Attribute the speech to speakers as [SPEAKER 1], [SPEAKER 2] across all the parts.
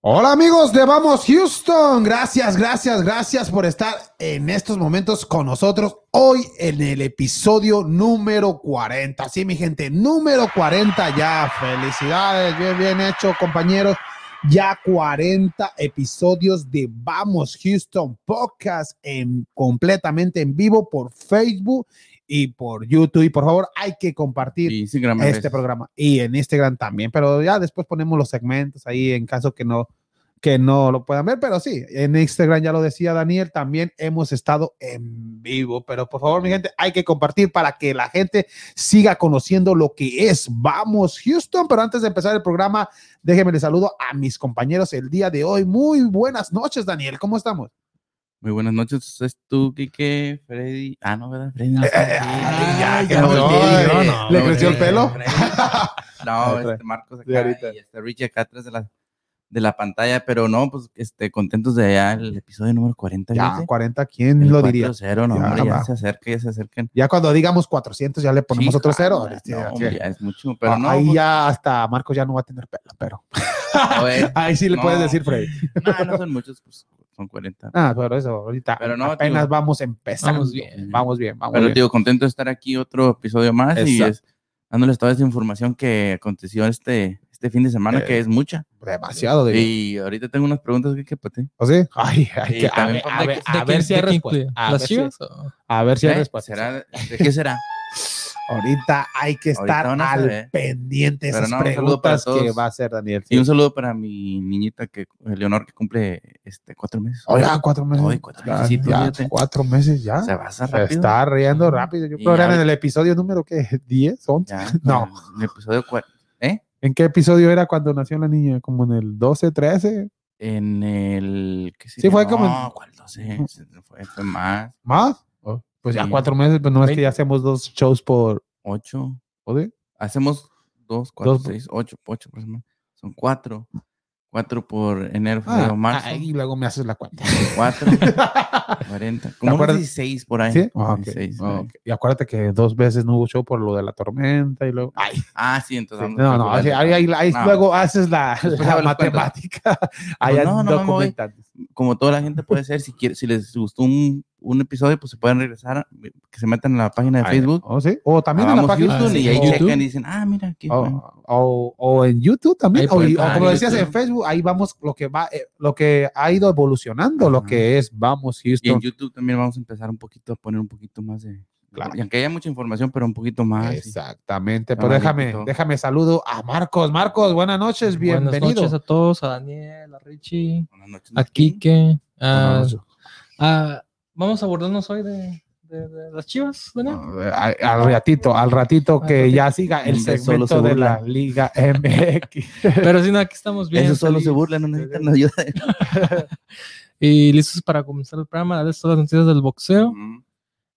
[SPEAKER 1] Hola amigos de Vamos Houston, gracias, gracias, gracias por estar en estos momentos con nosotros hoy en el episodio número 40. Sí, mi gente, número 40 ya. Felicidades, bien, bien hecho compañeros. Ya 40 episodios de Vamos Houston Podcast en, completamente en vivo por Facebook y por YouTube. Y por favor, hay que compartir
[SPEAKER 2] Y Instagram
[SPEAKER 1] este
[SPEAKER 2] es-
[SPEAKER 1] programa y en Instagram también, pero ya después ponemos los segmentos ahí en caso que no que no lo puedan ver, pero sí, en Instagram ya lo decía Daniel, también hemos estado en vivo, pero por favor, mi gente, hay que compartir para que la gente siga conociendo lo que es Vamos Houston, pero antes de empezar el programa, déjenme les saludo a mis compañeros el día de hoy. Muy buenas noches, Daniel, ¿cómo estamos?
[SPEAKER 2] Muy buenas noches, es tú, Kike, Freddy. Ah, no, ¿verdad? Freddy no está aquí.
[SPEAKER 1] ah,
[SPEAKER 2] Ay,
[SPEAKER 1] ya,
[SPEAKER 2] ya
[SPEAKER 1] no,
[SPEAKER 2] volteé yo,
[SPEAKER 1] eh,
[SPEAKER 2] no,
[SPEAKER 1] ¿le
[SPEAKER 2] no,
[SPEAKER 1] creció el
[SPEAKER 2] Freddy,
[SPEAKER 1] pelo?
[SPEAKER 2] Freddy. No, este Marcos
[SPEAKER 1] Sí,
[SPEAKER 2] acá
[SPEAKER 1] ahorita.
[SPEAKER 2] y este Richie acá atrás de la, de la pantalla, pero no, pues este, contentos de ya el episodio número 40.
[SPEAKER 1] Ya,
[SPEAKER 2] fíjate.
[SPEAKER 1] 40, ¿quién
[SPEAKER 2] El
[SPEAKER 1] lo diría?
[SPEAKER 2] 4-0, no,
[SPEAKER 1] Ya,
[SPEAKER 2] hombre, ya
[SPEAKER 1] va.
[SPEAKER 2] se acerca, ya se acercan.
[SPEAKER 1] Ya cuando digamos 400, ya le ponemos
[SPEAKER 2] Sí,
[SPEAKER 1] otro cero.
[SPEAKER 2] ah,
[SPEAKER 1] Sí,
[SPEAKER 2] no,
[SPEAKER 1] sí.
[SPEAKER 2] hombre, ya es mucho, pero
[SPEAKER 1] Ah,
[SPEAKER 2] no.
[SPEAKER 1] ahí
[SPEAKER 2] pues,
[SPEAKER 1] ya hasta Marcos ya no va a tener pelo, pero
[SPEAKER 2] a ver,
[SPEAKER 1] ahí sí le
[SPEAKER 2] No.
[SPEAKER 1] puedes decir Freddy.
[SPEAKER 2] no, no son muchos, pues son 40.
[SPEAKER 1] Ah, pero eso ahorita
[SPEAKER 2] Pero no,
[SPEAKER 1] apenas
[SPEAKER 2] tío.
[SPEAKER 1] vamos empezando. Vamos
[SPEAKER 3] Vamos
[SPEAKER 1] bien,
[SPEAKER 3] bien.
[SPEAKER 1] vamos bien. Vamos
[SPEAKER 2] Pero, tío, contento de estar aquí otro episodio más y
[SPEAKER 1] Exacto.
[SPEAKER 2] es, dándoles toda esta información que aconteció este, este fin de semana,
[SPEAKER 1] Eh,
[SPEAKER 2] que es mucha.
[SPEAKER 1] Demasiado de
[SPEAKER 2] Y ahorita tengo unas preguntas que, que para ti.
[SPEAKER 1] ¿O sí? Ay, ay,
[SPEAKER 2] Y
[SPEAKER 1] que- a
[SPEAKER 2] también
[SPEAKER 1] ver, a
[SPEAKER 3] ¿De-
[SPEAKER 1] ver,
[SPEAKER 3] de
[SPEAKER 1] a
[SPEAKER 3] quién-
[SPEAKER 1] ver si
[SPEAKER 3] de
[SPEAKER 1] hay
[SPEAKER 3] quién
[SPEAKER 1] respuesta.
[SPEAKER 3] incluye?
[SPEAKER 1] A ver
[SPEAKER 3] ¿Las
[SPEAKER 1] si-
[SPEAKER 3] chivas? o-
[SPEAKER 1] A ver si hay
[SPEAKER 2] ¿Eh?
[SPEAKER 1] respuesta.
[SPEAKER 2] ¿Será- ¿De qué será?
[SPEAKER 1] Ahorita hay que
[SPEAKER 2] Ahorita
[SPEAKER 1] estar
[SPEAKER 2] van a
[SPEAKER 1] al
[SPEAKER 2] saber.
[SPEAKER 1] pendiente de
[SPEAKER 2] Pero
[SPEAKER 1] esas
[SPEAKER 2] no, un saludo para
[SPEAKER 1] preguntas que
[SPEAKER 2] todos.
[SPEAKER 1] va a hacer Daniel.
[SPEAKER 2] Y un saludo para mi niñita, que Leonor, que cumple este, cuatro meses.
[SPEAKER 1] Oye, ah, cuatro meses.
[SPEAKER 2] Ay, cuatro
[SPEAKER 1] Ya,
[SPEAKER 2] meses, sí,
[SPEAKER 1] ya,
[SPEAKER 2] fíjate.
[SPEAKER 1] cuatro meses ya.
[SPEAKER 2] Se basa
[SPEAKER 1] ¿ah? Se
[SPEAKER 2] rápido.
[SPEAKER 1] está riendo rápido. Yo
[SPEAKER 2] Y
[SPEAKER 1] creo que era en
[SPEAKER 2] ahorita-
[SPEAKER 1] el episodio número ¿qué? ¿10? ¿11?
[SPEAKER 2] Ya,
[SPEAKER 1] No.
[SPEAKER 2] en el episodio cua- ¿Eh?
[SPEAKER 1] ¿En qué episodio era cuando nació la niña? ¿Como en el 12, 13?
[SPEAKER 2] En el... ¿qué
[SPEAKER 1] Sí, fue
[SPEAKER 2] no,
[SPEAKER 1] como en-
[SPEAKER 2] No, ¿cuál? No sé, se- Fue, fue más.
[SPEAKER 1] ¿Más? Pues ya
[SPEAKER 2] Oh, Sí.
[SPEAKER 1] cuatro meses, pero no es que
[SPEAKER 3] Veinte.
[SPEAKER 1] ya hacemos dos shows por...
[SPEAKER 2] Ocho.
[SPEAKER 1] ¿Joder?
[SPEAKER 2] Hacemos dos, cuatro,
[SPEAKER 1] Dos-
[SPEAKER 2] seis, ocho, ocho por semana. Son cuatro. Cuatro por enero,
[SPEAKER 1] Ah,
[SPEAKER 2] febrero, marzo.
[SPEAKER 1] ah, y luego me haces la cuenta.
[SPEAKER 2] 4, 40, como unos
[SPEAKER 1] acuerdas?
[SPEAKER 2] 16 por ahí.
[SPEAKER 1] ¿Sí? Ah, ok.
[SPEAKER 2] 16,
[SPEAKER 1] Ah,
[SPEAKER 2] ahí.
[SPEAKER 1] ok. Y acuérdate que dos veces no hubo show por lo de la tormenta y luego... Ay,
[SPEAKER 2] Ah, sí, entonces.
[SPEAKER 1] sí.
[SPEAKER 2] vamos
[SPEAKER 1] No, no,
[SPEAKER 2] calculando.
[SPEAKER 1] ahí, ahí- ahí
[SPEAKER 2] No,
[SPEAKER 1] luego haces la,
[SPEAKER 2] Después
[SPEAKER 1] la
[SPEAKER 2] hago las cuentas.
[SPEAKER 1] matemática. Allá
[SPEAKER 2] no, no me voy.
[SPEAKER 1] documentan.
[SPEAKER 2] Como toda la gente puede ser, si, quiere, si les gustó un, un episodio, pues se pueden regresar, que se metan en la página de
[SPEAKER 1] Ahí.
[SPEAKER 2] Facebook.
[SPEAKER 1] Oh, sí. O también
[SPEAKER 2] a
[SPEAKER 1] en la
[SPEAKER 2] Vamos
[SPEAKER 1] página.
[SPEAKER 2] Houston,
[SPEAKER 3] Ah,
[SPEAKER 2] y
[SPEAKER 3] sí.
[SPEAKER 2] ahí
[SPEAKER 1] o,
[SPEAKER 3] YouTube.
[SPEAKER 2] checan y dicen, ah, mira, qué bueno.
[SPEAKER 1] o- Oh, o- o en YouTube también.
[SPEAKER 3] Ahí
[SPEAKER 1] O,
[SPEAKER 3] pueden-
[SPEAKER 1] o
[SPEAKER 3] ah,
[SPEAKER 1] como
[SPEAKER 3] en
[SPEAKER 1] decías en
[SPEAKER 3] YouTube.
[SPEAKER 1] Facebook, ahí vamos lo que va, eh, lo que ha ido evolucionando, lo
[SPEAKER 2] Ajá.
[SPEAKER 1] que es Vamos
[SPEAKER 2] Y en
[SPEAKER 1] Houston.
[SPEAKER 2] YouTube también vamos a empezar un poquito a poner un poquito más de.
[SPEAKER 1] Claro.
[SPEAKER 2] Y aunque haya mucha información, pero un poquito más. Ah, sí. Ah,
[SPEAKER 1] Exactamente,
[SPEAKER 2] Está
[SPEAKER 1] pero déjame,
[SPEAKER 2] maldito.
[SPEAKER 1] déjame saludo a Marcos. Marcos, buenas noches, bienvenido.
[SPEAKER 3] Buenas noches a todos, a Daniel, a Richie,
[SPEAKER 2] Buenas noches,
[SPEAKER 3] a
[SPEAKER 2] Martín.
[SPEAKER 3] Quique. a-
[SPEAKER 1] Buenas noches.
[SPEAKER 3] a- vamos a abordarnos hoy de, de- de las chivas, Daniel.
[SPEAKER 1] A- al ratito, al ratito que
[SPEAKER 3] ratito.
[SPEAKER 1] ya siga el
[SPEAKER 2] Un beso,
[SPEAKER 1] segmento
[SPEAKER 2] solo se
[SPEAKER 1] de
[SPEAKER 2] burla.
[SPEAKER 1] la Liga MX.
[SPEAKER 3] Pero si no, aquí estamos bien.
[SPEAKER 2] Eso solo se
[SPEAKER 3] feliz.
[SPEAKER 2] burla, no necesitan ayuda.
[SPEAKER 3] Y listos para comenzar el programa, darles todas las noticias del boxeo.
[SPEAKER 2] Mm.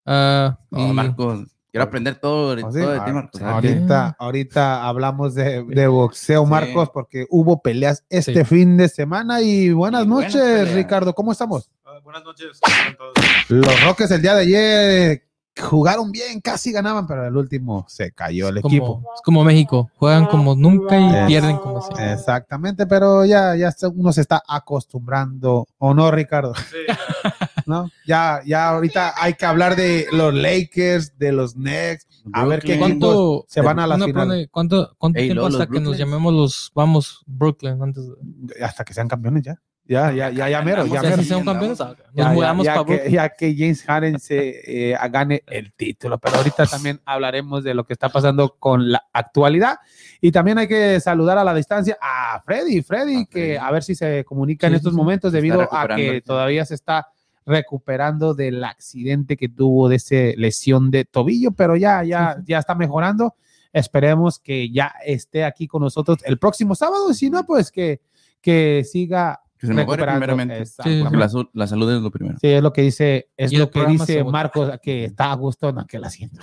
[SPEAKER 3] Ah,
[SPEAKER 2] No,
[SPEAKER 3] y-
[SPEAKER 2] Marcos, quiero aprender todo,
[SPEAKER 1] ¿Ah,
[SPEAKER 2] todo pues,
[SPEAKER 1] sí?
[SPEAKER 2] de
[SPEAKER 1] Ah,
[SPEAKER 2] ti, Marcos.
[SPEAKER 3] ah,
[SPEAKER 2] ¿Qué?
[SPEAKER 1] ahorita, ahorita hablamos de, de boxeo,
[SPEAKER 2] Sí.
[SPEAKER 1] Marcos, porque hubo peleas este fin de semana y buenas
[SPEAKER 2] Y buenas
[SPEAKER 1] noches,
[SPEAKER 2] peleas.
[SPEAKER 1] Ricardo, ¿cómo estamos?
[SPEAKER 4] Ah, buenas noches. ¿cómo están todos?
[SPEAKER 1] Los Roques el día de ayer jugaron bien, casi ganaban, pero el último se cayó el equipo.
[SPEAKER 3] como, es como México, juegan como nunca y
[SPEAKER 1] Es-
[SPEAKER 3] pierden como siempre.
[SPEAKER 1] Exactamente, pero ya, ya se- uno se está acostumbrando, ¿o no, Ricardo?
[SPEAKER 4] Sí, ya,
[SPEAKER 1] ¿No? Ya, ya ahorita hay que hablar de los Lakers, de los Knicks, a ver qué
[SPEAKER 2] Brooklyn.
[SPEAKER 1] equipos
[SPEAKER 3] ¿Cuánto, eh,
[SPEAKER 1] se van a la
[SPEAKER 3] una
[SPEAKER 1] final.
[SPEAKER 3] pregunta, ¿Cuánto, cuánto
[SPEAKER 2] Ey,
[SPEAKER 3] tiempo
[SPEAKER 2] luego los
[SPEAKER 3] hasta que nos
[SPEAKER 2] Brooklyns.
[SPEAKER 3] llamemos los vamos Brooklyn antes de
[SPEAKER 1] hasta que sean campeones ya. Ya, ya, ya, ya mero,
[SPEAKER 2] Vamos
[SPEAKER 1] Pues ya mero.
[SPEAKER 2] a
[SPEAKER 3] Ya si
[SPEAKER 2] hacer-
[SPEAKER 3] sean
[SPEAKER 2] andamos.
[SPEAKER 3] campeones, ah, nos
[SPEAKER 1] Ya, ya,
[SPEAKER 3] mudamos
[SPEAKER 1] ya
[SPEAKER 3] para
[SPEAKER 1] que,
[SPEAKER 3] Brooklyn.
[SPEAKER 1] ya que James Harden se eh, gane el título, pero ahorita también hablaremos de lo que está pasando con la actualidad y también hay que saludar a la distancia a Freddy, Freddy,
[SPEAKER 2] A
[SPEAKER 1] que
[SPEAKER 2] Freddy.
[SPEAKER 1] a ver si se comunica en
[SPEAKER 3] Sí,
[SPEAKER 1] estos
[SPEAKER 3] sí, sí.
[SPEAKER 1] momentos
[SPEAKER 2] Está
[SPEAKER 1] debido a que
[SPEAKER 2] recuperándose.
[SPEAKER 1] todavía se está recuperando del accidente que tuvo de esa lesión de tobillo, pero ya, ya, ya está mejorando. Esperemos que ya esté aquí con nosotros el próximo sábado, y si no, pues que, que siga
[SPEAKER 2] Que se mejore
[SPEAKER 1] recuperando.
[SPEAKER 2] primeramente.
[SPEAKER 1] Exactamente.
[SPEAKER 2] Porque La, su- la salud es lo primero.
[SPEAKER 1] Sí, es lo que dice, es
[SPEAKER 3] Y el
[SPEAKER 1] lo que
[SPEAKER 3] programa
[SPEAKER 1] dice
[SPEAKER 3] se vota.
[SPEAKER 1] Marcos, que está a gusto en aquel asiento.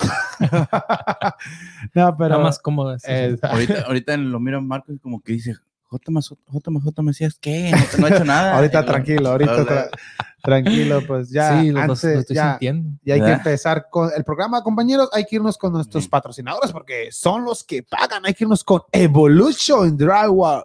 [SPEAKER 1] no, pero
[SPEAKER 3] Está más cómodo. así.
[SPEAKER 1] es- ah,
[SPEAKER 2] Ahorita, ahorita lo miro a Marcos y como que dice, J más J, J más J Macías, ¿qué? No, te- no ha hecho nada.
[SPEAKER 1] ahorita
[SPEAKER 2] Y-
[SPEAKER 1] tranquilo, ahorita tra- tranquilo, pues ya
[SPEAKER 3] sí, lo, lo- lo
[SPEAKER 1] antes,
[SPEAKER 3] estoy
[SPEAKER 1] ya,
[SPEAKER 3] sintiendo.
[SPEAKER 1] ya hay que
[SPEAKER 2] ¿Verdad?
[SPEAKER 1] empezar con el programa, compañeros, hay que irnos con nuestros
[SPEAKER 2] Ujú.
[SPEAKER 1] patrocinadores porque son los que pagan, hay que irnos con Evolution Drywall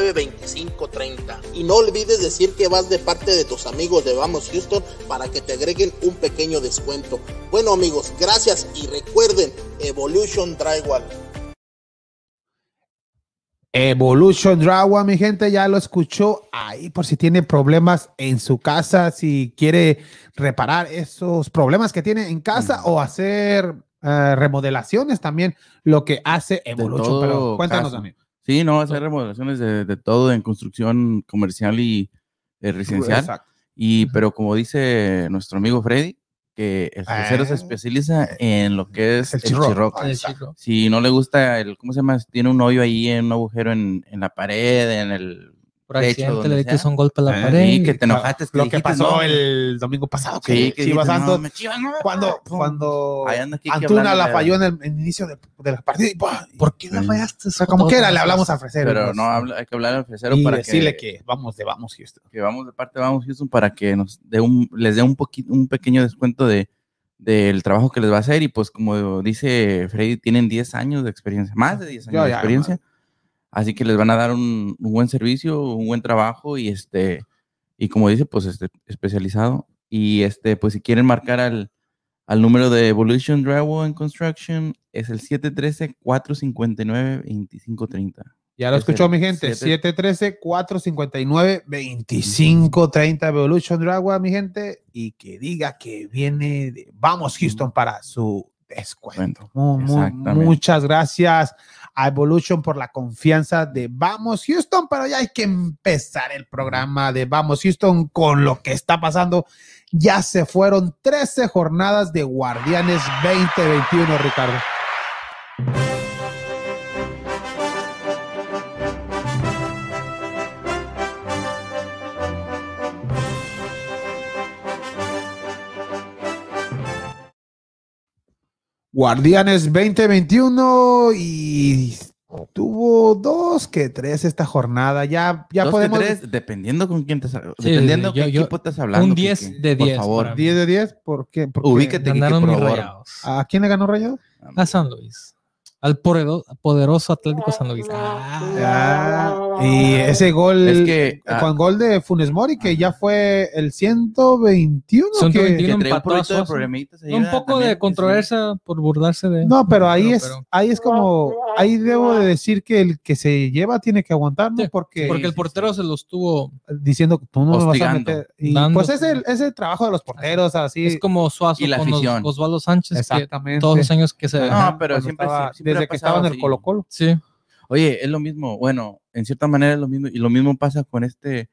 [SPEAKER 5] Y no olvides decir que vas de parte de tus amigos de Vamos Houston para que te agreguen un pequeño descuento. Bueno amigos, gracias y recuerden, Evolution Drywall.
[SPEAKER 1] Evolution Drawa, mi gente, ya lo escuchó ahí por si tiene problemas en su casa, si quiere reparar esos problemas que tiene en
[SPEAKER 2] Mm.
[SPEAKER 1] casa o hacer eh, remodelaciones también, lo que hace Evolution.
[SPEAKER 2] todo
[SPEAKER 1] Pero cuéntanos,
[SPEAKER 2] caso.
[SPEAKER 1] Dani.
[SPEAKER 2] Sí, no, hacer remodelaciones de, de todo en construcción comercial y eh, residencial.
[SPEAKER 1] Exacto.
[SPEAKER 2] Y, pero como dice nuestro amigo Freddy, que el tercero se
[SPEAKER 1] Ah.
[SPEAKER 2] especializa en lo que es
[SPEAKER 1] El
[SPEAKER 2] el,
[SPEAKER 1] chirroc.
[SPEAKER 2] chirroc.
[SPEAKER 1] Ah,
[SPEAKER 3] Ay,
[SPEAKER 1] está.
[SPEAKER 3] chico.
[SPEAKER 2] Si no le gusta el, ¿cómo se llama? Si Tiene un hoyo ahí, un agujero en, en la pared, en el...
[SPEAKER 3] Por
[SPEAKER 2] Techo,
[SPEAKER 3] accidente
[SPEAKER 2] donde
[SPEAKER 3] le que
[SPEAKER 2] sea.
[SPEAKER 3] son golpe a la
[SPEAKER 1] Eh,
[SPEAKER 3] pared.
[SPEAKER 2] sí, que te enojaste.
[SPEAKER 1] Lo que
[SPEAKER 2] dijiste,
[SPEAKER 1] pasó
[SPEAKER 2] no,
[SPEAKER 1] el domingo pasado, que
[SPEAKER 2] Sí, que
[SPEAKER 1] Chivas
[SPEAKER 2] dijiste, no,
[SPEAKER 1] Santos,
[SPEAKER 2] me chivas, no,
[SPEAKER 1] cuando,
[SPEAKER 2] pum.
[SPEAKER 1] cuando
[SPEAKER 2] Ahí anda Kiki
[SPEAKER 1] Antuna
[SPEAKER 2] hablando
[SPEAKER 1] la
[SPEAKER 2] de-
[SPEAKER 1] falló en el, en el inicio de, de la partida, y ¡pah!
[SPEAKER 3] ¿Por qué la
[SPEAKER 2] Sí.
[SPEAKER 3] fallaste?
[SPEAKER 1] O sea, como quiera, le hablamos a Fresero.
[SPEAKER 2] Pero
[SPEAKER 1] pues,
[SPEAKER 2] no, habla- hay que hablar al fresero
[SPEAKER 1] y
[SPEAKER 2] para
[SPEAKER 1] decirle
[SPEAKER 2] que...
[SPEAKER 1] que, vamos de vamos, Houston.
[SPEAKER 2] que vamos de parte de Vamos Houston para que nos dé un, les dé un, poquito, un pequeño descuento de, del trabajo que les va a hacer. Y pues, como dice Freddy, tienen 10 años de experiencia, más de 10 años
[SPEAKER 1] Ya,
[SPEAKER 2] de
[SPEAKER 1] ya,
[SPEAKER 2] experiencia. Así que les van a dar un, un buen servicio, un buen trabajo y este, y como dice, pues este, especializado. Y este, pues si quieren marcar al, al número de Evolution Drywall and Construction, es el 713-459-2530.
[SPEAKER 1] Ya lo
[SPEAKER 2] Es
[SPEAKER 1] escuchó
[SPEAKER 2] el
[SPEAKER 1] mi gente,
[SPEAKER 2] 7.
[SPEAKER 1] 713-459-2530 Evolution Dragua, mi gente, y que diga que viene de Vamos Houston para su descuento. Mu- mu-
[SPEAKER 2] exactamente.
[SPEAKER 1] muchas gracias a Evolution por la confianza de Vamos Houston, pero ya hay que empezar el programa de Vamos Houston con lo que está pasando. Ya se fueron 13 jornadas de Guardianes 2021, Ricardo. Guardianes 2021 y tuvo dos que tres esta jornada. Ya, ya
[SPEAKER 2] Dos que
[SPEAKER 1] podemos.
[SPEAKER 2] tres, dependiendo con quién te estás
[SPEAKER 3] Sí,
[SPEAKER 2] dependiendo
[SPEAKER 3] sí, yo-
[SPEAKER 2] qué
[SPEAKER 3] yo-
[SPEAKER 2] equipo estás hablando.
[SPEAKER 3] un 10
[SPEAKER 2] Kike,
[SPEAKER 3] de 10
[SPEAKER 2] Por favor,
[SPEAKER 3] para mí.
[SPEAKER 1] 10 de 10, ¿por qué? Porque-
[SPEAKER 2] ubícate. que-
[SPEAKER 3] Ganaron
[SPEAKER 2] que
[SPEAKER 3] mis
[SPEAKER 2] probar.
[SPEAKER 3] rayados.
[SPEAKER 1] ¿A quién le ganó Rayo?
[SPEAKER 3] A San Luis. Al poredo- poderoso Atlético San Luis. Ah,
[SPEAKER 1] y ese gol.
[SPEAKER 2] Es que, ah.
[SPEAKER 1] Con gol de Funes Mori, que ya fue el 121. que-
[SPEAKER 3] 121.
[SPEAKER 2] que
[SPEAKER 3] un
[SPEAKER 2] trae un
[SPEAKER 3] empatazo,
[SPEAKER 2] poquito de
[SPEAKER 3] sí.
[SPEAKER 2] problemitas ahí,
[SPEAKER 3] un
[SPEAKER 2] ¿verdad?
[SPEAKER 3] poco
[SPEAKER 2] También,
[SPEAKER 3] de
[SPEAKER 2] sí,
[SPEAKER 3] controversia por burlarse de.
[SPEAKER 1] No, pero ahí es,
[SPEAKER 3] pero-
[SPEAKER 1] ahí es como, ahí debo de decir que el que se lleva tiene que aguantar, ¿no?
[SPEAKER 3] Sí,
[SPEAKER 1] Porque,
[SPEAKER 3] porque el portero se los tuvo.
[SPEAKER 1] diciendo que tú no me vas a
[SPEAKER 2] Hostigando.
[SPEAKER 1] meter. Y
[SPEAKER 3] Dando.
[SPEAKER 1] pues es el, es el trabajo de los porteros, así.
[SPEAKER 3] Es como Suazo
[SPEAKER 2] Y la
[SPEAKER 3] con los-
[SPEAKER 2] afición.
[SPEAKER 3] Osvaldo Sánchez. que
[SPEAKER 1] exactamente.
[SPEAKER 3] todos los años que se.
[SPEAKER 2] No,
[SPEAKER 1] Ajá,
[SPEAKER 2] pero
[SPEAKER 1] cuando
[SPEAKER 2] siempre-
[SPEAKER 1] estaba-
[SPEAKER 2] siempre
[SPEAKER 1] desde
[SPEAKER 2] ha
[SPEAKER 1] que estaba en
[SPEAKER 2] pasado
[SPEAKER 1] el
[SPEAKER 2] así.
[SPEAKER 1] Colo Colo.
[SPEAKER 3] Sí.
[SPEAKER 2] Oye, es lo mismo. Bueno, en cierta manera es lo mismo. Y lo mismo pasa con este,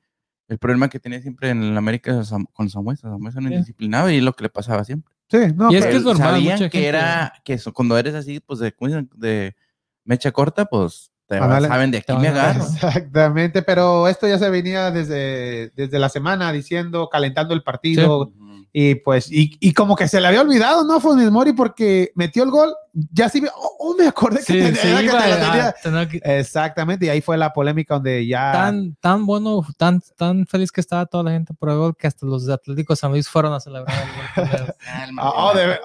[SPEAKER 2] el problema que tenía siempre en el América Sam- con Samuesa. Samuesa no
[SPEAKER 3] Sí. indisciplinado
[SPEAKER 2] indisciplinado y es lo que le pasaba siempre.
[SPEAKER 1] Sí, no, pues,
[SPEAKER 3] Y es
[SPEAKER 1] pero-
[SPEAKER 3] que
[SPEAKER 2] Él-
[SPEAKER 3] normal,
[SPEAKER 2] Sabían
[SPEAKER 3] mucha
[SPEAKER 2] que
[SPEAKER 3] gente-
[SPEAKER 2] era, que eso, cuando eres así, pues de, ¿cómo dicen? de mecha corta, pues te
[SPEAKER 1] Ándale.
[SPEAKER 2] saben de aquí
[SPEAKER 3] Te
[SPEAKER 2] me
[SPEAKER 3] van
[SPEAKER 2] agarro.
[SPEAKER 3] a-
[SPEAKER 1] Exactamente, pero esto ya se venía desde, desde la semana diciendo, calentando el partido.
[SPEAKER 2] Ujú.
[SPEAKER 1] Y pues, y, y como que se le había olvidado, ¿no? Funes Mori porque metió el gol. Ya sí, me- oh, oh, me acordé que,
[SPEAKER 3] Sí,
[SPEAKER 1] tenía,
[SPEAKER 3] sí,
[SPEAKER 1] que
[SPEAKER 3] iba
[SPEAKER 1] te lo
[SPEAKER 3] a
[SPEAKER 1] tenía.
[SPEAKER 3] tener que-
[SPEAKER 1] Exactamente, y ahí fue la polémica donde ya.
[SPEAKER 3] Tan, tan bueno, tan, tan feliz que estaba toda la gente por el gol que hasta los de Atlético San Luis fueron a celebrar el gol. primero.
[SPEAKER 2] Ah, el
[SPEAKER 1] Ah, oh, de ver-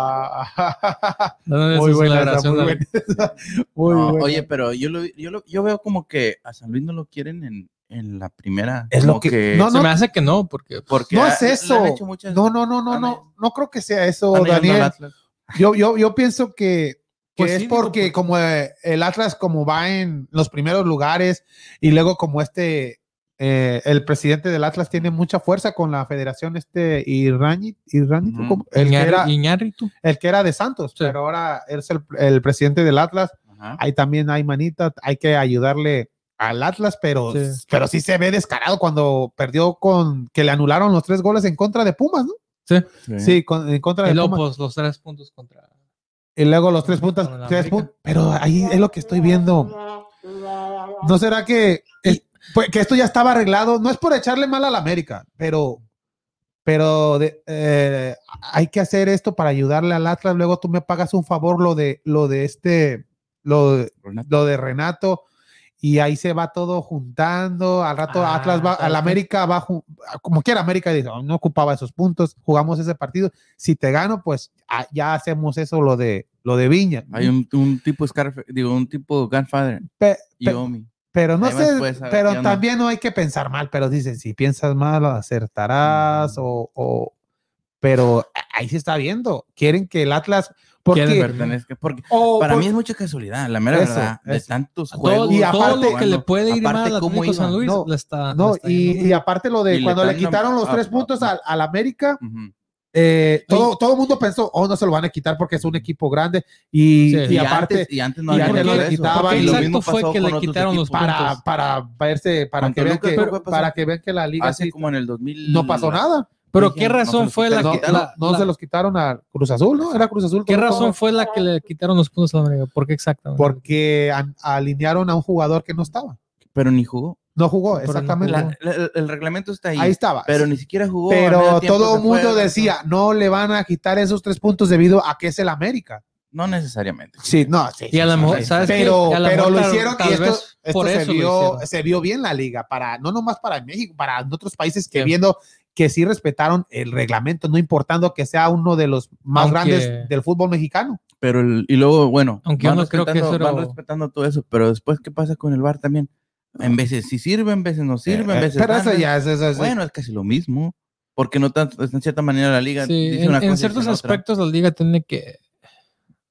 [SPEAKER 1] ah.
[SPEAKER 3] Dándole
[SPEAKER 1] muy
[SPEAKER 3] su
[SPEAKER 1] buena esa,
[SPEAKER 3] celebración
[SPEAKER 1] muy
[SPEAKER 3] al-
[SPEAKER 1] buena esa. Muy
[SPEAKER 2] No,
[SPEAKER 1] buena.
[SPEAKER 2] Oye, pues, pero yo, lo, yo, lo- yo veo como que a San Luis no lo quieren en, en la primera.
[SPEAKER 1] Es lo
[SPEAKER 2] Como
[SPEAKER 1] que- no,
[SPEAKER 3] Se me hace que no, porque.
[SPEAKER 2] porque
[SPEAKER 1] No
[SPEAKER 2] ha-
[SPEAKER 1] es
[SPEAKER 2] le- le
[SPEAKER 1] eso.
[SPEAKER 2] han hecho muchas-
[SPEAKER 1] no, no, no, no,
[SPEAKER 2] Dame.
[SPEAKER 1] no, no creo que sea eso,
[SPEAKER 2] están ayudando al
[SPEAKER 1] Daniel.
[SPEAKER 2] Atlas.
[SPEAKER 1] Yo, yo, yo pienso que, que
[SPEAKER 3] Pues
[SPEAKER 1] es
[SPEAKER 3] sí, digo,
[SPEAKER 1] porque
[SPEAKER 3] porque-
[SPEAKER 1] como eh, el Atlas como va en los primeros lugares y luego como este, eh, el presidente del Atlas tiene mucha fuerza con la federación este Irrañi, Irrañi,
[SPEAKER 2] Ujú.
[SPEAKER 1] ¿cómo? el, que
[SPEAKER 3] Iñárri-
[SPEAKER 1] era,
[SPEAKER 3] Iñárritu.
[SPEAKER 1] el que era de Santos,
[SPEAKER 3] Sí.
[SPEAKER 1] pero ahora es el, el presidente del Atlas.
[SPEAKER 2] Ajá.
[SPEAKER 1] Ahí también hay manita, hay que ayudarle al Atlas, pero
[SPEAKER 3] Sí.
[SPEAKER 1] pero sí se ve descarado cuando perdió con que le anularon los tres goles en contra de Pumas, ¿no? Sí, con- en contra de
[SPEAKER 3] Y luego,
[SPEAKER 1] Pumas.
[SPEAKER 3] pues, los tres puntos contra.
[SPEAKER 1] Y luego los tres puntas,
[SPEAKER 3] Con el
[SPEAKER 1] tres
[SPEAKER 3] América.
[SPEAKER 1] pun- pero ahí es lo que estoy viendo. ¿No será que, es- pues, que esto ya estaba arreglado? No es por echarle mal a la América, pero, pero de- eh, hay que hacer esto para ayudarle al Atlas. Luego tú me pagas un favor lo de, lo de este, lo, de- lo de Renato. Y ahí se va todo juntando. Al rato
[SPEAKER 3] Ah,
[SPEAKER 1] Atlas va, al
[SPEAKER 3] ¿sabes qué?
[SPEAKER 1] América va, ju- como quiera América dice, "Oh, no ocupaba esos puntos, jugamos ese partido. Si te gano, pues ah, ya hacemos eso lo de, lo de Viña.
[SPEAKER 2] Hay un, un tipo Scarf, digo, un tipo Godfather
[SPEAKER 1] Pe-
[SPEAKER 2] y
[SPEAKER 1] pe-
[SPEAKER 2] Omi.
[SPEAKER 1] Pero no
[SPEAKER 2] Ahí vas,
[SPEAKER 1] sé,
[SPEAKER 2] pues, a ver qué
[SPEAKER 1] pero
[SPEAKER 2] onda.
[SPEAKER 1] también no hay que pensar mal, pero dicen, si piensas mal, acertarás o, o- Pero a- ahí se está viendo, quieren que el Atlas...
[SPEAKER 3] Quieren
[SPEAKER 1] Porque,
[SPEAKER 3] ver-
[SPEAKER 2] Pertenezca- porque
[SPEAKER 1] o
[SPEAKER 2] para
[SPEAKER 1] por-
[SPEAKER 2] mí es mucha casualidad, la mera
[SPEAKER 1] Eso,
[SPEAKER 2] verdad, de
[SPEAKER 1] eso.
[SPEAKER 2] tantos
[SPEAKER 3] Todo,
[SPEAKER 2] juegos.
[SPEAKER 1] y
[SPEAKER 3] todo
[SPEAKER 1] aparte-
[SPEAKER 3] lo que le puede ir
[SPEAKER 2] aparte
[SPEAKER 3] mal al
[SPEAKER 2] cómo iba,
[SPEAKER 3] Atlético San Luis
[SPEAKER 1] no,
[SPEAKER 3] le está.
[SPEAKER 1] no,
[SPEAKER 3] le está
[SPEAKER 1] y,
[SPEAKER 3] yendo.
[SPEAKER 1] y aparte lo
[SPEAKER 2] Y
[SPEAKER 1] de
[SPEAKER 2] le
[SPEAKER 1] cuando le
[SPEAKER 2] dan la-
[SPEAKER 1] quitaron los
[SPEAKER 2] a-
[SPEAKER 1] tres
[SPEAKER 2] a-
[SPEAKER 1] puntos al, al América,
[SPEAKER 2] Ujú.
[SPEAKER 1] eh, todo, todo el mundo pensó, oh, no se lo van a quitar porque es un equipo grande y,
[SPEAKER 3] Sí.
[SPEAKER 1] y
[SPEAKER 2] Y,
[SPEAKER 1] aparte...
[SPEAKER 2] antes, y antes no
[SPEAKER 1] y
[SPEAKER 2] había
[SPEAKER 1] antes no
[SPEAKER 2] hecho
[SPEAKER 1] le
[SPEAKER 2] eso.
[SPEAKER 1] quitaban,
[SPEAKER 2] Porque
[SPEAKER 1] y
[SPEAKER 2] lo
[SPEAKER 1] exacto
[SPEAKER 2] mismo
[SPEAKER 3] fue
[SPEAKER 2] pasó
[SPEAKER 3] que le
[SPEAKER 2] con otros
[SPEAKER 3] quitaron los
[SPEAKER 2] equipos.
[SPEAKER 1] para,
[SPEAKER 3] puntos.
[SPEAKER 1] para verse, para
[SPEAKER 2] Con
[SPEAKER 1] que, vean
[SPEAKER 2] Toluca
[SPEAKER 1] que,
[SPEAKER 2] creo que pasó.
[SPEAKER 1] para que vean que la liga
[SPEAKER 2] Hace
[SPEAKER 1] sí-
[SPEAKER 2] como en el 2000.
[SPEAKER 1] no pasó nada.
[SPEAKER 3] Pero
[SPEAKER 2] Dije,
[SPEAKER 3] qué
[SPEAKER 2] no se
[SPEAKER 3] razón
[SPEAKER 2] los
[SPEAKER 3] fue la
[SPEAKER 1] No,
[SPEAKER 2] quitaron,
[SPEAKER 3] que.
[SPEAKER 1] no,
[SPEAKER 3] la-
[SPEAKER 1] no
[SPEAKER 3] la-
[SPEAKER 1] se los quitaron a Cruz Azul, ¿no? Era Cruz Azul.
[SPEAKER 3] ¿Qué
[SPEAKER 1] ¿cómo-
[SPEAKER 3] razón
[SPEAKER 1] cómo?
[SPEAKER 3] fue la que le quitaron los puntos a la América? ¿Por qué exactamente?
[SPEAKER 1] Porque an- alinearon a un jugador que no estaba.
[SPEAKER 2] Pero ni jugó.
[SPEAKER 1] No jugó,
[SPEAKER 3] Pero no
[SPEAKER 1] exactamente.
[SPEAKER 3] jugó.
[SPEAKER 2] La- la- el, reglamento está ahí.
[SPEAKER 1] Ahí estaba.
[SPEAKER 2] pero ni siquiera jugó. al
[SPEAKER 1] Pero
[SPEAKER 2] medio tiempo
[SPEAKER 1] todo
[SPEAKER 2] se
[SPEAKER 1] el
[SPEAKER 2] fue,
[SPEAKER 1] mundo
[SPEAKER 2] ¿no?
[SPEAKER 1] decía, no le van a quitar esos tres puntos debido a que es el América.
[SPEAKER 2] No necesariamente.
[SPEAKER 1] Sí, no, sí.
[SPEAKER 3] Y a lo mejor,
[SPEAKER 2] sí,
[SPEAKER 3] ¿sabes qué?
[SPEAKER 1] pero
[SPEAKER 3] A lo
[SPEAKER 1] pero
[SPEAKER 3] mejor
[SPEAKER 1] lo
[SPEAKER 3] tal-
[SPEAKER 1] hicieron
[SPEAKER 3] tal
[SPEAKER 1] y esto,
[SPEAKER 3] vez
[SPEAKER 1] esto
[SPEAKER 3] por
[SPEAKER 1] se,
[SPEAKER 3] eso lo
[SPEAKER 1] vio,
[SPEAKER 3] hicieron.
[SPEAKER 1] se vio bien la liga, para no nomás para México, para otros países que
[SPEAKER 3] Sí.
[SPEAKER 1] viendo que sí respetaron el reglamento, no importando que sea uno de los más
[SPEAKER 3] Aunque-
[SPEAKER 1] grandes del fútbol mexicano.
[SPEAKER 2] Pero el- y luego, bueno,
[SPEAKER 3] Aunque yo no creo que
[SPEAKER 2] respetando-
[SPEAKER 3] eso
[SPEAKER 2] van
[SPEAKER 3] era-
[SPEAKER 2] respetando todo eso. Pero después, ¿qué pasa con el bar también? En veces sí sirve, en veces no sirve, en
[SPEAKER 1] Eh,
[SPEAKER 2] veces.
[SPEAKER 1] pero
[SPEAKER 2] dan,
[SPEAKER 1] eso ya es, eso es-
[SPEAKER 2] Bueno, es casi lo mismo. Porque no tanto, en cierta manera la liga
[SPEAKER 3] Sí,
[SPEAKER 2] dice
[SPEAKER 3] en,
[SPEAKER 2] una
[SPEAKER 3] en
[SPEAKER 2] cosa y
[SPEAKER 3] ciertos
[SPEAKER 2] dice otra.
[SPEAKER 3] aspectos la liga tiene que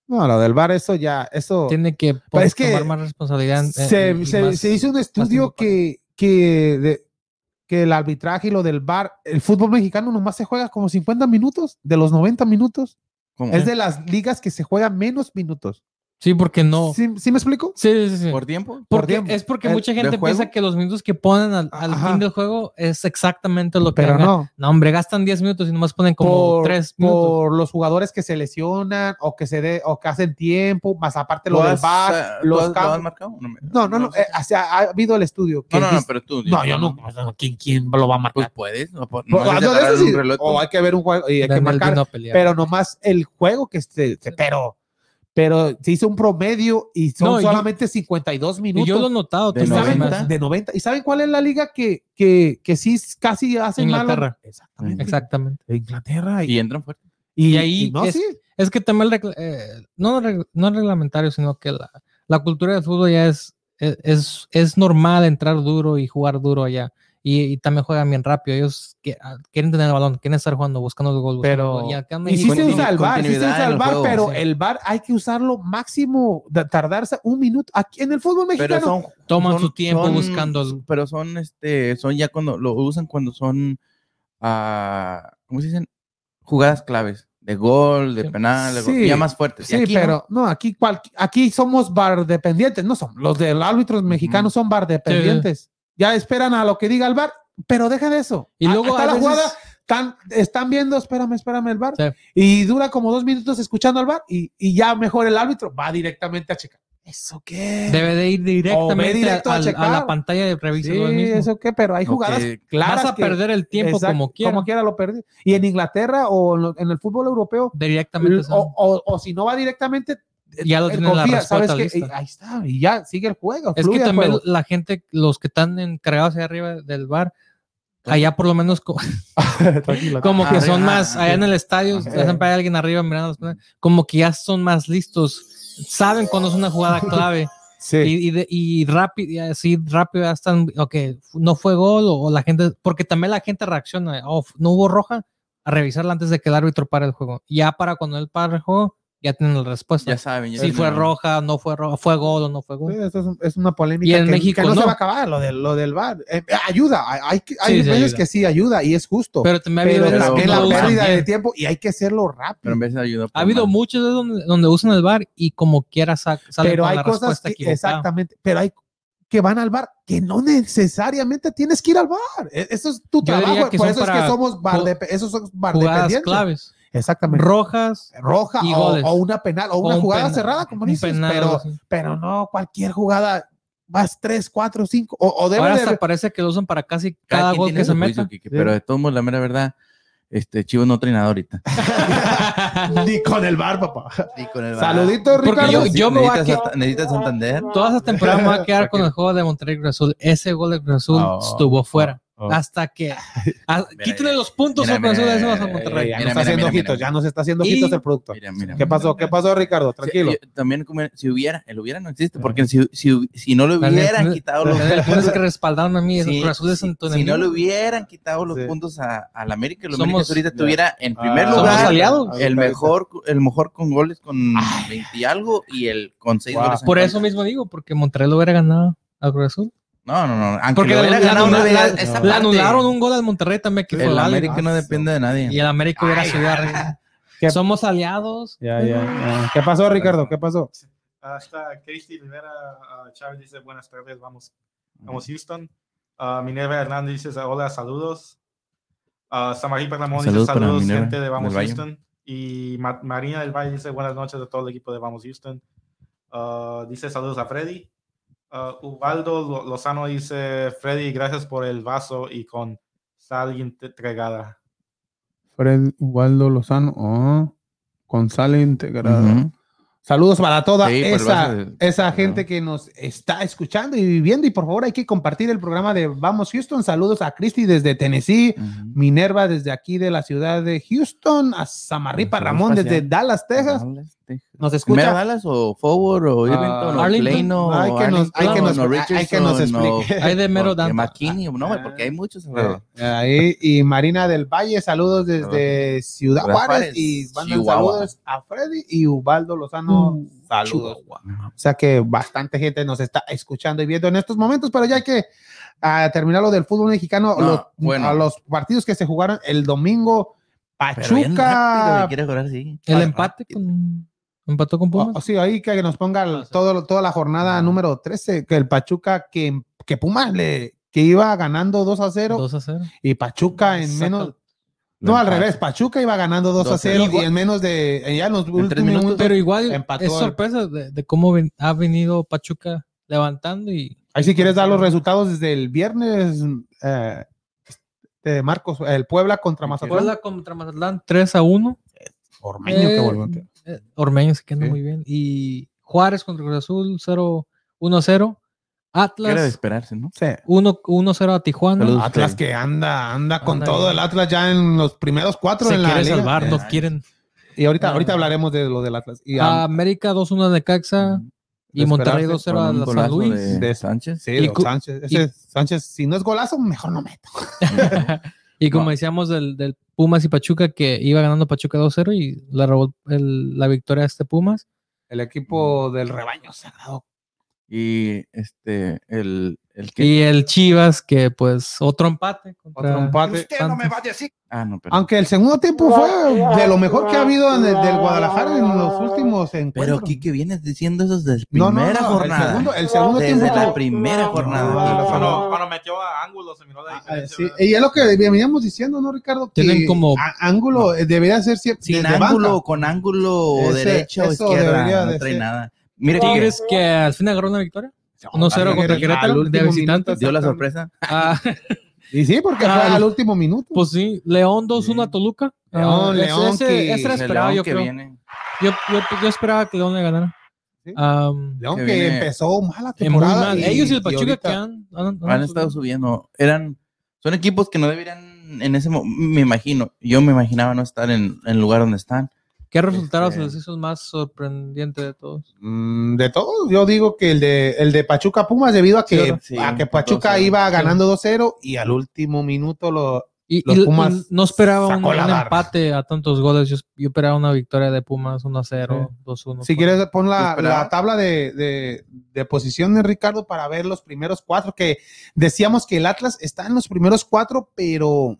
[SPEAKER 1] no, lo del bar, eso ya, eso.
[SPEAKER 3] tiene que
[SPEAKER 1] Pero es que
[SPEAKER 3] tomar más responsabilidad. eh,
[SPEAKER 1] se,
[SPEAKER 3] y
[SPEAKER 1] se-
[SPEAKER 3] más-
[SPEAKER 1] se hizo un estudio
[SPEAKER 3] tiempo para-
[SPEAKER 1] que, que, de- que el arbitraje y lo del bar, el fútbol mexicano nomás se juega como 50 minutos de los 90 minutos.
[SPEAKER 2] ¿Cómo?
[SPEAKER 1] Es de las ligas que se juegan menos minutos.
[SPEAKER 3] Sí, porque no. Sí,
[SPEAKER 1] ¿Sí, sí me explico?
[SPEAKER 3] sí, sí. sí.
[SPEAKER 2] ¿Por tiempo?
[SPEAKER 1] por
[SPEAKER 3] Porque
[SPEAKER 1] tiempo.
[SPEAKER 3] es porque
[SPEAKER 1] El-
[SPEAKER 3] mucha gente
[SPEAKER 2] ¿del
[SPEAKER 3] piensa
[SPEAKER 2] juego?
[SPEAKER 3] que los minutos que ponen al, al
[SPEAKER 1] Ajá.
[SPEAKER 3] fin del juego es exactamente lo que
[SPEAKER 1] Pero
[SPEAKER 3] hagan.
[SPEAKER 1] no.
[SPEAKER 3] No, hombre, gastan 10 minutos y nomás ponen como
[SPEAKER 1] por,
[SPEAKER 3] 3 minutos.
[SPEAKER 1] por los jugadores que se lesionan o que se de, o que hacen tiempo, más aparte lo
[SPEAKER 2] ¿Tú
[SPEAKER 1] del
[SPEAKER 2] has, ah,
[SPEAKER 1] bar,
[SPEAKER 2] tú has-
[SPEAKER 1] los
[SPEAKER 2] lo has
[SPEAKER 1] cambios.
[SPEAKER 2] marcado? No, me-
[SPEAKER 1] No, no, no,
[SPEAKER 2] sé.
[SPEAKER 1] eh, o sea, ha habido el estudio. que
[SPEAKER 2] No, no, no,
[SPEAKER 1] dice-
[SPEAKER 2] pero tú.
[SPEAKER 1] no, yo no, ¿quién, quién lo va a
[SPEAKER 2] Pues
[SPEAKER 1] marcar?
[SPEAKER 2] puedes. No, pues,
[SPEAKER 1] Pues,
[SPEAKER 2] no
[SPEAKER 1] ah,
[SPEAKER 2] haces
[SPEAKER 1] no, de
[SPEAKER 2] agarrar
[SPEAKER 1] eso sí,
[SPEAKER 2] un reloj.
[SPEAKER 1] o hay que ver un juego y hay que
[SPEAKER 3] Daniel
[SPEAKER 1] marcar.
[SPEAKER 3] vino a pelear.
[SPEAKER 1] pero nomás el juego que se, se- pero pero se hizo un promedio y son
[SPEAKER 3] No, y yo-
[SPEAKER 1] solamente 52
[SPEAKER 3] y
[SPEAKER 1] minutos.
[SPEAKER 3] yo lo he notado.
[SPEAKER 2] De
[SPEAKER 1] ¿Y
[SPEAKER 3] también,
[SPEAKER 1] saben-
[SPEAKER 3] se me
[SPEAKER 2] 90.
[SPEAKER 3] hace.
[SPEAKER 1] de 90. ¿Y saben cuál es la liga que, que, que sí es- casi hacen mal?
[SPEAKER 3] Inglaterra.
[SPEAKER 1] Exactamente.
[SPEAKER 3] Exactamente.
[SPEAKER 1] Inglaterra. Y,
[SPEAKER 2] Y entran fuerte.
[SPEAKER 1] y-
[SPEAKER 3] y ahí
[SPEAKER 1] y no,
[SPEAKER 3] es-
[SPEAKER 1] sí.
[SPEAKER 3] Es que también el regla- eh, no, reg- no reglamentario, sino que la, la cultura del fútbol ya es, es- es, es normal entrar duro y jugar duro allá. Y, y también juegan bien rápido. Ellos que- ah, quieren tener el balón, quieren estar jugando, buscando el gol. buscando
[SPEAKER 1] Pero-
[SPEAKER 3] el gol. Y acá en
[SPEAKER 1] Y sí
[SPEAKER 3] México
[SPEAKER 1] se
[SPEAKER 2] Continu-
[SPEAKER 3] no.
[SPEAKER 1] usa el bar, sí se
[SPEAKER 2] continuidad
[SPEAKER 1] usa
[SPEAKER 2] en
[SPEAKER 1] el
[SPEAKER 2] el
[SPEAKER 1] bar,
[SPEAKER 2] juego,
[SPEAKER 1] pero
[SPEAKER 3] sí.
[SPEAKER 1] el bar hay que usarlo máximo, de tardarse un minuto. Aquí en el fútbol
[SPEAKER 2] Pero
[SPEAKER 1] mexicano,
[SPEAKER 2] son.
[SPEAKER 3] Toman
[SPEAKER 2] son-
[SPEAKER 3] su tiempo
[SPEAKER 2] son-
[SPEAKER 3] buscando el-
[SPEAKER 2] Pero son este. Son ya cuando. Lo usan cuando son. ah, ¿Cómo se dicen? Jugadas claves. De gol, de
[SPEAKER 3] Sí.
[SPEAKER 2] penal, de gol,
[SPEAKER 1] Sí.
[SPEAKER 2] ya más fuertes. Y
[SPEAKER 1] sí,
[SPEAKER 2] Pues aquí,
[SPEAKER 1] pero no, aquí, cual, aquí somos bar dependientes, no son. Los de los árbitros mexicanos son bar dependientes. Ya esperan a lo que diga el bar, pero deja de eso.
[SPEAKER 3] Y
[SPEAKER 1] A-
[SPEAKER 3] luego
[SPEAKER 1] hasta
[SPEAKER 3] a
[SPEAKER 1] Ah, la
[SPEAKER 3] veces-
[SPEAKER 1] jugada están, están viendo, espérame, espérame el bar.
[SPEAKER 3] Sí.
[SPEAKER 1] Y dura como dos minutos escuchando al bar y, y ya mejor el árbitro va directamente a checar. ¿Eso qué?
[SPEAKER 3] Debe de ir directamente
[SPEAKER 1] directo a
[SPEAKER 3] al- a,
[SPEAKER 1] checar.
[SPEAKER 3] la pantalla de revisión.
[SPEAKER 1] sí, eso qué, pero hay
[SPEAKER 2] No,
[SPEAKER 1] jugadas
[SPEAKER 2] que-
[SPEAKER 1] claras.
[SPEAKER 3] Vas a
[SPEAKER 1] que-
[SPEAKER 3] perder el tiempo
[SPEAKER 1] Exacto,
[SPEAKER 3] como quieras.
[SPEAKER 1] lo perdí. Y en Inglaterra o en lo- en el fútbol europeo,
[SPEAKER 3] Directamente. son-
[SPEAKER 1] o- o- o si no va directamente,
[SPEAKER 3] ya lo
[SPEAKER 1] él
[SPEAKER 3] tienen la
[SPEAKER 1] confía,
[SPEAKER 3] respuesta
[SPEAKER 1] ¿sabes qué?
[SPEAKER 3] lista.
[SPEAKER 1] Y ahí está, y ya sigue el juego.
[SPEAKER 3] Es que
[SPEAKER 1] fluye el
[SPEAKER 3] también
[SPEAKER 1] juego.
[SPEAKER 3] la gente, los que están encargados ahí arriba del bar, allá por lo menos co-
[SPEAKER 1] Tranquilo.
[SPEAKER 3] como que son
[SPEAKER 1] ah,
[SPEAKER 2] Arriba,
[SPEAKER 3] más, allá en el estadio,
[SPEAKER 2] Ajá.
[SPEAKER 3] hacen para alguien arriba mirando, las cosas, como que ya son más listos, saben cuando es una jugada clave
[SPEAKER 1] Sí.
[SPEAKER 3] y, y, de- y rápido, y así rápido ya están, ok, no fue gol o, o la gente, porque también la gente reacciona, oh, no hubo roja, a revisarla antes de que el árbitro pare el juego. Ya para cuando él para el juego, ya tienen la respuesta.
[SPEAKER 2] Ya saben. ya
[SPEAKER 3] si fue
[SPEAKER 2] tienen-
[SPEAKER 3] roja, no fue roja, fue gol o no fue gol.
[SPEAKER 1] Sí, esto es, un- es una polémica
[SPEAKER 3] Y en
[SPEAKER 1] que,
[SPEAKER 3] México
[SPEAKER 1] que no, se
[SPEAKER 3] no.
[SPEAKER 1] va a acabar lo, del lo del VAR. Eh, ayuda, hay- hay, que- hay
[SPEAKER 3] Sí, sí
[SPEAKER 1] veces
[SPEAKER 3] ayuda.
[SPEAKER 1] que sí ayuda y es justo. Pero,
[SPEAKER 3] Pero también ha habido veces que
[SPEAKER 1] también
[SPEAKER 3] no
[SPEAKER 1] la
[SPEAKER 3] lo usan
[SPEAKER 1] pérdida
[SPEAKER 3] bien.
[SPEAKER 1] de tiempo y hay que hacerlo
[SPEAKER 2] Pero
[SPEAKER 1] rápido.
[SPEAKER 2] en vez de ayudar. pues,
[SPEAKER 3] Ha habido muchos de donde, donde usan el bar y como quiera sa- salen
[SPEAKER 1] Pero
[SPEAKER 3] con
[SPEAKER 1] hay
[SPEAKER 3] la
[SPEAKER 1] cosas
[SPEAKER 3] respuesta
[SPEAKER 1] que,
[SPEAKER 3] equivocada.
[SPEAKER 1] exactamente, pero hay que van al VAR que no necesariamente tienes que ir al VAR. E- Eso es tu
[SPEAKER 3] Yo diría
[SPEAKER 1] trabajo.
[SPEAKER 3] que
[SPEAKER 1] Por
[SPEAKER 3] son
[SPEAKER 1] eso es que
[SPEAKER 3] para
[SPEAKER 1] somos VAR,
[SPEAKER 3] ju-
[SPEAKER 1] depe- esos son VAR
[SPEAKER 3] Jugadas
[SPEAKER 1] dependientes.
[SPEAKER 3] claves,
[SPEAKER 1] Exactamente.
[SPEAKER 3] rojas,
[SPEAKER 1] Roja
[SPEAKER 3] y
[SPEAKER 1] o,
[SPEAKER 3] goles.
[SPEAKER 1] o una penal o
[SPEAKER 3] o
[SPEAKER 1] una
[SPEAKER 3] un
[SPEAKER 1] jugada
[SPEAKER 3] pena-
[SPEAKER 1] cerrada, como
[SPEAKER 3] un
[SPEAKER 1] dices.
[SPEAKER 3] penal,
[SPEAKER 1] pero
[SPEAKER 3] sí.
[SPEAKER 1] pero no cualquier jugada vas 3, 4, 5. O, o debe
[SPEAKER 3] Ahora
[SPEAKER 1] de-
[SPEAKER 3] hasta parece que lo usan para casi cada,
[SPEAKER 2] Cada quien
[SPEAKER 3] gol
[SPEAKER 2] tiene
[SPEAKER 3] que se
[SPEAKER 2] su juicio,
[SPEAKER 3] meta.
[SPEAKER 2] Kike, Pero de todos modos, la mera verdad, este Chivas no trae nada ahorita.
[SPEAKER 1] Ni con el bar, papá.
[SPEAKER 2] Sí, con el bar.
[SPEAKER 1] Saluditos,
[SPEAKER 3] Porque
[SPEAKER 1] Ricardo.
[SPEAKER 3] yo- yo me voy a
[SPEAKER 2] necesitas
[SPEAKER 3] quedar-
[SPEAKER 2] Santa- necesitas Santander.
[SPEAKER 3] Toda esa temporada me voy a quedar con el juego de Monterrey Cruz Azul. Ese gol de Cruz Azul
[SPEAKER 1] Oh,
[SPEAKER 3] estuvo fuera.
[SPEAKER 1] oh, oh.
[SPEAKER 3] Hasta que a- quítenle los puntos
[SPEAKER 2] mira,
[SPEAKER 3] a Cruz Azul,
[SPEAKER 2] mira,
[SPEAKER 3] eso vas a
[SPEAKER 2] mira,
[SPEAKER 1] Eh,
[SPEAKER 3] Monterrey.
[SPEAKER 1] ya
[SPEAKER 2] mira,
[SPEAKER 1] nos está haciendo
[SPEAKER 2] mira,
[SPEAKER 1] ojitos,
[SPEAKER 2] mira.
[SPEAKER 1] ya nos está haciendo
[SPEAKER 2] Y-
[SPEAKER 1] ojitos el productor.
[SPEAKER 2] Mira, mira.
[SPEAKER 1] ¿Qué pasó? ¿Qué pasó, Ricardo? Tranquilo.
[SPEAKER 2] Sí, yo también, como- si hubiera, el hubiera no
[SPEAKER 3] Ah.
[SPEAKER 2] existe, porque si, si, si no le
[SPEAKER 3] La neta,
[SPEAKER 2] hubieran
[SPEAKER 3] la-
[SPEAKER 2] quitado
[SPEAKER 3] la
[SPEAKER 2] los
[SPEAKER 3] neta, tienes que respaldaron a mí,
[SPEAKER 2] Sí,
[SPEAKER 3] Cruz Azul es
[SPEAKER 2] sí,
[SPEAKER 3] en tu
[SPEAKER 2] si no le
[SPEAKER 3] enemigo.
[SPEAKER 2] hubieran quitado los
[SPEAKER 1] Sí.
[SPEAKER 2] puntos a, al América, el América
[SPEAKER 3] Somos-
[SPEAKER 2] ahorita estuviera en primer
[SPEAKER 1] Ah,
[SPEAKER 3] somos
[SPEAKER 2] lugar,
[SPEAKER 3] aliados.
[SPEAKER 2] el mejor, el mejor con goles con 20 y algo y el con 6
[SPEAKER 1] Wow.
[SPEAKER 2] goles. en
[SPEAKER 3] Por e-
[SPEAKER 2] contra.
[SPEAKER 3] eso mismo digo, porque Monterrey lo hubiera ganado a Cruz Azul.
[SPEAKER 2] No, no, no. Aunque
[SPEAKER 3] Porque
[SPEAKER 2] lo
[SPEAKER 3] le,
[SPEAKER 2] hubiera
[SPEAKER 3] le
[SPEAKER 2] ganado,
[SPEAKER 3] anula-
[SPEAKER 2] no
[SPEAKER 3] la-
[SPEAKER 2] hubiera- esa
[SPEAKER 3] le
[SPEAKER 2] parte,
[SPEAKER 3] anularon un gol al Monterrey también que fue
[SPEAKER 2] El
[SPEAKER 3] válido.
[SPEAKER 2] América
[SPEAKER 1] Ah,
[SPEAKER 2] no depende de nadie.
[SPEAKER 3] Y el América hubiera subido arriba.
[SPEAKER 1] ¿Qué-
[SPEAKER 3] Somos aliados.
[SPEAKER 1] Ya, ya, ya. ¿Qué pasó, Ricardo? ¿Qué pasó?
[SPEAKER 4] Hasta Cristi Rivera ah, Chávez dice buenas tardes, vamos, vamos Houston. Ah, Minerva Hernández dice hola, saludos. Ah, Samarí Perlamón dice
[SPEAKER 2] Saludos para
[SPEAKER 4] saludos,
[SPEAKER 2] Minerva
[SPEAKER 4] gente de Vamos
[SPEAKER 2] del Valle".
[SPEAKER 4] Houston. Y Ma- Marina del Valle dice buenas noches a todo el equipo de Vamos Houston. Ah, dice saludos a Freddy. Ah, Ubaldo Lo- Lozano dice Freddy, gracias por el vaso y con sal entregada.
[SPEAKER 1] Fred Ubaldo Lozano. Oh, González integrado.
[SPEAKER 2] Ujú.
[SPEAKER 1] Saludos para toda
[SPEAKER 2] Sí, por el
[SPEAKER 1] esa,
[SPEAKER 2] vaso de-
[SPEAKER 1] esa
[SPEAKER 2] Ajá.
[SPEAKER 1] gente que nos está escuchando y viviendo. Y por favor, hay que compartir el programa de Vamos Houston. Saludos a Cristi desde Tennessee,
[SPEAKER 2] Ujú.
[SPEAKER 1] Minerva desde aquí de la ciudad de Houston, a Samarripa
[SPEAKER 2] Saludos
[SPEAKER 1] Ramón desde
[SPEAKER 2] espacial.
[SPEAKER 1] Dallas, Texas.
[SPEAKER 2] Dallas, Texas.
[SPEAKER 1] Nos
[SPEAKER 2] ¿Primero
[SPEAKER 1] escucha. Ah,
[SPEAKER 2] Dallas o Forward o Irvington o
[SPEAKER 3] Arlington.
[SPEAKER 2] Plano
[SPEAKER 1] Hay
[SPEAKER 2] o
[SPEAKER 1] que nos- hay que
[SPEAKER 2] Arlington,
[SPEAKER 1] nos-
[SPEAKER 2] o
[SPEAKER 1] hay- hay que nos
[SPEAKER 2] Richardson, o-
[SPEAKER 1] explique.
[SPEAKER 3] Hay de mero
[SPEAKER 2] o-
[SPEAKER 3] tanto.
[SPEAKER 2] McKinney, no, güey, porque hay muchos alrededor.
[SPEAKER 1] Eh, ahí, y Marina del Valle, saludos desde Ciudad
[SPEAKER 2] Ciudad
[SPEAKER 1] Juárez,
[SPEAKER 2] Juárez,
[SPEAKER 1] y mandan
[SPEAKER 2] Chihuahua. Mm,
[SPEAKER 1] saludos a Freddy y Ubaldo Lozano. saludos. O sea que bastante gente nos está escuchando y viendo en estos momentos, pero ya hay que ah, terminar lo del fútbol mexicano,
[SPEAKER 2] No,
[SPEAKER 1] los-
[SPEAKER 2] bueno.
[SPEAKER 1] a los partidos que se jugaron el domingo,
[SPEAKER 2] Pero bien rápido,
[SPEAKER 1] Pachuca.
[SPEAKER 2] que quieres jugar así.
[SPEAKER 3] El empate
[SPEAKER 2] ah.
[SPEAKER 3] con, empató con
[SPEAKER 1] o-
[SPEAKER 3] Pumas.
[SPEAKER 1] o sí, ahí que nos ponga el-
[SPEAKER 3] Ah, sí.
[SPEAKER 1] todo, toda la jornada número 13, que el Pachuca, que, que Pumas le que iba ganando 2 a 0
[SPEAKER 3] 2 a 0.
[SPEAKER 1] y Pachuca en
[SPEAKER 3] Saca-
[SPEAKER 1] menos no, al revés, Pachuca iba ganando 2 a 0 y
[SPEAKER 2] Igual-
[SPEAKER 1] en menos de en ya en los
[SPEAKER 2] tres
[SPEAKER 1] últimos
[SPEAKER 2] minutos.
[SPEAKER 1] minutos
[SPEAKER 3] Pero igual
[SPEAKER 1] Empató
[SPEAKER 3] es
[SPEAKER 1] al-
[SPEAKER 3] sorpresa de, de cómo ven- ha venido Pachuca levantando y
[SPEAKER 1] Ahí si quieres dar los resultados desde el viernes, eh, este, Marcos, el Puebla contra Mazatlán.
[SPEAKER 3] Puebla contra Mazatlán 3 a 1.
[SPEAKER 1] Ormeño, qué
[SPEAKER 3] Eh,
[SPEAKER 1] volvente.
[SPEAKER 3] eh, Ormeño se queda
[SPEAKER 1] Sí.
[SPEAKER 3] muy bien. Y Juárez contra Cruz Azul 0 1 0.
[SPEAKER 2] ¿Qué Era de
[SPEAKER 3] Atlas
[SPEAKER 2] esperarse, ¿no?
[SPEAKER 1] Sí.
[SPEAKER 3] 1 1 0 a Tijuana.
[SPEAKER 2] Saludos.
[SPEAKER 1] Atlas
[SPEAKER 2] Sí.
[SPEAKER 1] que anda, anda con
[SPEAKER 3] Anda
[SPEAKER 1] todo
[SPEAKER 3] bien.
[SPEAKER 1] el Atlas ya en los primeros cuatro
[SPEAKER 3] Se
[SPEAKER 1] en la
[SPEAKER 3] quiere
[SPEAKER 1] liga.
[SPEAKER 3] salvar,
[SPEAKER 1] Eh,
[SPEAKER 3] no quieren.
[SPEAKER 1] Y ahorita,
[SPEAKER 3] Ah.
[SPEAKER 1] ahorita hablaremos de lo del Atlas. Y,
[SPEAKER 3] A
[SPEAKER 1] um,
[SPEAKER 3] América 2 1 de
[SPEAKER 1] Ah,
[SPEAKER 3] Caxa y
[SPEAKER 1] de
[SPEAKER 3] Monterrey
[SPEAKER 1] esperarse,
[SPEAKER 3] 2 0
[SPEAKER 2] Con
[SPEAKER 3] a
[SPEAKER 2] un
[SPEAKER 3] la San
[SPEAKER 2] golazo
[SPEAKER 3] Luis.
[SPEAKER 1] De-
[SPEAKER 2] de- de Sánchez.
[SPEAKER 1] sí,
[SPEAKER 3] y
[SPEAKER 1] lo-
[SPEAKER 3] cu-
[SPEAKER 1] Sánchez, ese
[SPEAKER 3] y-
[SPEAKER 1] Sánchez, si no es golazo, mejor no meto.
[SPEAKER 3] Y como
[SPEAKER 2] Va.
[SPEAKER 3] decíamos del, del Pumas y Pachuca, que iba ganando Pachuca 2-0 y le robó el- la victoria a este Pumas.
[SPEAKER 1] El equipo del rebaño sagrado.
[SPEAKER 2] Y este, el, el que.
[SPEAKER 3] Y el Chivas, que pues otro empate. contra-
[SPEAKER 1] Otro empate.
[SPEAKER 2] Ah, no, pero.
[SPEAKER 1] Aunque el segundo tiempo fue de lo mejor que ha habido en el- del Guadalajara en los últimos encuentros.
[SPEAKER 2] Pero, Kike, vienes diciendo esos de
[SPEAKER 1] No, no,
[SPEAKER 2] primera
[SPEAKER 1] no,
[SPEAKER 2] jornada.
[SPEAKER 1] El segundo, el segundo
[SPEAKER 2] Desde
[SPEAKER 1] tiempo.
[SPEAKER 2] la primera jornada.
[SPEAKER 1] no, no,
[SPEAKER 4] Cuando, cuando Ah, metió a ángulo se miró la
[SPEAKER 1] Ah, eh,
[SPEAKER 4] diferencia.
[SPEAKER 1] sí,
[SPEAKER 4] ¿verdad?
[SPEAKER 1] y es lo que veníamos diciendo, ¿no, Ricardo? Que
[SPEAKER 3] Tienen como-
[SPEAKER 1] a- ángulo eh, debería ser siempre
[SPEAKER 2] Sin
[SPEAKER 1] desde
[SPEAKER 2] ángulo,
[SPEAKER 1] banca.
[SPEAKER 2] con ángulo
[SPEAKER 1] Ese-
[SPEAKER 2] derecha o
[SPEAKER 1] eso
[SPEAKER 2] izquierda.
[SPEAKER 1] debería
[SPEAKER 2] No
[SPEAKER 1] de
[SPEAKER 2] trae
[SPEAKER 1] ser.
[SPEAKER 2] nada. Mira, Tigres
[SPEAKER 3] Tigres que al fin agarró una victoria. 1-0
[SPEAKER 1] al
[SPEAKER 3] contra
[SPEAKER 1] Tigres, al
[SPEAKER 3] Querétaro de
[SPEAKER 1] último
[SPEAKER 3] visitante.
[SPEAKER 1] minuto.
[SPEAKER 2] dio la sorpresa.
[SPEAKER 3] Ah,
[SPEAKER 1] Y sí, porque fue
[SPEAKER 3] Ah,
[SPEAKER 1] al último minuto.
[SPEAKER 3] pues sí, León 2-1 a Toluca.
[SPEAKER 1] León,
[SPEAKER 3] Ah, ese-
[SPEAKER 1] León
[SPEAKER 3] ese-
[SPEAKER 1] que-
[SPEAKER 3] ese era
[SPEAKER 2] El
[SPEAKER 3] esperado,
[SPEAKER 2] León
[SPEAKER 3] yo
[SPEAKER 2] que
[SPEAKER 3] creo.
[SPEAKER 2] viene.
[SPEAKER 3] Yo, yo- yo esperaba que León le ganara.
[SPEAKER 1] Sí.
[SPEAKER 3] Ah,
[SPEAKER 1] León
[SPEAKER 2] que
[SPEAKER 1] que,
[SPEAKER 2] viene-
[SPEAKER 1] empezó mala
[SPEAKER 3] eh, muy
[SPEAKER 1] temporada.
[SPEAKER 3] mal. Ellos y el Pachuca
[SPEAKER 1] ahorita-
[SPEAKER 3] que han, han- han
[SPEAKER 2] han estado subiendo. Eran, son equipos que no deberían en ese momento, me imagino, yo me imaginaba no estar en en el lugar donde están.
[SPEAKER 3] ¿Qué resultados
[SPEAKER 2] Este-
[SPEAKER 3] les hizo más sorprendente de todos?
[SPEAKER 1] Mm, de todos, yo digo que el de, el de Pachuca Pumas, debido a que,
[SPEAKER 2] Sí,
[SPEAKER 1] a que
[SPEAKER 2] sí,
[SPEAKER 1] Pachuca
[SPEAKER 2] 2-0.
[SPEAKER 1] iba ganando 2-0 y al último minuto lo.
[SPEAKER 3] Y,
[SPEAKER 1] Los
[SPEAKER 3] y- y
[SPEAKER 1] Pumas
[SPEAKER 3] no esperaba un,
[SPEAKER 1] sacó la
[SPEAKER 3] un
[SPEAKER 1] garra.
[SPEAKER 3] empate a tantos goles. Yo, yo esperaba una victoria de Pumas 1-0, 2-1.
[SPEAKER 1] Si quieres, pon la,
[SPEAKER 2] Esperaba.
[SPEAKER 1] la tabla de, de, de posiciones, Ricardo, para ver los primeros cuatro. Que decíamos que el Atlas está en los primeros cuatro, pero,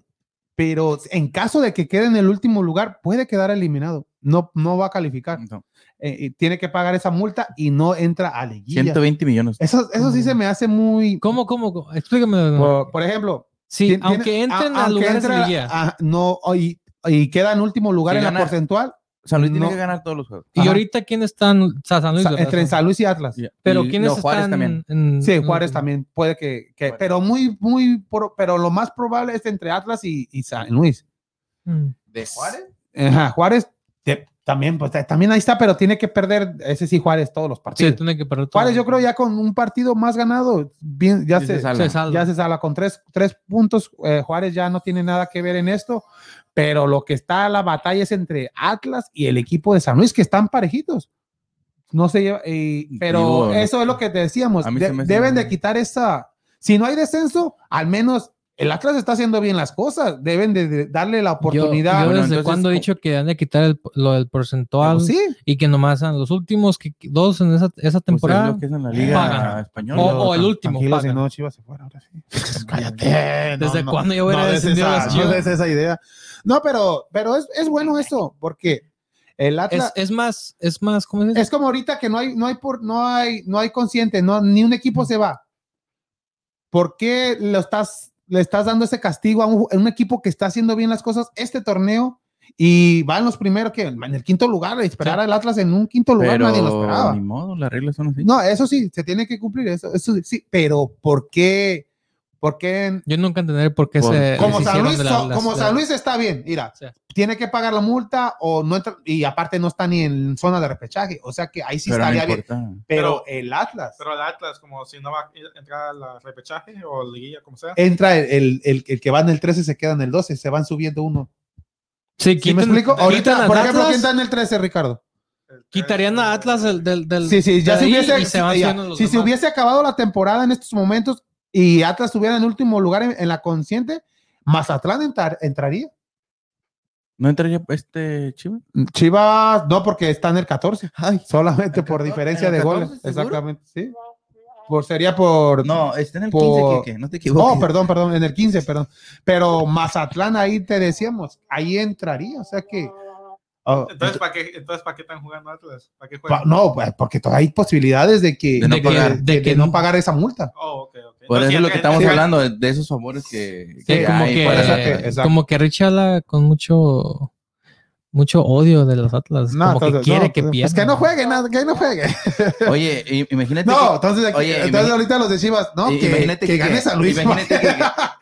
[SPEAKER 1] pero en caso de que quede en el último lugar, puede quedar eliminado. No, no va a calificar.
[SPEAKER 2] No,
[SPEAKER 1] Eh, y tiene que pagar esa multa y no entra a liguilla.
[SPEAKER 2] 120 millones.
[SPEAKER 1] Eso, eso sí se me hace muy.
[SPEAKER 3] ¿Cómo, cómo? cómo? Explícame.
[SPEAKER 1] Por, por ejemplo,
[SPEAKER 3] sí,
[SPEAKER 1] Tien-
[SPEAKER 3] aunque
[SPEAKER 1] tiene-
[SPEAKER 3] entren
[SPEAKER 1] a-
[SPEAKER 3] a
[SPEAKER 1] aunque
[SPEAKER 3] lugares de
[SPEAKER 1] entra- ah,
[SPEAKER 3] liguilla.
[SPEAKER 1] a- no, y, y queda en último lugar
[SPEAKER 2] Si
[SPEAKER 1] en la
[SPEAKER 2] gana-
[SPEAKER 1] porcentual,
[SPEAKER 2] San Luis tiene
[SPEAKER 1] No.
[SPEAKER 2] que ganar todos los juegos.
[SPEAKER 3] Y
[SPEAKER 1] Ajá.
[SPEAKER 3] ahorita, ¿quiénes están? O sea, San Luis,
[SPEAKER 1] Sa-
[SPEAKER 3] ¿verdad?
[SPEAKER 1] entre San Luis y Atlas.
[SPEAKER 3] Pero
[SPEAKER 2] Y- no,
[SPEAKER 3] ¿quiénes
[SPEAKER 2] Juárez
[SPEAKER 3] están?
[SPEAKER 2] también.
[SPEAKER 3] en-
[SPEAKER 1] Sí,
[SPEAKER 3] en-
[SPEAKER 1] Juárez también puede que, que-
[SPEAKER 2] Juárez.
[SPEAKER 1] pero muy, muy, pro- pero lo más probable es entre Atlas y, y San Luis.
[SPEAKER 3] Mm.
[SPEAKER 2] ¿De Juárez?
[SPEAKER 1] Ajá, Juárez te- también, pues ta- también ahí está, pero tiene que perder, ese sí, Juárez todos los
[SPEAKER 3] Sí,
[SPEAKER 1] partidos.
[SPEAKER 3] tiene que perder todo.
[SPEAKER 1] Juárez, yo creo ya con un partido más ganado, bien, ya se,
[SPEAKER 3] Se
[SPEAKER 2] pues
[SPEAKER 3] salva.
[SPEAKER 1] ya se salva con tres, tres puntos. eh, Juárez ya no tiene nada que ver en esto, pero lo que está la batalla es entre Atlas y el equipo de San Luis, que están parejitos. No se lleva, y- pero
[SPEAKER 2] Digo,
[SPEAKER 1] eso es lo que te decíamos.
[SPEAKER 2] a mí
[SPEAKER 1] de-
[SPEAKER 2] se me hace
[SPEAKER 1] deben de
[SPEAKER 2] muy-
[SPEAKER 1] quitar esa. Si no hay descenso, al menos el Atlas está haciendo bien las cosas. Deben de, de darle la
[SPEAKER 3] Yo-
[SPEAKER 1] oportunidad.
[SPEAKER 3] Yo,
[SPEAKER 2] Bueno,
[SPEAKER 3] desde
[SPEAKER 2] entonces,
[SPEAKER 3] cuando he dicho que han de quitar el- lo del porcentual
[SPEAKER 1] Pues sí, Pues
[SPEAKER 3] y que nomás sean los últimos que, dos en esa, esa
[SPEAKER 2] Temporada.
[SPEAKER 3] temporada. Oh,
[SPEAKER 2] lo que es en la Liga
[SPEAKER 3] Paga.
[SPEAKER 2] Española.
[SPEAKER 3] O- o el último,
[SPEAKER 1] Tranquilo,
[SPEAKER 3] paga.
[SPEAKER 1] si no, Chivas se fuera, ahora sí. Cállate. no,
[SPEAKER 3] ¿Desde
[SPEAKER 1] no,
[SPEAKER 3] cuándo yo hubiera
[SPEAKER 1] no des
[SPEAKER 3] descendido a
[SPEAKER 1] esa,
[SPEAKER 3] las
[SPEAKER 1] no
[SPEAKER 3] Chivas?
[SPEAKER 1] des esa idea. No, pero, pero es, es bueno eso, porque el
[SPEAKER 3] es,
[SPEAKER 1] Atlas es,
[SPEAKER 3] es más, es más, ¿cómo se dice?
[SPEAKER 1] como ahorita que no hay, no hay por, no hay, no hay consciente, no, ni un equipo se va. ¿Por qué lo estás, le estás dando ese castigo a un, a un equipo que está haciendo bien las cosas este torneo? Y van los primeros que en el quinto lugar, esperar al Atlas en un quinto lugar,
[SPEAKER 2] Pero
[SPEAKER 1] nadie lo esperaba.
[SPEAKER 2] ni modo, las reglas son así.
[SPEAKER 1] No, eso sí, se tiene que cumplir eso, eso sí, pero ¿por qué? ¿Por qué?
[SPEAKER 3] Yo nunca entenderé por qué
[SPEAKER 2] Por-
[SPEAKER 3] se.
[SPEAKER 1] Como
[SPEAKER 3] se
[SPEAKER 1] San
[SPEAKER 3] Eh, hicieron
[SPEAKER 1] Luis,
[SPEAKER 3] de la-
[SPEAKER 1] so-
[SPEAKER 3] las-
[SPEAKER 1] como
[SPEAKER 3] de-
[SPEAKER 1] San Luis está bien, mira,
[SPEAKER 3] Sí.
[SPEAKER 1] tiene que pagar la multa o no entra, y aparte no está ni en zona de repechaje, o sea que ahí sí
[SPEAKER 2] pero no
[SPEAKER 1] estaría bien,
[SPEAKER 2] importa.
[SPEAKER 1] pero, el Atlas
[SPEAKER 4] Pero el Atlas, como si no va a entrar al repechaje o liguilla, como sea.
[SPEAKER 1] entra el, el, el- el que va en el 13 se queda en el 12, se van subiendo uno.
[SPEAKER 3] Sí,
[SPEAKER 1] ¿Sí me
[SPEAKER 3] quitan-
[SPEAKER 1] explico?
[SPEAKER 3] quitan
[SPEAKER 1] Ahorita,
[SPEAKER 3] al
[SPEAKER 1] por ejemplo,
[SPEAKER 3] Atlas,
[SPEAKER 1] ¿quién está en el 13, Ricardo?
[SPEAKER 4] el tres,
[SPEAKER 3] Quitarían a Atlas del. del, del-
[SPEAKER 1] Sí, sí, ya
[SPEAKER 3] de
[SPEAKER 1] si
[SPEAKER 3] ahí
[SPEAKER 1] hubiese,
[SPEAKER 3] y se van
[SPEAKER 1] ya,
[SPEAKER 3] subiendo los
[SPEAKER 1] si se
[SPEAKER 3] demás.
[SPEAKER 1] hubiese acabado la temporada en estos momentos y Atlas estuviera en último lugar en, en la consciente, Mazatlán entrar- entraría.
[SPEAKER 2] ¿No entraría este Chivas?
[SPEAKER 1] Chivas, no, porque está en el 14. solamente por
[SPEAKER 2] 14,
[SPEAKER 1] diferencia
[SPEAKER 2] en el
[SPEAKER 1] de
[SPEAKER 2] 14,
[SPEAKER 1] goles.
[SPEAKER 2] ¿seguro?
[SPEAKER 1] Exactamente, sí. Por, sería por. No,
[SPEAKER 2] No, está en el
[SPEAKER 1] Por-
[SPEAKER 2] 15, Kike, no te equivoques.
[SPEAKER 1] perdón, perdón, en el 15, perdón. Pero Mazatlán, ahí te decíamos, ahí entraría. O sea que. oh,
[SPEAKER 4] Entonces, ¿para qué, entonces, ¿para qué están jugando Atlas? ¿Para qué
[SPEAKER 1] pa-
[SPEAKER 4] juegan?
[SPEAKER 1] no, pues, porque todavía hay posibilidades de que.
[SPEAKER 2] De no
[SPEAKER 1] de que-
[SPEAKER 2] pagar.
[SPEAKER 1] de
[SPEAKER 3] De
[SPEAKER 1] que
[SPEAKER 3] que
[SPEAKER 1] no
[SPEAKER 3] no.
[SPEAKER 1] pagar esa multa.
[SPEAKER 4] Oh, ok, ok.
[SPEAKER 2] Por
[SPEAKER 4] Entonces,
[SPEAKER 2] eso es lo que
[SPEAKER 4] ya-
[SPEAKER 2] estamos
[SPEAKER 4] ya-
[SPEAKER 2] hablando, de, de esos favores que,
[SPEAKER 3] Sí,
[SPEAKER 2] que
[SPEAKER 3] como,
[SPEAKER 2] hay
[SPEAKER 3] que,
[SPEAKER 2] para-
[SPEAKER 1] exacto, exacto.
[SPEAKER 3] como que Rich habla con mucho mucho odio de los Atlas.
[SPEAKER 1] No,
[SPEAKER 3] como
[SPEAKER 1] entonces,
[SPEAKER 3] que quiere
[SPEAKER 1] no,
[SPEAKER 3] que
[SPEAKER 1] pues,
[SPEAKER 3] pierdan.
[SPEAKER 1] que no juegue, nada, que no juegue.
[SPEAKER 2] Oye, i- imagínate
[SPEAKER 1] No,
[SPEAKER 2] que-
[SPEAKER 1] entonces, aquí-
[SPEAKER 2] Oye,
[SPEAKER 1] entonces
[SPEAKER 2] imagi-
[SPEAKER 1] ahorita los de Chivas, ¿no?
[SPEAKER 2] i-
[SPEAKER 1] Que,
[SPEAKER 2] imagínate
[SPEAKER 1] que gane San Luis.
[SPEAKER 2] Imagínate que,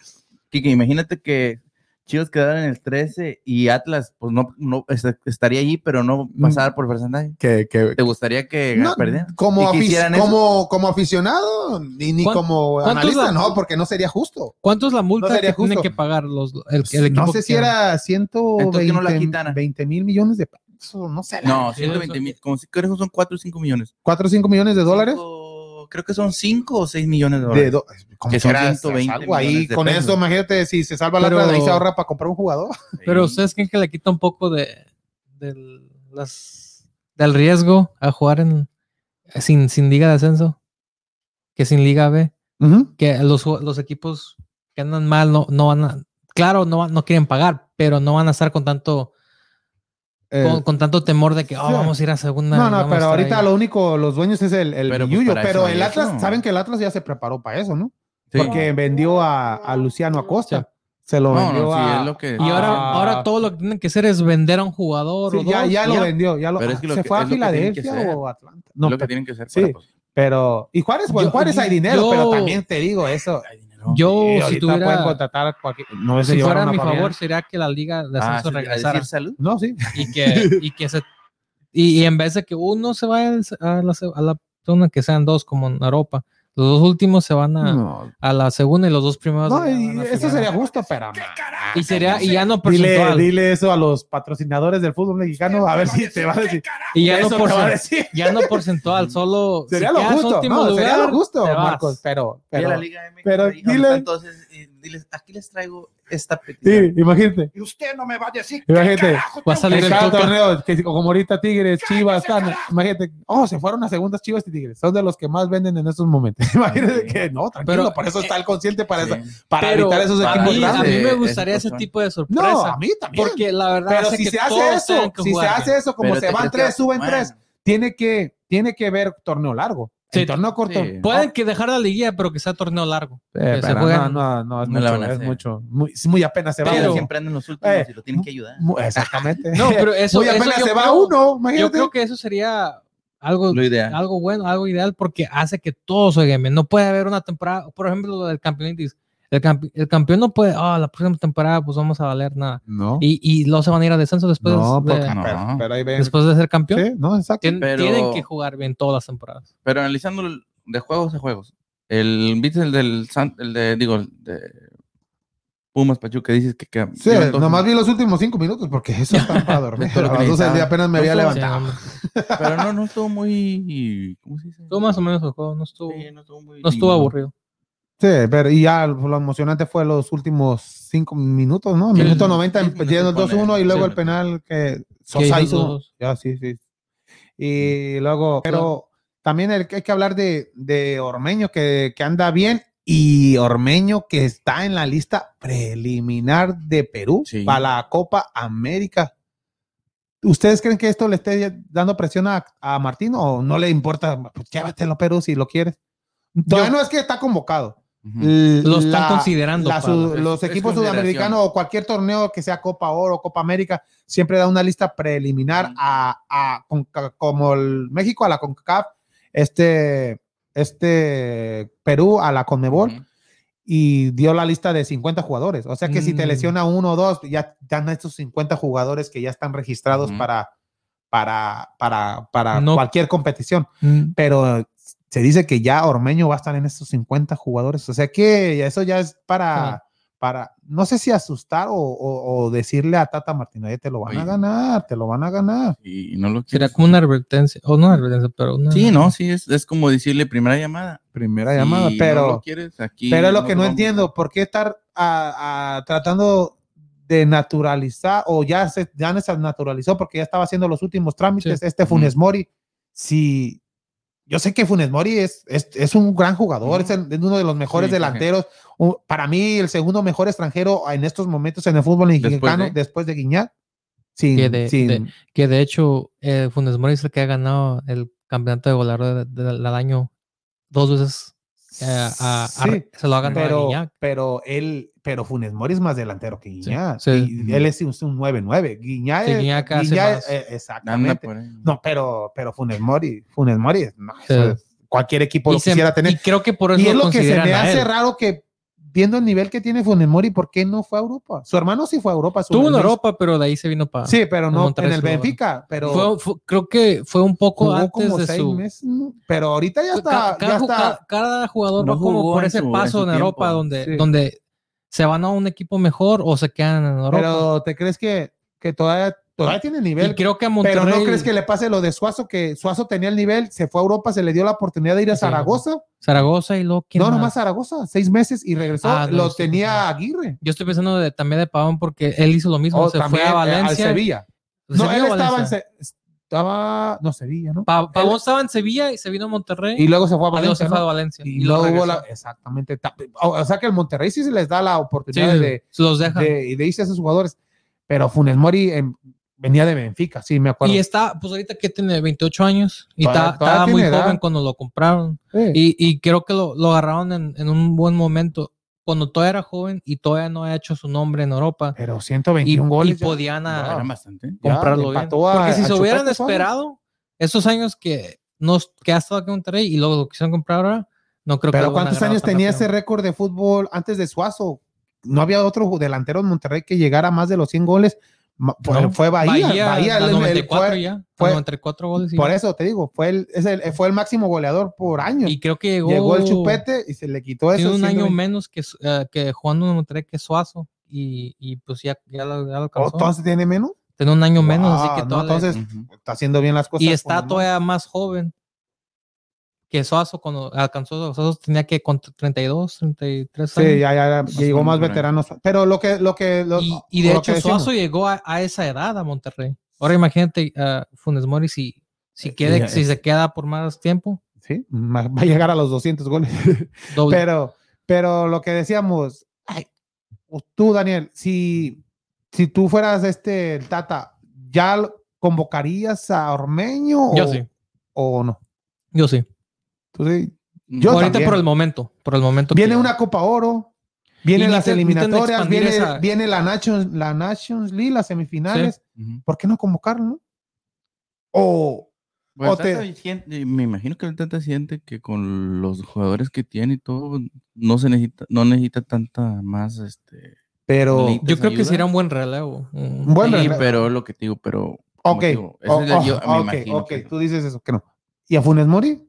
[SPEAKER 2] Kike, imagínate que Chivas quedara en el 13 y Atlas pues no, no est- estaría allí, pero no
[SPEAKER 3] Mm.
[SPEAKER 2] pasara por porcentaje.
[SPEAKER 1] que, que-
[SPEAKER 2] ¿Te gustaría que
[SPEAKER 1] No,
[SPEAKER 2] perdiera?
[SPEAKER 1] como,
[SPEAKER 2] Y
[SPEAKER 1] afic-
[SPEAKER 2] quisieran eso.
[SPEAKER 1] como, como aficionado, ni, ni
[SPEAKER 3] ¿Cuán-
[SPEAKER 1] como
[SPEAKER 3] cuántos
[SPEAKER 1] analista,
[SPEAKER 3] la-
[SPEAKER 1] no, porque no sería justo.
[SPEAKER 3] ¿Cuánto es la multa
[SPEAKER 1] No sería
[SPEAKER 3] que tienen
[SPEAKER 1] justo.
[SPEAKER 3] que pagar los, el, el equipo?
[SPEAKER 1] no sé
[SPEAKER 3] que
[SPEAKER 1] si
[SPEAKER 3] quiera?
[SPEAKER 1] era 120
[SPEAKER 2] Entonces, ¿que no la quitaran?
[SPEAKER 1] 20 mil millones de pesos, no sé,
[SPEAKER 2] No,
[SPEAKER 3] Sí,
[SPEAKER 2] 120
[SPEAKER 3] eso-
[SPEAKER 2] mil, como si creo que son 4 o 5 millones.
[SPEAKER 1] 4 o 5 millones de dólares.
[SPEAKER 2] Cinco- creo que son 5 o 6 millones de dólares.
[SPEAKER 1] De do- como
[SPEAKER 2] Que son
[SPEAKER 1] quiera,
[SPEAKER 2] 120
[SPEAKER 1] algo ahí,
[SPEAKER 2] millones de
[SPEAKER 1] con
[SPEAKER 2] pesos.
[SPEAKER 1] eso, imagínate, si se salva la
[SPEAKER 3] Pero-
[SPEAKER 1] otra, de ahí se ahorra para comprar un jugador.
[SPEAKER 3] Pero
[SPEAKER 2] Sí.
[SPEAKER 3] ustedes creen que le quita un poco de, del, las, del riesgo a jugar en sin, sin liga de ascenso, que sin liga B, que los, ju- los equipos que andan mal no, no van a, claro, no, van- no quieren pagar, pero no van a estar con tanto,
[SPEAKER 1] Eh,
[SPEAKER 3] con, con tanto temor de que oh,
[SPEAKER 1] sí.
[SPEAKER 3] vamos a ir a segunda.
[SPEAKER 1] no,
[SPEAKER 3] y vamos
[SPEAKER 1] no,
[SPEAKER 3] a
[SPEAKER 1] pero
[SPEAKER 3] estar
[SPEAKER 1] ahorita
[SPEAKER 3] ahí".
[SPEAKER 1] lo único, los dueños es el, el
[SPEAKER 2] Pero, pues,
[SPEAKER 1] billuyo,
[SPEAKER 2] para
[SPEAKER 1] pero
[SPEAKER 2] eso
[SPEAKER 1] el
[SPEAKER 2] hay
[SPEAKER 1] Atlas,
[SPEAKER 2] eso.
[SPEAKER 1] saben que el Atlas ya se preparó para eso, ¿no?
[SPEAKER 2] Sí.
[SPEAKER 1] Porque vendió a, a Luciano Acosta,
[SPEAKER 3] Sí.
[SPEAKER 1] se lo
[SPEAKER 2] No,
[SPEAKER 1] vendió
[SPEAKER 2] no, sí,
[SPEAKER 1] a,
[SPEAKER 2] es lo que.
[SPEAKER 3] Y ahora,
[SPEAKER 1] Ah.
[SPEAKER 3] ahora todo lo que tienen que hacer es vender a un jugador
[SPEAKER 1] Sí,
[SPEAKER 3] o
[SPEAKER 1] ya,
[SPEAKER 3] dos,
[SPEAKER 1] ya
[SPEAKER 3] y
[SPEAKER 1] lo
[SPEAKER 3] ya.
[SPEAKER 1] vendió, ya lo,
[SPEAKER 2] Pero es que lo
[SPEAKER 1] se
[SPEAKER 2] que-
[SPEAKER 1] fue a
[SPEAKER 2] es lo que tienen que
[SPEAKER 1] Filadelfia
[SPEAKER 2] hacer.
[SPEAKER 1] o a Atlanta.
[SPEAKER 2] es
[SPEAKER 1] No,
[SPEAKER 2] lo que
[SPEAKER 1] pe-
[SPEAKER 2] tienen que hacer.
[SPEAKER 1] sí.
[SPEAKER 2] para, pues,
[SPEAKER 1] pero y Juárez, bueno,
[SPEAKER 3] Yo-
[SPEAKER 1] Juárez hay
[SPEAKER 3] yo-
[SPEAKER 1] dinero, pero
[SPEAKER 3] yo-
[SPEAKER 1] también te digo eso.
[SPEAKER 2] hay dinero.
[SPEAKER 3] Yo,
[SPEAKER 1] Sí,
[SPEAKER 3] si
[SPEAKER 1] ahorita pueden
[SPEAKER 3] tuviera,
[SPEAKER 1] contratar a cualquier- no sé
[SPEAKER 3] si
[SPEAKER 1] llevar
[SPEAKER 3] fuera a
[SPEAKER 1] una
[SPEAKER 3] mi
[SPEAKER 1] familia.
[SPEAKER 3] favor, sería que la liga de
[SPEAKER 2] Ah,
[SPEAKER 3] ascenso
[SPEAKER 2] sí, a
[SPEAKER 3] regresara.
[SPEAKER 2] decir salud.
[SPEAKER 1] No, sí.
[SPEAKER 3] y que, y que se y, y en vez de que uno se vaya al- a la, se- a la segunda, que sean dos como en Europa los dos últimos se van a,
[SPEAKER 1] No,
[SPEAKER 3] a la segunda y los dos primeros
[SPEAKER 1] no,
[SPEAKER 3] ya
[SPEAKER 1] y
[SPEAKER 3] van a
[SPEAKER 1] eso
[SPEAKER 3] final.
[SPEAKER 1] sería justo, pero
[SPEAKER 3] y sería y ya no
[SPEAKER 1] dile,
[SPEAKER 3] porcentual
[SPEAKER 1] dile eso a los patrocinadores del fútbol mexicano, a ver si te va a decir.
[SPEAKER 3] y ya no,
[SPEAKER 1] Eso te va a
[SPEAKER 3] porcentual,
[SPEAKER 1] decir.
[SPEAKER 3] ya no porcentual solo si
[SPEAKER 1] Sería lo
[SPEAKER 3] quedas
[SPEAKER 1] justo,
[SPEAKER 3] último
[SPEAKER 1] no, sería
[SPEAKER 3] lugar,
[SPEAKER 1] lo justo,
[SPEAKER 3] te vas.
[SPEAKER 1] Marcos, pero,
[SPEAKER 2] Ve a
[SPEAKER 1] pero
[SPEAKER 2] la Liga MX,
[SPEAKER 1] pero
[SPEAKER 2] ahorita,
[SPEAKER 1] dile-
[SPEAKER 2] entonces, y diles, aquí les traigo esta petición.
[SPEAKER 1] sí, imagínate,
[SPEAKER 6] Y usted no me va a decir
[SPEAKER 1] imagínate.
[SPEAKER 3] va a salir
[SPEAKER 1] En
[SPEAKER 3] el
[SPEAKER 1] cada
[SPEAKER 3] Tuca.
[SPEAKER 1] torneo, que como ahorita Tigres, Chivas, tan- imagínate, oh, se fueron a segundas Chivas y Tigres, son de los que más venden en estos momentos. Imagínate
[SPEAKER 2] Sí.
[SPEAKER 1] que no, tranquilo,
[SPEAKER 3] Pero,
[SPEAKER 1] por eso está el consciente para,
[SPEAKER 2] Sí.
[SPEAKER 1] esa- para
[SPEAKER 3] Pero
[SPEAKER 1] evitar esos
[SPEAKER 2] para
[SPEAKER 3] a
[SPEAKER 1] equipos
[SPEAKER 3] mí, a
[SPEAKER 1] grandes.
[SPEAKER 3] mí me
[SPEAKER 2] Esas
[SPEAKER 3] gustaría ese
[SPEAKER 2] personas.
[SPEAKER 3] tipo de sorpresa
[SPEAKER 1] No, a mí también.
[SPEAKER 3] porque la verdad
[SPEAKER 1] pero
[SPEAKER 3] hace
[SPEAKER 1] si
[SPEAKER 3] que
[SPEAKER 1] se hace
[SPEAKER 3] todos
[SPEAKER 1] eso,
[SPEAKER 3] tengan que
[SPEAKER 1] si se
[SPEAKER 3] jugar bien.
[SPEAKER 1] hace eso, como
[SPEAKER 2] Pero
[SPEAKER 1] se
[SPEAKER 2] te
[SPEAKER 1] van
[SPEAKER 2] crees que-
[SPEAKER 1] tres, suben
[SPEAKER 2] bueno,
[SPEAKER 1] tres, tiene que, tiene que ver torneo largo. Sí,
[SPEAKER 3] Sí,
[SPEAKER 1] torneo corto.
[SPEAKER 2] sí.
[SPEAKER 3] Ah, Pueden que dejar la liguilla, pero que sea torneo largo.
[SPEAKER 2] Eh,
[SPEAKER 3] que se
[SPEAKER 2] pero
[SPEAKER 3] juegan-
[SPEAKER 1] No, no, no, es
[SPEAKER 2] No la
[SPEAKER 1] mucho,
[SPEAKER 2] van a
[SPEAKER 1] es
[SPEAKER 2] hacer.
[SPEAKER 1] mucho. Muy, muy apenas se va
[SPEAKER 3] Pero-
[SPEAKER 2] Pero
[SPEAKER 1] uno.
[SPEAKER 2] siempre andan los últimos
[SPEAKER 1] Eh,
[SPEAKER 2] y lo tienen que ayudar.
[SPEAKER 1] Mu- Exactamente.
[SPEAKER 3] No, pero eso,
[SPEAKER 1] muy
[SPEAKER 3] eso
[SPEAKER 1] apenas
[SPEAKER 3] yo
[SPEAKER 1] se va
[SPEAKER 3] creo-
[SPEAKER 1] uno,
[SPEAKER 3] Yo
[SPEAKER 1] imagínate.
[SPEAKER 3] creo que eso sería algo,
[SPEAKER 2] Lo
[SPEAKER 1] Ah,
[SPEAKER 2] ideal.
[SPEAKER 3] algo bueno, algo ideal, porque hace que todos se gamen. No puede haber una temporada, por ejemplo, lo del campeonitis. El, campe- el campeón no puede, ah, la próxima temporada pues vamos a valer nada.
[SPEAKER 1] No,
[SPEAKER 3] Y, y luego se van a ir a descenso después,
[SPEAKER 1] no,
[SPEAKER 3] de,
[SPEAKER 1] porque-
[SPEAKER 2] Ah, no.
[SPEAKER 1] pero, pero ahí ven.
[SPEAKER 3] después de ser campeón.
[SPEAKER 1] Sí, no, exacto.
[SPEAKER 3] Tien-
[SPEAKER 2] Pero-
[SPEAKER 3] Tienen que jugar bien todas las temporadas.
[SPEAKER 2] Pero analizando el- de juegos a juegos. El viste el del San- el de, digo, el de Pumas Pachuca, dices que queda.
[SPEAKER 1] Sí, nomás vi los últimos cinco minutos porque eso está para dormir.
[SPEAKER 2] Esto
[SPEAKER 1] A
[SPEAKER 2] es lo
[SPEAKER 1] las
[SPEAKER 2] que
[SPEAKER 1] 12 del día
[SPEAKER 2] necesitaba.
[SPEAKER 1] apenas me había
[SPEAKER 2] Yo soy-
[SPEAKER 3] Sí,
[SPEAKER 1] levantado.
[SPEAKER 3] hombre.
[SPEAKER 2] Pero no, no estuvo muy. ¿Cómo se dice?
[SPEAKER 3] Estuvo más o menos el juego, no estuvo,
[SPEAKER 2] Sí, no estuvo muy.
[SPEAKER 3] no estuvo
[SPEAKER 2] lindo.
[SPEAKER 3] aburrido.
[SPEAKER 1] Sí, pero y ya lo emocionante fue los últimos cinco minutos, ¿no?
[SPEAKER 2] Sí,
[SPEAKER 1] Minuto
[SPEAKER 2] el-
[SPEAKER 1] 90,
[SPEAKER 2] diez minutos
[SPEAKER 1] yendo el
[SPEAKER 2] pone.
[SPEAKER 1] 2-1 y luego
[SPEAKER 2] Sí,
[SPEAKER 1] el
[SPEAKER 2] me-
[SPEAKER 1] penal que Sosa
[SPEAKER 3] hizo
[SPEAKER 1] hizo.
[SPEAKER 3] dos.
[SPEAKER 1] Ya, sí, sí. Y luego, pero también el que hay que hablar de, de Ormeño que, que anda bien y Ormeño que está en la lista preliminar de Perú
[SPEAKER 2] Sí.
[SPEAKER 1] para la Copa América. ¿Ustedes creen que esto le esté dando presión a, a Martín o no le importa? Pues llévatelo Perú si lo quieres. Todavía no es que está convocado.
[SPEAKER 2] Ujú.
[SPEAKER 1] Lo
[SPEAKER 3] Lo están considerando, Pablo.
[SPEAKER 2] Es-
[SPEAKER 1] los
[SPEAKER 2] es
[SPEAKER 1] equipos
[SPEAKER 2] consideración.
[SPEAKER 1] sudamericanos o cualquier torneo que sea Copa Oro o Copa América siempre da una lista preliminar a, a Conca- como el México a la CONCACAF, este, este Perú a la CONMEBOL
[SPEAKER 2] Ujú.
[SPEAKER 1] y dio la lista de 50 jugadores. O sea que si te
[SPEAKER 3] Mm.
[SPEAKER 1] lesiona uno o dos, ya dan estos 50 jugadores que ya están registrados
[SPEAKER 2] Ujú.
[SPEAKER 1] para, para, para, para
[SPEAKER 3] No.
[SPEAKER 1] cualquier competición
[SPEAKER 3] Mm,
[SPEAKER 1] pero se dice que ya Ormeño va a estar en estos 50 jugadores. O sea que eso ya es para, para no sé si asustar o, o- o decirle a Tata Martino, "Oye, te lo van a
[SPEAKER 2] Oye.
[SPEAKER 1] ganar, te lo van a ganar.
[SPEAKER 2] Y no lo
[SPEAKER 3] Sería
[SPEAKER 2] quieres.
[SPEAKER 3] como una advertencia, o no una advertencia, pero una...
[SPEAKER 2] Sí, no, sí, es, es como decirle primera llamada.
[SPEAKER 1] Primera
[SPEAKER 2] Si
[SPEAKER 1] llamada,
[SPEAKER 2] no
[SPEAKER 1] pero,
[SPEAKER 2] lo quieres, aquí
[SPEAKER 1] pero es lo
[SPEAKER 2] no
[SPEAKER 1] que
[SPEAKER 2] te
[SPEAKER 1] no
[SPEAKER 2] vamos a-
[SPEAKER 1] entiendo, ¿por qué estar a- a tratando de naturalizar o ya se, ya no se naturalizó porque ya estaba haciendo los últimos trámites
[SPEAKER 3] Sí.
[SPEAKER 1] este
[SPEAKER 2] Ujú.
[SPEAKER 1] Funes Mori? Si yo sé que Funes Mori es, es, es un gran jugador,
[SPEAKER 2] Ujú.
[SPEAKER 1] es, el- es uno de los mejores
[SPEAKER 2] Sí, sí, sí.
[SPEAKER 1] delanteros. Un- para mí, el segundo mejor extranjero en estos momentos en el fútbol mexicano
[SPEAKER 2] de-
[SPEAKER 1] después de Guiñac. Sin,
[SPEAKER 3] Que de-
[SPEAKER 1] sin-
[SPEAKER 3] de- Que de hecho, eh, Funes Mori es el que ha ganado el campeonato de goleador de- de- del año dos veces. eh, a- a-
[SPEAKER 1] Sí,
[SPEAKER 3] se lo ha ganado a
[SPEAKER 1] pero,
[SPEAKER 3] Guiñac.
[SPEAKER 1] pero él, pero Funes Mori es más delantero que Guiñac.
[SPEAKER 3] sí.
[SPEAKER 1] Y él es un un 9-9. Guiñac,
[SPEAKER 3] Sí,
[SPEAKER 1] es-
[SPEAKER 3] Guiñac hace
[SPEAKER 1] Guiñac,
[SPEAKER 3] más.
[SPEAKER 1] eh,
[SPEAKER 2] Anda
[SPEAKER 1] exactamente.
[SPEAKER 2] por ahí.
[SPEAKER 1] No, pero, pero Funes Mori, Funes Mori, no,
[SPEAKER 3] Sí.
[SPEAKER 1] eso es- cualquier equipo lo
[SPEAKER 3] Y se-
[SPEAKER 1] quisiera
[SPEAKER 3] y
[SPEAKER 1] tener.
[SPEAKER 3] creo que por eso
[SPEAKER 1] Y es lo que se
[SPEAKER 3] consideran
[SPEAKER 1] me
[SPEAKER 3] a
[SPEAKER 1] hace
[SPEAKER 3] él.
[SPEAKER 1] raro que viendo el nivel que tiene Funes Mori, ¿por qué no fue a Europa? Su hermano sí fue a Europa. su-
[SPEAKER 3] Tuvo en Europa, pero de ahí se vino para.
[SPEAKER 1] Sí, pero
[SPEAKER 3] en
[SPEAKER 1] no en
[SPEAKER 3] Monterrey
[SPEAKER 1] el
[SPEAKER 3] estuvo, ¿no?
[SPEAKER 1] Benfica, pero
[SPEAKER 3] Fue- fue- creo que fue un poco
[SPEAKER 1] jugó
[SPEAKER 3] antes
[SPEAKER 1] como
[SPEAKER 3] de
[SPEAKER 1] seis
[SPEAKER 3] su.
[SPEAKER 1] meses, ¿no? Pero ahorita ya
[SPEAKER 3] Ca-
[SPEAKER 1] está,
[SPEAKER 3] cada,
[SPEAKER 1] ya
[SPEAKER 3] ju-
[SPEAKER 1] está.
[SPEAKER 3] ca- cada jugador
[SPEAKER 2] No
[SPEAKER 3] va como
[SPEAKER 2] jugó
[SPEAKER 3] por
[SPEAKER 2] en
[SPEAKER 3] ese
[SPEAKER 2] su- en
[SPEAKER 3] paso
[SPEAKER 2] su
[SPEAKER 3] en,
[SPEAKER 2] tiempo.
[SPEAKER 3] Europa, donde,
[SPEAKER 1] Sí.
[SPEAKER 3] donde se van a un equipo mejor o se quedan en Europa.
[SPEAKER 1] Pero ¿te crees que, que todavía, todavía tiene
[SPEAKER 3] y
[SPEAKER 1] nivel?
[SPEAKER 3] creo que a Monterrey.
[SPEAKER 1] Pero ¿no crees que le pase lo de Suazo? Que Suazo tenía el nivel, se fue a Europa, se le dio la oportunidad de ir a
[SPEAKER 3] Sí.
[SPEAKER 1] Zaragoza.
[SPEAKER 3] Zaragoza y luego. ¿quién
[SPEAKER 1] No,
[SPEAKER 3] más?
[SPEAKER 1] nomás Zaragoza, seis meses y regresó.
[SPEAKER 3] Ah, no,
[SPEAKER 1] lo
[SPEAKER 3] sí,
[SPEAKER 1] tenía
[SPEAKER 3] sí.
[SPEAKER 1] Aguirre.
[SPEAKER 3] Yo estoy pensando de- también de Pavón porque él hizo lo mismo.
[SPEAKER 1] Oh,
[SPEAKER 3] se fue
[SPEAKER 1] también,
[SPEAKER 3] a
[SPEAKER 1] eh, al
[SPEAKER 3] Valencia. Pues
[SPEAKER 1] Sevilla. No,
[SPEAKER 3] Sevilla
[SPEAKER 1] él
[SPEAKER 3] o
[SPEAKER 1] estaba en
[SPEAKER 3] Valencia?
[SPEAKER 1] Se- estaba no Sevilla, ¿no?
[SPEAKER 3] Pa- Pavón
[SPEAKER 1] él-
[SPEAKER 3] estaba en Sevilla y se vino a Monterrey.
[SPEAKER 1] Y luego se fue a
[SPEAKER 3] luego se
[SPEAKER 1] Valencia.
[SPEAKER 3] fue a
[SPEAKER 1] ¿no?
[SPEAKER 3] Valencia.
[SPEAKER 1] Y luego hubo la
[SPEAKER 3] regresó.
[SPEAKER 1] exactamente. ta- O, o sea que el Monterrey sí se les da la
[SPEAKER 3] Sí,
[SPEAKER 1] oportunidad de,
[SPEAKER 3] se los deja.
[SPEAKER 1] de, de irse a esos jugadores, pero Funes Mori em, venía de Benfica, sí me acuerdo.
[SPEAKER 3] Y está, pues ahorita que tiene 28 años y
[SPEAKER 1] Todavía-
[SPEAKER 3] ta-
[SPEAKER 1] todavía
[SPEAKER 3] estaba muy
[SPEAKER 1] tiene edad.
[SPEAKER 3] joven cuando lo compraron.
[SPEAKER 1] Sí.
[SPEAKER 3] Y, y creo que lo, lo agarraron en, en un buen momento, cuando todavía era joven y todavía no ha hecho su nombre en Europa.
[SPEAKER 1] pero
[SPEAKER 3] Y,
[SPEAKER 1] 121
[SPEAKER 3] y
[SPEAKER 1] goles. ya.
[SPEAKER 3] podían a-
[SPEAKER 1] Wow.
[SPEAKER 2] Eran bastante.
[SPEAKER 1] Ya,
[SPEAKER 3] comprarlo bien.
[SPEAKER 1] empató a-
[SPEAKER 3] Porque si
[SPEAKER 1] a
[SPEAKER 3] se
[SPEAKER 1] Chupete
[SPEAKER 3] hubieran
[SPEAKER 1] Suárez.
[SPEAKER 3] esperado esos años que, nos, que ha estado aquí en Monterrey y luego lo quisieron comprar ahora, no creo que...
[SPEAKER 1] Pero
[SPEAKER 3] lo hubieran
[SPEAKER 1] ¿cuántos
[SPEAKER 3] agarrado
[SPEAKER 1] años
[SPEAKER 3] tan
[SPEAKER 1] tenía
[SPEAKER 3] rápido.
[SPEAKER 1] ese récord de fútbol antes de Suazo? No había otro ju- delantero en Monterrey que llegara a más de los 100 goles. Ma- Fue,
[SPEAKER 3] No.
[SPEAKER 1] fue Bahía. Bahía,
[SPEAKER 3] a
[SPEAKER 1] él- él
[SPEAKER 3] 94
[SPEAKER 1] fue-
[SPEAKER 3] ya, a
[SPEAKER 1] fue-
[SPEAKER 3] 94 goles. y-
[SPEAKER 1] Por eso te digo, fue el, es el, fue el máximo goleador por año.
[SPEAKER 3] y creo que llegó...
[SPEAKER 1] Llegó el chupete y se le quitó eso.
[SPEAKER 3] Tiene un año
[SPEAKER 1] 120.
[SPEAKER 3] menos que, Su- eh, que jugando en Monterrey que Suazo. Y, y pues ya, ya lo, ya lo
[SPEAKER 1] Oh,
[SPEAKER 3] alcanzó.
[SPEAKER 1] Entonces tiene menos.
[SPEAKER 3] Tiene un año menos,
[SPEAKER 1] Wow,
[SPEAKER 3] así que
[SPEAKER 1] no,
[SPEAKER 3] todavía-
[SPEAKER 1] entonces
[SPEAKER 2] Ujú.
[SPEAKER 1] está haciendo bien las cosas.
[SPEAKER 3] Y está
[SPEAKER 1] Funes Mori.
[SPEAKER 3] todavía más joven que Suazo cuando alcanzó. Suazo tenía que con 32, 33 años.
[SPEAKER 1] Sí, ya, ya, ya
[SPEAKER 2] Más
[SPEAKER 1] llegó
[SPEAKER 2] o menos
[SPEAKER 1] más
[SPEAKER 2] por ahí.
[SPEAKER 1] veteranos. Pero lo que. Lo que lo-
[SPEAKER 3] y, y de
[SPEAKER 1] lo que
[SPEAKER 3] hecho,
[SPEAKER 1] decimos.
[SPEAKER 3] Suazo llegó a, a esa edad a Monterrey. Ahora imagínate a Funes Mori si, si, queda,
[SPEAKER 1] Eh, ya
[SPEAKER 3] si
[SPEAKER 1] es.
[SPEAKER 3] se queda por más tiempo.
[SPEAKER 1] Sí, ma- va a llegar a los 200 goles.
[SPEAKER 3] Doble.
[SPEAKER 1] pero, pero lo que decíamos. ay, tú, Daniel, si, si tú fueras este el Tata, ¿ya lo- convocarías a Ormeño
[SPEAKER 3] yo
[SPEAKER 1] o,
[SPEAKER 3] sí,
[SPEAKER 1] o no?
[SPEAKER 3] yo sí.
[SPEAKER 1] Pues sí. Yo
[SPEAKER 3] Ahorita
[SPEAKER 1] también.
[SPEAKER 3] por el momento, por el momento.
[SPEAKER 1] Viene
[SPEAKER 3] que-
[SPEAKER 1] una Copa Oro, vienen
[SPEAKER 3] Y
[SPEAKER 1] las
[SPEAKER 3] necesitan- necesitan
[SPEAKER 1] eliminatorias,
[SPEAKER 3] expandir
[SPEAKER 1] viene,
[SPEAKER 3] esa-
[SPEAKER 1] viene la, Nations, la Nations League, las semifinales.
[SPEAKER 2] Ujú.
[SPEAKER 1] ¿Por qué no convocarlo? O
[SPEAKER 2] Bueno,
[SPEAKER 1] O te-
[SPEAKER 2] Tata siente- me imagino que el Tata siente que con los jugadores que tiene y todo, no se necesita, no necesita tanta más este.
[SPEAKER 1] pero
[SPEAKER 2] Liga.
[SPEAKER 3] Yo creo que
[SPEAKER 2] ayuda?
[SPEAKER 3] sería un buen relevo. Mm, un-
[SPEAKER 1] Buen
[SPEAKER 2] sí,
[SPEAKER 1] regreso.
[SPEAKER 2] pero lo que te digo, pero. como
[SPEAKER 1] ok,
[SPEAKER 2] te digo, esa
[SPEAKER 1] o-
[SPEAKER 2] es la-
[SPEAKER 1] o-
[SPEAKER 2] yo me
[SPEAKER 1] ok,
[SPEAKER 2] imagino
[SPEAKER 1] ok,
[SPEAKER 2] que-
[SPEAKER 1] tú dices eso, que no. ¿Y a Funes Mori?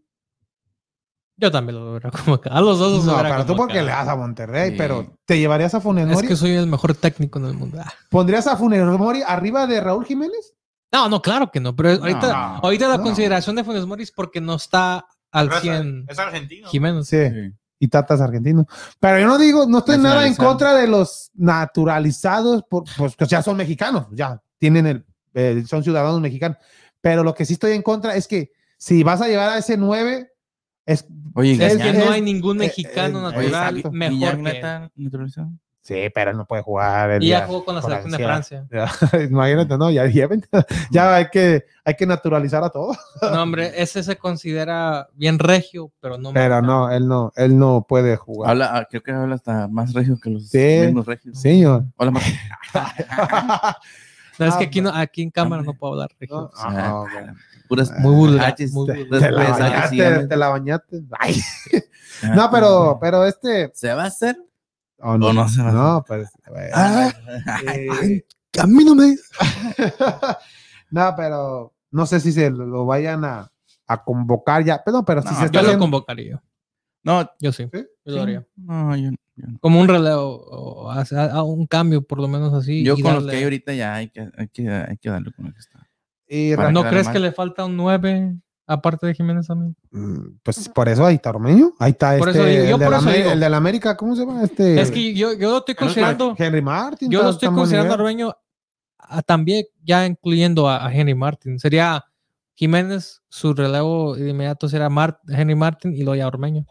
[SPEAKER 3] Yo también lo veo como acá. A los dos los
[SPEAKER 1] No,
[SPEAKER 3] hubiera
[SPEAKER 1] pero tú
[SPEAKER 3] como
[SPEAKER 1] porque
[SPEAKER 3] acá.
[SPEAKER 1] le das a Monterrey,
[SPEAKER 2] Sí.
[SPEAKER 1] pero ¿te llevarías a Funes
[SPEAKER 3] Es
[SPEAKER 1] Mori?
[SPEAKER 3] que soy el mejor técnico en el mundo. Ah.
[SPEAKER 1] ¿Pondrías a Funes Mori arriba de Raúl Jiménez?
[SPEAKER 3] No, no, claro que no. Pero ahorita,
[SPEAKER 2] No,
[SPEAKER 3] ahorita la
[SPEAKER 1] no.
[SPEAKER 3] consideración de Funes Mori es porque no está al
[SPEAKER 4] Pero es-
[SPEAKER 3] 100
[SPEAKER 4] Es argentino.
[SPEAKER 3] Jiménez.
[SPEAKER 1] Sí.
[SPEAKER 2] Sí.
[SPEAKER 1] Y Tatas argentino. Pero yo no digo, no estoy nada en
[SPEAKER 2] Nacionalizado.
[SPEAKER 1] contra de los naturalizados, por- pues que ya son mexicanos, ya tienen el, eh, son ciudadanos mexicanos. Pero lo que sí estoy en contra es que si vas a llevar a ese 9, es,
[SPEAKER 2] Oye,
[SPEAKER 1] Es
[SPEAKER 3] Es
[SPEAKER 2] Guiñac.
[SPEAKER 3] que
[SPEAKER 1] es-
[SPEAKER 3] no hay ningún
[SPEAKER 1] eh,
[SPEAKER 3] mexicano
[SPEAKER 1] eh,
[SPEAKER 3] natural
[SPEAKER 1] exacto.
[SPEAKER 2] Guiñac
[SPEAKER 3] mejor
[SPEAKER 2] no
[SPEAKER 3] que él.
[SPEAKER 2] está naturalizado.
[SPEAKER 1] sí, pero él no puede jugar. él
[SPEAKER 3] Y ya
[SPEAKER 1] ya-
[SPEAKER 3] jugó con la
[SPEAKER 1] con
[SPEAKER 3] selección de
[SPEAKER 1] ansiedad.
[SPEAKER 3] Francia.
[SPEAKER 1] Imagínate, no, ya lleven. ya hay que, hay que naturalizar a todos.
[SPEAKER 3] No, hombre, ese se considera bien regio, pero no.
[SPEAKER 1] Pero no, él no, él no puede jugar.
[SPEAKER 2] Habla, ah, creo que habla hasta más regio que los
[SPEAKER 1] Sí.
[SPEAKER 2] mismos regios.
[SPEAKER 1] Señor.
[SPEAKER 2] Hola, Marco.
[SPEAKER 3] No, es
[SPEAKER 1] Ah,
[SPEAKER 3] que aquí, no, aquí en cámara
[SPEAKER 2] hombre.
[SPEAKER 3] no puedo hablar regio.
[SPEAKER 1] No,
[SPEAKER 2] Ah,
[SPEAKER 1] ah, ok.
[SPEAKER 2] Puras
[SPEAKER 3] Muy vulgar.
[SPEAKER 2] Haches,
[SPEAKER 3] muy
[SPEAKER 2] puras
[SPEAKER 3] vulgar.
[SPEAKER 1] Te la
[SPEAKER 2] puras haches, sí,
[SPEAKER 1] bañaste,
[SPEAKER 2] hombre.
[SPEAKER 1] te la bañaste. Ay. No, pero, pero este.
[SPEAKER 2] ¿Se va a hacer?
[SPEAKER 1] Oh,
[SPEAKER 2] ¿O no se va a hacer?
[SPEAKER 1] No, pues. eh, eh,
[SPEAKER 2] Ah, a mí no me.
[SPEAKER 1] no, pero no sé si se lo vayan a, a convocar ya. Pero, pero si
[SPEAKER 2] No,
[SPEAKER 1] se está
[SPEAKER 3] Yo lo
[SPEAKER 1] haciendo-
[SPEAKER 3] convocaría.
[SPEAKER 2] No,
[SPEAKER 3] Yo sí.
[SPEAKER 1] ¿Sí?
[SPEAKER 3] Yo lo haría.
[SPEAKER 2] No, yo, yo no.
[SPEAKER 3] Como un relevo, o hacer- a- a un cambio, por lo menos así.
[SPEAKER 2] Yo
[SPEAKER 3] y
[SPEAKER 2] con los
[SPEAKER 3] darle-
[SPEAKER 2] que hay ahorita ya hay que, hay que, hay que darle con lo que está.
[SPEAKER 1] y
[SPEAKER 2] para
[SPEAKER 3] ¿No
[SPEAKER 2] quedar
[SPEAKER 3] crees
[SPEAKER 2] mal.
[SPEAKER 3] que le falta un 9 aparte de Jiménez también?
[SPEAKER 1] Mm, Pues por eso ahí está Ormeño. Ahí está
[SPEAKER 3] Por
[SPEAKER 1] este.
[SPEAKER 3] eso digo, yo
[SPEAKER 1] el, de
[SPEAKER 3] por
[SPEAKER 1] la
[SPEAKER 3] eso digo.
[SPEAKER 1] el de la América, ¿cómo se llama? Este.
[SPEAKER 3] Es que yo, yo lo estoy considerando,
[SPEAKER 1] Henry Martin.
[SPEAKER 3] yo
[SPEAKER 1] está-
[SPEAKER 3] lo
[SPEAKER 1] está
[SPEAKER 3] estoy
[SPEAKER 1] en buen
[SPEAKER 3] considerando a
[SPEAKER 1] nivel.
[SPEAKER 3] Ormeño a- también ya incluyendo a, a Henry Martin. Sería Jiménez, su relevo de inmediato será Mar- Henry Martin y Loya Ormeño.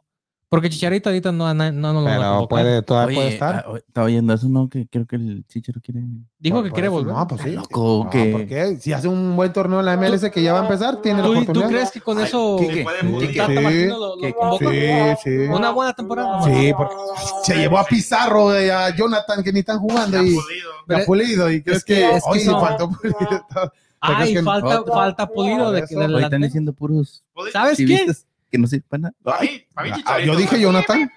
[SPEAKER 3] Porque Chicharito ahorita no, no, no, lo va a
[SPEAKER 1] Pero
[SPEAKER 3] convocar.
[SPEAKER 1] puede, todavía puede
[SPEAKER 2] Oye,
[SPEAKER 1] estar.
[SPEAKER 2] ah, oye, estaba oyendo eso, ¿no? Que creo que el Chichero quiere.
[SPEAKER 3] Dijo
[SPEAKER 1] Por-
[SPEAKER 3] que
[SPEAKER 1] por
[SPEAKER 3] quiere
[SPEAKER 1] eso,
[SPEAKER 3] volver.
[SPEAKER 1] No, pues sí.
[SPEAKER 2] Loco,
[SPEAKER 1] No,
[SPEAKER 2] que-
[SPEAKER 1] ¿por qué? Si hace un buen torneo en la MLS que ya va a empezar, tiene la
[SPEAKER 3] ¿Tú, tú
[SPEAKER 1] oportunidad.
[SPEAKER 3] crees que con
[SPEAKER 2] Ay,
[SPEAKER 3] eso
[SPEAKER 2] ¿qué, qué?
[SPEAKER 4] pueden
[SPEAKER 2] ¿Qué,
[SPEAKER 4] Sí,
[SPEAKER 2] qué?
[SPEAKER 3] Tata
[SPEAKER 1] sí,
[SPEAKER 3] Martino lo, lo
[SPEAKER 2] que-
[SPEAKER 3] convoca?
[SPEAKER 1] Sí, sí.
[SPEAKER 3] Una buena temporada.
[SPEAKER 1] Sí, porque se llevó a Pizarro eh, a Jonathan que ni están jugando y,
[SPEAKER 4] Pulido.
[SPEAKER 1] y a Pulido y crees
[SPEAKER 3] que-
[SPEAKER 1] que
[SPEAKER 3] es que
[SPEAKER 1] hoy sí
[SPEAKER 3] no.
[SPEAKER 1] faltó Pulido.
[SPEAKER 3] Ay,
[SPEAKER 1] que no?
[SPEAKER 3] falta,
[SPEAKER 2] Otra.
[SPEAKER 3] falta pulido de,
[SPEAKER 1] Por
[SPEAKER 3] que
[SPEAKER 1] eso.
[SPEAKER 3] del
[SPEAKER 2] Hoy están
[SPEAKER 3] delantero.
[SPEAKER 2] diciendo puros
[SPEAKER 4] Pulido.
[SPEAKER 3] ¿Sabes quién?
[SPEAKER 2] chivistas que no sirven para nada.
[SPEAKER 4] Para mí, para mí,
[SPEAKER 1] Ah,
[SPEAKER 4] Chicharito,
[SPEAKER 1] yo dije
[SPEAKER 4] güey.
[SPEAKER 1] Jonathan.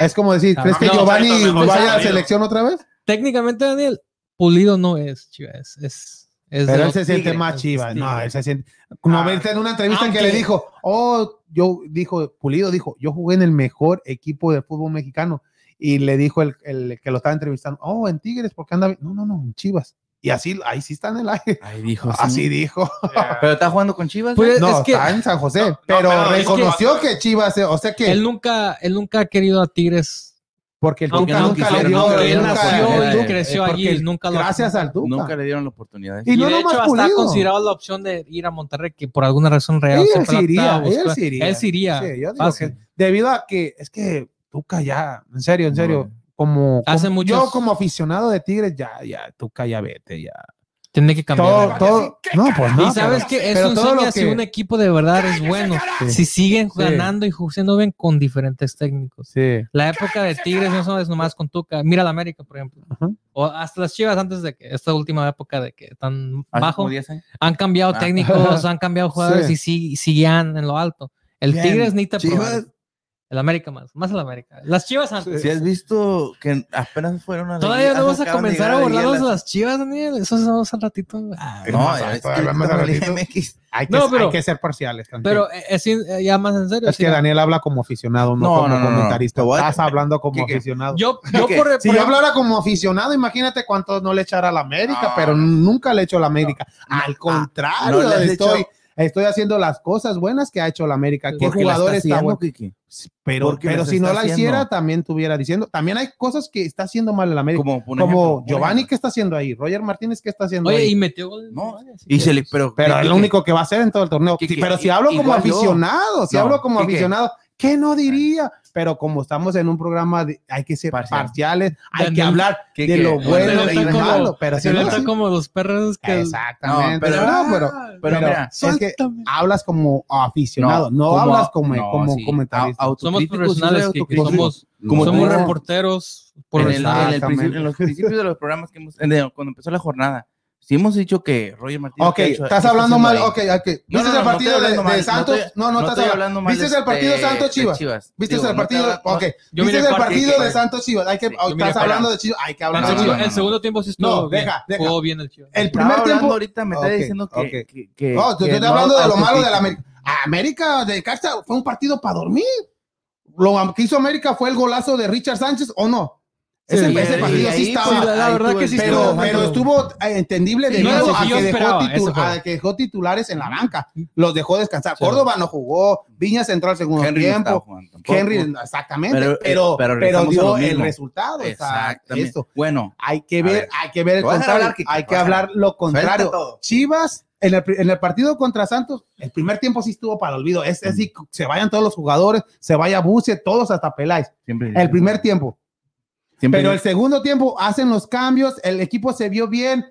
[SPEAKER 1] Es como decir,
[SPEAKER 3] Ah,
[SPEAKER 1] ¿crees que
[SPEAKER 4] no,
[SPEAKER 1] Giovanni
[SPEAKER 4] Chicharito mejor
[SPEAKER 1] vaya a la
[SPEAKER 4] Pulido.
[SPEAKER 1] selección otra vez?
[SPEAKER 3] Técnicamente, Daniel, pulido no es Chivas. Es, es, es de
[SPEAKER 1] Pero él
[SPEAKER 3] los
[SPEAKER 1] se siente
[SPEAKER 3] Tigres,
[SPEAKER 1] más
[SPEAKER 3] es
[SPEAKER 1] chiva. No,
[SPEAKER 3] Tigres.
[SPEAKER 1] él se siente. Como
[SPEAKER 4] Ah,
[SPEAKER 1] viste en una entrevista que
[SPEAKER 3] aunque-
[SPEAKER 1] le dijo, oh, yo, dijo, Pulido dijo, yo jugué en el mejor equipo de fútbol mexicano. Y le dijo el, el que lo estaba entrevistando, oh, en Tigres, porque anda bien? No, no, no, en Chivas. Y así, ahí sí está en el aire.
[SPEAKER 2] Ay, dijo. Ah, sí.
[SPEAKER 1] Así dijo.
[SPEAKER 4] Yeah.
[SPEAKER 2] Pero está jugando con Chivas.
[SPEAKER 3] Pues,
[SPEAKER 1] No,
[SPEAKER 3] es que
[SPEAKER 1] está en San José,
[SPEAKER 4] No, no,
[SPEAKER 1] pero
[SPEAKER 4] pero es
[SPEAKER 1] reconoció
[SPEAKER 4] que-
[SPEAKER 1] que, Chivas, eh, o sea que
[SPEAKER 3] él nunca, él nunca ha querido a Tigres.
[SPEAKER 1] porque el
[SPEAKER 2] Aunque
[SPEAKER 1] Tuca
[SPEAKER 2] no
[SPEAKER 1] nunca le
[SPEAKER 2] quisieron,
[SPEAKER 1] dio,
[SPEAKER 2] aunque
[SPEAKER 1] él
[SPEAKER 2] él
[SPEAKER 1] nunca-
[SPEAKER 2] nació y
[SPEAKER 1] el Tuca-
[SPEAKER 3] creció
[SPEAKER 1] eh,
[SPEAKER 3] allí,
[SPEAKER 1] porque
[SPEAKER 3] nunca lo-
[SPEAKER 1] gracias al Tuca.
[SPEAKER 2] Nunca le dieron la oportunidad.
[SPEAKER 1] Y,
[SPEAKER 3] Y,
[SPEAKER 1] no
[SPEAKER 3] de
[SPEAKER 1] nomás
[SPEAKER 3] hecho, hasta ha
[SPEAKER 1] Pulido.
[SPEAKER 3] considerado la opción de ir a Monterrey, que por alguna razón real.
[SPEAKER 1] Él
[SPEAKER 3] siempre
[SPEAKER 1] sí
[SPEAKER 3] la
[SPEAKER 1] iría,
[SPEAKER 3] estaba
[SPEAKER 1] él
[SPEAKER 3] buscando.
[SPEAKER 1] sí iría.
[SPEAKER 3] pues, Él sí iría,
[SPEAKER 1] Sí, yo digo
[SPEAKER 3] fácil.
[SPEAKER 1] que- debido a que es que Tuca ya, en serio, en serio, como, como-
[SPEAKER 3] Hace muchos-
[SPEAKER 1] yo como aficionado de Tigres ya ya Tuca ya vete ya.
[SPEAKER 3] Tiene que
[SPEAKER 1] Todo,
[SPEAKER 3] cambiar.
[SPEAKER 1] todo, no, pues no.
[SPEAKER 3] y sabes
[SPEAKER 1] pero-
[SPEAKER 3] que eso
[SPEAKER 1] pero todo lo
[SPEAKER 3] enseña si
[SPEAKER 1] que-
[SPEAKER 3] un equipo de verdad es bueno.
[SPEAKER 1] Sí.
[SPEAKER 3] Si siguen
[SPEAKER 1] Sí.
[SPEAKER 3] ganando y ju- siendo bien con diferentes técnicos.
[SPEAKER 1] Sí.
[SPEAKER 3] La época de Tigres no solo es nomás con Tuca. Mira la América, por ejemplo.
[SPEAKER 1] Ajá.
[SPEAKER 3] O hasta las Chivas antes de que esta última época de que tan
[SPEAKER 2] Hace
[SPEAKER 3] bajo.
[SPEAKER 2] como 10 años.
[SPEAKER 3] Han cambiado
[SPEAKER 2] Ah.
[SPEAKER 3] técnicos, han cambiado jugadores
[SPEAKER 1] Sí.
[SPEAKER 3] y sí, siguen en lo alto. El
[SPEAKER 2] Bien,
[SPEAKER 3] Tigres ni te
[SPEAKER 2] Chivas.
[SPEAKER 3] probaron. El América más, más el América. Las Chivas antes.
[SPEAKER 1] Eh,
[SPEAKER 2] Si has visto que apenas fueron a la
[SPEAKER 3] Todavía
[SPEAKER 2] liga,
[SPEAKER 3] no vas a
[SPEAKER 2] acaban de
[SPEAKER 3] comenzar a
[SPEAKER 2] llegar la liga,
[SPEAKER 3] burlarnos de
[SPEAKER 2] la-
[SPEAKER 3] las Chivas, Daniel. Eso es vamos al ratito. Ah,
[SPEAKER 2] No,
[SPEAKER 1] No,
[SPEAKER 2] es que
[SPEAKER 1] todavía más
[SPEAKER 2] ahorita
[SPEAKER 1] al
[SPEAKER 2] la
[SPEAKER 1] ratito.
[SPEAKER 2] MX.
[SPEAKER 1] Hay que,
[SPEAKER 3] No, pero-
[SPEAKER 1] hay que ser parciales. tranquilo.
[SPEAKER 3] Pero eh, eh, sí, eh, ya más en serio.
[SPEAKER 1] es
[SPEAKER 3] sí,
[SPEAKER 1] que
[SPEAKER 3] ya.
[SPEAKER 1] Daniel habla como aficionado, no,
[SPEAKER 2] No,
[SPEAKER 1] como
[SPEAKER 2] no, no, no.
[SPEAKER 1] comentarista.
[SPEAKER 2] Te voy a-
[SPEAKER 1] Estás hablando como
[SPEAKER 2] ¿Qué, qué?
[SPEAKER 1] aficionado.
[SPEAKER 3] Yo, yo
[SPEAKER 2] Ok,
[SPEAKER 3] por,
[SPEAKER 1] Si
[SPEAKER 3] por-
[SPEAKER 1] Pues yo hablara como aficionado, imagínate cuántos no le echará a la América,
[SPEAKER 2] No.
[SPEAKER 1] pero nunca le echo a la América. Al contrario,
[SPEAKER 2] ah, no le has
[SPEAKER 1] estoy,
[SPEAKER 2] hecho-
[SPEAKER 1] estoy hastiendo las cosas buenas que ha hecho la América. ¿Qué
[SPEAKER 2] Porque la está
[SPEAKER 1] jugadores está
[SPEAKER 2] haciendo,
[SPEAKER 1] bueno?
[SPEAKER 2] Kike.
[SPEAKER 1] Pero,
[SPEAKER 2] porque
[SPEAKER 1] pero
[SPEAKER 2] las
[SPEAKER 1] si no
[SPEAKER 2] está
[SPEAKER 1] la hiciera,
[SPEAKER 2] haciendo.
[SPEAKER 1] también estuviera diciendo. También hay cosas que está haciendo mal la América.
[SPEAKER 2] Como, por
[SPEAKER 1] Como,
[SPEAKER 2] ejemplo, por
[SPEAKER 1] Giovanni,
[SPEAKER 2] ejemplo.
[SPEAKER 1] ¿qué está haciendo ahí? Roger Martínez, ¿qué está haciendo
[SPEAKER 3] Oye,
[SPEAKER 1] ahí?
[SPEAKER 3] y metió gol.
[SPEAKER 2] No,
[SPEAKER 3] Sí,
[SPEAKER 2] y
[SPEAKER 3] sí,
[SPEAKER 2] se le-
[SPEAKER 3] sí.
[SPEAKER 2] pero,
[SPEAKER 1] pero
[SPEAKER 2] Kike,
[SPEAKER 1] es lo único que va a hacer en todo el torneo.
[SPEAKER 2] Quique,
[SPEAKER 1] Sí, pero si
[SPEAKER 2] i-
[SPEAKER 1] hablo como
[SPEAKER 2] igual yo.
[SPEAKER 1] aficionado, si
[SPEAKER 2] No,
[SPEAKER 1] hablo como
[SPEAKER 2] Quique,
[SPEAKER 1] aficionado, ¿Qué no diría? Pero como estamos en un programa, de- hay que ser
[SPEAKER 2] Parcial.
[SPEAKER 1] parciales, hay
[SPEAKER 3] Daniel-
[SPEAKER 1] que hablar
[SPEAKER 2] que-
[SPEAKER 1] de
[SPEAKER 2] que-
[SPEAKER 1] lo bueno
[SPEAKER 3] Daniel
[SPEAKER 1] y
[SPEAKER 3] está
[SPEAKER 1] lo
[SPEAKER 3] como-
[SPEAKER 1] malo. Pero si
[SPEAKER 3] Se
[SPEAKER 1] no,
[SPEAKER 3] nota
[SPEAKER 1] sí.
[SPEAKER 3] como los perros que.
[SPEAKER 1] Exactamente.
[SPEAKER 2] No, pero- ah,
[SPEAKER 1] No, pero,
[SPEAKER 2] pero
[SPEAKER 1] pero
[SPEAKER 2] mira,
[SPEAKER 1] es que hablas como aficionado, no,
[SPEAKER 2] como-
[SPEAKER 1] hablas como, e-
[SPEAKER 2] no,
[SPEAKER 1] como
[SPEAKER 2] sí.
[SPEAKER 1] comentarista.
[SPEAKER 2] Au-
[SPEAKER 3] Somos
[SPEAKER 2] autocrítico, pues, sí soy
[SPEAKER 3] profesionales que, que
[SPEAKER 2] autocrítico.
[SPEAKER 3] somos,
[SPEAKER 2] Como
[SPEAKER 3] somos
[SPEAKER 2] tú-
[SPEAKER 3] reporteros. Por
[SPEAKER 2] en, el, en, el
[SPEAKER 1] Exactamente.
[SPEAKER 2] principio- en los principios de los programas que hemos, en el- cuando empezó la jornada, sí hemos dicho que Roger Martínez.
[SPEAKER 1] Ok,
[SPEAKER 2] ¿qué ha hecho-
[SPEAKER 1] estás
[SPEAKER 2] qué está
[SPEAKER 1] hablando
[SPEAKER 2] haciendo
[SPEAKER 1] mal.
[SPEAKER 2] ahí?
[SPEAKER 1] Ok, ok.
[SPEAKER 2] No,
[SPEAKER 1] ¿Viste
[SPEAKER 2] no, no,
[SPEAKER 1] el
[SPEAKER 2] no
[SPEAKER 1] partido
[SPEAKER 2] estoy
[SPEAKER 1] de-
[SPEAKER 2] hablando
[SPEAKER 1] de,
[SPEAKER 2] mal,
[SPEAKER 1] Santos?
[SPEAKER 2] estoy-
[SPEAKER 1] No, no, estás
[SPEAKER 2] estoy
[SPEAKER 1] hablando.
[SPEAKER 2] hablando mal.
[SPEAKER 1] ¿Viste el
[SPEAKER 2] este,
[SPEAKER 1] partido Santos
[SPEAKER 2] de
[SPEAKER 1] Chivas? ¿Viste el
[SPEAKER 2] Digo, no te
[SPEAKER 1] partido?
[SPEAKER 2] hablo- no-
[SPEAKER 1] ok.
[SPEAKER 3] yo
[SPEAKER 1] ¿Viste
[SPEAKER 3] miré
[SPEAKER 1] el
[SPEAKER 3] parte
[SPEAKER 1] partido
[SPEAKER 2] que-
[SPEAKER 1] de Santos Chivas? Hay que,
[SPEAKER 2] Sí,
[SPEAKER 1] oh,
[SPEAKER 3] yo miré
[SPEAKER 1] estás
[SPEAKER 2] para-
[SPEAKER 1] hablando de Chivas, hay que hablar
[SPEAKER 3] el,
[SPEAKER 2] Ah, No,
[SPEAKER 1] de
[SPEAKER 3] segundo,
[SPEAKER 1] Chivas.
[SPEAKER 2] no, no,
[SPEAKER 3] el segundo tiempo sí estuvo.
[SPEAKER 1] No,
[SPEAKER 3] bien,
[SPEAKER 1] deja,
[SPEAKER 3] jugó
[SPEAKER 1] deja.
[SPEAKER 3] bien el Chivas.
[SPEAKER 1] El
[SPEAKER 2] Estaba
[SPEAKER 1] primer
[SPEAKER 2] hablando
[SPEAKER 1] tiempo.
[SPEAKER 2] ahorita me
[SPEAKER 1] Ok,
[SPEAKER 2] está diciendo que.
[SPEAKER 1] ok.
[SPEAKER 2] que- que-
[SPEAKER 1] No, yo
[SPEAKER 2] que
[SPEAKER 1] estoy hablando de lo malo de la
[SPEAKER 2] autocrítico.
[SPEAKER 1] América. América de Casta fue un partido para dormir. Lo que hizo América fue el golazo de Richard Sánchez, ¿o no? Ese,
[SPEAKER 3] Sí,
[SPEAKER 1] Este ese
[SPEAKER 3] y
[SPEAKER 1] partido
[SPEAKER 2] ahí,
[SPEAKER 1] sí estaba.
[SPEAKER 2] pues,
[SPEAKER 3] la- la
[SPEAKER 2] ahí
[SPEAKER 3] verdad
[SPEAKER 2] tuvo
[SPEAKER 3] que
[SPEAKER 2] el
[SPEAKER 3] sí
[SPEAKER 2] pedo.
[SPEAKER 1] pero, pero estuvo eh, entendible
[SPEAKER 3] Sí,
[SPEAKER 1] debido
[SPEAKER 3] no era lo
[SPEAKER 1] a,
[SPEAKER 3] que yo
[SPEAKER 1] que dejó
[SPEAKER 3] esperaba, eso
[SPEAKER 1] titul-
[SPEAKER 3] fue.
[SPEAKER 1] a que dejó titulares en la banca. Los dejó descansar.
[SPEAKER 3] Sí.
[SPEAKER 1] Córdoba no jugó, Viñas entró al segundo
[SPEAKER 2] Henry no
[SPEAKER 1] tiempo.
[SPEAKER 2] estaba jugando tampoco.
[SPEAKER 1] Henry, exactamente,
[SPEAKER 2] Pero, eh,
[SPEAKER 1] pero, pero,
[SPEAKER 2] pero regresamos a
[SPEAKER 1] dio
[SPEAKER 2] lo
[SPEAKER 1] el
[SPEAKER 2] mismo.
[SPEAKER 1] resultado. o sea,
[SPEAKER 2] Exactamente.
[SPEAKER 1] eso.
[SPEAKER 2] Bueno,
[SPEAKER 1] Hay que
[SPEAKER 2] A
[SPEAKER 1] ver,
[SPEAKER 2] ver.
[SPEAKER 1] hay que ver el
[SPEAKER 2] Vas a
[SPEAKER 1] contrario.
[SPEAKER 2] hablar, Kike,
[SPEAKER 1] hay que
[SPEAKER 2] vas a
[SPEAKER 1] hablar lo contrario.
[SPEAKER 2] Suelta todo.
[SPEAKER 1] Chivas, en el, pri- en el partido contra Santos, el primer tiempo sí estuvo para el olvido. Es
[SPEAKER 2] Mm.
[SPEAKER 1] es decir, se vayan todos los jugadores, se vaya Buce, todos hasta Peláez.
[SPEAKER 2] siempre-
[SPEAKER 1] El primer tiempo.
[SPEAKER 2] siempre-
[SPEAKER 1] Pero el segundo tiempo hacen los cambios, el equipo se vio bien.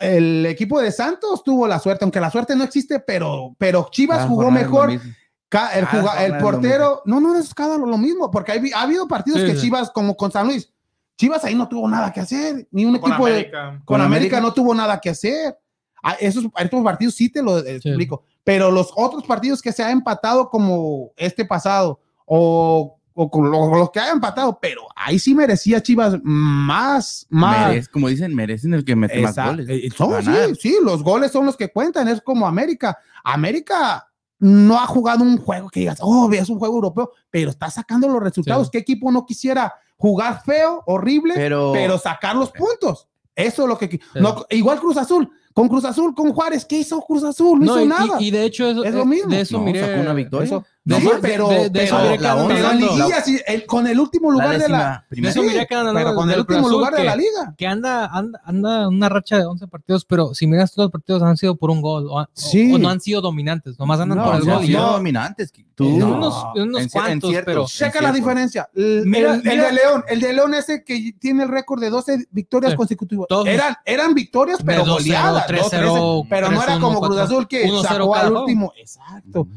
[SPEAKER 1] El equipo de Santos tuvo la suerte, aunque la suerte no existe, pero, pero Chivas
[SPEAKER 2] cada
[SPEAKER 1] jugó
[SPEAKER 2] jornada es lo
[SPEAKER 1] mejor.
[SPEAKER 2] mismo.
[SPEAKER 1] Ca- el,
[SPEAKER 2] Cada
[SPEAKER 1] juga-
[SPEAKER 2] jornada
[SPEAKER 1] el
[SPEAKER 2] es lo
[SPEAKER 1] portero, no, no, es cada lo, lo mismo, porque hay vi- ha habido partidos
[SPEAKER 3] Sí,
[SPEAKER 1] que
[SPEAKER 3] sí.
[SPEAKER 1] Chivas, como con San Luis, Chivas ahí no tuvo nada que hacer, ni un
[SPEAKER 4] Con
[SPEAKER 1] equipo de,
[SPEAKER 4] América.
[SPEAKER 1] con
[SPEAKER 2] Con
[SPEAKER 1] América,
[SPEAKER 2] América.
[SPEAKER 1] no tuvo nada que hacer. A esos, a estos partidos sí te lo eh, explico, pero los otros partidos que se ha empatado como este pasado o, o con lo- los que ha empatado, pero ahí sí merecía Chivas más, más.
[SPEAKER 2] Merece- como dicen, merecen el que mete más
[SPEAKER 1] Exacto.
[SPEAKER 2] goles.
[SPEAKER 1] Eh, son,
[SPEAKER 2] Ganar.
[SPEAKER 1] sí, sí, los goles son los que cuentan, es como América. América no ha jugado un juego que digas, oh, es un juego europeo, pero está sacando los resultados.
[SPEAKER 3] Sí.
[SPEAKER 1] ¿Qué equipo no quisiera jugar feo, horrible, pero,
[SPEAKER 2] Pero,
[SPEAKER 3] Oh.
[SPEAKER 1] sacar los puntos? Eso es lo que... no, igual Cruz Azul, con Cruz Azul, con Juárez, ¿qué hizo Cruz Azul? No,
[SPEAKER 3] No,
[SPEAKER 1] hizo
[SPEAKER 3] y,
[SPEAKER 1] nada.
[SPEAKER 3] y- y de hecho, eso,
[SPEAKER 1] Es lo mismo.
[SPEAKER 3] de eso
[SPEAKER 2] no,
[SPEAKER 3] miré.
[SPEAKER 2] sacó una victoria.
[SPEAKER 1] eso-
[SPEAKER 3] de
[SPEAKER 1] Sí,
[SPEAKER 3] eso- de-
[SPEAKER 1] pero,
[SPEAKER 3] de- de eso
[SPEAKER 1] pero-
[SPEAKER 3] miré que andan
[SPEAKER 1] pero en
[SPEAKER 3] hablando.
[SPEAKER 1] liguilla, sí, el- con el último
[SPEAKER 2] la
[SPEAKER 1] lugar de
[SPEAKER 2] décima
[SPEAKER 1] la...
[SPEAKER 3] De
[SPEAKER 2] primera.
[SPEAKER 3] eso
[SPEAKER 1] Sí,
[SPEAKER 3] miré que andan
[SPEAKER 1] pero
[SPEAKER 3] hablando
[SPEAKER 1] con
[SPEAKER 3] del
[SPEAKER 1] el
[SPEAKER 3] Cruz
[SPEAKER 1] último
[SPEAKER 3] Azul
[SPEAKER 1] lugar de
[SPEAKER 3] que-
[SPEAKER 1] la liga.
[SPEAKER 3] que anda, anda, anda una racha de 11 partidos, pero si miras todos los partidos han sido por un gol o, han-
[SPEAKER 1] Sí.
[SPEAKER 3] o- o no han sido dominantes, nomás andan
[SPEAKER 1] No,
[SPEAKER 3] por el
[SPEAKER 1] no,
[SPEAKER 3] gol. y
[SPEAKER 1] no.
[SPEAKER 3] ya.
[SPEAKER 2] dominantes. que
[SPEAKER 1] No.
[SPEAKER 2] Tú,
[SPEAKER 3] Unos, unos
[SPEAKER 2] En cier- en
[SPEAKER 3] cuantos,
[SPEAKER 2] ciertos.
[SPEAKER 3] pero
[SPEAKER 1] Checa
[SPEAKER 2] Sí,
[SPEAKER 1] la
[SPEAKER 2] sí,
[SPEAKER 1] diferencia. El,
[SPEAKER 3] Mira,
[SPEAKER 1] el- el
[SPEAKER 3] mira.
[SPEAKER 1] de León, el de León ese que tiene el récord de 12 victorias
[SPEAKER 3] Sí.
[SPEAKER 1] consecutivas.
[SPEAKER 3] Todos.
[SPEAKER 1] Eran, eran victorias, pero
[SPEAKER 3] de 2-0,
[SPEAKER 1] goleadas.
[SPEAKER 3] 3-0,
[SPEAKER 1] 2-13, pero no era
[SPEAKER 3] 3-1,
[SPEAKER 1] como Cruz
[SPEAKER 3] 4-1.
[SPEAKER 1] Azul que
[SPEAKER 3] 1-0
[SPEAKER 1] sacó
[SPEAKER 3] cada
[SPEAKER 1] al
[SPEAKER 3] juego.
[SPEAKER 1] último. Exacto.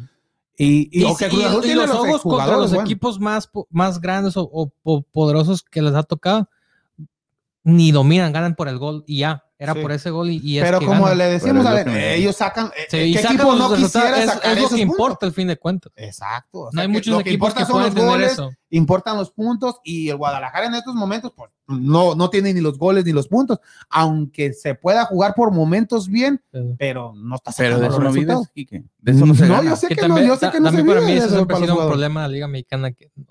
[SPEAKER 1] Y, y,
[SPEAKER 3] Y,
[SPEAKER 1] aunque
[SPEAKER 3] y-
[SPEAKER 1] Cruz Azul
[SPEAKER 3] y
[SPEAKER 1] tiene
[SPEAKER 3] los ojos contra
[SPEAKER 1] jugadores
[SPEAKER 3] los
[SPEAKER 1] buenos.
[SPEAKER 3] equipos más, po- más grandes o, o po- poderosos que les ha tocado, ni dominan, ganan por el gol y ya. Era
[SPEAKER 4] Sí.
[SPEAKER 3] por ese gol y, y es
[SPEAKER 1] Pero
[SPEAKER 3] que
[SPEAKER 1] como
[SPEAKER 3] ganan.
[SPEAKER 1] le decimos,
[SPEAKER 2] Pero
[SPEAKER 1] a
[SPEAKER 2] es
[SPEAKER 1] ver,
[SPEAKER 2] lo que-
[SPEAKER 1] ellos sacan. eh,
[SPEAKER 3] Sí,
[SPEAKER 1] ¿Qué
[SPEAKER 3] y sacan
[SPEAKER 1] equipo
[SPEAKER 3] los
[SPEAKER 1] no
[SPEAKER 3] resultados,
[SPEAKER 1] quisiera
[SPEAKER 3] es,
[SPEAKER 1] sacar
[SPEAKER 3] es lo
[SPEAKER 1] esos
[SPEAKER 3] que
[SPEAKER 1] puntos?
[SPEAKER 3] importa al fin de cuentas.
[SPEAKER 1] Exacto. o
[SPEAKER 3] No
[SPEAKER 1] sea
[SPEAKER 3] hay
[SPEAKER 1] que
[SPEAKER 3] muchos
[SPEAKER 1] lo que
[SPEAKER 3] equipos
[SPEAKER 1] importa
[SPEAKER 3] que
[SPEAKER 1] son los
[SPEAKER 3] pueden tener
[SPEAKER 1] goles,
[SPEAKER 3] eso.
[SPEAKER 1] importan los puntos y el Guadalajara en estos momentos pues, no, no tiene ni los goles ni los puntos, aunque se pueda jugar por momentos bien, pero no está
[SPEAKER 2] Pero
[SPEAKER 1] sacando
[SPEAKER 2] de eso
[SPEAKER 1] los
[SPEAKER 2] no vives,
[SPEAKER 1] resultados.
[SPEAKER 2] Quique. De eso no se gana.
[SPEAKER 1] yo sé que,
[SPEAKER 3] que también,
[SPEAKER 1] no, yo sé que
[SPEAKER 3] ta-
[SPEAKER 1] no se
[SPEAKER 3] también para mí
[SPEAKER 1] vive
[SPEAKER 3] eso
[SPEAKER 1] eso
[SPEAKER 3] siempre
[SPEAKER 1] para
[SPEAKER 3] ha
[SPEAKER 1] los
[SPEAKER 3] sido un
[SPEAKER 1] jugadores.
[SPEAKER 3] problema de la liga mexicana que no,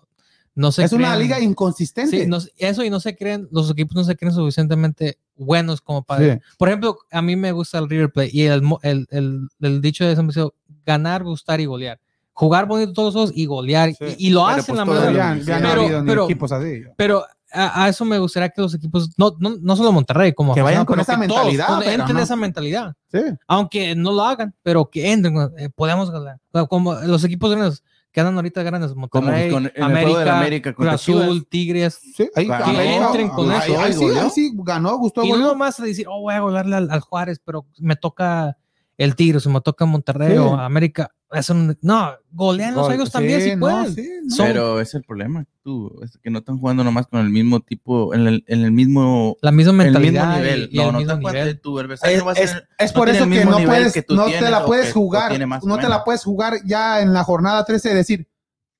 [SPEAKER 3] no se
[SPEAKER 1] Es una
[SPEAKER 3] creen-
[SPEAKER 1] liga inconsistente.
[SPEAKER 3] sí, no, se- eso y no se creen, los equipos no se creen suficientemente buenos como para
[SPEAKER 1] Sí.
[SPEAKER 3] Por ejemplo, a mí me gusta el River Plate y el, mo- el, el, el dicho de siempre ha sido ganar, gustar y golear. Jugar bonito todos los juegos y golear.
[SPEAKER 4] Sí.
[SPEAKER 3] Y, y lo
[SPEAKER 2] Pero,
[SPEAKER 3] hacen
[SPEAKER 2] pues,
[SPEAKER 3] la
[SPEAKER 2] todavía
[SPEAKER 1] Ya-
[SPEAKER 3] mayoría.
[SPEAKER 1] ya no ha
[SPEAKER 3] Pero-
[SPEAKER 1] habido ni
[SPEAKER 3] pero-
[SPEAKER 1] equipos así.
[SPEAKER 3] Pero a, a eso me gustaría que los equipos, no, no, no solo Monterrey, como
[SPEAKER 1] Que vayan
[SPEAKER 3] aficionado,
[SPEAKER 1] con
[SPEAKER 3] pero
[SPEAKER 1] esa
[SPEAKER 3] que todos,
[SPEAKER 1] mentalidad,
[SPEAKER 3] con-
[SPEAKER 1] pero
[SPEAKER 3] entren
[SPEAKER 1] no.
[SPEAKER 3] esa mentalidad.
[SPEAKER 1] Sí.
[SPEAKER 3] Aunque no lo hagan, pero que entren. eh, podemos ganar. Como- Como los equipos grandes que andan ahorita grandes,
[SPEAKER 2] Como
[SPEAKER 3] Monterrey,
[SPEAKER 2] con- en el juego de la
[SPEAKER 3] América,
[SPEAKER 2] América
[SPEAKER 3] Cruz
[SPEAKER 2] contra Chivas.
[SPEAKER 3] Azul, Tigres.
[SPEAKER 1] Sí, ahí
[SPEAKER 2] Para
[SPEAKER 3] que
[SPEAKER 1] ganó.
[SPEAKER 3] entren con
[SPEAKER 1] Ahí-
[SPEAKER 2] eso,
[SPEAKER 1] ahí
[SPEAKER 2] ahí
[SPEAKER 1] sí,
[SPEAKER 2] goleó.
[SPEAKER 1] ahí sí, ganó, gustó,
[SPEAKER 3] Y no
[SPEAKER 1] goleó.
[SPEAKER 3] nomás decir, oh, voy a golearle al, al Juárez, pero me toca el Tigres, o me toca Monterrey
[SPEAKER 1] Sí.
[SPEAKER 3] o América. Eso no, no, golean los
[SPEAKER 1] Gol-
[SPEAKER 3] ellos también
[SPEAKER 1] sí,
[SPEAKER 3] si
[SPEAKER 1] no,
[SPEAKER 3] pueden.
[SPEAKER 1] sí, no.
[SPEAKER 3] Son
[SPEAKER 2] Pero es el problema, tú, es que no están jugando nomás con el mismo tipo, en el, en el mismo,
[SPEAKER 3] la misma
[SPEAKER 2] el mismo
[SPEAKER 3] mentalidad. y-
[SPEAKER 2] nivel.
[SPEAKER 3] y
[SPEAKER 2] no,
[SPEAKER 3] el
[SPEAKER 2] no
[SPEAKER 3] mismo
[SPEAKER 2] te
[SPEAKER 3] nivel.
[SPEAKER 2] cuentes tú, el
[SPEAKER 1] Es,
[SPEAKER 2] no va a
[SPEAKER 1] es-
[SPEAKER 2] ser-
[SPEAKER 1] es
[SPEAKER 2] no
[SPEAKER 1] por
[SPEAKER 2] tiene
[SPEAKER 1] eso
[SPEAKER 2] el
[SPEAKER 1] que
[SPEAKER 2] mismo
[SPEAKER 1] no
[SPEAKER 2] nivel
[SPEAKER 1] puedes,
[SPEAKER 2] que tú
[SPEAKER 1] no te
[SPEAKER 2] tienes
[SPEAKER 1] la
[SPEAKER 2] o
[SPEAKER 1] puedes
[SPEAKER 2] que- o
[SPEAKER 1] jugar,
[SPEAKER 2] tiene más o
[SPEAKER 1] no te
[SPEAKER 2] menos.
[SPEAKER 1] la puedes jugar ya en la jornada 13 decir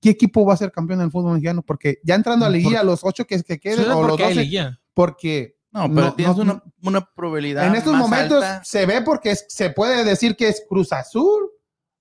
[SPEAKER 1] qué equipo va a ser campeón del fútbol mexicano, porque ya entrando a la liguilla, los ocho que, que
[SPEAKER 3] Sí,
[SPEAKER 1] queden o los
[SPEAKER 3] porque hay
[SPEAKER 1] 12,
[SPEAKER 3] liguilla.
[SPEAKER 1] porque
[SPEAKER 2] No, pero
[SPEAKER 1] No,
[SPEAKER 2] tienes
[SPEAKER 1] no,
[SPEAKER 2] una, una probabilidad
[SPEAKER 1] en estos
[SPEAKER 2] más
[SPEAKER 1] momentos
[SPEAKER 2] alta.
[SPEAKER 1] se ve porque es- se puede decir que es Cruz Azul,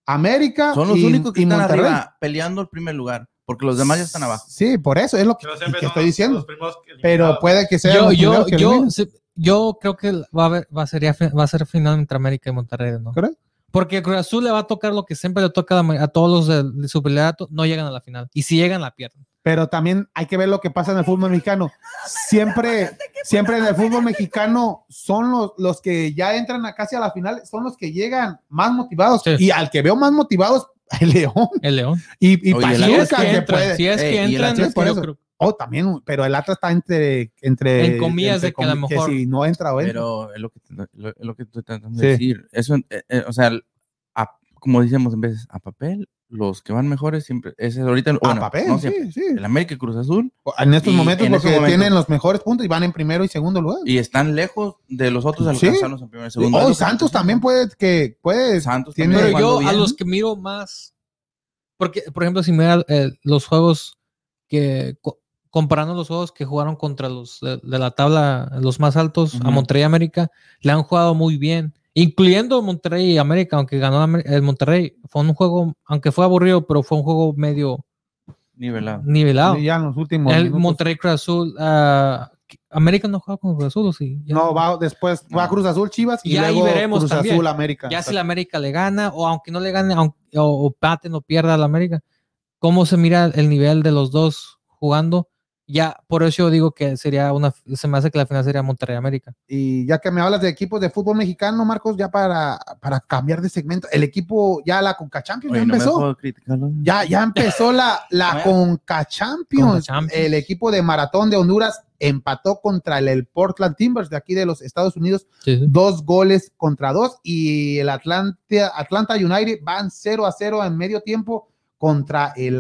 [SPEAKER 1] América
[SPEAKER 2] Son los
[SPEAKER 1] y-
[SPEAKER 2] únicos que
[SPEAKER 1] y
[SPEAKER 2] están
[SPEAKER 1] Monterrey.
[SPEAKER 2] arriba peleando el primer lugar, porque los demás ya están abajo.
[SPEAKER 1] Sí, por eso es lo que,
[SPEAKER 4] Pero
[SPEAKER 1] que
[SPEAKER 4] siempre son
[SPEAKER 1] estoy
[SPEAKER 4] los-
[SPEAKER 1] diciendo.
[SPEAKER 4] los primeros que-
[SPEAKER 1] Pero puede que sea
[SPEAKER 3] Yo,
[SPEAKER 1] los
[SPEAKER 3] yo,
[SPEAKER 1] primeros que
[SPEAKER 3] yo,
[SPEAKER 1] eliminen.
[SPEAKER 3] sí, yo creo que va a, haber, va, a ser, ya fi- va a ser final entre América y Monterrey, ¿no?
[SPEAKER 1] ¿Crees?
[SPEAKER 3] Porque Cruz Azul le va a tocar lo que siempre le toca a, la- a todos los del- de su liderato, no llegan a la final. Y si llegan, la pierden.
[SPEAKER 1] pero también hay que ver lo que pasa en el fútbol mexicano. Siempre, siempre en el fútbol mexicano son los, los que ya entran a casi a la final, son los que llegan más motivados.
[SPEAKER 3] Sí.
[SPEAKER 1] Y al que veo más motivados el León
[SPEAKER 3] el León.
[SPEAKER 1] y, y
[SPEAKER 2] Oye, el
[SPEAKER 3] Si es
[SPEAKER 1] Pachuca
[SPEAKER 2] Atlas
[SPEAKER 1] que
[SPEAKER 3] que entran,
[SPEAKER 1] puede-
[SPEAKER 3] si es
[SPEAKER 2] Eh, y
[SPEAKER 3] que
[SPEAKER 2] el
[SPEAKER 3] entran,
[SPEAKER 1] Atlas,
[SPEAKER 3] es
[SPEAKER 1] por
[SPEAKER 3] que yo
[SPEAKER 1] eso.
[SPEAKER 3] creo-
[SPEAKER 1] Oh, también, pero el Atlas está entre. entre
[SPEAKER 3] En comillas de que a lo
[SPEAKER 1] comi-
[SPEAKER 3] mejor-
[SPEAKER 1] si no entra o entra.
[SPEAKER 2] Pero es lo que, te- lo, es lo que estoy tratando
[SPEAKER 1] Sí.
[SPEAKER 2] de decir. Eso, eh, eh, o sea, a- como decíamos en veces, a papel, los que van mejores siempre. Ese es ahorita.
[SPEAKER 1] a
[SPEAKER 2] bueno,
[SPEAKER 1] papel,
[SPEAKER 2] no
[SPEAKER 1] sí,
[SPEAKER 2] siempre.
[SPEAKER 1] sí.
[SPEAKER 2] El América y Cruz Azul.
[SPEAKER 1] En estos
[SPEAKER 2] y
[SPEAKER 1] momentos,
[SPEAKER 2] en
[SPEAKER 1] porque
[SPEAKER 2] esos momentos-
[SPEAKER 1] tienen los mejores puntos y van en primero y segundo lugar.
[SPEAKER 2] Y están lejos de los otros
[SPEAKER 1] Sí.
[SPEAKER 2] alcanzarnos en primer y segundo.
[SPEAKER 1] oh, Santos también puede que puede.
[SPEAKER 2] Santos
[SPEAKER 1] Tiene-
[SPEAKER 2] también
[SPEAKER 1] Pero
[SPEAKER 3] Pero
[SPEAKER 2] jugando
[SPEAKER 3] yo a
[SPEAKER 2] bien.
[SPEAKER 3] los que miro más, porque por ejemplo, si mira eh, los juegos que co- comparando los juegos que jugaron contra los de, de la tabla, los más altos, a
[SPEAKER 2] Ujú.
[SPEAKER 3] Monterrey y América, le han jugado muy bien, incluyendo Monterrey y América, aunque ganó Amer- el Monterrey, fue un juego, aunque fue aburrido, pero fue un juego medio
[SPEAKER 2] nivelado.
[SPEAKER 3] nivelado.
[SPEAKER 1] ya pues. en los últimos.
[SPEAKER 3] El
[SPEAKER 1] minutos.
[SPEAKER 3] Monterrey Cruz Azul, ah, América no juega con Cruz Azul, ¿o sí? Ya- Ah.
[SPEAKER 1] No, va después, va
[SPEAKER 2] No.
[SPEAKER 1] Cruz Azul, Chivas y
[SPEAKER 3] Ya ahí
[SPEAKER 1] luego
[SPEAKER 3] veremos
[SPEAKER 1] Cruz
[SPEAKER 3] también.
[SPEAKER 1] Azul, América.
[SPEAKER 3] Ya si la América le gana, o aunque no le gane, aun- o, o paten o pierda la América, ¿cómo se mira el nivel de los dos jugando? Ya, por eso yo digo que sería una, se me hace que la final sería Monterrey América.
[SPEAKER 1] Y ya que me hablas de equipos de fútbol mexicano, Marcos, ya para, para cambiar de segmento, el equipo ya la Conca Champions
[SPEAKER 2] Oye,
[SPEAKER 1] ya
[SPEAKER 2] no me
[SPEAKER 1] empezó.
[SPEAKER 2] puedo criticarlo.
[SPEAKER 1] Ya, ya empezó la, la
[SPEAKER 2] Bueno.
[SPEAKER 1] Conca Champions.
[SPEAKER 3] Conca Champions.
[SPEAKER 1] El equipo de maratón de Honduras empató contra el, el Portland Timbers de aquí de los Estados Unidos, dos goles contra dos. Y el Atlanta, Atlanta United van 0 a 0 en medio tiempo contra el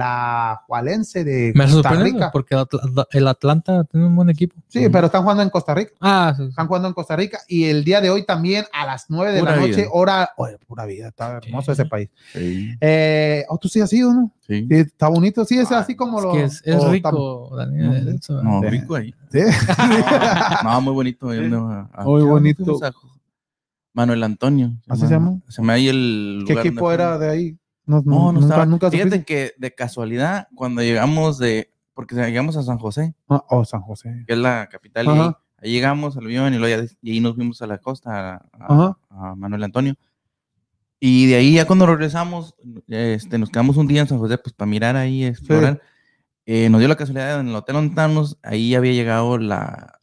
[SPEAKER 1] Ajualense de
[SPEAKER 3] Me
[SPEAKER 1] Costa
[SPEAKER 3] sorprende
[SPEAKER 1] Rica.
[SPEAKER 3] porque el Atla- el Atlanta tiene un buen equipo.
[SPEAKER 1] Sí, pero están jugando en Costa Rica.
[SPEAKER 3] Ah, sí, sí.
[SPEAKER 1] Están jugando en Costa Rica y el día de hoy también a las 9 de
[SPEAKER 2] Pura
[SPEAKER 1] la
[SPEAKER 2] vida.
[SPEAKER 1] noche, hora. Oye, pura vida, está hermoso
[SPEAKER 3] Sí.
[SPEAKER 1] ese país.
[SPEAKER 2] Sí,
[SPEAKER 1] Eh, oh, tú sí has ido, ¿no?
[SPEAKER 2] sí.
[SPEAKER 1] Sí, está bonito, sí, es
[SPEAKER 2] Ah,
[SPEAKER 1] así como
[SPEAKER 3] es
[SPEAKER 1] lo.
[SPEAKER 3] que es, es
[SPEAKER 1] o está-
[SPEAKER 3] rico, Daniel,
[SPEAKER 1] No,
[SPEAKER 3] eso. ¿eh?
[SPEAKER 2] No,
[SPEAKER 1] Sí.
[SPEAKER 2] rico ahí.
[SPEAKER 1] Sí.
[SPEAKER 2] No, muy bonito. yo no- a- a-
[SPEAKER 1] Muy
[SPEAKER 2] ¿a dónde
[SPEAKER 1] bonito.
[SPEAKER 2] fuimos a- Manuel Antonio.
[SPEAKER 1] ¿Así se llama?
[SPEAKER 2] Se me ahí el.
[SPEAKER 1] ¿Qué
[SPEAKER 2] lugar donde
[SPEAKER 1] equipo
[SPEAKER 2] fuimos.
[SPEAKER 1] era de ahí? No,
[SPEAKER 2] No, no
[SPEAKER 1] nunca,
[SPEAKER 2] estaba.
[SPEAKER 1] nunca
[SPEAKER 2] Fíjate
[SPEAKER 1] supiste.
[SPEAKER 2] que de casualidad, cuando llegamos de. Porque llegamos a San José,
[SPEAKER 1] Ah, Oh, San José.
[SPEAKER 2] que es la capital, y
[SPEAKER 1] Ajá.
[SPEAKER 2] ahí, ahí llegamos al avión y, luego ya- y ahí nos fuimos a la costa, a,
[SPEAKER 1] Ajá.
[SPEAKER 2] a- a Manuel Antonio. Y de ahí ya cuando regresamos, este, nos quedamos un día en San José, pues para mirar ahí, explorar. Eh, nos dio la casualidad en el hotel donde estábamos, ahí había llegado la,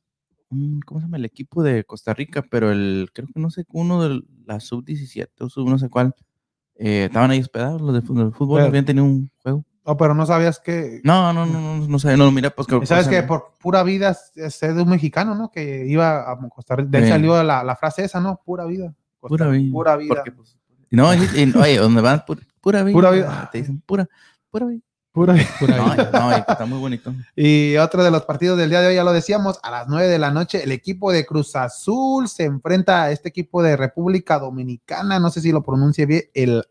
[SPEAKER 2] mm, ¿cómo se llama? El equipo de Costa Rica, pero el, creo que no sé, uno de la sub-17 o sub no sé cuál, eh, estaban ahí hospedados los de fu- del fútbol,
[SPEAKER 1] Pero-
[SPEAKER 2] habían tenido un juego.
[SPEAKER 1] Oh, pero no sabías que.
[SPEAKER 2] No, no, no, no, no sé, no lo miré, pues creo
[SPEAKER 1] Y Sabes
[SPEAKER 2] o
[SPEAKER 1] que
[SPEAKER 2] sea,
[SPEAKER 1] por pura vida es es de un mexicano, ¿no? Que iba a Costa Rica. De ahí
[SPEAKER 2] Sí.
[SPEAKER 1] salió la, la frase esa, ¿no? Pura vida. Costa-
[SPEAKER 2] Pura vida.
[SPEAKER 1] Pura vida.
[SPEAKER 2] porque, pues, no, y- y- oye, donde van, pu- pura vida. Ah,
[SPEAKER 1] Pura vida.
[SPEAKER 2] Te dicen pura, pura vida.
[SPEAKER 1] Pura vida.
[SPEAKER 3] Pura
[SPEAKER 2] No,
[SPEAKER 3] vida.
[SPEAKER 2] no, y está muy bonito.
[SPEAKER 1] Y otro de los partidos del día de hoy, ya lo decíamos, a las 9 de la noche, el equipo de Cruz Azul se enfrenta a este equipo de República Dominicana, no sé si lo pronuncie bien, el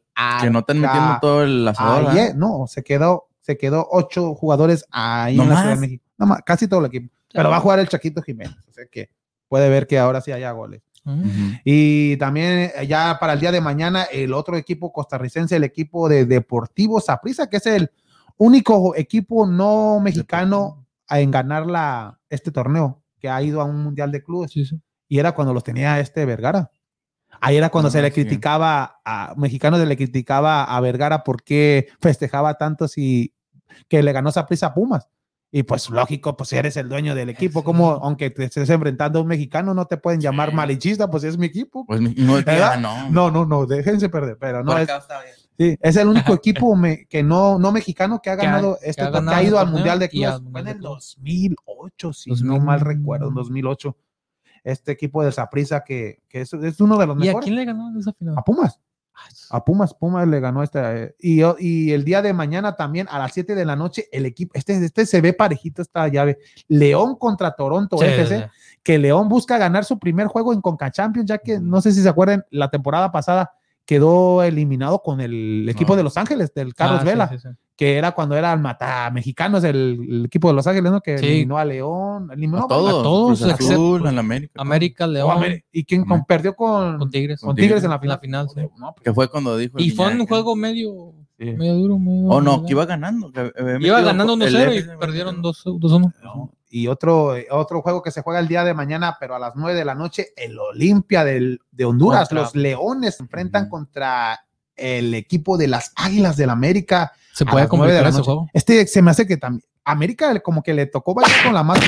[SPEAKER 2] Que no están metiendo todo el asador. ¿verdad?
[SPEAKER 1] Ayer, no, se quedó, se quedó ocho jugadores ahí
[SPEAKER 2] ¿No
[SPEAKER 1] en la
[SPEAKER 2] más?
[SPEAKER 1] Ciudad de México. No más, casi todo el equipo. Pero va a jugar el Chaquito Jiménez, o sea que puede ver que ahora sí haya goles.
[SPEAKER 3] Ujú.
[SPEAKER 2] Ujú.
[SPEAKER 1] Y también eh, ya para el día de mañana, el otro equipo costarricense, el equipo de Deportivo Saprissa, que es el único equipo no mexicano a- en ganar la, este torneo, que ha ido a un mundial de clubes.
[SPEAKER 3] Sí, sí.
[SPEAKER 1] Y era cuando los tenía este Vergara. Ahí era cuando
[SPEAKER 2] Ah,
[SPEAKER 1] se le
[SPEAKER 2] sí.
[SPEAKER 1] criticaba a mexicanos, se le criticaba a Vergara porque festejaba tanto si que le ganó Saprissa a Pumas. Y pues lógico, pues eres el dueño del equipo,
[SPEAKER 3] Sí.
[SPEAKER 1] como aunque te estés enfrentando a un mexicano, no te pueden llamar malichista, pues es mi equipo.
[SPEAKER 2] Pues no,
[SPEAKER 1] ¿Verdad?
[SPEAKER 2] ah, no.
[SPEAKER 1] No, no, no, déjense perder, pero no
[SPEAKER 2] Por
[SPEAKER 1] es,
[SPEAKER 2] acá está bien.
[SPEAKER 1] sí, es el único equipo me- que no, no mexicano que ha
[SPEAKER 3] Que ha-
[SPEAKER 1] ganado
[SPEAKER 3] que
[SPEAKER 1] este,
[SPEAKER 3] ha
[SPEAKER 1] torneo, que ha,
[SPEAKER 3] ganado el
[SPEAKER 1] ido al
[SPEAKER 3] torneo
[SPEAKER 1] Mundial de
[SPEAKER 3] y al
[SPEAKER 1] Clubes. Fue
[SPEAKER 3] Mundial
[SPEAKER 1] en
[SPEAKER 3] de
[SPEAKER 1] el
[SPEAKER 3] Clubes.
[SPEAKER 1] 2008, si
[SPEAKER 3] 2000.
[SPEAKER 1] no mal recuerdo, en 2008. Este equipo de Saprissa que, que es, es uno de los
[SPEAKER 3] ¿Y a
[SPEAKER 1] mejores.
[SPEAKER 3] quién le ganó en esa final?
[SPEAKER 1] A Pumas,
[SPEAKER 3] Ay,
[SPEAKER 1] a Pumas, Pumas le ganó este. eh, Y, yo- y el día de mañana también a las 7 de la noche, el equipo, este, este se ve parejito esta llave. León contra Toronto ¿eh,
[SPEAKER 3] sí,
[SPEAKER 1] FC
[SPEAKER 3] sí, sí.
[SPEAKER 1] que León busca ganar su primer juego en Conca Champions, ya que no sé si se acuerdan, la temporada pasada quedó eliminado con el equipo
[SPEAKER 2] Ah.
[SPEAKER 1] de Los Ángeles, del Carlos
[SPEAKER 3] Ah, sí,
[SPEAKER 1] Vela,
[SPEAKER 3] sí, sí.
[SPEAKER 1] que era cuando era el mata mexicanos, el, el equipo de Los Ángeles, ¿no? Que
[SPEAKER 3] Sí.
[SPEAKER 1] eliminó a León, eliminó
[SPEAKER 2] A todos.
[SPEAKER 3] a todos,
[SPEAKER 2] Cruz
[SPEAKER 3] excepto-
[SPEAKER 2] Azul, al América. todo.
[SPEAKER 3] América,
[SPEAKER 1] Oh, a
[SPEAKER 3] León,
[SPEAKER 1] ver, y quien
[SPEAKER 2] Amén.
[SPEAKER 1] perdió con,
[SPEAKER 3] con
[SPEAKER 1] con,
[SPEAKER 3] Tigres.
[SPEAKER 2] Con
[SPEAKER 1] Tigres en la
[SPEAKER 3] En la
[SPEAKER 1] final.
[SPEAKER 3] final, sí.
[SPEAKER 1] No, pues,
[SPEAKER 2] Que fue cuando dijo. el
[SPEAKER 3] Y fue
[SPEAKER 2] Guiñac,
[SPEAKER 3] un
[SPEAKER 2] ¿eh?
[SPEAKER 3] juego medio,
[SPEAKER 2] Sí.
[SPEAKER 3] medio duro. medio
[SPEAKER 2] Oh, no,
[SPEAKER 3] duro.
[SPEAKER 2] que iba ganando. que había
[SPEAKER 3] Iba
[SPEAKER 2] metido
[SPEAKER 3] ganando
[SPEAKER 2] el
[SPEAKER 3] 1-0
[SPEAKER 2] FC,
[SPEAKER 3] y perdieron 2-1.
[SPEAKER 1] no. Y otro, eh, otro juego que se juega el día de mañana, pero a las 9 de la noche, el Olimpia del- de Honduras.
[SPEAKER 3] Contra-
[SPEAKER 1] Los Leones se enfrentan
[SPEAKER 2] Ujú.
[SPEAKER 1] contra el equipo de las Águilas del América.
[SPEAKER 3] Se
[SPEAKER 1] A
[SPEAKER 3] puede
[SPEAKER 1] las nueve de
[SPEAKER 3] complicar
[SPEAKER 1] la
[SPEAKER 3] ese
[SPEAKER 1] noche.
[SPEAKER 3] juego.
[SPEAKER 1] Este se me hace que también. América le- como que le tocó bailar con la mano.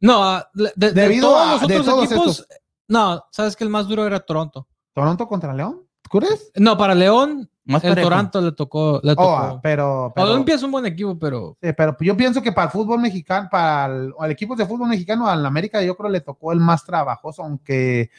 [SPEAKER 3] No, ah, de, de- de
[SPEAKER 1] Debido
[SPEAKER 3] todos
[SPEAKER 1] a-
[SPEAKER 3] los
[SPEAKER 1] de
[SPEAKER 3] otros
[SPEAKER 1] todos
[SPEAKER 3] equipos, no, sabes que el más duro era Toronto.
[SPEAKER 1] Toronto contra León. ¿Tú crees?
[SPEAKER 3] No, para León,
[SPEAKER 2] Más
[SPEAKER 3] El
[SPEAKER 2] parejo.
[SPEAKER 3] Toronto le tocó. Le tocó.
[SPEAKER 1] Oh, ah, pero, pero-
[SPEAKER 3] Olimpia es un buen equipo, pero
[SPEAKER 1] sí, pero yo pienso que para el fútbol mexicano, para el, al equipo de fútbol mexicano, al América yo creo le tocó el más trabajoso, aunque...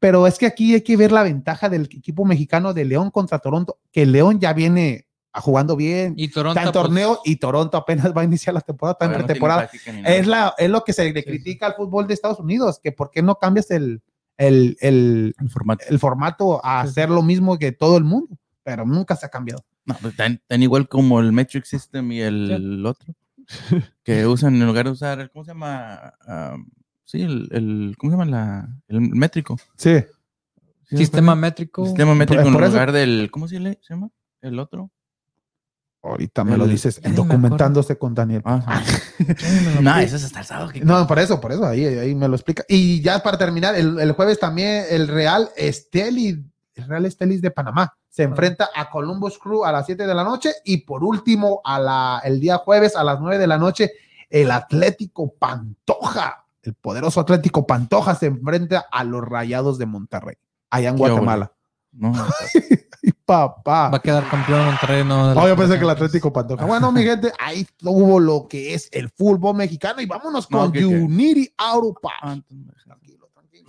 [SPEAKER 1] Pero es que aquí hay que ver la ventaja del equipo mexicano de León contra Toronto, que León ya viene a- jugando bien,
[SPEAKER 3] y Toronto.
[SPEAKER 1] está en
[SPEAKER 3] pues,
[SPEAKER 1] torneo y Toronto apenas va a iniciar la temporada, está en
[SPEAKER 2] Todavía no tiene
[SPEAKER 1] pretemporada.
[SPEAKER 2] práctica ni nada.
[SPEAKER 1] es, la, es lo que se le
[SPEAKER 3] sí.
[SPEAKER 1] critica al fútbol de Estados Unidos, que por qué no cambias el, el, el,
[SPEAKER 2] El formato.
[SPEAKER 1] el formato a
[SPEAKER 3] Sí.
[SPEAKER 1] hacer lo mismo que todo el mundo, pero nunca se ha cambiado.
[SPEAKER 2] No, pues, tan, tan igual como el Metric System y el otro. Que usan en lugar de usar, el- ¿cómo se llama? Ah, sí, el, el- ¿cómo se llama? La, el métrico.
[SPEAKER 1] Sí.
[SPEAKER 2] ¿Sí se
[SPEAKER 3] Sistema
[SPEAKER 2] acuerdan?
[SPEAKER 3] métrico.
[SPEAKER 2] Sistema métrico
[SPEAKER 1] Por-
[SPEAKER 2] en
[SPEAKER 1] por eso-
[SPEAKER 2] lugar del, ¿cómo se, le, se llama? El otro.
[SPEAKER 1] Ahorita me lo
[SPEAKER 2] El-
[SPEAKER 1] dices, en
[SPEAKER 3] Ya ni me
[SPEAKER 1] documentándose con Daniel.
[SPEAKER 2] Ah, sí. no, eso es hasta el sábado. que-
[SPEAKER 1] No, por eso, por eso, ahí, ahí me lo explica. Y ya para terminar, el, el jueves también el Real Estelis, el Real Estelis de Panamá se enfrenta a Columbus Crew a las 7 de la noche y por último, a la, el día jueves a las 9 de la noche, el Atlético Pantoja, el poderoso Atlético Pantoja se enfrenta a los Rayados de Monterrey, allá en
[SPEAKER 2] Qué bueno.
[SPEAKER 1] Guatemala.
[SPEAKER 2] No,
[SPEAKER 1] Y papá.
[SPEAKER 3] Va a quedar campeón Monterrey. No,
[SPEAKER 1] Oh, yo pensé que el Atlético Pantoja. Bueno, mi gente, ahí hubo lo que es el fútbol mexicano y vámonos
[SPEAKER 2] No,
[SPEAKER 1] con
[SPEAKER 2] ¿qué, Ah, qué?
[SPEAKER 1] Unity Auto Parts.
[SPEAKER 2] antes me-
[SPEAKER 1] Tranquilo, tranquilo,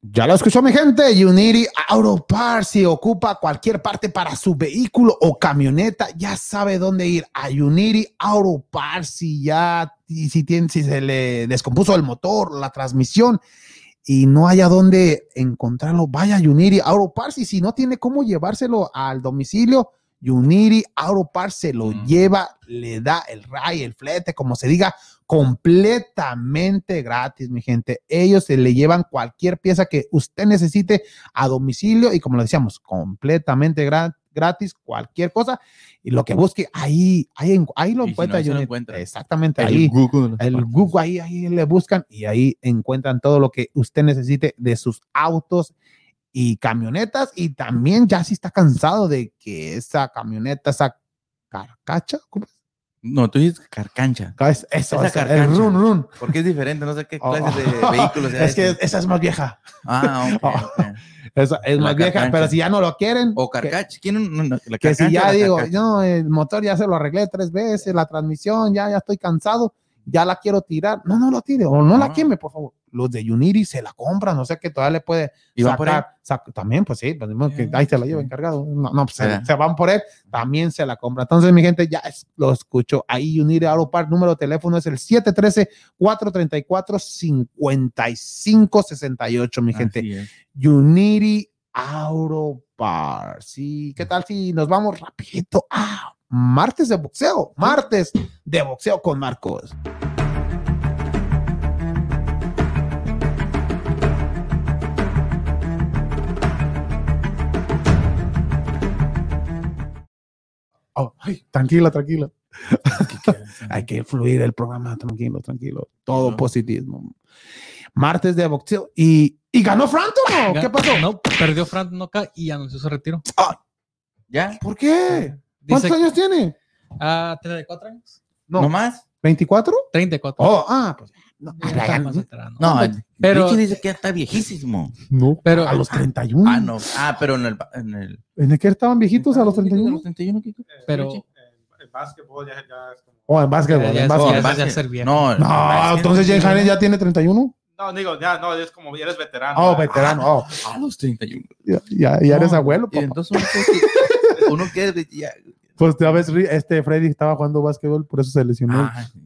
[SPEAKER 1] Ya lo escuchó mi gente, Unity Auto Parts, si ocupa cualquier parte para su vehículo o camioneta, ya sabe dónde ir, a Unity Auto Parts, si ya, y si, tiene, si se le descompuso el motor, la transmisión, y no haya dónde encontrarlo, vaya a Unity Auto Parts, y si no tiene cómo llevárselo al domicilio, Unity Auto Parts se lo
[SPEAKER 2] Mm.
[SPEAKER 1] lleva, le da el ray, el flete, como se diga, completamente gratis, mi gente. Ellos se le llevan cualquier pieza que usted necesite a domicilio y como lo decíamos, completamente gra- gratis, cualquier cosa y lo que busque ahí, ahí, en- ahí lo
[SPEAKER 2] Y si
[SPEAKER 1] encuentra.
[SPEAKER 2] no, ahí se lo
[SPEAKER 1] Unity.
[SPEAKER 2] encuentra.
[SPEAKER 1] Exactamente,
[SPEAKER 2] el
[SPEAKER 1] ahí.
[SPEAKER 2] Google.
[SPEAKER 1] El Google ahí, ahí le buscan y ahí encuentran todo lo que usted necesite de sus autos y camionetas. Y también ya si está cansado de que esa camioneta, esa carcacha, ¿cómo es? Ah,
[SPEAKER 2] No, tú dices carcancha.
[SPEAKER 1] Es- Eso,
[SPEAKER 2] Esa
[SPEAKER 1] eso, el
[SPEAKER 2] carcacha.
[SPEAKER 1] run, run.
[SPEAKER 2] Porque es diferente, no sé qué
[SPEAKER 1] Oh.
[SPEAKER 2] clase de vehículos sea
[SPEAKER 1] es que
[SPEAKER 2] ese.
[SPEAKER 1] esa es más vieja.
[SPEAKER 2] Ah, ok,
[SPEAKER 1] Oh.
[SPEAKER 2] ok.
[SPEAKER 1] Esa es
[SPEAKER 2] La
[SPEAKER 1] más vieja,
[SPEAKER 2] carcancha.
[SPEAKER 1] pero si ya no lo quieren.
[SPEAKER 2] O
[SPEAKER 1] que-
[SPEAKER 2] carcacha. ¿Quién? no, no, la
[SPEAKER 1] Que,
[SPEAKER 2] carcancha
[SPEAKER 1] si
[SPEAKER 2] o
[SPEAKER 1] ya
[SPEAKER 2] la
[SPEAKER 1] digo,
[SPEAKER 2] carcacha?
[SPEAKER 1] no, el motor ya se lo arreglé tres veces, la transmisión, ya, ya estoy cansado, ya la quiero tirar. No, no lo tire, o no la
[SPEAKER 2] Ah.
[SPEAKER 1] queme, por favor. Los de Unity se la compran, o sea que todavía le puede
[SPEAKER 2] ¿Y van por ahí?
[SPEAKER 1] sacar- sac- también, pues sí, pues, ni modo que
[SPEAKER 2] Sí,
[SPEAKER 1] ahí se la lleva
[SPEAKER 2] Eh, sí.
[SPEAKER 1] encargado. No, no, pues,
[SPEAKER 2] Ah.
[SPEAKER 1] se, se van por él, también se la compra. Entonces, mi gente, ya es- lo escucho. Ahí Unity Auto Parts, número de teléfono es el 713-434-5568, mi gente.
[SPEAKER 2] Así es.
[SPEAKER 1] Unity Auto Bar. Sí, ¿qué tal si nos vamos rapidito a martes de boxeo? Martes de boxeo con Marcos. Oh, ay, tranquila, tranquila. Hay que fluir el programa, tranquilo, tranquilo. Todo
[SPEAKER 2] Ajá.
[SPEAKER 1] positivismo. Martes de boxeo y, y ganó Franco. Oh, ¿Qué pasó?
[SPEAKER 3] No, perdió Fran Noca y anunció su retiro.
[SPEAKER 2] ¿Ya?
[SPEAKER 1] ¿Por qué?
[SPEAKER 3] Dice ah,
[SPEAKER 1] ¿Cuántos años tiene?
[SPEAKER 3] a 34 años.
[SPEAKER 1] No,
[SPEAKER 2] ¿No más?
[SPEAKER 1] ¿24?
[SPEAKER 3] 34.
[SPEAKER 1] Oh, ah, pues no,
[SPEAKER 3] Ya
[SPEAKER 1] ya
[SPEAKER 3] está
[SPEAKER 1] ganó.
[SPEAKER 3] más veterano.
[SPEAKER 2] No,
[SPEAKER 3] Pero-
[SPEAKER 2] pero dice que ya está viejísimo.
[SPEAKER 1] No,
[SPEAKER 3] pero-
[SPEAKER 1] a los
[SPEAKER 7] Mm.
[SPEAKER 1] 31.
[SPEAKER 2] Ah, no. Ah, pero en el. En el
[SPEAKER 1] ¿En el que estaban viejitos a los 31?
[SPEAKER 2] Kiko?
[SPEAKER 4] Eh,
[SPEAKER 3] Pero-
[SPEAKER 4] el, el básquetbol ya, ya es como...
[SPEAKER 1] Oh, en básquetbol,
[SPEAKER 3] Ya, ya,
[SPEAKER 1] en
[SPEAKER 3] Ah,
[SPEAKER 2] No,
[SPEAKER 1] básquetbol.
[SPEAKER 3] ya,
[SPEAKER 2] básquet.
[SPEAKER 3] ya ser viejo.
[SPEAKER 2] No, el
[SPEAKER 1] No,
[SPEAKER 2] básquet.
[SPEAKER 1] entonces Jay Haney ya tiene 31.
[SPEAKER 4] No, digo, ya, no, es como, ya eres veterano.
[SPEAKER 1] Oh,
[SPEAKER 4] ya.
[SPEAKER 1] veterano. Oh,
[SPEAKER 2] A los 31.
[SPEAKER 1] ya, ya, ya eres
[SPEAKER 2] No,
[SPEAKER 1] abuelo,
[SPEAKER 2] Y
[SPEAKER 1] papá.
[SPEAKER 2] entonces uno que- uno que. ya-
[SPEAKER 1] Pues ya ves, Ri- este Freddy estaba jugando básquetbol, por eso se lesionó.
[SPEAKER 2] Ah,
[SPEAKER 7] pues,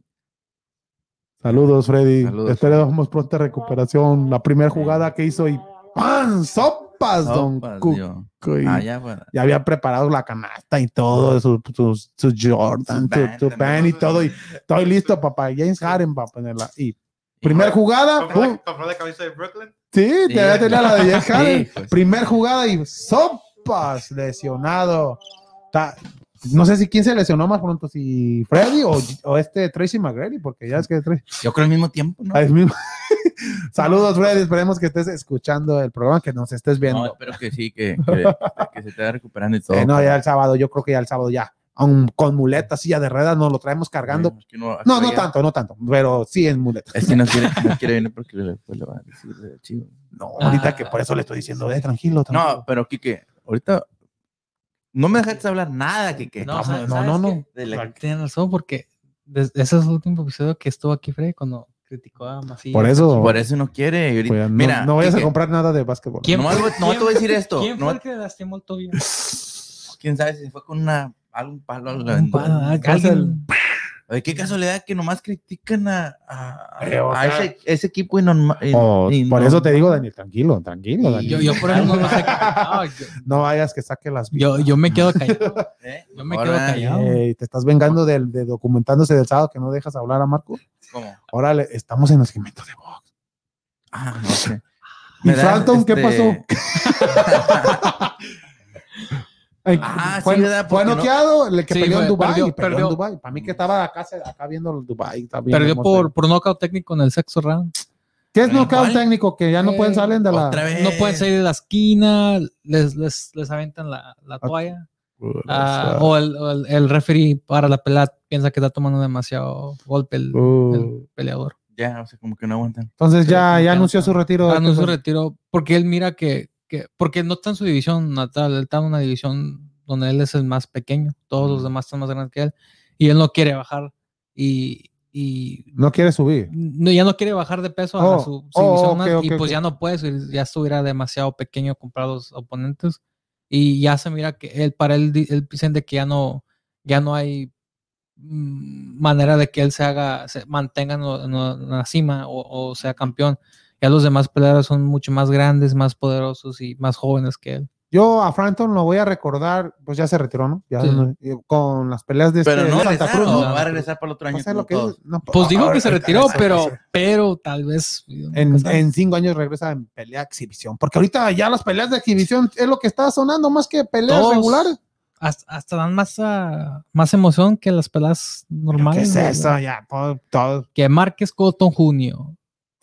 [SPEAKER 1] Saludos, Freddy.
[SPEAKER 2] Saludos.
[SPEAKER 1] Esperemos pronta recuperación. La primera jugada que hizo y ¡pam! ¡Sopa!
[SPEAKER 7] sopas, don
[SPEAKER 2] Sopas,
[SPEAKER 7] Cuco.
[SPEAKER 2] digo.
[SPEAKER 7] y
[SPEAKER 2] pues, Ah, ya, bueno.
[SPEAKER 7] ya había preparado la canasta y todo, sus su, su Jordan,
[SPEAKER 2] Su band
[SPEAKER 7] su, su
[SPEAKER 2] también.
[SPEAKER 7] band y todo. Y estoy listo, papá. James Harden, papá. en la- y primer jugada,
[SPEAKER 4] Compró
[SPEAKER 7] pum,
[SPEAKER 4] la, compró la camisa de Brooklyn.
[SPEAKER 7] sí,
[SPEAKER 2] Sí,
[SPEAKER 7] te había tenido la de James
[SPEAKER 2] sí,
[SPEAKER 7] Harden.
[SPEAKER 2] pues.
[SPEAKER 7] Primer jugada y sopas, lesionado. Ta- no sé si quién se lesionó más pronto, si Freddy o, o este Tracy McGrady, porque ya es que Tracy-
[SPEAKER 2] Yo creo al mismo tiempo, ¿no?
[SPEAKER 7] al mismo- Saludos, Freddy. Esperemos que estés escuchando el programa, que nos estés viendo.
[SPEAKER 2] No, espero que sí, que, que- que se te vaya recuperando y todo.
[SPEAKER 7] Eh, no, ya el sábado, yo creo que ya el sábado ya. aun con muleta, silla de ruedas, nos lo traemos cargando.
[SPEAKER 2] Es que uno
[SPEAKER 7] No, no
[SPEAKER 2] acaba ya-
[SPEAKER 7] tanto, no tanto, pero sí en muleta.
[SPEAKER 2] Es que no quiere, no quiere venir porque después le van a decir de chivo.
[SPEAKER 7] No,
[SPEAKER 3] Ah.
[SPEAKER 7] ahorita que por eso le estoy diciendo, eh, tranquilo,
[SPEAKER 2] No,
[SPEAKER 7] tranquilo.
[SPEAKER 2] pero Kike, ahorita no me dejaste hablar nada, Kike.
[SPEAKER 3] No,
[SPEAKER 7] No,
[SPEAKER 3] ¿sabes
[SPEAKER 7] no, no,
[SPEAKER 3] qué?
[SPEAKER 7] no.
[SPEAKER 2] De la-
[SPEAKER 3] Tienen razón porque des- ese es el último episodio que estuvo aquí Freddy cuando criticó a Masillas.
[SPEAKER 7] Por eso,
[SPEAKER 2] Por eso no quiere. y ahorita-
[SPEAKER 7] pues, no,
[SPEAKER 2] mira,
[SPEAKER 7] no vayas a
[SPEAKER 2] Kike,
[SPEAKER 7] comprar nada de básquetbol.
[SPEAKER 3] ¿Quién
[SPEAKER 2] nomás
[SPEAKER 3] fue-
[SPEAKER 2] voy- nomás te voy a decir esto.
[SPEAKER 3] ¿Quién fue
[SPEAKER 2] nomás-
[SPEAKER 3] el que lastimó el tobillo?
[SPEAKER 2] quién sabe si fue con una, algún palo. a la-
[SPEAKER 3] Un palo, ah, alguien-
[SPEAKER 2] Oye, qué casualidad que nomás critican a, a-
[SPEAKER 7] Eh, o
[SPEAKER 2] a
[SPEAKER 7] sea-
[SPEAKER 2] ese, ese equipo y, norma- y-
[SPEAKER 7] Oh,
[SPEAKER 2] y
[SPEAKER 7] por
[SPEAKER 2] no-
[SPEAKER 7] eso te digo, Daniel, tranquilo, tranquilo,
[SPEAKER 2] Y-
[SPEAKER 7] Daniel.
[SPEAKER 3] Yo, yo por eso no sé qué- no, yo-
[SPEAKER 7] No vayas que saque las
[SPEAKER 3] yo, yo me quedo callado.
[SPEAKER 2] ¿eh?
[SPEAKER 3] Yo me
[SPEAKER 2] Ahora,
[SPEAKER 3] quedo callado.
[SPEAKER 7] Ey, Eh, te estás vengando del, de documentándose del sábado que no dejas hablar a Marco.
[SPEAKER 2] ¿cómo?
[SPEAKER 7] Órale, estamos en el segmento de box.
[SPEAKER 2] Ah, no sé.
[SPEAKER 7] ¿Y
[SPEAKER 2] Me das,
[SPEAKER 7] Frampton qué
[SPEAKER 2] este,
[SPEAKER 7] pasó? Ay,
[SPEAKER 2] Ah, sí,
[SPEAKER 7] fue,
[SPEAKER 2] ¿verdad?
[SPEAKER 7] fue
[SPEAKER 2] Porque no-
[SPEAKER 7] noqueado, el que
[SPEAKER 3] Sí,
[SPEAKER 7] peleó en
[SPEAKER 3] fue-
[SPEAKER 7] Dubai,
[SPEAKER 3] perdió,
[SPEAKER 7] peleó en
[SPEAKER 3] perdió.
[SPEAKER 7] Dubai. Para mí que estaba acá, se- acá viendo el Dubai. está bien
[SPEAKER 3] Perdió
[SPEAKER 7] hermoso.
[SPEAKER 3] por, por nocaut técnico en el sexto round.
[SPEAKER 7] ¿Qué es
[SPEAKER 2] Bueno,
[SPEAKER 7] knockout
[SPEAKER 2] igual.
[SPEAKER 7] técnico? Que ya no
[SPEAKER 3] Eh,
[SPEAKER 7] pueden salir de la.
[SPEAKER 2] Otra vez.
[SPEAKER 3] No pueden salir de la esquina, les, les, les aventan la, la toalla. Ah, o el, o el, el referee para la pelea piensa que está tomando demasiado golpe el,
[SPEAKER 7] Uh.
[SPEAKER 3] el peleador.
[SPEAKER 2] Ya, o sea, como que no aguantan.
[SPEAKER 7] Entonces ya,
[SPEAKER 3] Sí,
[SPEAKER 7] ya
[SPEAKER 3] ya
[SPEAKER 7] anunció
[SPEAKER 3] está.
[SPEAKER 7] su retiro.
[SPEAKER 3] Anunció Ah, su retiro porque él mira que, que- porque no está en su división natal, él está en una división donde él es el más pequeño, todos los demás están más grandes que él y él no quiere bajar y, y
[SPEAKER 7] No quiere subir.
[SPEAKER 3] no- ya no quiere bajar de peso a
[SPEAKER 7] Oh,
[SPEAKER 3] su, su
[SPEAKER 7] oh,
[SPEAKER 3] división
[SPEAKER 7] ok,
[SPEAKER 3] nat-
[SPEAKER 7] ok,
[SPEAKER 3] y pues
[SPEAKER 7] ok.
[SPEAKER 3] ya no puede, subir, ya estuviera demasiado pequeño comprar los oponentes y ya se mira que él para él, di- él siente que ya no ya no hay mm, manera de que él se haga se mantenga en, lo- en lo- en la cima o, o sea campeón ya los demás peleadores son mucho más grandes más poderosos y más jóvenes que él
[SPEAKER 7] Yo a Frampton lo voy a recordar, pues ya se retiró, ¿no? Ya
[SPEAKER 3] Sí.
[SPEAKER 7] no- eh, con las peleas de
[SPEAKER 2] Pero
[SPEAKER 7] este-
[SPEAKER 2] no
[SPEAKER 7] de
[SPEAKER 2] regresaron,
[SPEAKER 3] Cruz, ¿no?
[SPEAKER 2] va a regresar para el otro año.
[SPEAKER 7] Pues es lo
[SPEAKER 2] como
[SPEAKER 7] que
[SPEAKER 2] todos.
[SPEAKER 7] es, no,
[SPEAKER 3] pues digo
[SPEAKER 7] ahora
[SPEAKER 3] que se
[SPEAKER 7] ahorita
[SPEAKER 3] retiró
[SPEAKER 7] regresa,
[SPEAKER 3] pero
[SPEAKER 7] regresa.
[SPEAKER 3] pero tal vez
[SPEAKER 7] En, en cinco años regresa en pelea de exhibición, porque ahorita ya las peleas de exhibición es lo que está sonando más que peleas
[SPEAKER 3] Todos.
[SPEAKER 7] regulares.
[SPEAKER 3] hasta, hasta dan más ah, más emoción que las peleas
[SPEAKER 7] ¿Qué
[SPEAKER 3] normales
[SPEAKER 7] es
[SPEAKER 3] ¿verdad?
[SPEAKER 7] eso? Ah, Ya, todo, todo.
[SPEAKER 3] que Márquez Cotton Junior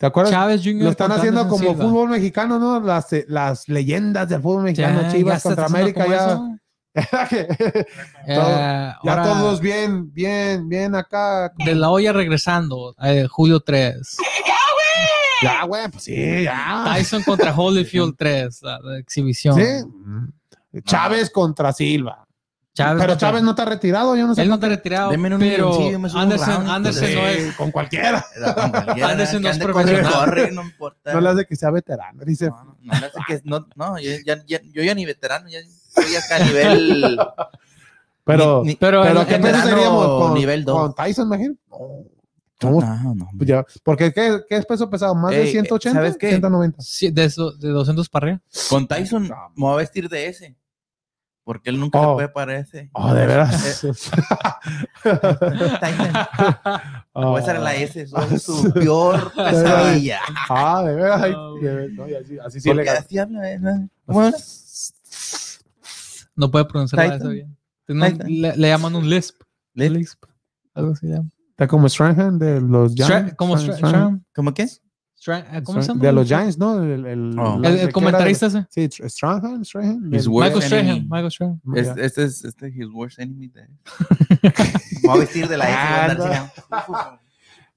[SPEAKER 7] ¿Te acuerdas?
[SPEAKER 3] Chávez Junior
[SPEAKER 7] lo están
[SPEAKER 3] contra
[SPEAKER 7] haciendo
[SPEAKER 3] Anderson
[SPEAKER 7] como
[SPEAKER 3] Silva.
[SPEAKER 7] fútbol mexicano, ¿no? Las, eh, las leyendas del fútbol mexicano,
[SPEAKER 3] Ya, ya
[SPEAKER 7] Chivas
[SPEAKER 3] está
[SPEAKER 7] contra
[SPEAKER 3] haciendo
[SPEAKER 7] América,
[SPEAKER 3] como
[SPEAKER 7] ya.
[SPEAKER 3] eso.
[SPEAKER 7] Todo-
[SPEAKER 3] Eh,
[SPEAKER 7] ya
[SPEAKER 3] ahora,
[SPEAKER 7] todos bien, bien, bien acá.
[SPEAKER 3] De la olla regresando, eh, Julio 3.
[SPEAKER 7] Ya, güey, pues sí, ya.
[SPEAKER 3] Tyson contra Holyfield 3, la, la exhibición.
[SPEAKER 7] Sí. Chávez contra Silva.
[SPEAKER 3] Chávez
[SPEAKER 7] Pero
[SPEAKER 3] contra-
[SPEAKER 7] Chávez no está retirado, yo no sé.
[SPEAKER 3] Él no está retirado,
[SPEAKER 2] Deme un
[SPEAKER 3] pero
[SPEAKER 2] millón, sí, deme un
[SPEAKER 3] Anderson,
[SPEAKER 2] round,
[SPEAKER 3] Anderson
[SPEAKER 2] pues,
[SPEAKER 3] no
[SPEAKER 7] Sí,
[SPEAKER 3] es...
[SPEAKER 7] Con cualquiera.
[SPEAKER 2] Era con cualquiera,
[SPEAKER 3] Anderson
[SPEAKER 2] que
[SPEAKER 3] no es
[SPEAKER 2] ande con su
[SPEAKER 3] profesional.
[SPEAKER 2] torre, no importa.
[SPEAKER 7] No le hace que sea veterano, dice.
[SPEAKER 2] No, no, no le hace que- no, no, yo, ya, ya- yo ya ni veterano, ya soy acá a nivel.
[SPEAKER 7] Pero,
[SPEAKER 2] ni- ni-
[SPEAKER 3] Pero,
[SPEAKER 7] pero
[SPEAKER 3] en-
[SPEAKER 7] ¿qué
[SPEAKER 3] en
[SPEAKER 7] peso
[SPEAKER 2] verano,
[SPEAKER 3] verano-
[SPEAKER 7] seríamos con,
[SPEAKER 2] nivel dos.
[SPEAKER 7] con Tyson, imagino? Somos-
[SPEAKER 2] No, no,
[SPEAKER 7] pues ya, porque ¿qué, qué es peso pesado? ¿Más de
[SPEAKER 3] eh,
[SPEAKER 2] Ey,
[SPEAKER 7] 180?
[SPEAKER 2] ¿sabes qué?
[SPEAKER 7] 190.
[SPEAKER 3] sí, de, eso- de 200 para arriba.
[SPEAKER 2] Con Tyson
[SPEAKER 7] No.
[SPEAKER 2] me voy a vestir de ese. Porque él nunca
[SPEAKER 7] Oh.
[SPEAKER 2] se puede parecer.
[SPEAKER 7] Oh, de veras.
[SPEAKER 2] Eh, Tyson,
[SPEAKER 7] Ah.
[SPEAKER 2] voy a ser la S. Soy su peor pesadilla.
[SPEAKER 7] Ah, de veras. ahí-
[SPEAKER 3] No.
[SPEAKER 7] de veras, no, y así, así sí
[SPEAKER 2] Porque
[SPEAKER 7] le gana.
[SPEAKER 2] así habla, ¿eh? ¿no? ¿Cómo habla?
[SPEAKER 3] No puede pronunciar nada de eso
[SPEAKER 2] Tyson.
[SPEAKER 3] bien. Tiene un-
[SPEAKER 2] Tyson.
[SPEAKER 3] le, le llaman un lisp.
[SPEAKER 2] ¿Lisp?
[SPEAKER 3] Algo así le llaman.
[SPEAKER 7] Está como Strahan de los Giants.
[SPEAKER 3] Stra- Como
[SPEAKER 7] Stra-
[SPEAKER 3] Stra-
[SPEAKER 7] Strahan.
[SPEAKER 3] Stra-
[SPEAKER 2] ¿Cómo qué?
[SPEAKER 3] Stra- eh, ¿Cómo se llama?
[SPEAKER 7] De los Giants, ¿no? El, el,
[SPEAKER 2] Oh.
[SPEAKER 3] El-
[SPEAKER 7] la-
[SPEAKER 3] El,
[SPEAKER 7] que era-
[SPEAKER 3] comentarista ese.
[SPEAKER 7] Sí, Str- Strahan, Strahan.
[SPEAKER 2] His
[SPEAKER 7] del-
[SPEAKER 2] worst
[SPEAKER 3] Michael
[SPEAKER 2] enemy.
[SPEAKER 3] Strahan. Michael Strahan.
[SPEAKER 2] Es-
[SPEAKER 7] Ya.
[SPEAKER 2] Este es este his worst enemy. de- Me voy a vestir de la S. voy a andar así, ¿no?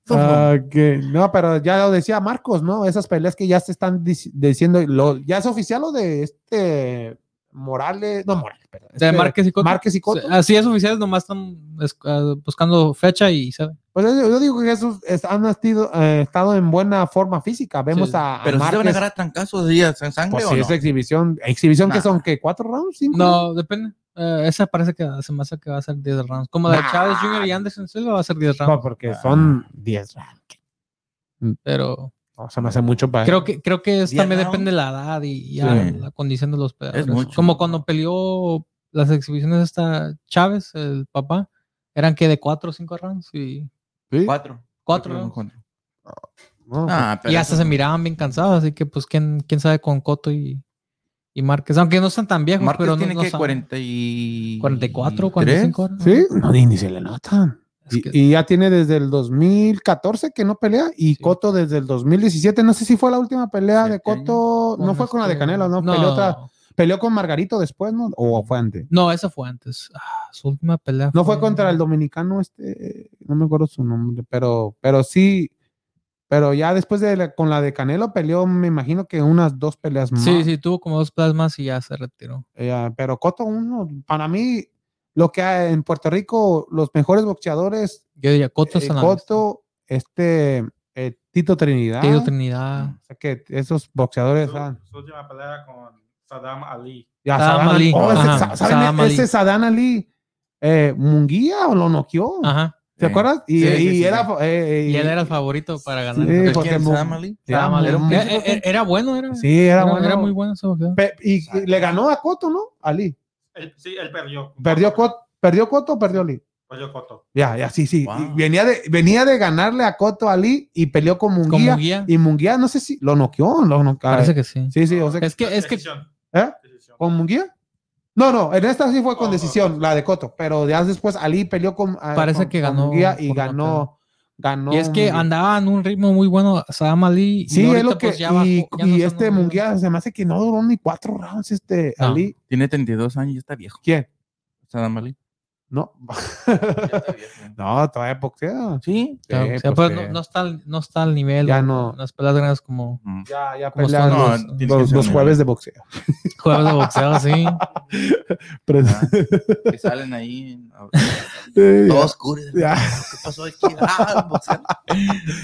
[SPEAKER 7] Ah, que- no, pero ya lo decía Marcos, ¿no? Esas peleas que ya se están dic- diciendo, lo- ya es oficial lo de este Morales, no Morales, pero
[SPEAKER 3] De
[SPEAKER 7] este
[SPEAKER 3] Márquez y ah. Cotto.
[SPEAKER 7] Márquez y Cotto.
[SPEAKER 3] Así es oficiales, nomás están es- ah, buscando fecha y sabe.
[SPEAKER 7] Pues yo yo digo que esos es- han estido- eh, estado en buena forma física. Vemos
[SPEAKER 3] Sí,
[SPEAKER 7] a, a
[SPEAKER 2] Pero si se van a
[SPEAKER 7] Márquez.
[SPEAKER 2] agarrar a trancazos, ¿sí? ¿En sangre
[SPEAKER 7] Ah, pues
[SPEAKER 2] o
[SPEAKER 7] sí,
[SPEAKER 2] no?
[SPEAKER 7] es exhibición. ¿Exhibición que
[SPEAKER 2] Nah.
[SPEAKER 7] son? que ¿Cuatro rounds? ¿Cinco?
[SPEAKER 3] No, depende. Eh, esa parece que se me hace que va a ser 10 rounds. Como la de
[SPEAKER 7] Nah.
[SPEAKER 3] Chávez Jr. y Anderson Silva va a ser 10 rounds.
[SPEAKER 7] No, porque son diez rounds.
[SPEAKER 3] Pero
[SPEAKER 7] No, se me hace mucho para.
[SPEAKER 3] Creo que, creo que es,
[SPEAKER 2] Diez
[SPEAKER 3] también
[SPEAKER 2] rounds.
[SPEAKER 3] depende de la edad y ya
[SPEAKER 2] Sí.
[SPEAKER 3] la condición de los peleadores.
[SPEAKER 2] mucho.
[SPEAKER 3] Como cuando peleó las exhibiciones esta Chávez, el papá, eran que de cuatro o cinco rounds y
[SPEAKER 7] Sí,
[SPEAKER 2] Cuatro.
[SPEAKER 3] cuatro.
[SPEAKER 2] Creo que
[SPEAKER 3] rounds.
[SPEAKER 2] cuatro.
[SPEAKER 7] no,
[SPEAKER 2] Ah, pero
[SPEAKER 3] Y hasta
[SPEAKER 2] eso-
[SPEAKER 3] se miraban bien cansados, así que pues quién, quién sabe con Coto y, y Márquez, aunque no están tan viejos,
[SPEAKER 2] Márquez
[SPEAKER 3] pero no,
[SPEAKER 2] tiene
[SPEAKER 3] no
[SPEAKER 2] que
[SPEAKER 3] saben.
[SPEAKER 2] 40 y...
[SPEAKER 3] 44, 45 horas.
[SPEAKER 7] sí, no, ni, ni se le notan.
[SPEAKER 3] Es que-
[SPEAKER 7] Y, y ya tiene desde el 2014 que no pelea y
[SPEAKER 3] Sí.
[SPEAKER 7] Coto desde el 2017. No sé si fue la última pelea de
[SPEAKER 2] Siete años.
[SPEAKER 7] Coto. No fue con la de
[SPEAKER 3] este-
[SPEAKER 7] Canelo, no, Peleó, otra- peleó con Margarito después, ¿no? O fue antes.
[SPEAKER 3] No, esa fue antes. Ah, su última pelea.
[SPEAKER 7] No fue contra el dominicano, este, eh, no me acuerdo su nombre, pero, pero sí, pero ya después de la- con la de Canelo peleó, me imagino que unas dos peleas más.
[SPEAKER 3] Sí, sí, tuvo como dos plasmas y ya se retiró.
[SPEAKER 7] Eh, pero Coto, uno, para mí, lo que hay en Puerto Rico, los mejores boxeadores,
[SPEAKER 3] Yo diría Coto
[SPEAKER 7] eh,
[SPEAKER 3] es
[SPEAKER 7] Cotto, este, eh, Tito Trinidad.
[SPEAKER 3] Trinidad.
[SPEAKER 7] O sea que esos boxeadores. ah,
[SPEAKER 4] Su, su última pelea con Saddam Ali.
[SPEAKER 7] ya,
[SPEAKER 3] Saddam
[SPEAKER 7] Saddam
[SPEAKER 3] Ali.
[SPEAKER 7] Oh, ese,
[SPEAKER 3] Ajá,
[SPEAKER 7] sa- ¿saben?
[SPEAKER 3] Saddam
[SPEAKER 7] Ese
[SPEAKER 3] Ali.
[SPEAKER 7] Saddam Ali, eh, Munguía o lo noqueó.
[SPEAKER 3] Ajá.
[SPEAKER 7] ¿Se
[SPEAKER 2] Sí.
[SPEAKER 7] acuerdas? Y,
[SPEAKER 2] Sí, sí,
[SPEAKER 7] y
[SPEAKER 2] sí,
[SPEAKER 7] era.
[SPEAKER 2] sí.
[SPEAKER 7] eh,
[SPEAKER 3] Y él era el favorito para ganar.
[SPEAKER 7] Sí,
[SPEAKER 2] ¿Pero
[SPEAKER 7] porque
[SPEAKER 2] quién,
[SPEAKER 7] mu-
[SPEAKER 2] Saddam Ali?
[SPEAKER 7] era
[SPEAKER 3] Saddam Ali.
[SPEAKER 7] mu-
[SPEAKER 3] Era, era- era bueno, era.
[SPEAKER 7] Sí, era,
[SPEAKER 3] era,
[SPEAKER 7] bueno.
[SPEAKER 3] era muy bueno ese boxeador.
[SPEAKER 7] Pe- y, y le ganó a Coto, ¿no? Ali.
[SPEAKER 4] Él- sí, él perdió.
[SPEAKER 7] Perdió Coto, perdió Coto, o perdió Ali.
[SPEAKER 4] Perdió Cotto.
[SPEAKER 7] Ya, ya, sí, sí.
[SPEAKER 2] Wow.
[SPEAKER 7] Y Venía, de, venía de ganarle a Coto Ali y peleó con Munguía.
[SPEAKER 3] Como guía.
[SPEAKER 7] Y Munguía, no sé si lo noqueó, lo noqueó.
[SPEAKER 3] Parece que sí.
[SPEAKER 7] Sí, sí, o sea,
[SPEAKER 3] Es que, es que
[SPEAKER 4] Decisión,
[SPEAKER 7] ¿eh?
[SPEAKER 4] decisión.
[SPEAKER 7] ¿Con Munguía? No, no, en esta sí fue con
[SPEAKER 4] Oh,
[SPEAKER 7] decisión,
[SPEAKER 4] oh, oh.
[SPEAKER 7] la de Coto, pero ya después Ali peleó con. ah,
[SPEAKER 3] Parece
[SPEAKER 7] con-
[SPEAKER 3] que
[SPEAKER 7] con
[SPEAKER 3] ganó
[SPEAKER 7] Munguía y
[SPEAKER 3] por
[SPEAKER 7] ganó. ganó
[SPEAKER 3] Y es que
[SPEAKER 7] Munguía.
[SPEAKER 3] andaba en un ritmo muy bueno Saddam Ali. y
[SPEAKER 7] Sí,
[SPEAKER 3] ahorita,
[SPEAKER 7] es lo que.
[SPEAKER 3] pues, ya bajó,
[SPEAKER 7] y
[SPEAKER 3] ya no
[SPEAKER 7] y
[SPEAKER 3] está
[SPEAKER 7] este
[SPEAKER 3] muy
[SPEAKER 7] Munguía se me hace que no duró ni cuatro rounds, este
[SPEAKER 3] No.
[SPEAKER 7] Ali.
[SPEAKER 2] Tiene 32 años y está viejo.
[SPEAKER 7] ¿Quién?
[SPEAKER 2] Saddam Ali.
[SPEAKER 7] No. no, todavía boxea.
[SPEAKER 2] ¿Sí?
[SPEAKER 3] bueno.
[SPEAKER 7] Sí,
[SPEAKER 3] O sea,
[SPEAKER 7] pues,
[SPEAKER 3] pero
[SPEAKER 7] que-
[SPEAKER 3] no, no está, al- no está al nivel.
[SPEAKER 7] Ya
[SPEAKER 3] o
[SPEAKER 7] no.
[SPEAKER 3] en Las peleas grandes como
[SPEAKER 2] Mm.
[SPEAKER 7] Ya, ya
[SPEAKER 3] ¿Cómo
[SPEAKER 7] pelean
[SPEAKER 3] están
[SPEAKER 7] los,
[SPEAKER 3] los-
[SPEAKER 2] No, tiene que
[SPEAKER 7] los-
[SPEAKER 2] ser
[SPEAKER 7] los
[SPEAKER 2] un
[SPEAKER 7] jueves de boxeo.
[SPEAKER 3] juegos de boxeo, sí.
[SPEAKER 7] Pero-
[SPEAKER 2] Ah, que salen ahí.
[SPEAKER 7] Sí,
[SPEAKER 5] Todo oscuro.
[SPEAKER 7] ya.
[SPEAKER 5] ¿Qué pasó aquí? Ah, pues,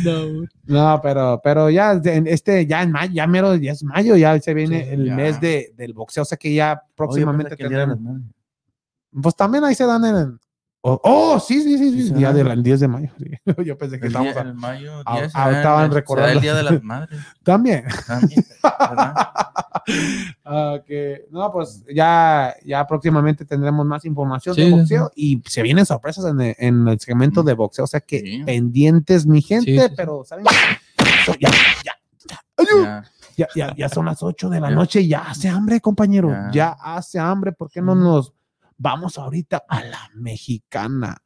[SPEAKER 3] No.
[SPEAKER 7] No, pero, pero ya de- en este, ya en mayo, ya mero, ya es mayo, ya se viene
[SPEAKER 3] Sí,
[SPEAKER 7] el
[SPEAKER 2] ya.
[SPEAKER 7] mes de, del boxeo, o sea que ya próximamente tenemos-
[SPEAKER 2] Pero
[SPEAKER 7] Pues también ahí se dan en el- Oh, oh, sí, sí, sí,
[SPEAKER 2] Sí,
[SPEAKER 7] sí,
[SPEAKER 2] se
[SPEAKER 7] día
[SPEAKER 2] dan.
[SPEAKER 7] del el 10 de mayo. sí. Yo pensé que estábamos a-
[SPEAKER 2] en mayo.
[SPEAKER 7] ah,
[SPEAKER 2] día se
[SPEAKER 7] ah,
[SPEAKER 2] da el-
[SPEAKER 7] estaban
[SPEAKER 2] se da
[SPEAKER 7] recordando.
[SPEAKER 2] el Día de las Madres.
[SPEAKER 7] también.
[SPEAKER 2] también, ¿verdad?
[SPEAKER 7] Ah, que, no, pues ya, ya próximamente tendremos más información
[SPEAKER 3] Sí,
[SPEAKER 7] de
[SPEAKER 3] sí,
[SPEAKER 7] boxeo y se vienen sorpresas en el, en el segmento
[SPEAKER 2] Mm.
[SPEAKER 7] de boxeo, o sea que
[SPEAKER 2] Sí.
[SPEAKER 7] pendientes mi gente,
[SPEAKER 3] sí, sí.
[SPEAKER 7] pero ¿saben? qué? Ya, ya, ya. Ayú.
[SPEAKER 2] Ya.
[SPEAKER 7] Ya, ya, ya son las 8 de la
[SPEAKER 2] Ya.
[SPEAKER 7] noche, ya hace hambre, compañero,
[SPEAKER 2] Ya.
[SPEAKER 7] ya. hace hambre, ¿por qué no nos vamos ahorita a la mexicana?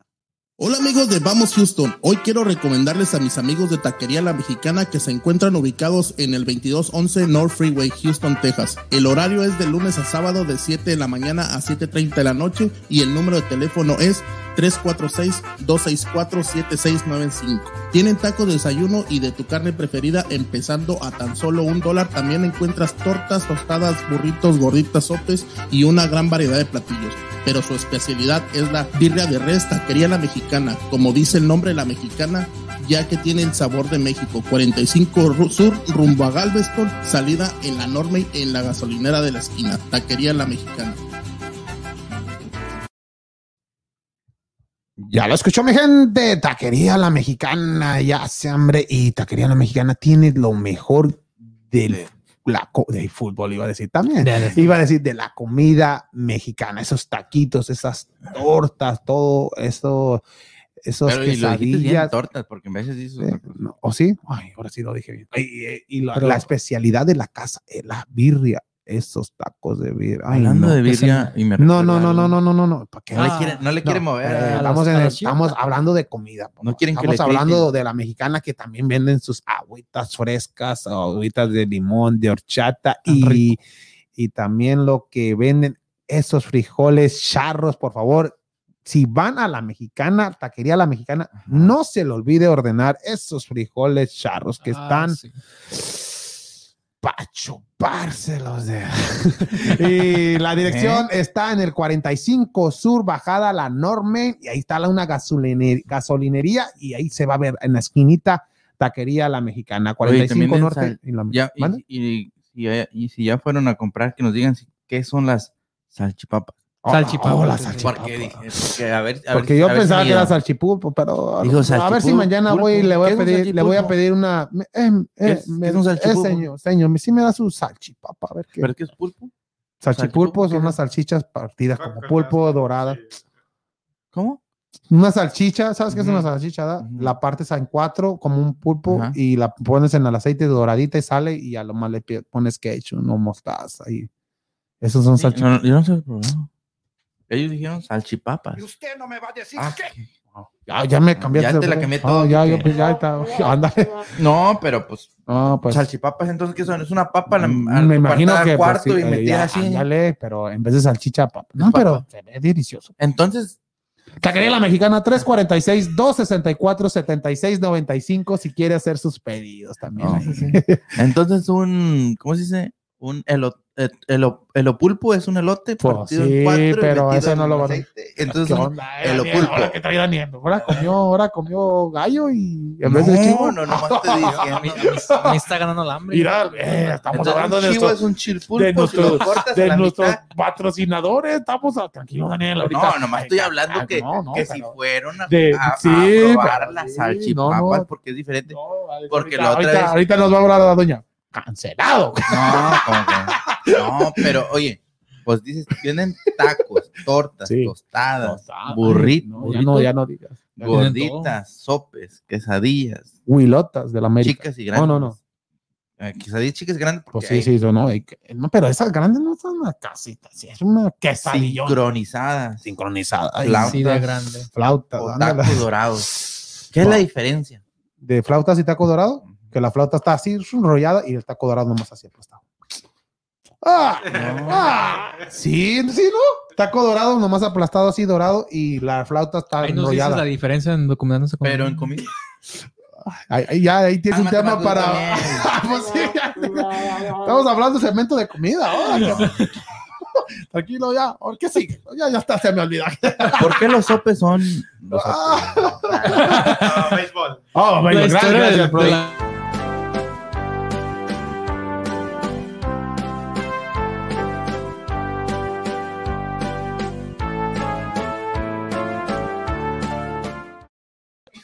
[SPEAKER 5] Hola amigos de Vamos Houston, hoy quiero recomendarles a mis amigos de Taquería La Mexicana que se encuentran ubicados en el 2211 North Freeway, Houston, Texas. El horario es de lunes a sábado de 7 de la mañana a 7.30 de la noche y el número de teléfono es 346-264-7695. Tienen tacos de desayuno y de tu carne preferida empezando a tan solo un dólar. También encuentras tortas, tostadas, burritos, gorditas, sopes y una gran variedad de platillos pero su especialidad es la birria de res taquería la mexicana, como dice el nombre la mexicana, ya que tiene el sabor de México. 45 Ru- Sur, rumbo a Galveston, salida en la Norme en la gasolinera de la esquina, taquería la mexicana.
[SPEAKER 7] Ya lo escuchó mi gente, Taquería La Mexicana, ya hace hambre y Taquería La Mexicana tiene lo mejor del, la co- del fútbol, iba a decir también. Iba a decir de la comida mexicana, esos taquitos, esas tortas, todo eso, esos
[SPEAKER 2] Pero y lo dijiste bien,
[SPEAKER 7] quesadillas.
[SPEAKER 2] tortas, porque en veces dices pues,
[SPEAKER 7] ¿Eh?
[SPEAKER 2] otra cosa.
[SPEAKER 7] No, ¿O sí? Ay, ahora sí lo dije bien. Ay, y, eh, y la,
[SPEAKER 3] Pero-
[SPEAKER 7] la especialidad de la casa, eh, la birria, esos tacos de birria. Ay,
[SPEAKER 2] Hablando
[SPEAKER 7] no.
[SPEAKER 2] de
[SPEAKER 3] que se-
[SPEAKER 2] birria y me
[SPEAKER 7] no,
[SPEAKER 2] recuerda
[SPEAKER 7] no, no,
[SPEAKER 2] algo.
[SPEAKER 7] no, no, no, no, no. ¿Para qué?
[SPEAKER 2] No
[SPEAKER 3] Ah,
[SPEAKER 2] le quiere, no le quiere
[SPEAKER 7] No,
[SPEAKER 2] mover. ah.
[SPEAKER 7] eh,
[SPEAKER 2] a la-
[SPEAKER 7] estamos, en-
[SPEAKER 3] a las chivas.
[SPEAKER 7] estamos hablando de comida. papá.
[SPEAKER 2] No quieren que
[SPEAKER 7] estamos
[SPEAKER 2] le
[SPEAKER 7] hablando de la mexicana que también venden sus agüitas frescas, agüitas de limón, de horchata
[SPEAKER 3] Tan
[SPEAKER 7] y, y también lo que venden esos frijoles charros, por favor. Si van a la mexicana, taquería la mexicana, no se le olvide ordenar esos frijoles charros que
[SPEAKER 3] Ah,
[SPEAKER 7] están
[SPEAKER 3] sí.
[SPEAKER 7] para chuparse los dedos. y la dirección
[SPEAKER 2] ¿Eh?
[SPEAKER 7] está en el 45 Sur, bajada la Norme, y ahí está la- una gasoliner- gasolinería, y ahí se va a ver en la esquinita Taquería La Mexicana,
[SPEAKER 2] Oye,
[SPEAKER 7] 45
[SPEAKER 2] también en
[SPEAKER 7] Norte.
[SPEAKER 2] Sal-
[SPEAKER 7] y la-
[SPEAKER 2] Ya, y-
[SPEAKER 7] ¿Mande?
[SPEAKER 2] y, y si ya- y si ya fueron a comprar, que nos digan si- qué son las salchipapas.
[SPEAKER 3] Salchipapa.
[SPEAKER 7] Oh, la salchipapa.
[SPEAKER 2] ¿Por qué dije? Porque, a ver, a
[SPEAKER 7] Porque
[SPEAKER 2] ver-
[SPEAKER 7] yo
[SPEAKER 2] a ver si
[SPEAKER 7] pensaba
[SPEAKER 2] me
[SPEAKER 7] que era
[SPEAKER 2] ayuda.
[SPEAKER 7] salchipulpo, pero
[SPEAKER 2] Dijo
[SPEAKER 7] a ver si
[SPEAKER 2] salchipulpo.
[SPEAKER 7] mañana voy y le voy
[SPEAKER 2] ¿Qué
[SPEAKER 7] a
[SPEAKER 2] es un
[SPEAKER 7] pedir, le voy a
[SPEAKER 2] salchipulpo?
[SPEAKER 7] pedir una. me- eh,
[SPEAKER 2] ¿Qué
[SPEAKER 7] eh,
[SPEAKER 2] es-
[SPEAKER 7] me-
[SPEAKER 2] qué es un
[SPEAKER 7] eh,
[SPEAKER 2] salchipulpo?
[SPEAKER 7] señor, señor, si me das un salchipapa, a ver qué.
[SPEAKER 2] ¿Pero qué es pulpo?
[SPEAKER 7] Salchipulpo
[SPEAKER 2] salchipulpo, ¿qué
[SPEAKER 7] son
[SPEAKER 2] es?
[SPEAKER 7] unas salchichas partidas como pulpo dorada.
[SPEAKER 4] Sí.
[SPEAKER 2] ¿Cómo?
[SPEAKER 7] Una salchicha, ¿sabes qué es una
[SPEAKER 2] Ujú.
[SPEAKER 7] salchicha? da?
[SPEAKER 2] Ujú.
[SPEAKER 7] La partes en cuatro como un pulpo
[SPEAKER 2] Ajá.
[SPEAKER 7] y la pones en el aceite doradita y sale y a lo más le pi- pones ketchup, no mostaza y esos son
[SPEAKER 2] Sí,
[SPEAKER 7] salchichas.
[SPEAKER 2] no, yo no sé el problema. Ellos dijeron salchipapas.
[SPEAKER 8] Y usted no me va a decir
[SPEAKER 2] Ah,
[SPEAKER 8] qué.
[SPEAKER 2] qué-
[SPEAKER 7] Ah, Ya, ya me cambiaste.
[SPEAKER 2] Ya te
[SPEAKER 7] de-
[SPEAKER 2] la cambié
[SPEAKER 7] Ah,
[SPEAKER 2] todo,
[SPEAKER 7] ya, yo,
[SPEAKER 2] porque-
[SPEAKER 7] pues, ya está. Ándale.
[SPEAKER 2] No, pero pues,
[SPEAKER 7] No, pues.
[SPEAKER 2] salchipapas, entonces, ¿qué son? Es una papa la,
[SPEAKER 7] Mm,
[SPEAKER 2] al-
[SPEAKER 7] me imagino
[SPEAKER 2] apartada
[SPEAKER 7] que
[SPEAKER 2] al
[SPEAKER 7] pues,
[SPEAKER 2] cuarto
[SPEAKER 7] sí,
[SPEAKER 2] y
[SPEAKER 7] eh,
[SPEAKER 2] metida
[SPEAKER 7] ya,
[SPEAKER 2] así.
[SPEAKER 7] ándale, pero en vez de salchicha papa. No,
[SPEAKER 2] Papa.
[SPEAKER 7] pero se ve delicioso.
[SPEAKER 2] Entonces,
[SPEAKER 7] Taquería La Mexicana 346 264 7695 si quiere hacer sus pedidos también.
[SPEAKER 2] Oh.
[SPEAKER 7] ahí.
[SPEAKER 2] entonces un, ¿cómo se dice? Un elo, eh, elo- elopulpo es un elote
[SPEAKER 7] Pues
[SPEAKER 2] partido
[SPEAKER 7] sí,
[SPEAKER 2] en cuatro. y
[SPEAKER 7] pero
[SPEAKER 2] metido
[SPEAKER 7] ese no
[SPEAKER 2] en
[SPEAKER 7] lo van a-
[SPEAKER 2] aceite. Entonces,
[SPEAKER 7] ¿Qué onda? eh,
[SPEAKER 2] el
[SPEAKER 7] Daniel?
[SPEAKER 2] pulpo.
[SPEAKER 7] Ahora que trae Daniel. Ahora comió, ahora comió gallo y en vez de
[SPEAKER 2] no,
[SPEAKER 7] chivo.
[SPEAKER 2] no, no, más te
[SPEAKER 3] A mí,
[SPEAKER 2] diciendo.
[SPEAKER 3] a mí- a mí está ganando el hambre.
[SPEAKER 7] Mira, eh, estamos
[SPEAKER 2] Entonces,
[SPEAKER 7] hablando
[SPEAKER 2] un
[SPEAKER 7] de,
[SPEAKER 2] chivo
[SPEAKER 7] nuestros-
[SPEAKER 2] es un chilpulpo,
[SPEAKER 7] de
[SPEAKER 2] si lo
[SPEAKER 7] nuestros-
[SPEAKER 2] cortas a
[SPEAKER 7] de
[SPEAKER 2] la
[SPEAKER 7] nuestros
[SPEAKER 2] mitad.
[SPEAKER 7] patrocinadores. Estamos a- tranquilo, Daniel. ahorita-
[SPEAKER 2] No, nomás estoy hablando
[SPEAKER 7] Ah,
[SPEAKER 2] que,
[SPEAKER 7] no, no,
[SPEAKER 2] que si
[SPEAKER 7] pero-
[SPEAKER 2] fueron a,
[SPEAKER 7] de-
[SPEAKER 2] a- a
[SPEAKER 7] sí,
[SPEAKER 2] probar
[SPEAKER 7] pero-
[SPEAKER 2] las
[SPEAKER 7] sí, no,
[SPEAKER 2] salchipapas
[SPEAKER 7] no.
[SPEAKER 2] porque es diferente.
[SPEAKER 7] No, ahorita-
[SPEAKER 2] Porque la
[SPEAKER 7] ahorita,
[SPEAKER 2] otra vez- Ah,
[SPEAKER 7] ahorita nos va a hablar la doña. Cancelado.
[SPEAKER 2] No, como que- no, pero oye, pues dices, tienen tacos, tortas,
[SPEAKER 7] Sí.
[SPEAKER 2] tostadas,
[SPEAKER 7] Ay,
[SPEAKER 2] burritos,
[SPEAKER 7] No, ya no, ya no digas.
[SPEAKER 2] gorditas, sopes, quesadillas,
[SPEAKER 7] Huilotas de la América.
[SPEAKER 2] chicas y grandes.
[SPEAKER 7] No, no, no.
[SPEAKER 2] Eh, quesadillas chicas y grandes porque
[SPEAKER 7] Pues sí, sí, eso no, hay que- no, pero esas grandes no son una casita, sí, es una
[SPEAKER 2] hay
[SPEAKER 7] quesadillona
[SPEAKER 2] sincronizadas
[SPEAKER 7] sincronizada. Ay,
[SPEAKER 2] Flautas.
[SPEAKER 7] sí,
[SPEAKER 3] Sí, de grande.
[SPEAKER 7] flauta,
[SPEAKER 2] o
[SPEAKER 7] ándale.
[SPEAKER 2] tacos dorados. ¿Qué es la diferencia?
[SPEAKER 7] de flautas y taco dorado, que la flauta está así enrollada y el taco dorado nomás así aplastado. ¡Ah! ¡Ah! Sí, sí, ¿no? Taco dorado nomás aplastado así dorado y la flauta está
[SPEAKER 3] Ahí nos dices la
[SPEAKER 7] enrollada.
[SPEAKER 3] diferencia en documentándose con.
[SPEAKER 2] Pero en comida.
[SPEAKER 7] Ahí, ahí- ya, ahí tienes un
[SPEAKER 2] Cálmate, Marco,
[SPEAKER 7] tema para...
[SPEAKER 2] también.
[SPEAKER 7] Pues sí, ya. Estamos hablando de segmento de comida ahora. cabrón. Tranquilo ya, ahora qué sigue. Ya, ya está, se me olvida.
[SPEAKER 2] ¿Por qué los sopes son los sopes?
[SPEAKER 4] Ah, béisbol.
[SPEAKER 7] Oh, bueno,
[SPEAKER 3] la
[SPEAKER 7] gracias,
[SPEAKER 3] historia
[SPEAKER 7] gracias,
[SPEAKER 3] del-
[SPEAKER 7] brother.
[SPEAKER 3] la-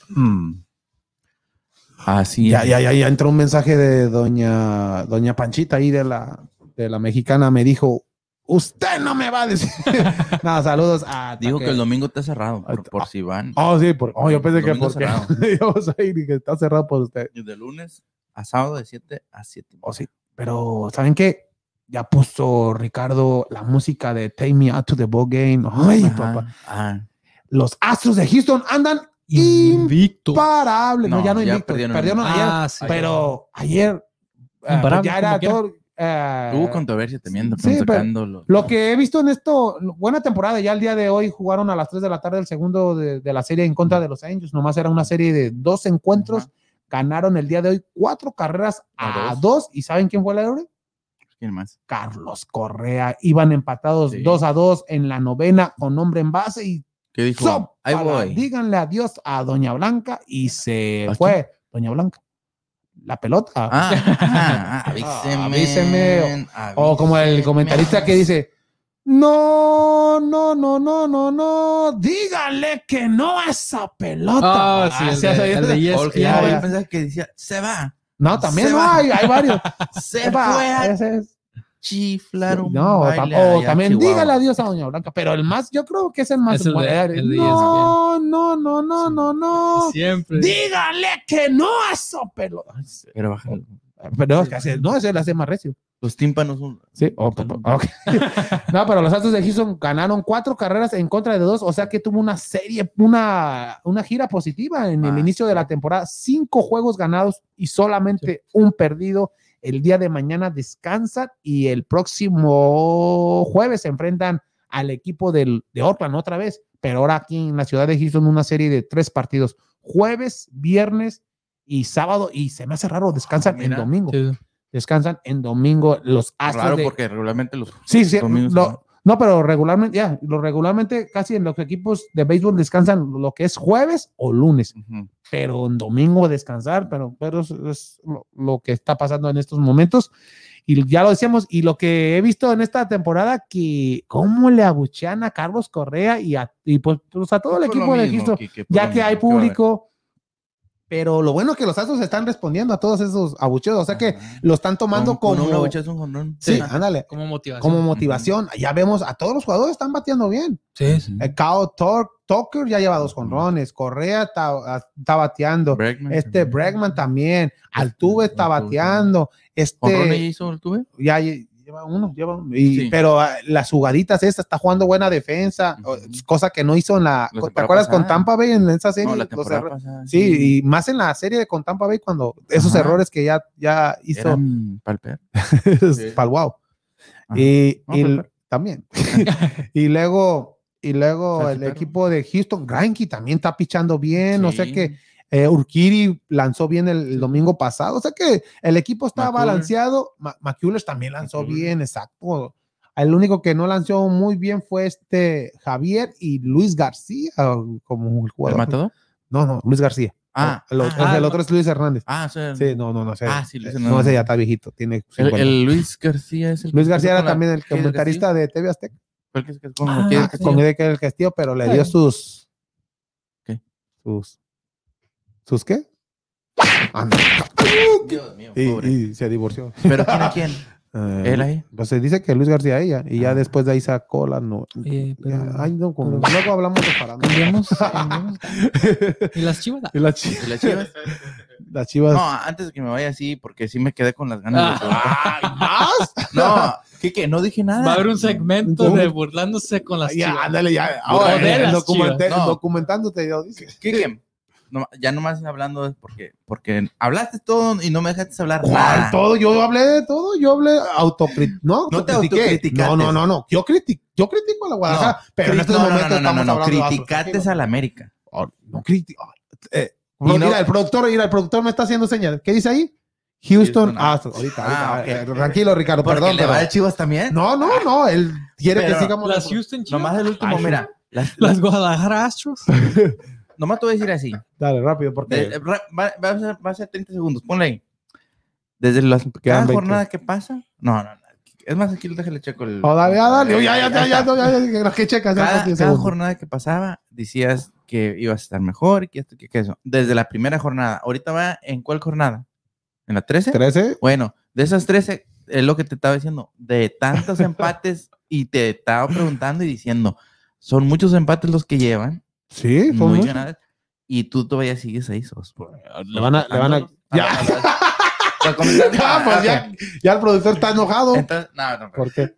[SPEAKER 7] Mm.
[SPEAKER 2] Hmm. Así
[SPEAKER 7] Ah, Ya,
[SPEAKER 2] es.
[SPEAKER 7] ya, ya, ya entró un mensaje de doña, doña Panchita ahí de la, de la mexicana. Me dijo, usted no me va a decir. Nada, saludos a...
[SPEAKER 2] Dijo que el
[SPEAKER 7] no.
[SPEAKER 2] domingo está cerrado por, por si van.
[SPEAKER 7] Oh, sí, por- oh, yo pensé que
[SPEAKER 2] Domingo
[SPEAKER 7] porque
[SPEAKER 2] cerrado.
[SPEAKER 7] íbamos a ir y que está cerrado por usted.
[SPEAKER 2] De lunes a sábado de 7 a 7.
[SPEAKER 7] Oh, sí. Pero, ¿saben qué? Ya puso Ricardo la música de Take Me Out to the Ball Game. Ay, papá.
[SPEAKER 2] Ah.
[SPEAKER 7] Los Astros de Houston andan
[SPEAKER 3] Invicto.
[SPEAKER 7] imparables. No,
[SPEAKER 2] No,
[SPEAKER 7] ya no
[SPEAKER 2] ya
[SPEAKER 7] invictos. Perdieron,
[SPEAKER 2] perdieron.
[SPEAKER 7] ayer.
[SPEAKER 3] Ah, sí.
[SPEAKER 7] Pero ayer ah, pues
[SPEAKER 3] Imparable,
[SPEAKER 7] ya era
[SPEAKER 3] como quiera.
[SPEAKER 7] todo... eh,
[SPEAKER 2] Hubo controversia también.
[SPEAKER 7] sí, pero-
[SPEAKER 2] sacándolo.
[SPEAKER 7] Lo que he visto en esto, buena temporada, ya el día de hoy jugaron a las 3 de la tarde el segundo de, de la serie en contra de los Angels, nomás era una serie de dos encuentros,
[SPEAKER 2] Ajá.
[SPEAKER 7] ganaron el día de hoy cuatro carreras a,
[SPEAKER 2] A
[SPEAKER 7] dos.
[SPEAKER 2] dos.
[SPEAKER 7] ¿y saben quién fue el héroe?
[SPEAKER 2] ¿Quién más?
[SPEAKER 7] Carlos Correa, iban empatados
[SPEAKER 2] Sí.
[SPEAKER 7] 2 a 2 en la novena con hombre en base y
[SPEAKER 2] ¿Qué dijo? Ahí
[SPEAKER 7] zópala,
[SPEAKER 2] voy.
[SPEAKER 7] díganle adiós a Doña Blanca y se
[SPEAKER 2] ¿A
[SPEAKER 7] fue Doña Blanca, la pelota.
[SPEAKER 2] Ah, ah, ah, avíseme.
[SPEAKER 7] Avíseme, O como el comentarista que dice, no, no, no, no, no, no, díganle que no a esa pelota.
[SPEAKER 3] Ah, sí, el
[SPEAKER 7] Así
[SPEAKER 3] de-
[SPEAKER 7] hace-
[SPEAKER 3] el de Yes-
[SPEAKER 2] Porque
[SPEAKER 7] Ya,
[SPEAKER 2] yo
[SPEAKER 7] ya.
[SPEAKER 2] pensaba que decía, se va,
[SPEAKER 7] No, también
[SPEAKER 2] se
[SPEAKER 7] no
[SPEAKER 2] va.
[SPEAKER 7] hay, hay varios.
[SPEAKER 2] se
[SPEAKER 7] Va,
[SPEAKER 2] fue a
[SPEAKER 7] ese es-
[SPEAKER 2] chiflar un
[SPEAKER 7] no,
[SPEAKER 2] baile
[SPEAKER 7] tam-
[SPEAKER 2] allá
[SPEAKER 7] o
[SPEAKER 2] a
[SPEAKER 7] también
[SPEAKER 2] Chihuahua.
[SPEAKER 7] dígale adiós a Doña Blanca, pero el más, yo creo que es el más
[SPEAKER 3] Es el de-
[SPEAKER 7] popular.
[SPEAKER 3] el de
[SPEAKER 7] no, no, no, no, no, no.
[SPEAKER 3] Siempre.
[SPEAKER 7] Díganle que no a esa pelota.
[SPEAKER 2] Pero bájale.
[SPEAKER 7] Pero es que hace- no, ese lo hace más recio.
[SPEAKER 2] Los tímpanos son-
[SPEAKER 7] Sí, oh, pa- pa- ok. no, pero los Astros de Houston ganaron cuatro carreras en contra de dos, o sea que tuvo una serie, una, una gira positiva en el
[SPEAKER 2] Ah,
[SPEAKER 7] inicio de la temporada. Cinco juegos ganados y solamente un perdido. El día de mañana descansan y el próximo jueves se enfrentan al equipo del, de Oakland otra vez, pero ahora aquí en la ciudad de Houston una serie de tres partidos, jueves, viernes y sábado, y se me hace raro, descansan
[SPEAKER 2] Ah, mira.
[SPEAKER 7] en domingo
[SPEAKER 3] Sí.
[SPEAKER 7] descansan en domingo los Astros
[SPEAKER 2] Raro
[SPEAKER 7] de-
[SPEAKER 2] porque regularmente los
[SPEAKER 7] sí, sí,
[SPEAKER 2] domingos,
[SPEAKER 7] lo-
[SPEAKER 2] ¿no?
[SPEAKER 7] no. No, pero regularmente, ya, lo regularmente casi en los equipos de béisbol descansan lo que es jueves o lunes,
[SPEAKER 2] Ujú.
[SPEAKER 7] pero en domingo descansar, pero, pero es, es lo, lo que está pasando en estos momentos. Y ya lo decíamos, y lo que he visto en esta temporada, que cómo le abuchean a Carlos Correa y, a, y pues, pues a todo el
[SPEAKER 2] Por lo
[SPEAKER 7] equipo de
[SPEAKER 2] mismo,
[SPEAKER 7] Houston
[SPEAKER 2] Quique, por
[SPEAKER 7] ya
[SPEAKER 2] lo
[SPEAKER 7] que hay
[SPEAKER 2] mismo, va a haber.
[SPEAKER 7] público. Pero lo bueno es que los Astros están respondiendo a todos esos abucheos, o sea que
[SPEAKER 2] Ajá.
[SPEAKER 7] lo están tomando
[SPEAKER 2] Ah. Con- con
[SPEAKER 7] como
[SPEAKER 2] una bocha es un jonrón.
[SPEAKER 7] Sí,
[SPEAKER 3] Sí.
[SPEAKER 7] ándale,
[SPEAKER 3] Como motivación.
[SPEAKER 7] como motivación. Ya vemos a todos los jugadores están bateando bien.
[SPEAKER 3] Sí, sí.
[SPEAKER 7] El Kao Tor- Tucker ya lleva dos jonrones, Correa está, está bateando,
[SPEAKER 2] Bregman
[SPEAKER 7] este
[SPEAKER 2] también. Este
[SPEAKER 7] Bregman también, Altuve está
[SPEAKER 2] Altuve.
[SPEAKER 7] bateando,
[SPEAKER 2] ¿Jonrón ella
[SPEAKER 7] este
[SPEAKER 2] hizo el tuve?
[SPEAKER 7] ya lle- lleva uno, lleva uno. Y-
[SPEAKER 2] Sí.
[SPEAKER 7] pero ah, las jugaditas esta está jugando buena defensa,
[SPEAKER 2] Ujú.
[SPEAKER 7] o- cosa que no hizo en la,
[SPEAKER 2] La
[SPEAKER 7] ¿te
[SPEAKER 2] temporada
[SPEAKER 7] acuerdas con
[SPEAKER 2] pasada.
[SPEAKER 7] Tampa Bay en esa serie?
[SPEAKER 2] No, la
[SPEAKER 7] Los
[SPEAKER 2] temporada
[SPEAKER 7] erro-
[SPEAKER 2] pasada,
[SPEAKER 7] Sí, y más en la serie de con Tampa Bay cuando esos
[SPEAKER 2] Ajá.
[SPEAKER 7] errores que ya, ya hizo
[SPEAKER 2] Eran pa'l perro. sí.
[SPEAKER 7] para wow.
[SPEAKER 2] Ajá.
[SPEAKER 7] Y,
[SPEAKER 2] No, pues,
[SPEAKER 7] y
[SPEAKER 2] pero-
[SPEAKER 7] l- también. y luego, y luego el
[SPEAKER 2] Salchipero.
[SPEAKER 7] equipo de Houston, Granky también está pichando bien. O sea
[SPEAKER 2] Sí.
[SPEAKER 7] que eh, Urquiri lanzó bien el, el domingo pasado. O sea que el equipo está
[SPEAKER 2] McCullers.
[SPEAKER 7] balanceado. Ma- McCullers también lanzó
[SPEAKER 2] McCullers.
[SPEAKER 7] bien, exacto. El único que no lanzó muy bien fue este Javier y Luis García, o como el
[SPEAKER 2] ¿El
[SPEAKER 7] jugador.
[SPEAKER 2] matador?
[SPEAKER 7] No, no, Luis García.
[SPEAKER 2] Ah,
[SPEAKER 7] el, otro-
[SPEAKER 2] ah,
[SPEAKER 7] el otro es Luis Hernández.
[SPEAKER 2] ah, o sea,
[SPEAKER 7] Sí, no, no, no. ese-
[SPEAKER 2] Ah, sí, Luis
[SPEAKER 7] eh, no,
[SPEAKER 2] Hernández.
[SPEAKER 7] ese ya está viejito. Tiene
[SPEAKER 2] el,
[SPEAKER 7] 50.
[SPEAKER 2] el Luis García es el que
[SPEAKER 7] Luis
[SPEAKER 2] se
[SPEAKER 7] García
[SPEAKER 2] casó
[SPEAKER 7] era
[SPEAKER 2] con la-
[SPEAKER 7] también el
[SPEAKER 2] ¿Qué es
[SPEAKER 7] comentarista de TV Azteca.
[SPEAKER 2] Fue el que se casó con
[SPEAKER 3] Ah,
[SPEAKER 2] la- ¿Qué es
[SPEAKER 3] sí.
[SPEAKER 2] el que-
[SPEAKER 7] con Eddie el Castillo, pero le dio
[SPEAKER 3] Sí.
[SPEAKER 7] sus.
[SPEAKER 2] ¿Qué?
[SPEAKER 7] Sus. ¿Sus qué? Anda,
[SPEAKER 2] Dios mío,
[SPEAKER 7] y,
[SPEAKER 2] pobre.
[SPEAKER 7] y se divorció.
[SPEAKER 2] ¿Pero quién a quién?
[SPEAKER 7] Eh,
[SPEAKER 2] ¿Él ahí?
[SPEAKER 7] Pues se dice que Luis García ella, y ya
[SPEAKER 2] Ah.
[SPEAKER 7] después de ahí sacó la. No,
[SPEAKER 3] Oye, pero-
[SPEAKER 7] ya, ay, no, como-
[SPEAKER 3] pero-
[SPEAKER 7] luego hablamos de parando.
[SPEAKER 3] Cambiamos. cambiamos. y las chivas.
[SPEAKER 7] Y las chi-
[SPEAKER 2] ¿De las chivas?
[SPEAKER 7] las chivas.
[SPEAKER 2] No, antes de que me vaya así, porque sí me quedé con las ganas. de
[SPEAKER 7] ¿Más?
[SPEAKER 2] No, Kike, no dije nada.
[SPEAKER 3] Ah, Va a haber un segmento
[SPEAKER 7] ¿Cómo?
[SPEAKER 3] de burlándose con las
[SPEAKER 7] Ya,
[SPEAKER 3] chivas.
[SPEAKER 7] ándale, ya. Ahora,
[SPEAKER 3] de
[SPEAKER 7] eh,
[SPEAKER 3] las
[SPEAKER 7] documente-
[SPEAKER 2] chivas. No.
[SPEAKER 7] Documentándote, ya lo dices.
[SPEAKER 2] Kike, no, ya nomás hablando es porque, porque hablaste todo y no me dejaste hablar
[SPEAKER 7] ¿Cuál?
[SPEAKER 2] nada.
[SPEAKER 7] Todo, yo hablé de todo, yo hablé autocrit no,
[SPEAKER 2] Ah. No te
[SPEAKER 7] autocritiqué.
[SPEAKER 2] autocriticaste.
[SPEAKER 7] No, no, no, no. Yo critico, yo critico a la Guadalajara, pero en
[SPEAKER 2] Cri-
[SPEAKER 7] estos
[SPEAKER 2] no, no,
[SPEAKER 7] momentos
[SPEAKER 2] no, no, no,
[SPEAKER 7] estamos
[SPEAKER 2] no,
[SPEAKER 7] hablando de otros.
[SPEAKER 2] criticaste a la América.
[SPEAKER 7] Ah, no critico. Eh,
[SPEAKER 2] Y
[SPEAKER 7] mira,
[SPEAKER 2] no-
[SPEAKER 7] el productor, mira, el productor me está haciendo señal. ¿Qué dice ahí?
[SPEAKER 2] Houston
[SPEAKER 7] Houston Astros. Ahorita,
[SPEAKER 2] Ah,
[SPEAKER 7] ahorita,
[SPEAKER 2] ok.
[SPEAKER 7] eh, tranquilo, Ricardo,
[SPEAKER 2] Porque
[SPEAKER 7] perdón.
[SPEAKER 2] le va
[SPEAKER 7] pero-
[SPEAKER 2] de Chivas también.
[SPEAKER 7] No, no, no, él quiere
[SPEAKER 2] Pero
[SPEAKER 7] que sigamos.
[SPEAKER 3] Las
[SPEAKER 7] la-
[SPEAKER 3] Houston chivas.
[SPEAKER 2] Nomás el último,
[SPEAKER 7] Ay,
[SPEAKER 2] mira. Las,
[SPEAKER 3] Las Guadalajara Astros.
[SPEAKER 2] nomás te voy a decir así.
[SPEAKER 7] Dale, rápido, porque
[SPEAKER 2] De- eh, ra- va, va a ser, va a ser 30 segundos, ponle ahí. Desde la cada
[SPEAKER 7] 20.
[SPEAKER 2] jornada que pasa. No, no, no. Es más, aquí déjale checo el.
[SPEAKER 7] Oh, dale, ya, dale. Ya, ya, ya,
[SPEAKER 2] está.
[SPEAKER 7] ya, ya, ya, ya, que checas. ya,
[SPEAKER 2] Cada,
[SPEAKER 7] rápido,
[SPEAKER 2] cada
[SPEAKER 7] segundo.
[SPEAKER 2] jornada que pasaba decías que ibas a estar mejor y que esto, que, que eso. Desde la primera jornada. Ahorita va en cuál jornada? ¿En la 13?
[SPEAKER 7] 13.
[SPEAKER 2] Bueno, de esas 13, es lo que te estaba diciendo. De tantos empates y te estaba preguntando y diciendo, son muchos empates los que llevan.
[SPEAKER 7] Sí, son
[SPEAKER 2] muy
[SPEAKER 7] muchos.
[SPEAKER 2] ganadas. Y tú todavía sigues ahí, sos.
[SPEAKER 7] Le van a. Le van a ya,
[SPEAKER 2] Ah, Ya,
[SPEAKER 7] ya, pues ya, ya el productor está enojado.
[SPEAKER 2] ah, Entonces, no, no,
[SPEAKER 7] ¿Por qué?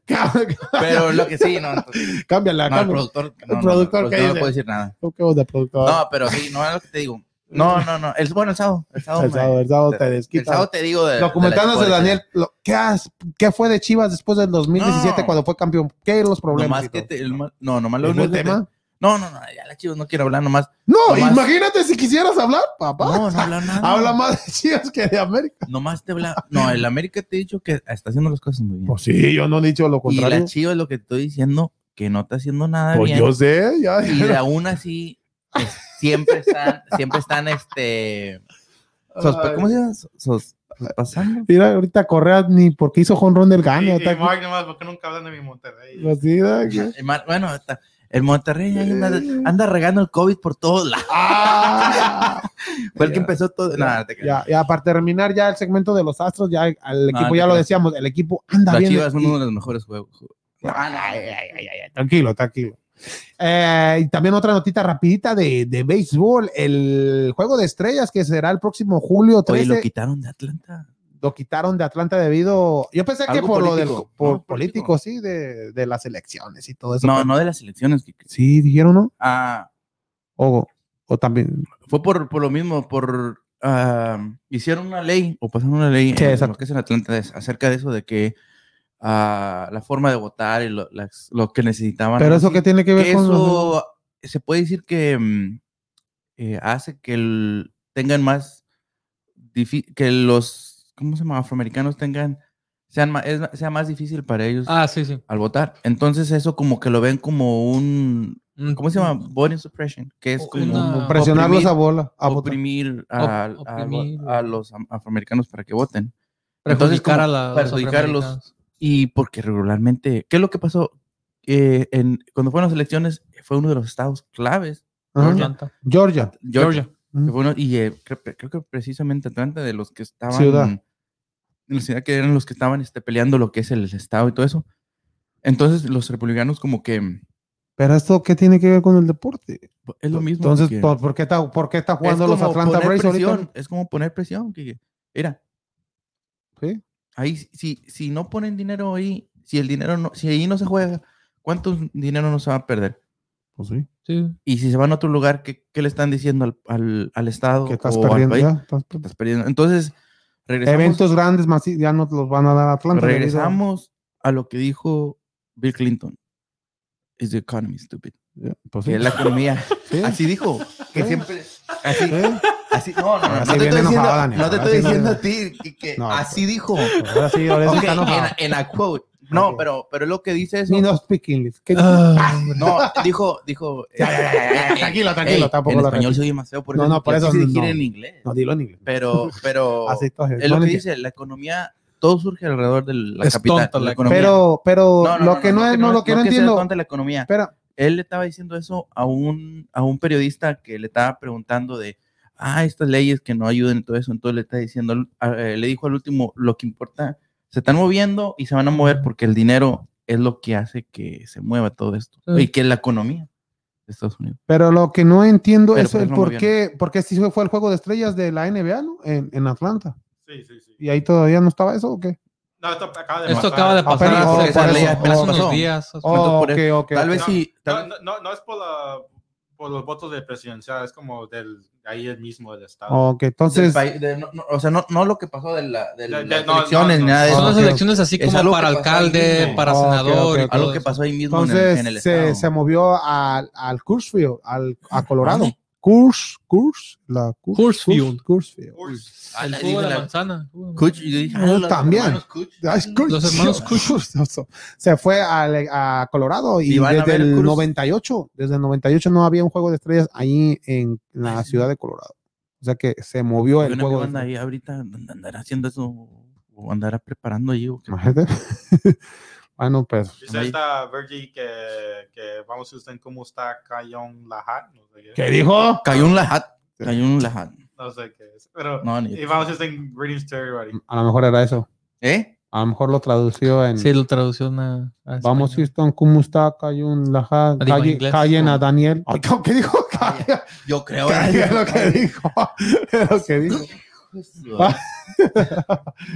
[SPEAKER 2] pero lo que sí, no, entonces,
[SPEAKER 7] Cámbiala,
[SPEAKER 2] no, el
[SPEAKER 7] cámbiala.
[SPEAKER 2] productor, no, no,
[SPEAKER 7] El productor,
[SPEAKER 2] no,
[SPEAKER 7] ¿qué
[SPEAKER 2] no
[SPEAKER 7] dice?
[SPEAKER 2] puedo decir nada.
[SPEAKER 7] ¿Qué onda, productor?
[SPEAKER 2] No, pero sí, no es lo que te digo. No, no, no, el, bueno, el sábado, el sábado,
[SPEAKER 7] el
[SPEAKER 2] me-
[SPEAKER 7] sábado, el sábado te
[SPEAKER 2] el
[SPEAKER 7] desquitas.
[SPEAKER 2] sábado te digo de...
[SPEAKER 7] Documentándose,
[SPEAKER 2] de la-
[SPEAKER 7] Daniel, lo- ¿qué, has- qué fue de Chivas después del 2017
[SPEAKER 2] No.
[SPEAKER 7] cuando fue campeón? ¿Qué eran los problemas?
[SPEAKER 2] Nomás
[SPEAKER 7] y
[SPEAKER 2] que
[SPEAKER 7] todo?
[SPEAKER 2] te- el ma- no, nomás lo
[SPEAKER 7] ¿Ningún
[SPEAKER 2] único que te-
[SPEAKER 7] tema?
[SPEAKER 2] No, no, no, ya la chivas no quiero hablar nomás.
[SPEAKER 7] No,
[SPEAKER 2] nomás- Ah.
[SPEAKER 7] imagínate si quisieras hablar, papá.
[SPEAKER 2] No, no hablar nada.
[SPEAKER 7] Habla más de Chivas que de América.
[SPEAKER 2] Nomás te habla... No, el América te he dicho que está haciendo las cosas muy bien.
[SPEAKER 7] Pues sí, yo no he dicho lo
[SPEAKER 2] y
[SPEAKER 7] contrario.
[SPEAKER 2] la chivas lo que te estoy diciendo, que no está haciendo nada
[SPEAKER 7] Pues
[SPEAKER 2] bien.
[SPEAKER 7] yo sé, ya.
[SPEAKER 2] y de aún así es- siempre están siempre están este sospe- ¿cómo se llama? Sos- sos- pues, sospasando.
[SPEAKER 7] Mira, ahorita Correa ni porque hizo jonrón del gane.
[SPEAKER 4] Y,
[SPEAKER 7] está
[SPEAKER 4] y
[SPEAKER 7] aquí.
[SPEAKER 4] Mark nomás, porque nunca hablan de mi Monterrey.
[SPEAKER 7] Así, da que-
[SPEAKER 2] El mar- bueno está- el Monterrey ahí anda,
[SPEAKER 7] Eh.
[SPEAKER 2] anda regando el COVID por todos lados
[SPEAKER 7] Ah,
[SPEAKER 2] fue el que
[SPEAKER 7] Ya.
[SPEAKER 2] empezó todo nada, te creas.
[SPEAKER 7] ya, ya, para terminar ya el segmento de los astros, ya al
[SPEAKER 2] No,
[SPEAKER 7] equipo
[SPEAKER 2] te
[SPEAKER 7] ya lo
[SPEAKER 2] creas.
[SPEAKER 7] decíamos, el equipo anda
[SPEAKER 2] las
[SPEAKER 7] bien.
[SPEAKER 2] Chivas son
[SPEAKER 7] y-
[SPEAKER 2] uno de los mejores juegos
[SPEAKER 7] ah, Ay, ay, ay, ay, ay, tranquilo, tranquilo. Eh, y también otra notita rapidita de, de béisbol, el juego de estrellas que será el próximo julio
[SPEAKER 2] oye
[SPEAKER 7] 13,
[SPEAKER 2] lo
[SPEAKER 7] lo,
[SPEAKER 2] quitaron de Atlanta
[SPEAKER 7] quitaron de Atlanta debido, yo pensé que
[SPEAKER 2] Algo
[SPEAKER 7] por lo del
[SPEAKER 2] político,
[SPEAKER 7] por
[SPEAKER 2] ¿no?
[SPEAKER 7] político, sí, de, de las elecciones y todo eso.
[SPEAKER 2] no
[SPEAKER 7] pero-
[SPEAKER 2] no de las elecciones que-
[SPEAKER 7] Sí, dijeron, ¿no?
[SPEAKER 2] ah,
[SPEAKER 7] O, o también,
[SPEAKER 2] fue por, por lo mismo por ah, hicieron una ley o pasaron una ley
[SPEAKER 7] Sí,
[SPEAKER 2] en
[SPEAKER 7] exacto.
[SPEAKER 2] lo que es en Atlanta es acerca de eso de que ah, la forma de votar y lo, las- lo que necesitaban
[SPEAKER 7] pero eso
[SPEAKER 2] Así.
[SPEAKER 7] que tiene que ver
[SPEAKER 2] que
[SPEAKER 7] con...
[SPEAKER 2] eso se puede decir que mm, eh, hace que el- tengan más difí- que los ¿cómo se llama? afroamericanos tengan sean ma- es- sea más difícil para ellos
[SPEAKER 3] Ah, sí, sí.
[SPEAKER 2] al votar. Entonces eso como que lo ven como un,
[SPEAKER 3] Mm,
[SPEAKER 2] ¿cómo se llama? Voting suppression, que es como
[SPEAKER 3] Una-
[SPEAKER 2] un-
[SPEAKER 7] Presionarlos
[SPEAKER 2] oprimir-
[SPEAKER 7] a bola. A votar.
[SPEAKER 2] oprimir, a,
[SPEAKER 3] Op-
[SPEAKER 2] a-
[SPEAKER 3] oprimir.
[SPEAKER 2] a los am- afroamericanos para que voten. Entonces,
[SPEAKER 3] Perjudicar
[SPEAKER 2] como
[SPEAKER 3] a la,
[SPEAKER 2] perjudicar a los-
[SPEAKER 3] afroamericanos.
[SPEAKER 2] Y porque regularmente, ¿qué es lo que pasó? Eh, en, cuando fueron las elecciones, fue uno de los estados claves,
[SPEAKER 7] Ajá. Georgia.
[SPEAKER 3] Atlanta.
[SPEAKER 2] Georgia.
[SPEAKER 3] Georgia.
[SPEAKER 2] que fue uno- y eh, creo, creo que precisamente Atlanta, de los que estaban.
[SPEAKER 7] Ciudad.
[SPEAKER 2] De la ciudad que eran los que estaban este, peleando lo que es el estado y todo eso. Entonces, los republicanos, como que. mm,
[SPEAKER 7] Pero esto, ¿qué tiene que ver con el deporte?
[SPEAKER 2] Es lo mismo.
[SPEAKER 7] Pues, Entonces,
[SPEAKER 2] que-
[SPEAKER 7] ¿por, por qué está, por qué está
[SPEAKER 2] es
[SPEAKER 7] jugando los
[SPEAKER 2] como
[SPEAKER 7] Atlanta
[SPEAKER 2] poner
[SPEAKER 7] Braves ahorita?
[SPEAKER 2] presión, Es como poner presión. Que, mira,
[SPEAKER 7] Sí.
[SPEAKER 2] ahí, si, si no ponen dinero ahí, si el dinero no, si ahí no se juega, ¿cuánto dinero no se va a perder?
[SPEAKER 7] Pues sí,
[SPEAKER 3] Sí.
[SPEAKER 2] Y si se van a otro lugar, ¿qué, qué le están diciendo al, al, al Estado
[SPEAKER 7] que estás
[SPEAKER 2] o al
[SPEAKER 7] perdiendo
[SPEAKER 2] país?
[SPEAKER 7] ya. estás perdiendo.
[SPEAKER 2] Estás perdiendo. Entonces, regresamos,
[SPEAKER 7] Eventos grandes más ya no te los van a dar a Atlanta. debido a-
[SPEAKER 2] regresamos a lo que dijo Bill Clinton. Is the economy stupid?
[SPEAKER 7] Ya, pues sí.
[SPEAKER 2] Que es la economía.
[SPEAKER 7] Sí,
[SPEAKER 2] Así dijo. Que
[SPEAKER 7] Sí.
[SPEAKER 2] siempre. Así,
[SPEAKER 7] sí.
[SPEAKER 2] así. No, no, no.
[SPEAKER 7] Ahora
[SPEAKER 2] No
[SPEAKER 7] sí
[SPEAKER 2] te estoy
[SPEAKER 7] ¿Eh? viene
[SPEAKER 2] diciendo,
[SPEAKER 7] enojada, Daniel,
[SPEAKER 2] no te
[SPEAKER 7] ahora
[SPEAKER 2] estoy
[SPEAKER 7] sí
[SPEAKER 2] diciendo
[SPEAKER 7] viene-
[SPEAKER 2] a ti que, que
[SPEAKER 7] No,
[SPEAKER 2] así dijo.
[SPEAKER 7] Ahora sí, ahora sí
[SPEAKER 2] Ok,
[SPEAKER 7] está enojado.
[SPEAKER 2] en, en a quote. No,
[SPEAKER 7] Ok.
[SPEAKER 2] pero, pero lo que dice eso.
[SPEAKER 7] Ni no speak English. ¿Qué-
[SPEAKER 3] Ah, hombre.
[SPEAKER 2] No, dijo, dijo.
[SPEAKER 7] tranquilo,
[SPEAKER 2] Ey,
[SPEAKER 7] tranquilo. tampoco
[SPEAKER 2] en
[SPEAKER 7] lo
[SPEAKER 2] español
[SPEAKER 7] arreglo.
[SPEAKER 2] soy demasiado por
[SPEAKER 7] No,
[SPEAKER 2] eso.
[SPEAKER 7] no, por
[SPEAKER 2] porque
[SPEAKER 7] eso
[SPEAKER 2] así se
[SPEAKER 7] no.
[SPEAKER 2] digiere en inglés.
[SPEAKER 7] No, dilo en inglés.
[SPEAKER 2] Pero, pero
[SPEAKER 7] Así está,
[SPEAKER 2] es lo
[SPEAKER 7] no
[SPEAKER 2] que
[SPEAKER 7] entiendo.
[SPEAKER 2] dice, la economía, todo surge alrededor de la
[SPEAKER 3] Es
[SPEAKER 2] capital,
[SPEAKER 3] tonta
[SPEAKER 2] la
[SPEAKER 3] la
[SPEAKER 2] economía.
[SPEAKER 7] Pero, pero lo que no, es, no, lo que no,
[SPEAKER 2] sea
[SPEAKER 7] entiendo.
[SPEAKER 2] tonta la economía.
[SPEAKER 7] Espera,
[SPEAKER 2] Él le estaba diciendo eso a un, a un periodista que le estaba preguntando de, ah, estas leyes que no ayuden y todo eso. Entonces le está diciendo, al- a- eh, le dijo al último, lo que importa, se están moviendo y se van a mover porque el dinero es lo que hace que se mueva todo esto.
[SPEAKER 3] Sí.
[SPEAKER 2] Y que es la economía de Estados Unidos.
[SPEAKER 7] pero lo que no entiendo
[SPEAKER 2] Pero
[SPEAKER 7] es el
[SPEAKER 2] pues no
[SPEAKER 7] por
[SPEAKER 2] muy
[SPEAKER 7] qué, porque este fue el juego de estrellas de la NBA, ¿no? En, en Atlanta.
[SPEAKER 4] Sí, sí, sí.
[SPEAKER 7] ¿Y ahí todavía no estaba eso o qué?
[SPEAKER 4] No, esto acaba de
[SPEAKER 3] Esto
[SPEAKER 4] pasar.
[SPEAKER 2] Ah,
[SPEAKER 3] acaba de pasar
[SPEAKER 7] Apenas- oh,
[SPEAKER 3] hace,
[SPEAKER 7] por
[SPEAKER 3] hace unos
[SPEAKER 7] eso, oh,
[SPEAKER 2] pasó.
[SPEAKER 3] días. hace-
[SPEAKER 7] Oh,
[SPEAKER 2] Pues por
[SPEAKER 7] ok,
[SPEAKER 2] eso.
[SPEAKER 7] ok,
[SPEAKER 2] Tal
[SPEAKER 7] ok.
[SPEAKER 2] vez sí.
[SPEAKER 4] No, no, no, no es por, la, por los votos de presidencial, es como del, de ahí el mismo del Estado.
[SPEAKER 7] Ok,
[SPEAKER 2] del
[SPEAKER 7] entonces.
[SPEAKER 2] país, de- no, no, o sea, no, no lo que pasó de, la, de
[SPEAKER 4] De- de-
[SPEAKER 2] las
[SPEAKER 4] no, no,
[SPEAKER 2] elecciones ni
[SPEAKER 4] no.
[SPEAKER 2] nada de
[SPEAKER 7] Oh,
[SPEAKER 3] Son
[SPEAKER 2] eso,
[SPEAKER 3] las
[SPEAKER 7] ok,
[SPEAKER 3] elecciones así
[SPEAKER 2] Es algo que
[SPEAKER 3] como para
[SPEAKER 2] pasó ahí
[SPEAKER 3] alcalde,
[SPEAKER 2] mismo.
[SPEAKER 3] para
[SPEAKER 7] Oh, ok,
[SPEAKER 3] senador.
[SPEAKER 7] ok,
[SPEAKER 3] y
[SPEAKER 7] ok.
[SPEAKER 2] a lo
[SPEAKER 3] todo
[SPEAKER 2] que
[SPEAKER 3] eso.
[SPEAKER 2] pasó ahí mismo en el-
[SPEAKER 7] Entonces
[SPEAKER 2] en el,
[SPEAKER 7] se,
[SPEAKER 2] estado. Ah.
[SPEAKER 7] se movió al, al Coorsfield, al, a Colorado.
[SPEAKER 2] ¿Dónde?
[SPEAKER 7] Curs, Curs, la Curs-
[SPEAKER 3] Coorsfield.
[SPEAKER 7] Curs- Coorsfield.
[SPEAKER 4] Urs.
[SPEAKER 2] Ah,
[SPEAKER 3] El
[SPEAKER 2] le
[SPEAKER 3] jugo
[SPEAKER 2] dije
[SPEAKER 3] de la
[SPEAKER 2] la-
[SPEAKER 3] manzana. el jugo de la
[SPEAKER 2] Kuch,
[SPEAKER 3] manzana.
[SPEAKER 2] y yo dije,
[SPEAKER 7] Ah,
[SPEAKER 2] ah, los
[SPEAKER 7] también.
[SPEAKER 2] hermanos Kuch.
[SPEAKER 7] Ay,
[SPEAKER 3] Los hermanos
[SPEAKER 7] Coorsfield. Se fue al- a, Colorado y,
[SPEAKER 2] Y van a
[SPEAKER 7] desde
[SPEAKER 2] ver
[SPEAKER 7] el
[SPEAKER 2] Curs.
[SPEAKER 7] 98, desde el 98 no había un juego de estrellas ahí en la ciudad de Colorado. O sea que se movió
[SPEAKER 2] Yo
[SPEAKER 7] el
[SPEAKER 2] no
[SPEAKER 7] juego.
[SPEAKER 2] sé
[SPEAKER 7] de
[SPEAKER 2] anda ahí ahorita, and- andará haciendo eso o andará preparando ahí. o qué.
[SPEAKER 7] Imagínate. bueno, pues
[SPEAKER 4] Dice esta Virgie que, que vamos a usted cómo está Cayon Lahat. No sé qué.
[SPEAKER 7] dijo?
[SPEAKER 2] Cayó un lajat, cayó un lajat.
[SPEAKER 4] No sé qué es. Pero,
[SPEAKER 2] No, ni-
[SPEAKER 4] y vamos a usted greetings to everybody.
[SPEAKER 7] A lo mejor era eso.
[SPEAKER 2] ¿Eh?
[SPEAKER 7] A lo mejor lo tradució en
[SPEAKER 3] Sí, lo tradució a. a español.
[SPEAKER 7] Vamos Houston, ¿cómo está? Cayun Laja,
[SPEAKER 3] Ah, digo,
[SPEAKER 7] calle,
[SPEAKER 3] inglés.
[SPEAKER 7] callen a Daniel. Ay, ¿cómo- ¿Qué dijo?
[SPEAKER 2] Calla.
[SPEAKER 7] Calla-
[SPEAKER 2] Yo creo. eh.
[SPEAKER 7] calla, es lo que dijo. es lo que dijo.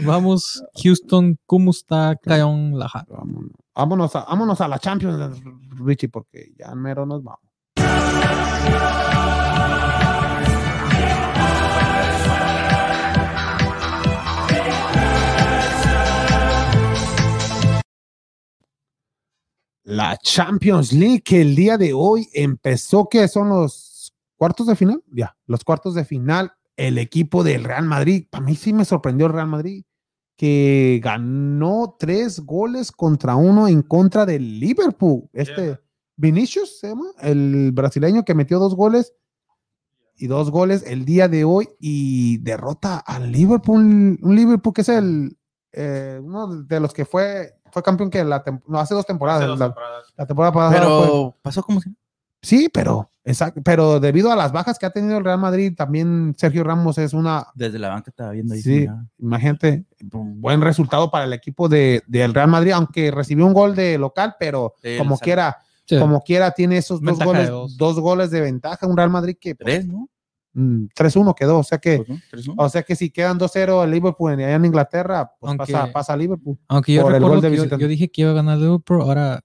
[SPEAKER 3] Vamos, Houston, ¿cómo está Cayón Laja?
[SPEAKER 7] Vámonos, vámonos, a, vámonos a la Champions, Richie, porque ya mero nos vamos. La Champions League que el día de hoy empezó, que son los cuartos de final, ya, los cuartos de final, el equipo del Real Madrid, para mí sí me sorprendió el Real Madrid, que ganó tres goles contra uno en contra del Liverpool. Este
[SPEAKER 4] Yeah.
[SPEAKER 7] Vinicius se llama, el brasileño que metió dos goles y dos goles el día de hoy y derrota al Liverpool, un Liverpool que es el eh, uno de los que fue fue campeón que la tem- no, hace dos temporadas,
[SPEAKER 4] Hace dos
[SPEAKER 7] ah, la,
[SPEAKER 4] temporadas.
[SPEAKER 7] la temporada pasada fue-
[SPEAKER 2] Pero pues. pasó como si.
[SPEAKER 7] sí, pero exacto, pero debido a las bajas que ha tenido el Real Madrid también Sergio Ramos es una
[SPEAKER 2] Desde la banca estaba viendo ahí.
[SPEAKER 7] Sí.
[SPEAKER 2] mira,
[SPEAKER 7] imagínate
[SPEAKER 2] bum,
[SPEAKER 7] buen resultado para el equipo de, del Real Madrid, aunque recibió un gol de local, pero
[SPEAKER 2] Sí,
[SPEAKER 7] como
[SPEAKER 2] el Sal-
[SPEAKER 7] quiera,
[SPEAKER 3] Sí.
[SPEAKER 7] como quiera tiene esos dos
[SPEAKER 3] Ventaja
[SPEAKER 7] goles,
[SPEAKER 3] de dos.
[SPEAKER 7] dos goles de ventaja, un Real Madrid que pues,
[SPEAKER 2] Tres, ¿no?
[SPEAKER 7] mm, 3-1 quedó, o sea que
[SPEAKER 2] Pues, ¿no? Tres, ¿no?
[SPEAKER 7] o sea que si quedan 2-0 el Liverpool en- allá en Inglaterra, pues
[SPEAKER 3] Aunque-
[SPEAKER 7] pasa, pasa Liverpool.
[SPEAKER 3] Aunque yo
[SPEAKER 7] por el
[SPEAKER 3] recuerdo
[SPEAKER 7] gol de
[SPEAKER 3] que yo- yo,
[SPEAKER 7] visitante.
[SPEAKER 3] dije que iba a ganar Liverpool, ahora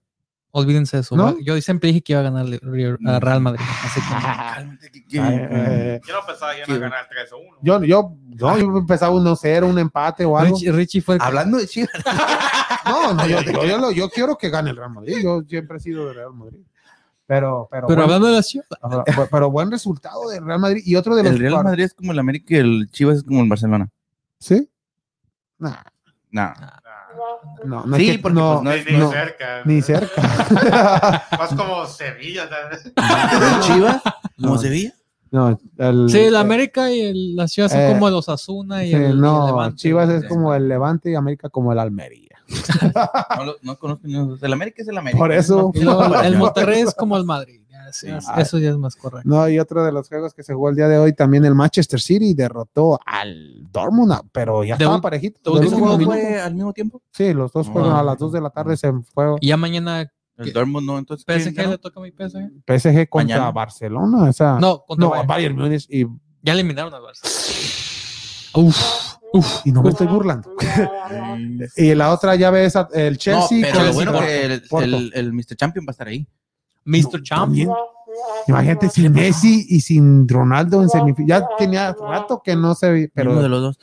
[SPEAKER 3] olvídense eso.
[SPEAKER 7] ¿No?
[SPEAKER 3] ¿va? Yo siempre dije que iba a ganar Li- Ri- a Real Madrid. Así que,
[SPEAKER 2] Cálmate, que- que-
[SPEAKER 7] Eh, eh,
[SPEAKER 4] Yo no pensaba que
[SPEAKER 2] Sí.
[SPEAKER 4] iba a ganar 3 o 1.
[SPEAKER 7] yo, yo, no,
[SPEAKER 2] Ah.
[SPEAKER 7] yo empezaba 1-0, un empate o algo.
[SPEAKER 3] Richie, Richie fue el
[SPEAKER 2] Hablando de Chivas.
[SPEAKER 7] No, no, yo, digo, yo, lo- yo quiero que gane el Real Madrid, yo siempre he sido de Real Madrid. Pero,
[SPEAKER 3] Pero
[SPEAKER 7] pero, bueno,
[SPEAKER 3] hablando de la ciudad,
[SPEAKER 7] ajá, bu- pero buen resultado del Real Madrid y otro de los
[SPEAKER 2] El Real
[SPEAKER 7] cuar-
[SPEAKER 2] Madrid es como el América y el Chivas es como el Barcelona.
[SPEAKER 7] ¿Sí? Nah.
[SPEAKER 2] Nah.
[SPEAKER 4] Nah.
[SPEAKER 7] No, no
[SPEAKER 2] Sí,
[SPEAKER 7] es que-
[SPEAKER 2] porque,
[SPEAKER 7] no,
[SPEAKER 2] pues, no
[SPEAKER 4] Ni-
[SPEAKER 2] es-
[SPEAKER 4] ni
[SPEAKER 7] no,
[SPEAKER 4] cerca.
[SPEAKER 7] ni cerca.
[SPEAKER 4] Más como Sevilla, tal vez.
[SPEAKER 2] Chivas, como
[SPEAKER 7] No.
[SPEAKER 2] Sevilla.
[SPEAKER 7] no, el-
[SPEAKER 3] Sí, el América y el- las Chivas son
[SPEAKER 7] Eh,
[SPEAKER 3] como los Asuna y
[SPEAKER 7] sí,
[SPEAKER 3] el, y el
[SPEAKER 7] no,
[SPEAKER 3] Levante. eh.
[SPEAKER 7] Chivas es
[SPEAKER 2] sí.
[SPEAKER 7] como el Levante y América como el Almería.
[SPEAKER 2] No, lo- no conozco ni uno. El América es el América.
[SPEAKER 7] Por eso.
[SPEAKER 3] Y luego el Monterrey es como el Madrid. Ya, sí,
[SPEAKER 2] Sí.
[SPEAKER 3] Eso ya es más correcto.
[SPEAKER 7] No, y otro de los juegos que se jugó el día de hoy también el Manchester City derrotó al Dortmund, ah, pero ya
[SPEAKER 3] De
[SPEAKER 7] estaba
[SPEAKER 3] un-
[SPEAKER 7] parejito.
[SPEAKER 3] de
[SPEAKER 7] del
[SPEAKER 3] último
[SPEAKER 7] último
[SPEAKER 2] ¿No
[SPEAKER 7] minuto.
[SPEAKER 2] fue al mismo tiempo?
[SPEAKER 7] Sí, los dos fueron
[SPEAKER 2] Ah.
[SPEAKER 7] a las 2 de la tarde se fue
[SPEAKER 3] Y ya mañana
[SPEAKER 2] El
[SPEAKER 3] ¿Qué?
[SPEAKER 2] Dortmund no, entonces. ¿quién
[SPEAKER 3] PSG
[SPEAKER 2] ganó?
[SPEAKER 3] le toca a mi PSG.
[SPEAKER 7] PSG contra
[SPEAKER 2] Mañana.
[SPEAKER 7] Barcelona, o sea,
[SPEAKER 3] No, contra
[SPEAKER 7] no,
[SPEAKER 3] Bayern.
[SPEAKER 7] Bayern Múnich y,
[SPEAKER 3] Ya eliminaron al Barça.
[SPEAKER 7] uf, uf, y no me estoy burlando.
[SPEAKER 2] Mm.
[SPEAKER 7] Y la otra llave es a- el
[SPEAKER 2] No,
[SPEAKER 7] Chelsea.
[SPEAKER 2] pero lo
[SPEAKER 7] Chelsea
[SPEAKER 2] bueno
[SPEAKER 7] con-
[SPEAKER 2] que el,
[SPEAKER 7] Porto.
[SPEAKER 2] el, el Mr. Champion va a estar ahí.
[SPEAKER 3] Mr. Champ.
[SPEAKER 7] También. Imagínate sin Messi y sin Ronaldo en semifinal. Ya tenía rato que no se vi,
[SPEAKER 2] Uno de
[SPEAKER 7] pero,
[SPEAKER 2] los dos.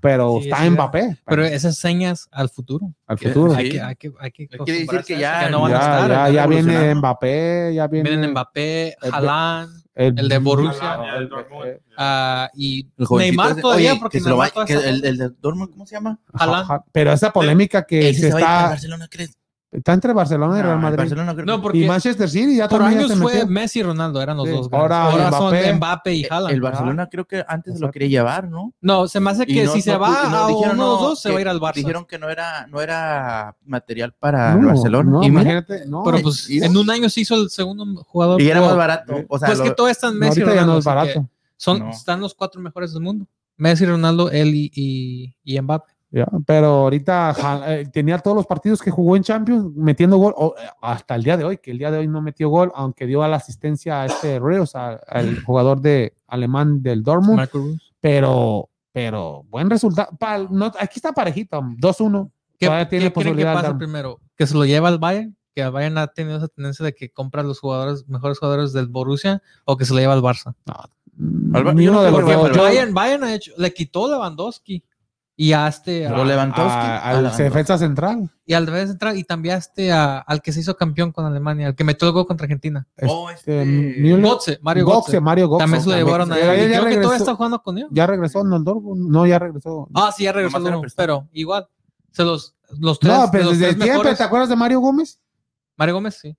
[SPEAKER 7] pero
[SPEAKER 3] Sí,
[SPEAKER 7] está
[SPEAKER 3] sí,
[SPEAKER 7] Mbappé
[SPEAKER 3] Pero esas señas al futuro.
[SPEAKER 7] al futuro.
[SPEAKER 3] Hay
[SPEAKER 2] Sí.
[SPEAKER 3] que, hay que, hay que
[SPEAKER 2] Quiere decir
[SPEAKER 3] acostumbrarse
[SPEAKER 2] que
[SPEAKER 3] a
[SPEAKER 2] ya-
[SPEAKER 3] eso, no van
[SPEAKER 7] ya,
[SPEAKER 3] a estar.
[SPEAKER 7] ya,
[SPEAKER 3] ¿verdad?
[SPEAKER 7] ya viene
[SPEAKER 2] evolucionando.
[SPEAKER 7] Mbappé, ya viene,
[SPEAKER 3] Vienen Mbappé, Haaland
[SPEAKER 7] el,
[SPEAKER 3] el de Borussia.
[SPEAKER 7] Ah, el- eh,
[SPEAKER 3] ah, y
[SPEAKER 2] El jovencito
[SPEAKER 3] Neymar
[SPEAKER 2] ese.
[SPEAKER 3] todavía,
[SPEAKER 2] Oye,
[SPEAKER 3] porque
[SPEAKER 2] que se lo
[SPEAKER 3] Neymar
[SPEAKER 2] va-
[SPEAKER 3] todavía
[SPEAKER 2] que
[SPEAKER 3] está-
[SPEAKER 2] el, el de Dortmund, ¿cómo se llama?
[SPEAKER 3] Haaland.
[SPEAKER 7] ja- pero esa polémica que
[SPEAKER 2] Ese
[SPEAKER 7] se
[SPEAKER 2] se va a ir para
[SPEAKER 7] está,
[SPEAKER 2] Barcelona, ¿crees?
[SPEAKER 7] está entre Barcelona y
[SPEAKER 2] No,
[SPEAKER 7] Real
[SPEAKER 2] el
[SPEAKER 7] Madrid.
[SPEAKER 2] Barcelona, creo
[SPEAKER 3] No,
[SPEAKER 2] que-
[SPEAKER 3] porque
[SPEAKER 7] Y Manchester City ya
[SPEAKER 3] por
[SPEAKER 7] también ya
[SPEAKER 3] años
[SPEAKER 7] se
[SPEAKER 3] fue
[SPEAKER 7] metió.
[SPEAKER 3] Messi y Ronaldo, eran los
[SPEAKER 7] Sí,
[SPEAKER 3] dos.
[SPEAKER 7] ahora
[SPEAKER 3] grandes. ahora
[SPEAKER 7] Mbappé. Eh,
[SPEAKER 3] son Mbappé y Haaland.
[SPEAKER 2] el Barcelona creo que antes lo
[SPEAKER 7] Exacto.
[SPEAKER 2] quería llevar, ¿no?
[SPEAKER 3] No, se me hace
[SPEAKER 2] Y
[SPEAKER 3] que
[SPEAKER 2] no-
[SPEAKER 3] si se
[SPEAKER 2] no
[SPEAKER 3] va
[SPEAKER 2] pu- no
[SPEAKER 3] a
[SPEAKER 2] dijeron,
[SPEAKER 3] uno o
[SPEAKER 2] no,
[SPEAKER 3] dos, se
[SPEAKER 2] que
[SPEAKER 3] va a ir al Barça.
[SPEAKER 2] Dijeron que no era, no era material
[SPEAKER 3] Ah,
[SPEAKER 2] para
[SPEAKER 7] No,
[SPEAKER 2] Barcelona.
[SPEAKER 7] no,
[SPEAKER 2] y, mira,
[SPEAKER 7] imagínate, no.
[SPEAKER 3] pero pues
[SPEAKER 2] y-
[SPEAKER 3] en un año se hizo el segundo jugador.
[SPEAKER 2] y era más
[SPEAKER 3] Pero,
[SPEAKER 2] barato.
[SPEAKER 7] Sí.
[SPEAKER 2] O sea,
[SPEAKER 3] pues
[SPEAKER 2] lo-
[SPEAKER 3] que todo están
[SPEAKER 7] No,
[SPEAKER 3] Messi y
[SPEAKER 7] ahorita ya
[SPEAKER 3] Ronaldo.
[SPEAKER 7] no es
[SPEAKER 3] así que
[SPEAKER 7] barato.
[SPEAKER 3] son,
[SPEAKER 2] No.
[SPEAKER 3] Están los cuatro mejores del mundo. Messi, Ronaldo, él y, y, y Mbappé.
[SPEAKER 7] Ya, pero ahorita ja- eh, tenía todos los partidos que jugó en Champions metiendo gol o, eh, hasta el día de hoy, que el día de hoy no metió gol, aunque dio a la asistencia a este Reus, a- al jugador de alemán del Dortmund,
[SPEAKER 3] Marco Rose.
[SPEAKER 7] pero pero buen resultado. Pa- no, aquí está parejito, 2-1.
[SPEAKER 3] ¿Qué,
[SPEAKER 7] Todavía tiene
[SPEAKER 3] qué creen que
[SPEAKER 7] posibilidad,
[SPEAKER 3] pasa
[SPEAKER 7] Dan.
[SPEAKER 3] primero? ¿Que se lo lleva al Bayern? ¿Que el Bayern ha tenido esa tendencia de que compra los jugadores, mejores jugadores del Borussia? ¿O que se lo lleva al
[SPEAKER 7] Pues
[SPEAKER 3] Barça?
[SPEAKER 2] Alba-
[SPEAKER 7] Ni
[SPEAKER 2] yo
[SPEAKER 7] uno
[SPEAKER 2] no
[SPEAKER 7] de
[SPEAKER 2] creo
[SPEAKER 7] los
[SPEAKER 2] que
[SPEAKER 7] dos.
[SPEAKER 2] Pero yo-
[SPEAKER 3] Bayern, Bayern ha hecho, le quitó Lewandowski y a este, a-
[SPEAKER 2] lo levantó.
[SPEAKER 7] A- al defensa central.
[SPEAKER 3] y al revés entrar y cambiaste a, al que se hizo campeón con Alemania, al que metió el gol contra Argentina.
[SPEAKER 2] Oh, este,
[SPEAKER 7] Eh, Müller.
[SPEAKER 3] Götze, Mario
[SPEAKER 7] Götze,
[SPEAKER 3] Götze.
[SPEAKER 7] Mario Götze.
[SPEAKER 3] También se lo llevaron a
[SPEAKER 7] Pero
[SPEAKER 3] él. Y creo
[SPEAKER 7] él. Ya
[SPEAKER 3] que todavía
[SPEAKER 7] regresó,
[SPEAKER 3] está jugando con él.
[SPEAKER 7] ya regresó en el Dortmund. No, ya regresó.
[SPEAKER 3] Ah, sí, ya regresó.
[SPEAKER 2] Nomás era
[SPEAKER 3] no,
[SPEAKER 2] prestado.
[SPEAKER 3] pero igual, se los, los tres.
[SPEAKER 7] No,
[SPEAKER 3] de
[SPEAKER 7] pero
[SPEAKER 3] los
[SPEAKER 7] desde
[SPEAKER 3] tres
[SPEAKER 7] siempre,
[SPEAKER 3] mejores-
[SPEAKER 7] ¿te acuerdas de Mario Gómez?
[SPEAKER 3] Mario Gómez, sí.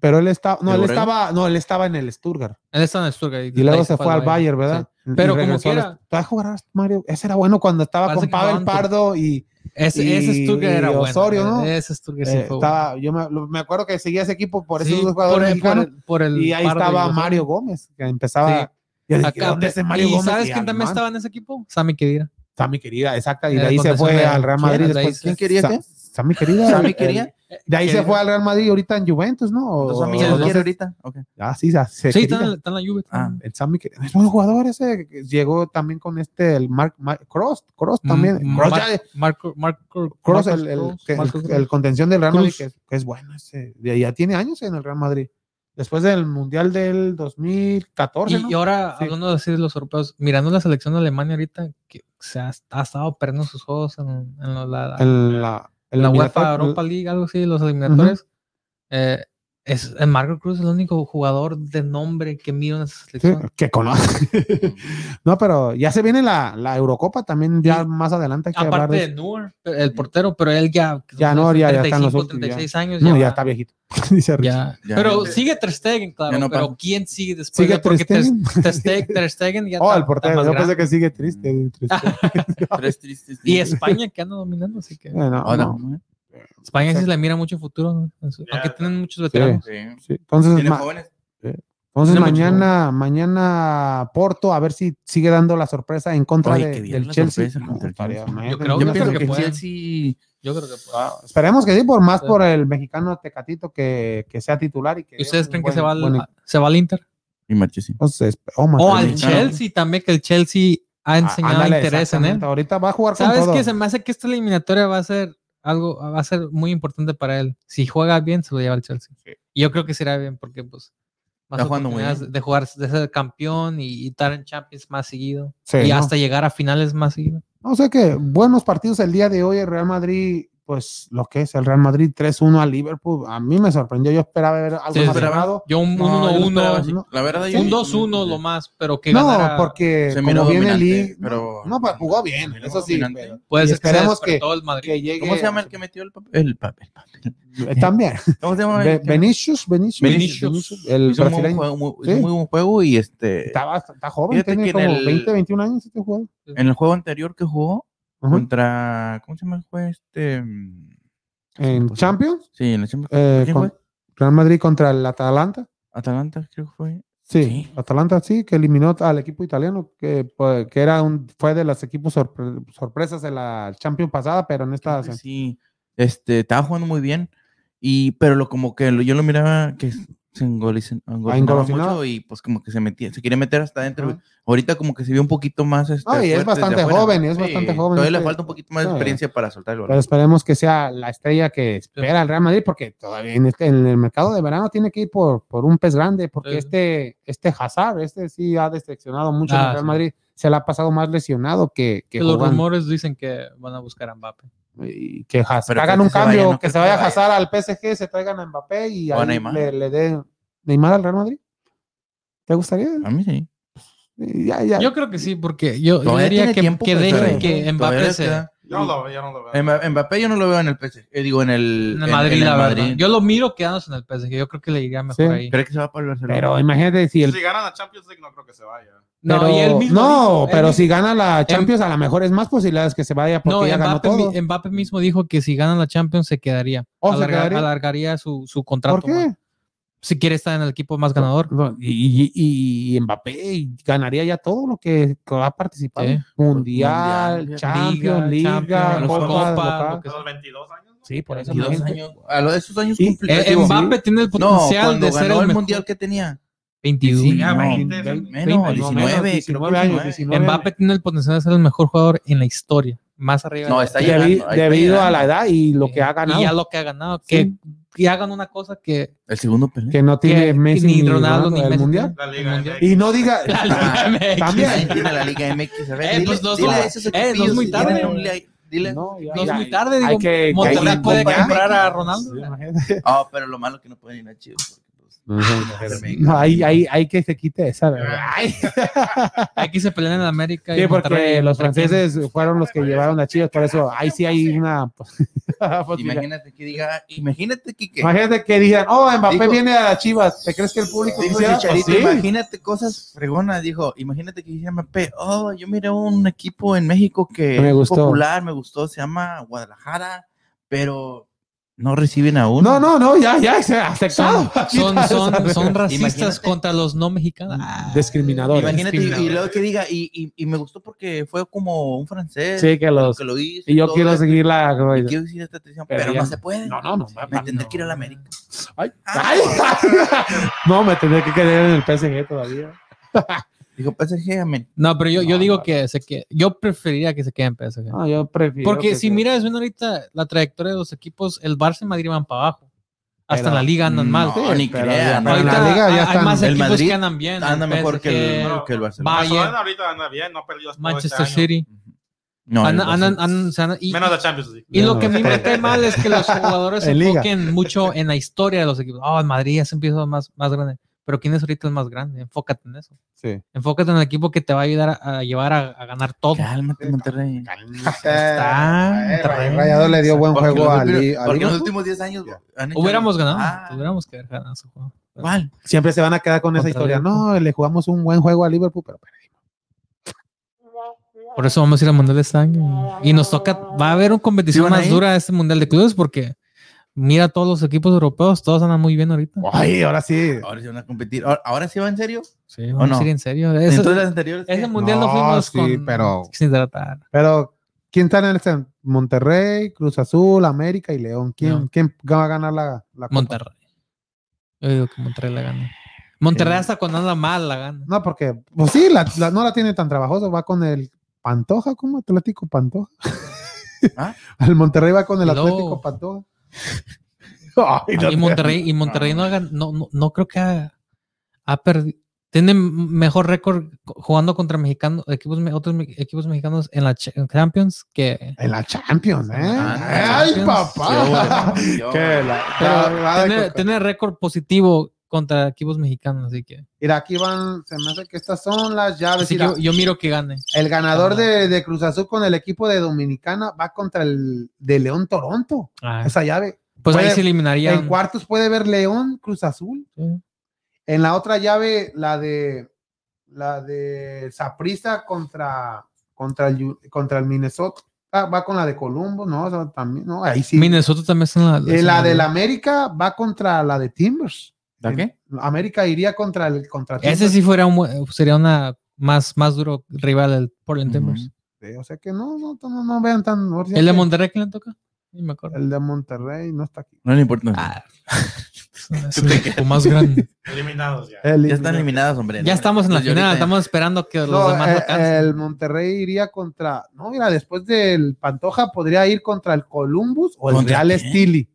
[SPEAKER 7] Pero él estaba, no,
[SPEAKER 2] ¿De
[SPEAKER 7] él
[SPEAKER 2] Borrego?
[SPEAKER 7] estaba, no, él estaba en el Stuttgart.
[SPEAKER 3] Él está en el Stuttgart.
[SPEAKER 7] Y luego se fue al Bayern, ¿verdad? Y
[SPEAKER 3] Pero como
[SPEAKER 7] regresó al-
[SPEAKER 3] quiera.
[SPEAKER 7] ¿Todavía jugarás, Mario? Ese era bueno cuando estaba
[SPEAKER 3] Parece
[SPEAKER 7] con
[SPEAKER 3] que
[SPEAKER 7] Pavel
[SPEAKER 3] jugaban con-
[SPEAKER 7] Pardo y
[SPEAKER 3] Ese,
[SPEAKER 7] Y-
[SPEAKER 3] ese Stuttgart era
[SPEAKER 7] y
[SPEAKER 3] bueno.
[SPEAKER 7] Osorio, ¿no?
[SPEAKER 3] Ese Stuttgart sí
[SPEAKER 7] eh,
[SPEAKER 3] fue
[SPEAKER 7] estaba, yo me, lo- me acuerdo que seguía ese equipo por
[SPEAKER 3] bueno.
[SPEAKER 7] esos
[SPEAKER 3] Sí,
[SPEAKER 7] dos jugadores
[SPEAKER 3] por el- por
[SPEAKER 7] mexicanos.
[SPEAKER 3] el- por el
[SPEAKER 7] y ahí
[SPEAKER 3] Pardo
[SPEAKER 7] estaba
[SPEAKER 3] Osorio.
[SPEAKER 7] Mario Gómez, que empezaba.
[SPEAKER 3] Sí.
[SPEAKER 7] Yo dije,
[SPEAKER 3] Acá,
[SPEAKER 7] ¿dónde es ese Mario
[SPEAKER 3] y
[SPEAKER 7] Gómez?
[SPEAKER 3] ¿Sabes
[SPEAKER 7] Y
[SPEAKER 3] quién
[SPEAKER 7] al
[SPEAKER 3] también
[SPEAKER 7] man-
[SPEAKER 3] estaba en ese equipo? Sammy Kedira.
[SPEAKER 7] Está mi querida, exacto. Y
[SPEAKER 3] Eh,
[SPEAKER 7] de ahí se
[SPEAKER 3] cuando se
[SPEAKER 7] fue
[SPEAKER 3] fue-
[SPEAKER 7] al Real
[SPEAKER 3] ¿quién?
[SPEAKER 7] Madrid.
[SPEAKER 3] De ahí
[SPEAKER 7] Después,
[SPEAKER 3] se- ¿Quién
[SPEAKER 2] quería qué?
[SPEAKER 7] Está mi querida.
[SPEAKER 2] ¿Sammy
[SPEAKER 7] el-
[SPEAKER 2] quería?
[SPEAKER 7] el- De ahí se
[SPEAKER 3] Kedira.
[SPEAKER 7] fue al Real Madrid y ahorita en Juventus, ¿no? O-
[SPEAKER 2] Entonces, a mí
[SPEAKER 7] o
[SPEAKER 2] ya
[SPEAKER 7] no
[SPEAKER 2] lo
[SPEAKER 7] sé-
[SPEAKER 2] quiere ahorita. Ok.
[SPEAKER 7] Ah, sí, ya, se
[SPEAKER 3] Sí, está
[SPEAKER 7] quería.
[SPEAKER 3] en, la- está en la Juve.
[SPEAKER 2] Ah.
[SPEAKER 3] también.
[SPEAKER 7] El Sammy que es buen jugador ese. que Llegó también con este, el Mark, Mark- Cross, Cross eh, también.
[SPEAKER 3] Mm,
[SPEAKER 7] Cross,
[SPEAKER 3] Mar-
[SPEAKER 7] ya-
[SPEAKER 3] Marco, Marco, Marcos
[SPEAKER 7] Cross, el, el-
[SPEAKER 3] Cruz,
[SPEAKER 7] que- el-
[SPEAKER 3] Marcos Cruz.
[SPEAKER 7] el contención del Real Madrid,
[SPEAKER 3] Cruz.
[SPEAKER 7] que, es- que es bueno ese. Ya, ya tiene años en el Real Madrid. Después del Mundial del 2014,
[SPEAKER 3] Y,
[SPEAKER 7] ¿no?
[SPEAKER 3] y ahora,
[SPEAKER 7] Sí.
[SPEAKER 3] hablando así de los europeos, mirando la selección de Alemania ahorita, que se ha, ha estado perdiendo sus juegos en, en lo- la,
[SPEAKER 7] En la, en
[SPEAKER 3] la
[SPEAKER 7] eliminatoria-
[SPEAKER 3] UEFA Europa League, algo así, los eliminatorios. eh, es, eh, Marco Cruz es el único jugador de nombre que miro en esa
[SPEAKER 7] Sí,
[SPEAKER 3] selección.
[SPEAKER 7] que conoce. no, pero ya se viene la, la Eurocopa también, ya
[SPEAKER 3] Y
[SPEAKER 7] más adelante hay que hablar
[SPEAKER 3] Aparte
[SPEAKER 7] de
[SPEAKER 3] de
[SPEAKER 7] eso.
[SPEAKER 3] Neuer, el portero, pero él ya.
[SPEAKER 7] Ya Neuer ya- ya está en los
[SPEAKER 3] 35,
[SPEAKER 7] últimos, ya.
[SPEAKER 3] 36 años.
[SPEAKER 7] No, ya está viejito. Dice Richie.
[SPEAKER 3] pues, ya.
[SPEAKER 2] Ya.
[SPEAKER 3] Pero sigue Ter Stegen, claro.
[SPEAKER 2] Ya no
[SPEAKER 3] pero
[SPEAKER 2] pasa.
[SPEAKER 3] ¿quién sigue después?
[SPEAKER 7] Sigue
[SPEAKER 3] de- Porque Ter,
[SPEAKER 7] Tristén.
[SPEAKER 3] Ter Stegen- Ter Stegen ya
[SPEAKER 7] Oh,
[SPEAKER 3] está-
[SPEAKER 7] el
[SPEAKER 3] está
[SPEAKER 7] portero.
[SPEAKER 3] más
[SPEAKER 7] Yo pensé
[SPEAKER 3] grande. Mm.
[SPEAKER 7] que sigue triste. triste.
[SPEAKER 2] Tres tristes.
[SPEAKER 3] Y España que anda dominando, así que.
[SPEAKER 7] Eh, no,
[SPEAKER 2] Ah,
[SPEAKER 7] no.
[SPEAKER 2] no, ¿eh?
[SPEAKER 3] España sí
[SPEAKER 7] Sí.
[SPEAKER 3] le mira mucho futuro, ¿no? En su-
[SPEAKER 4] Ya,
[SPEAKER 3] aunque
[SPEAKER 4] ya.
[SPEAKER 3] tienen muchos veteranos.
[SPEAKER 2] Sí.
[SPEAKER 7] Sí, Entonces,
[SPEAKER 2] Tiene
[SPEAKER 7] ma- eh,
[SPEAKER 2] jóvenes.
[SPEAKER 7] entonces
[SPEAKER 2] tiene mucho
[SPEAKER 7] mañana, mañana Porto, a ver si sigue dando la sorpresa en contra
[SPEAKER 2] Oye,
[SPEAKER 7] de-
[SPEAKER 2] qué bien
[SPEAKER 7] del
[SPEAKER 2] la
[SPEAKER 7] Chelsea.
[SPEAKER 2] sorpresa contra el
[SPEAKER 7] Estaría-
[SPEAKER 2] Chelsea.
[SPEAKER 3] Yo
[SPEAKER 7] me-
[SPEAKER 3] creo-
[SPEAKER 2] Yo
[SPEAKER 3] yo
[SPEAKER 7] me-
[SPEAKER 2] pienso
[SPEAKER 3] creo
[SPEAKER 2] que,
[SPEAKER 3] que pueden.
[SPEAKER 2] Chelsea.
[SPEAKER 3] Yo creo que puede.
[SPEAKER 7] Ah, Esperemos que sí, por más
[SPEAKER 3] Sí.
[SPEAKER 7] por el mexicano Tecatito que, que sea titular. ¿Y, que
[SPEAKER 3] ¿Y ustedes
[SPEAKER 7] dé
[SPEAKER 3] creen
[SPEAKER 7] un
[SPEAKER 3] que
[SPEAKER 7] buen-
[SPEAKER 3] se va, al,
[SPEAKER 7] buen-
[SPEAKER 3] a- se va al Inter?
[SPEAKER 2] Y Marchesín.
[SPEAKER 7] Entonces, oh, my
[SPEAKER 3] O
[SPEAKER 7] God.
[SPEAKER 3] al
[SPEAKER 2] claro.
[SPEAKER 3] Chelsea también, que el Chelsea ha
[SPEAKER 7] Ah,
[SPEAKER 3] enseñado
[SPEAKER 7] ándale,
[SPEAKER 3] interés en él.
[SPEAKER 7] exactamente. Ahorita va a jugar con
[SPEAKER 3] ¿Sabes
[SPEAKER 7] todo.
[SPEAKER 3] qué? Se me hace que esta eliminatoria va a ser algo, va a ser muy importante para él. Si juega bien, se lo lleva al Chelsea. Y yo creo que será bien porque, pues, más
[SPEAKER 2] Está jugando muy
[SPEAKER 3] oportunidades
[SPEAKER 2] bien.
[SPEAKER 3] de jugar, de ser campeón y, y estar en Champions más seguido.
[SPEAKER 7] Sí,
[SPEAKER 3] y
[SPEAKER 7] no.
[SPEAKER 3] hasta llegar a finales más seguido.
[SPEAKER 7] No sé qué, buenos partidos el día de hoy el Real Madrid. pues, pues lo que es el Real Madrid 3-1 al Liverpool, a mí me sorprendió, yo esperaba ver algo
[SPEAKER 2] Sí,
[SPEAKER 7] más
[SPEAKER 2] esperaba.
[SPEAKER 7] cerrado.
[SPEAKER 3] Yo un
[SPEAKER 7] No, yo
[SPEAKER 3] 1-1,
[SPEAKER 7] esperaba así.
[SPEAKER 2] La verdad, yo-
[SPEAKER 3] un 2-1 lo más, pero que
[SPEAKER 7] No,
[SPEAKER 3] ganara.
[SPEAKER 7] porque
[SPEAKER 2] se miró
[SPEAKER 7] como viene el
[SPEAKER 2] dominante,
[SPEAKER 7] League,
[SPEAKER 2] pero-
[SPEAKER 7] no, pa- jugó bien, eso sí,
[SPEAKER 2] Dominante.
[SPEAKER 7] pero-
[SPEAKER 3] Puede
[SPEAKER 7] y
[SPEAKER 3] ser que se
[SPEAKER 7] esperemos que-
[SPEAKER 3] despertó el Madrid.
[SPEAKER 7] que llegue
[SPEAKER 2] ¿Cómo se llama el que metió el papel? El papel. papel.
[SPEAKER 7] Eh, También.
[SPEAKER 2] ¿Cómo se llama?
[SPEAKER 7] Be-
[SPEAKER 2] el que-
[SPEAKER 7] Benicius, Benicius,
[SPEAKER 2] Vinicius.
[SPEAKER 7] Benicius,
[SPEAKER 2] Hizo
[SPEAKER 7] el
[SPEAKER 2] un buen
[SPEAKER 7] brasileño.
[SPEAKER 2] juego, muy- hizo
[SPEAKER 7] Sí.
[SPEAKER 2] muy buen juego y este.
[SPEAKER 7] Estaba, está joven,
[SPEAKER 2] Fíjate que
[SPEAKER 7] tiene
[SPEAKER 2] en
[SPEAKER 7] como
[SPEAKER 2] el-
[SPEAKER 7] 20, 21 años este jugador.
[SPEAKER 2] En el juego anterior que jugó
[SPEAKER 7] Ajá.
[SPEAKER 2] contra. ¿Cómo se llama el juego este? Mm,
[SPEAKER 7] En
[SPEAKER 2] pues,
[SPEAKER 7] Champions,
[SPEAKER 2] Sí, en la Champions.
[SPEAKER 7] eh,
[SPEAKER 2] ¿Quién
[SPEAKER 7] con-
[SPEAKER 2] fue?
[SPEAKER 7] Real Madrid contra el Atalanta.
[SPEAKER 2] Atalanta, creo que fue.
[SPEAKER 7] Sí,
[SPEAKER 2] Sí.
[SPEAKER 7] Atalanta sí, que eliminó al equipo italiano, que, pues, que era un, fue de los equipos sorpre- sorpresas de la Champions pasada, pero en esta...
[SPEAKER 2] Creo que Sí, este, estaba jugando muy bien. Y, pero lo como que lo- yo lo miraba que se engolicen-
[SPEAKER 7] Ah,
[SPEAKER 2] engolinaba
[SPEAKER 7] engolosinaba.
[SPEAKER 2] mucho y pues como que se metía, se quería meter hasta adentro.
[SPEAKER 7] Ajá.
[SPEAKER 2] Ahorita como que se vio un poquito más. Este,
[SPEAKER 7] No, y es
[SPEAKER 2] fuerte desde
[SPEAKER 7] bastante
[SPEAKER 2] afuera.
[SPEAKER 7] joven, es bastante joven
[SPEAKER 2] Todavía le
[SPEAKER 7] este-
[SPEAKER 2] falta un poquito más de
[SPEAKER 7] No,
[SPEAKER 2] experiencia para soltar el balón.
[SPEAKER 7] Pero esperemos que sea la estrella que espera el Real Madrid, porque todavía en, este- en el mercado de verano tiene que ir por, por un pez grande, porque
[SPEAKER 3] Sí.
[SPEAKER 7] este, este Hazard, este sí ha decepcionado mucho en
[SPEAKER 3] Ah,
[SPEAKER 7] el Real
[SPEAKER 3] sí.
[SPEAKER 7] Madrid, se le ha pasado más lesionado que, que,
[SPEAKER 3] Que los
[SPEAKER 7] jugando.
[SPEAKER 3] rumores dicen que van a buscar a Mbappé.
[SPEAKER 7] Y que, Haz-
[SPEAKER 2] Pero
[SPEAKER 7] que hagan
[SPEAKER 2] creo
[SPEAKER 7] un
[SPEAKER 2] que se vaya,
[SPEAKER 7] cambio,
[SPEAKER 2] no
[SPEAKER 7] que
[SPEAKER 2] creo
[SPEAKER 7] se
[SPEAKER 2] que
[SPEAKER 7] vaya
[SPEAKER 2] vaya.
[SPEAKER 7] Hazard al PSG, se traigan a Mbappé y
[SPEAKER 2] O a
[SPEAKER 7] ahí
[SPEAKER 2] Neymar.
[SPEAKER 7] le, le den Neymar al Real Madrid. ¿Te gustaría?
[SPEAKER 2] A mí sí.
[SPEAKER 7] Ya, ya.
[SPEAKER 3] Yo creo que sí, porque yo, yo
[SPEAKER 2] Todavía
[SPEAKER 3] diría
[SPEAKER 2] tiene
[SPEAKER 3] que,
[SPEAKER 2] tiempo
[SPEAKER 3] que
[SPEAKER 2] para
[SPEAKER 3] dejen
[SPEAKER 2] desarrollar.
[SPEAKER 3] que
[SPEAKER 2] Todavía
[SPEAKER 3] Mbappé
[SPEAKER 2] les
[SPEAKER 3] se...
[SPEAKER 2] queda.
[SPEAKER 4] Yo no lo veo, yo no lo veo.
[SPEAKER 2] Emba- Mbappé yo no lo veo en el PSG. Eh, digo, en el,
[SPEAKER 3] En
[SPEAKER 2] en-
[SPEAKER 3] el Madrid,
[SPEAKER 2] en el
[SPEAKER 3] la verdad.
[SPEAKER 2] Madrid.
[SPEAKER 3] Yo lo miro quedándose en el PSG. Yo creo que le iría mejor
[SPEAKER 7] Sí.
[SPEAKER 3] ahí.
[SPEAKER 2] ¿Cree que se va para el Barcelona?
[SPEAKER 7] Pero imagínate si el...
[SPEAKER 4] Si ganan la Champions League, no creo que se vaya.
[SPEAKER 3] No,
[SPEAKER 7] pero-
[SPEAKER 3] y él mismo
[SPEAKER 7] no,
[SPEAKER 3] dijo- él
[SPEAKER 7] pero
[SPEAKER 3] mismo- Em
[SPEAKER 7] si gana la Champions, a lo mejor es más posibilidades que se vaya porque
[SPEAKER 3] No,
[SPEAKER 7] ya ganó
[SPEAKER 3] Mbappé,
[SPEAKER 7] todo.
[SPEAKER 3] mi- em Mbappé mismo dijo que si ganan la Champions se quedaría.
[SPEAKER 7] ¿O se
[SPEAKER 3] Alarga-
[SPEAKER 7] quedaría?
[SPEAKER 3] Alargaría su, su contrato.
[SPEAKER 7] ¿Por qué?
[SPEAKER 3] man. Si quiere estar en el equipo más ganador.
[SPEAKER 7] No, Y, y- y Mbappé ganaría ya todo lo que ha participado.
[SPEAKER 3] Sí.
[SPEAKER 7] Mundial,
[SPEAKER 2] Mundial,
[SPEAKER 7] Champions, Liga,
[SPEAKER 3] Liga, Champions,
[SPEAKER 7] Copa,
[SPEAKER 3] Copa,
[SPEAKER 7] local.
[SPEAKER 3] lo que
[SPEAKER 4] ¿A
[SPEAKER 3] sea.
[SPEAKER 4] los 22 años? no?
[SPEAKER 7] Sí, por eso.
[SPEAKER 2] 22
[SPEAKER 7] imagínate.
[SPEAKER 2] años. A lo de esos años
[SPEAKER 7] Y-
[SPEAKER 2] cumple.
[SPEAKER 3] Eh,
[SPEAKER 2] digo,
[SPEAKER 3] Mbappé tiene el
[SPEAKER 2] No,
[SPEAKER 3] potencial
[SPEAKER 2] cuando
[SPEAKER 3] de ser
[SPEAKER 2] ganó
[SPEAKER 3] el
[SPEAKER 2] el
[SPEAKER 3] mejor.
[SPEAKER 2] mundial que tenía.
[SPEAKER 3] 21.
[SPEAKER 2] ya,
[SPEAKER 4] Ah,
[SPEAKER 2] no,
[SPEAKER 4] 20,
[SPEAKER 7] veinte,
[SPEAKER 4] veinte.
[SPEAKER 2] Menos,
[SPEAKER 7] no,
[SPEAKER 2] 19,
[SPEAKER 7] menos,
[SPEAKER 2] creo que
[SPEAKER 7] 19 años, 19
[SPEAKER 3] Mbappé tiene el potencial de ser el mejor jugador en la historia. Más arriba.
[SPEAKER 2] No,
[SPEAKER 3] de-
[SPEAKER 2] está
[SPEAKER 7] Debi-
[SPEAKER 2] llegando, ahí está
[SPEAKER 7] debido a
[SPEAKER 2] llegando.
[SPEAKER 7] la edad y lo que ha ganado.
[SPEAKER 3] Y ya lo que ha ganado.
[SPEAKER 7] Sí.
[SPEAKER 3] Que, que hagan una cosa que.
[SPEAKER 2] El segundo pelea.
[SPEAKER 7] que no tiene
[SPEAKER 3] que-
[SPEAKER 7] Messi
[SPEAKER 3] ni Ronaldo ni
[SPEAKER 7] el
[SPEAKER 3] Messi
[SPEAKER 7] mundial.
[SPEAKER 4] La Liga
[SPEAKER 3] Mundial.
[SPEAKER 4] MX.
[SPEAKER 7] Y no diga,
[SPEAKER 3] La Liga MX.
[SPEAKER 2] Ah,
[SPEAKER 7] También.
[SPEAKER 2] tiene la Liga MX. A ver,
[SPEAKER 3] Eh,
[SPEAKER 2] dile-
[SPEAKER 3] pues no
[SPEAKER 2] dile
[SPEAKER 3] son-
[SPEAKER 2] a esos
[SPEAKER 3] eh, no es
[SPEAKER 2] equipillos
[SPEAKER 3] muy
[SPEAKER 2] si
[SPEAKER 3] tarde.
[SPEAKER 2] tienen un li- dile-
[SPEAKER 7] no, ya-
[SPEAKER 3] No es
[SPEAKER 7] ya-
[SPEAKER 3] muy tarde,
[SPEAKER 7] hay
[SPEAKER 3] digo.
[SPEAKER 7] que- que
[SPEAKER 3] Monterrey
[SPEAKER 7] hay-
[SPEAKER 3] puede
[SPEAKER 2] comprar-
[SPEAKER 3] comprar a
[SPEAKER 7] Sí,
[SPEAKER 3] Ronaldo.
[SPEAKER 7] imagínate.
[SPEAKER 2] Ah, pero lo malo que no pueden ir a Chivas. pues,
[SPEAKER 7] No, hay, hay, hay que se quite esa, ¿verdad? Ay.
[SPEAKER 3] Aquí se pelean en América. y
[SPEAKER 7] Sí, porque
[SPEAKER 3] Monterrey,
[SPEAKER 7] los
[SPEAKER 3] ¿contra quién?
[SPEAKER 7] franceses fueron los que llevaron a Chivas, por eso ahí sí hay una. pues, posibilidad.
[SPEAKER 2] Imagínate que diga, imagínate Quique.
[SPEAKER 7] Imagínate que digan, oh, Mbappé
[SPEAKER 2] Dijo-
[SPEAKER 7] viene a las Chivas. ¿Te crees que el público
[SPEAKER 2] Dijo
[SPEAKER 7] quisiera?
[SPEAKER 2] Chicharito,
[SPEAKER 7] Pues sí.
[SPEAKER 2] imagínate cosas fregonas, dijo, imagínate que dice Mbappé, oh, yo miré un equipo en México que
[SPEAKER 7] Me
[SPEAKER 2] es
[SPEAKER 7] gustó.
[SPEAKER 2] popular, me gustó, se llama Guadalajara, pero no reciben a uno.
[SPEAKER 7] No, no, no, ya, ya, se ha aceptado.
[SPEAKER 3] son, son, son, son racistas
[SPEAKER 2] Imagínate.
[SPEAKER 3] contra los no mexicanos.
[SPEAKER 7] Ah, Discriminadores.
[SPEAKER 2] Imagínate, y, y
[SPEAKER 3] Discriminadores.
[SPEAKER 2] luego que diga, y, y, y me gustó porque fue como un francés
[SPEAKER 7] Sí, que los.
[SPEAKER 2] que lo hizo.
[SPEAKER 7] Y yo
[SPEAKER 2] todo
[SPEAKER 7] quiero
[SPEAKER 2] esto,
[SPEAKER 7] seguir la.
[SPEAKER 2] y quiero seguir esta tradición,
[SPEAKER 7] Pero
[SPEAKER 2] pero,
[SPEAKER 7] ya-
[SPEAKER 2] no se puede.
[SPEAKER 7] No, no, no.
[SPEAKER 2] me tendré que ir Ah. a la América.
[SPEAKER 7] Ay, ay. No, me tendré que quedar en el PSG todavía.
[SPEAKER 2] Dijo, "Pues PSG, amén.
[SPEAKER 3] No, pero yo,
[SPEAKER 7] No,
[SPEAKER 3] yo digo
[SPEAKER 7] no.
[SPEAKER 3] que se que yo preferiría que se queden PSG.
[SPEAKER 7] No, yo prefiero.
[SPEAKER 3] Porque
[SPEAKER 7] que-
[SPEAKER 3] si miras bien ahorita la trayectoria de los equipos, el Barça y Madrid van para abajo. Hasta en la liga andan mal.
[SPEAKER 2] No, ni
[SPEAKER 7] eh, pero
[SPEAKER 2] crean.
[SPEAKER 7] ya-
[SPEAKER 2] no,
[SPEAKER 7] pero
[SPEAKER 3] Ahorita
[SPEAKER 7] la liga ya
[SPEAKER 3] hay
[SPEAKER 7] están-
[SPEAKER 3] más
[SPEAKER 2] el
[SPEAKER 3] equipos
[SPEAKER 2] Madrid
[SPEAKER 3] que andan bien.
[SPEAKER 2] anda
[SPEAKER 3] el
[SPEAKER 7] pues,
[SPEAKER 2] mejor que el,
[SPEAKER 3] PSG,
[SPEAKER 2] que el Barcelona.
[SPEAKER 4] Barcelona
[SPEAKER 3] Bayern.
[SPEAKER 4] ahorita anda bien, no ha perdido todo este
[SPEAKER 3] Manchester
[SPEAKER 4] año.
[SPEAKER 3] City.
[SPEAKER 2] No, el
[SPEAKER 3] Andan- andan-
[SPEAKER 2] Barcelona.
[SPEAKER 3] andan- se andan- y,
[SPEAKER 4] Menos la Champions League.
[SPEAKER 3] y lo que a mí me
[SPEAKER 7] Menos.
[SPEAKER 3] cae mal es que los jugadores se
[SPEAKER 7] En liga.
[SPEAKER 3] enfoquen mucho en la historia de los equipos. Oh, el Madrid ya se empieza más, más grande. Pero ¿quién es ahorita el más grande? Enfócate en eso.
[SPEAKER 7] Sí.
[SPEAKER 3] Enfócate en el equipo que te va a ayudar a, a llevar a, a ganar todo.
[SPEAKER 2] Cálmate, Monterrey.
[SPEAKER 3] Está.
[SPEAKER 7] eh, Rayado Rayados le dio buen
[SPEAKER 2] Porque en los
[SPEAKER 7] juego a
[SPEAKER 2] últimos-
[SPEAKER 7] Li- a
[SPEAKER 2] Porque en los
[SPEAKER 7] Liverpool.
[SPEAKER 2] últimos 10 años han hecho-
[SPEAKER 3] Hubiéramos ganado.
[SPEAKER 2] Ah,
[SPEAKER 3] Tuviéramos que haber ganado ese juego.
[SPEAKER 2] ¿Cuál?
[SPEAKER 7] Siempre se van a quedar con esa
[SPEAKER 3] Contra
[SPEAKER 7] historia.
[SPEAKER 3] Liverpool.
[SPEAKER 7] No, le jugamos un buen juego a Liverpool, pero pues,
[SPEAKER 3] Por eso vamos a ir al Mundial de este año. Y nos toca, va a haber una
[SPEAKER 2] ¿Sí
[SPEAKER 3] competición
[SPEAKER 2] van a
[SPEAKER 3] más
[SPEAKER 2] ir?
[SPEAKER 3] dura este Mundial de Clubes porque mira todos los equipos europeos, todos andan muy bien ahorita.
[SPEAKER 7] Ay, ahora sí.
[SPEAKER 2] Ahora sí van a competir. ¿Ahora, ahora sí va en serio?
[SPEAKER 3] Sí, vamos
[SPEAKER 2] no?
[SPEAKER 3] a ir en serio. Eso-
[SPEAKER 2] Entonces eh, las anteriores.
[SPEAKER 3] ese
[SPEAKER 2] ¿qué?
[SPEAKER 3] Mundial no,
[SPEAKER 7] No,
[SPEAKER 3] fuimos
[SPEAKER 7] sí,
[SPEAKER 3] con-
[SPEAKER 7] pero-
[SPEAKER 3] sin tratar.
[SPEAKER 7] Pero, ¿quién está en el centro? Monterrey, Cruz Azul, América y León. ¿Quién,
[SPEAKER 3] León.
[SPEAKER 7] ¿quién va a ganar la, la Copa?
[SPEAKER 3] Monterrey. Yo digo que Monterrey la gana. Monterrey
[SPEAKER 2] Sí.
[SPEAKER 3] hasta cuando anda mal la gana.
[SPEAKER 7] No, porque, pues sí, la, la- no la tiene tan trabajosa. Va con el Pantoja, ¿cómo? Atlético Pantoja.
[SPEAKER 2] ¿Ah?
[SPEAKER 7] El Monterrey va con el
[SPEAKER 3] Y luego-
[SPEAKER 7] Atlético Pantoja. Ay, no
[SPEAKER 3] y
[SPEAKER 7] te-
[SPEAKER 3] Monterrey, y Monterrey no, ha gan- no, no, no creo que ha, ha perdido. tiene mejor récord jugando contra mexicanos, equipos, me- otros me- equipos mexicanos en la Ch- en Champions que...
[SPEAKER 7] En la Champions, ¿eh?
[SPEAKER 2] Ah,
[SPEAKER 7] ¡Ay,
[SPEAKER 3] Champions. Ah,
[SPEAKER 7] papá! ah, Que la- la- la-
[SPEAKER 3] Tiene,
[SPEAKER 7] la-
[SPEAKER 3] tiene récord positivo contra equipos mexicanos, así que...
[SPEAKER 7] Mira, aquí van, se me hace que estas son las llaves.
[SPEAKER 3] así que
[SPEAKER 7] Ah, Mira,
[SPEAKER 3] yo, yo miro que gane.
[SPEAKER 7] el ganador
[SPEAKER 3] Ah.
[SPEAKER 7] de, de Cruz Azul con el equipo de Dominicana va contra el de León Toronto. Esa llave.
[SPEAKER 3] pues ahí
[SPEAKER 7] puede-
[SPEAKER 3] se eliminaría...
[SPEAKER 7] En cuartos puede ver León Cruz Azul. En la otra llave, la de la de Saprista contra contra el, Yu- contra el Minnesota. Ah, va con la de Columbo, no, o sea, también, no, ahí sí.
[SPEAKER 3] Minnesota también está en la...
[SPEAKER 7] Eh, la de la América va contra la de Timbers.
[SPEAKER 2] ¿La qué?
[SPEAKER 7] América iría contra el contra
[SPEAKER 3] Ese sí fuera un, buen- sería una más, más duro rival del Portland Timbers.
[SPEAKER 2] Ujú.
[SPEAKER 7] Eh, O sea que no, no, no, no vean tan. ahora sí
[SPEAKER 3] ¿El de
[SPEAKER 7] que
[SPEAKER 3] Monterrey que le toca? Ni me acuerdo.
[SPEAKER 7] el de Monterrey no está aquí.
[SPEAKER 2] No le importa.
[SPEAKER 3] Ah, es un equipo más grande.
[SPEAKER 4] Eliminados ya.
[SPEAKER 7] El-
[SPEAKER 2] ya están eliminadas, hombre.
[SPEAKER 3] Ya estamos en la
[SPEAKER 2] Entonces, yo
[SPEAKER 3] final,
[SPEAKER 2] ahorita-
[SPEAKER 3] estamos esperando que los
[SPEAKER 7] No,
[SPEAKER 3] demás
[SPEAKER 7] eh,
[SPEAKER 3] alcancen.
[SPEAKER 7] el Monterrey iría contra. No, mira, después del Pantoja podría ir contra el Columbus o el
[SPEAKER 2] ¿Contra
[SPEAKER 7] Real
[SPEAKER 2] quién?
[SPEAKER 7] Stili.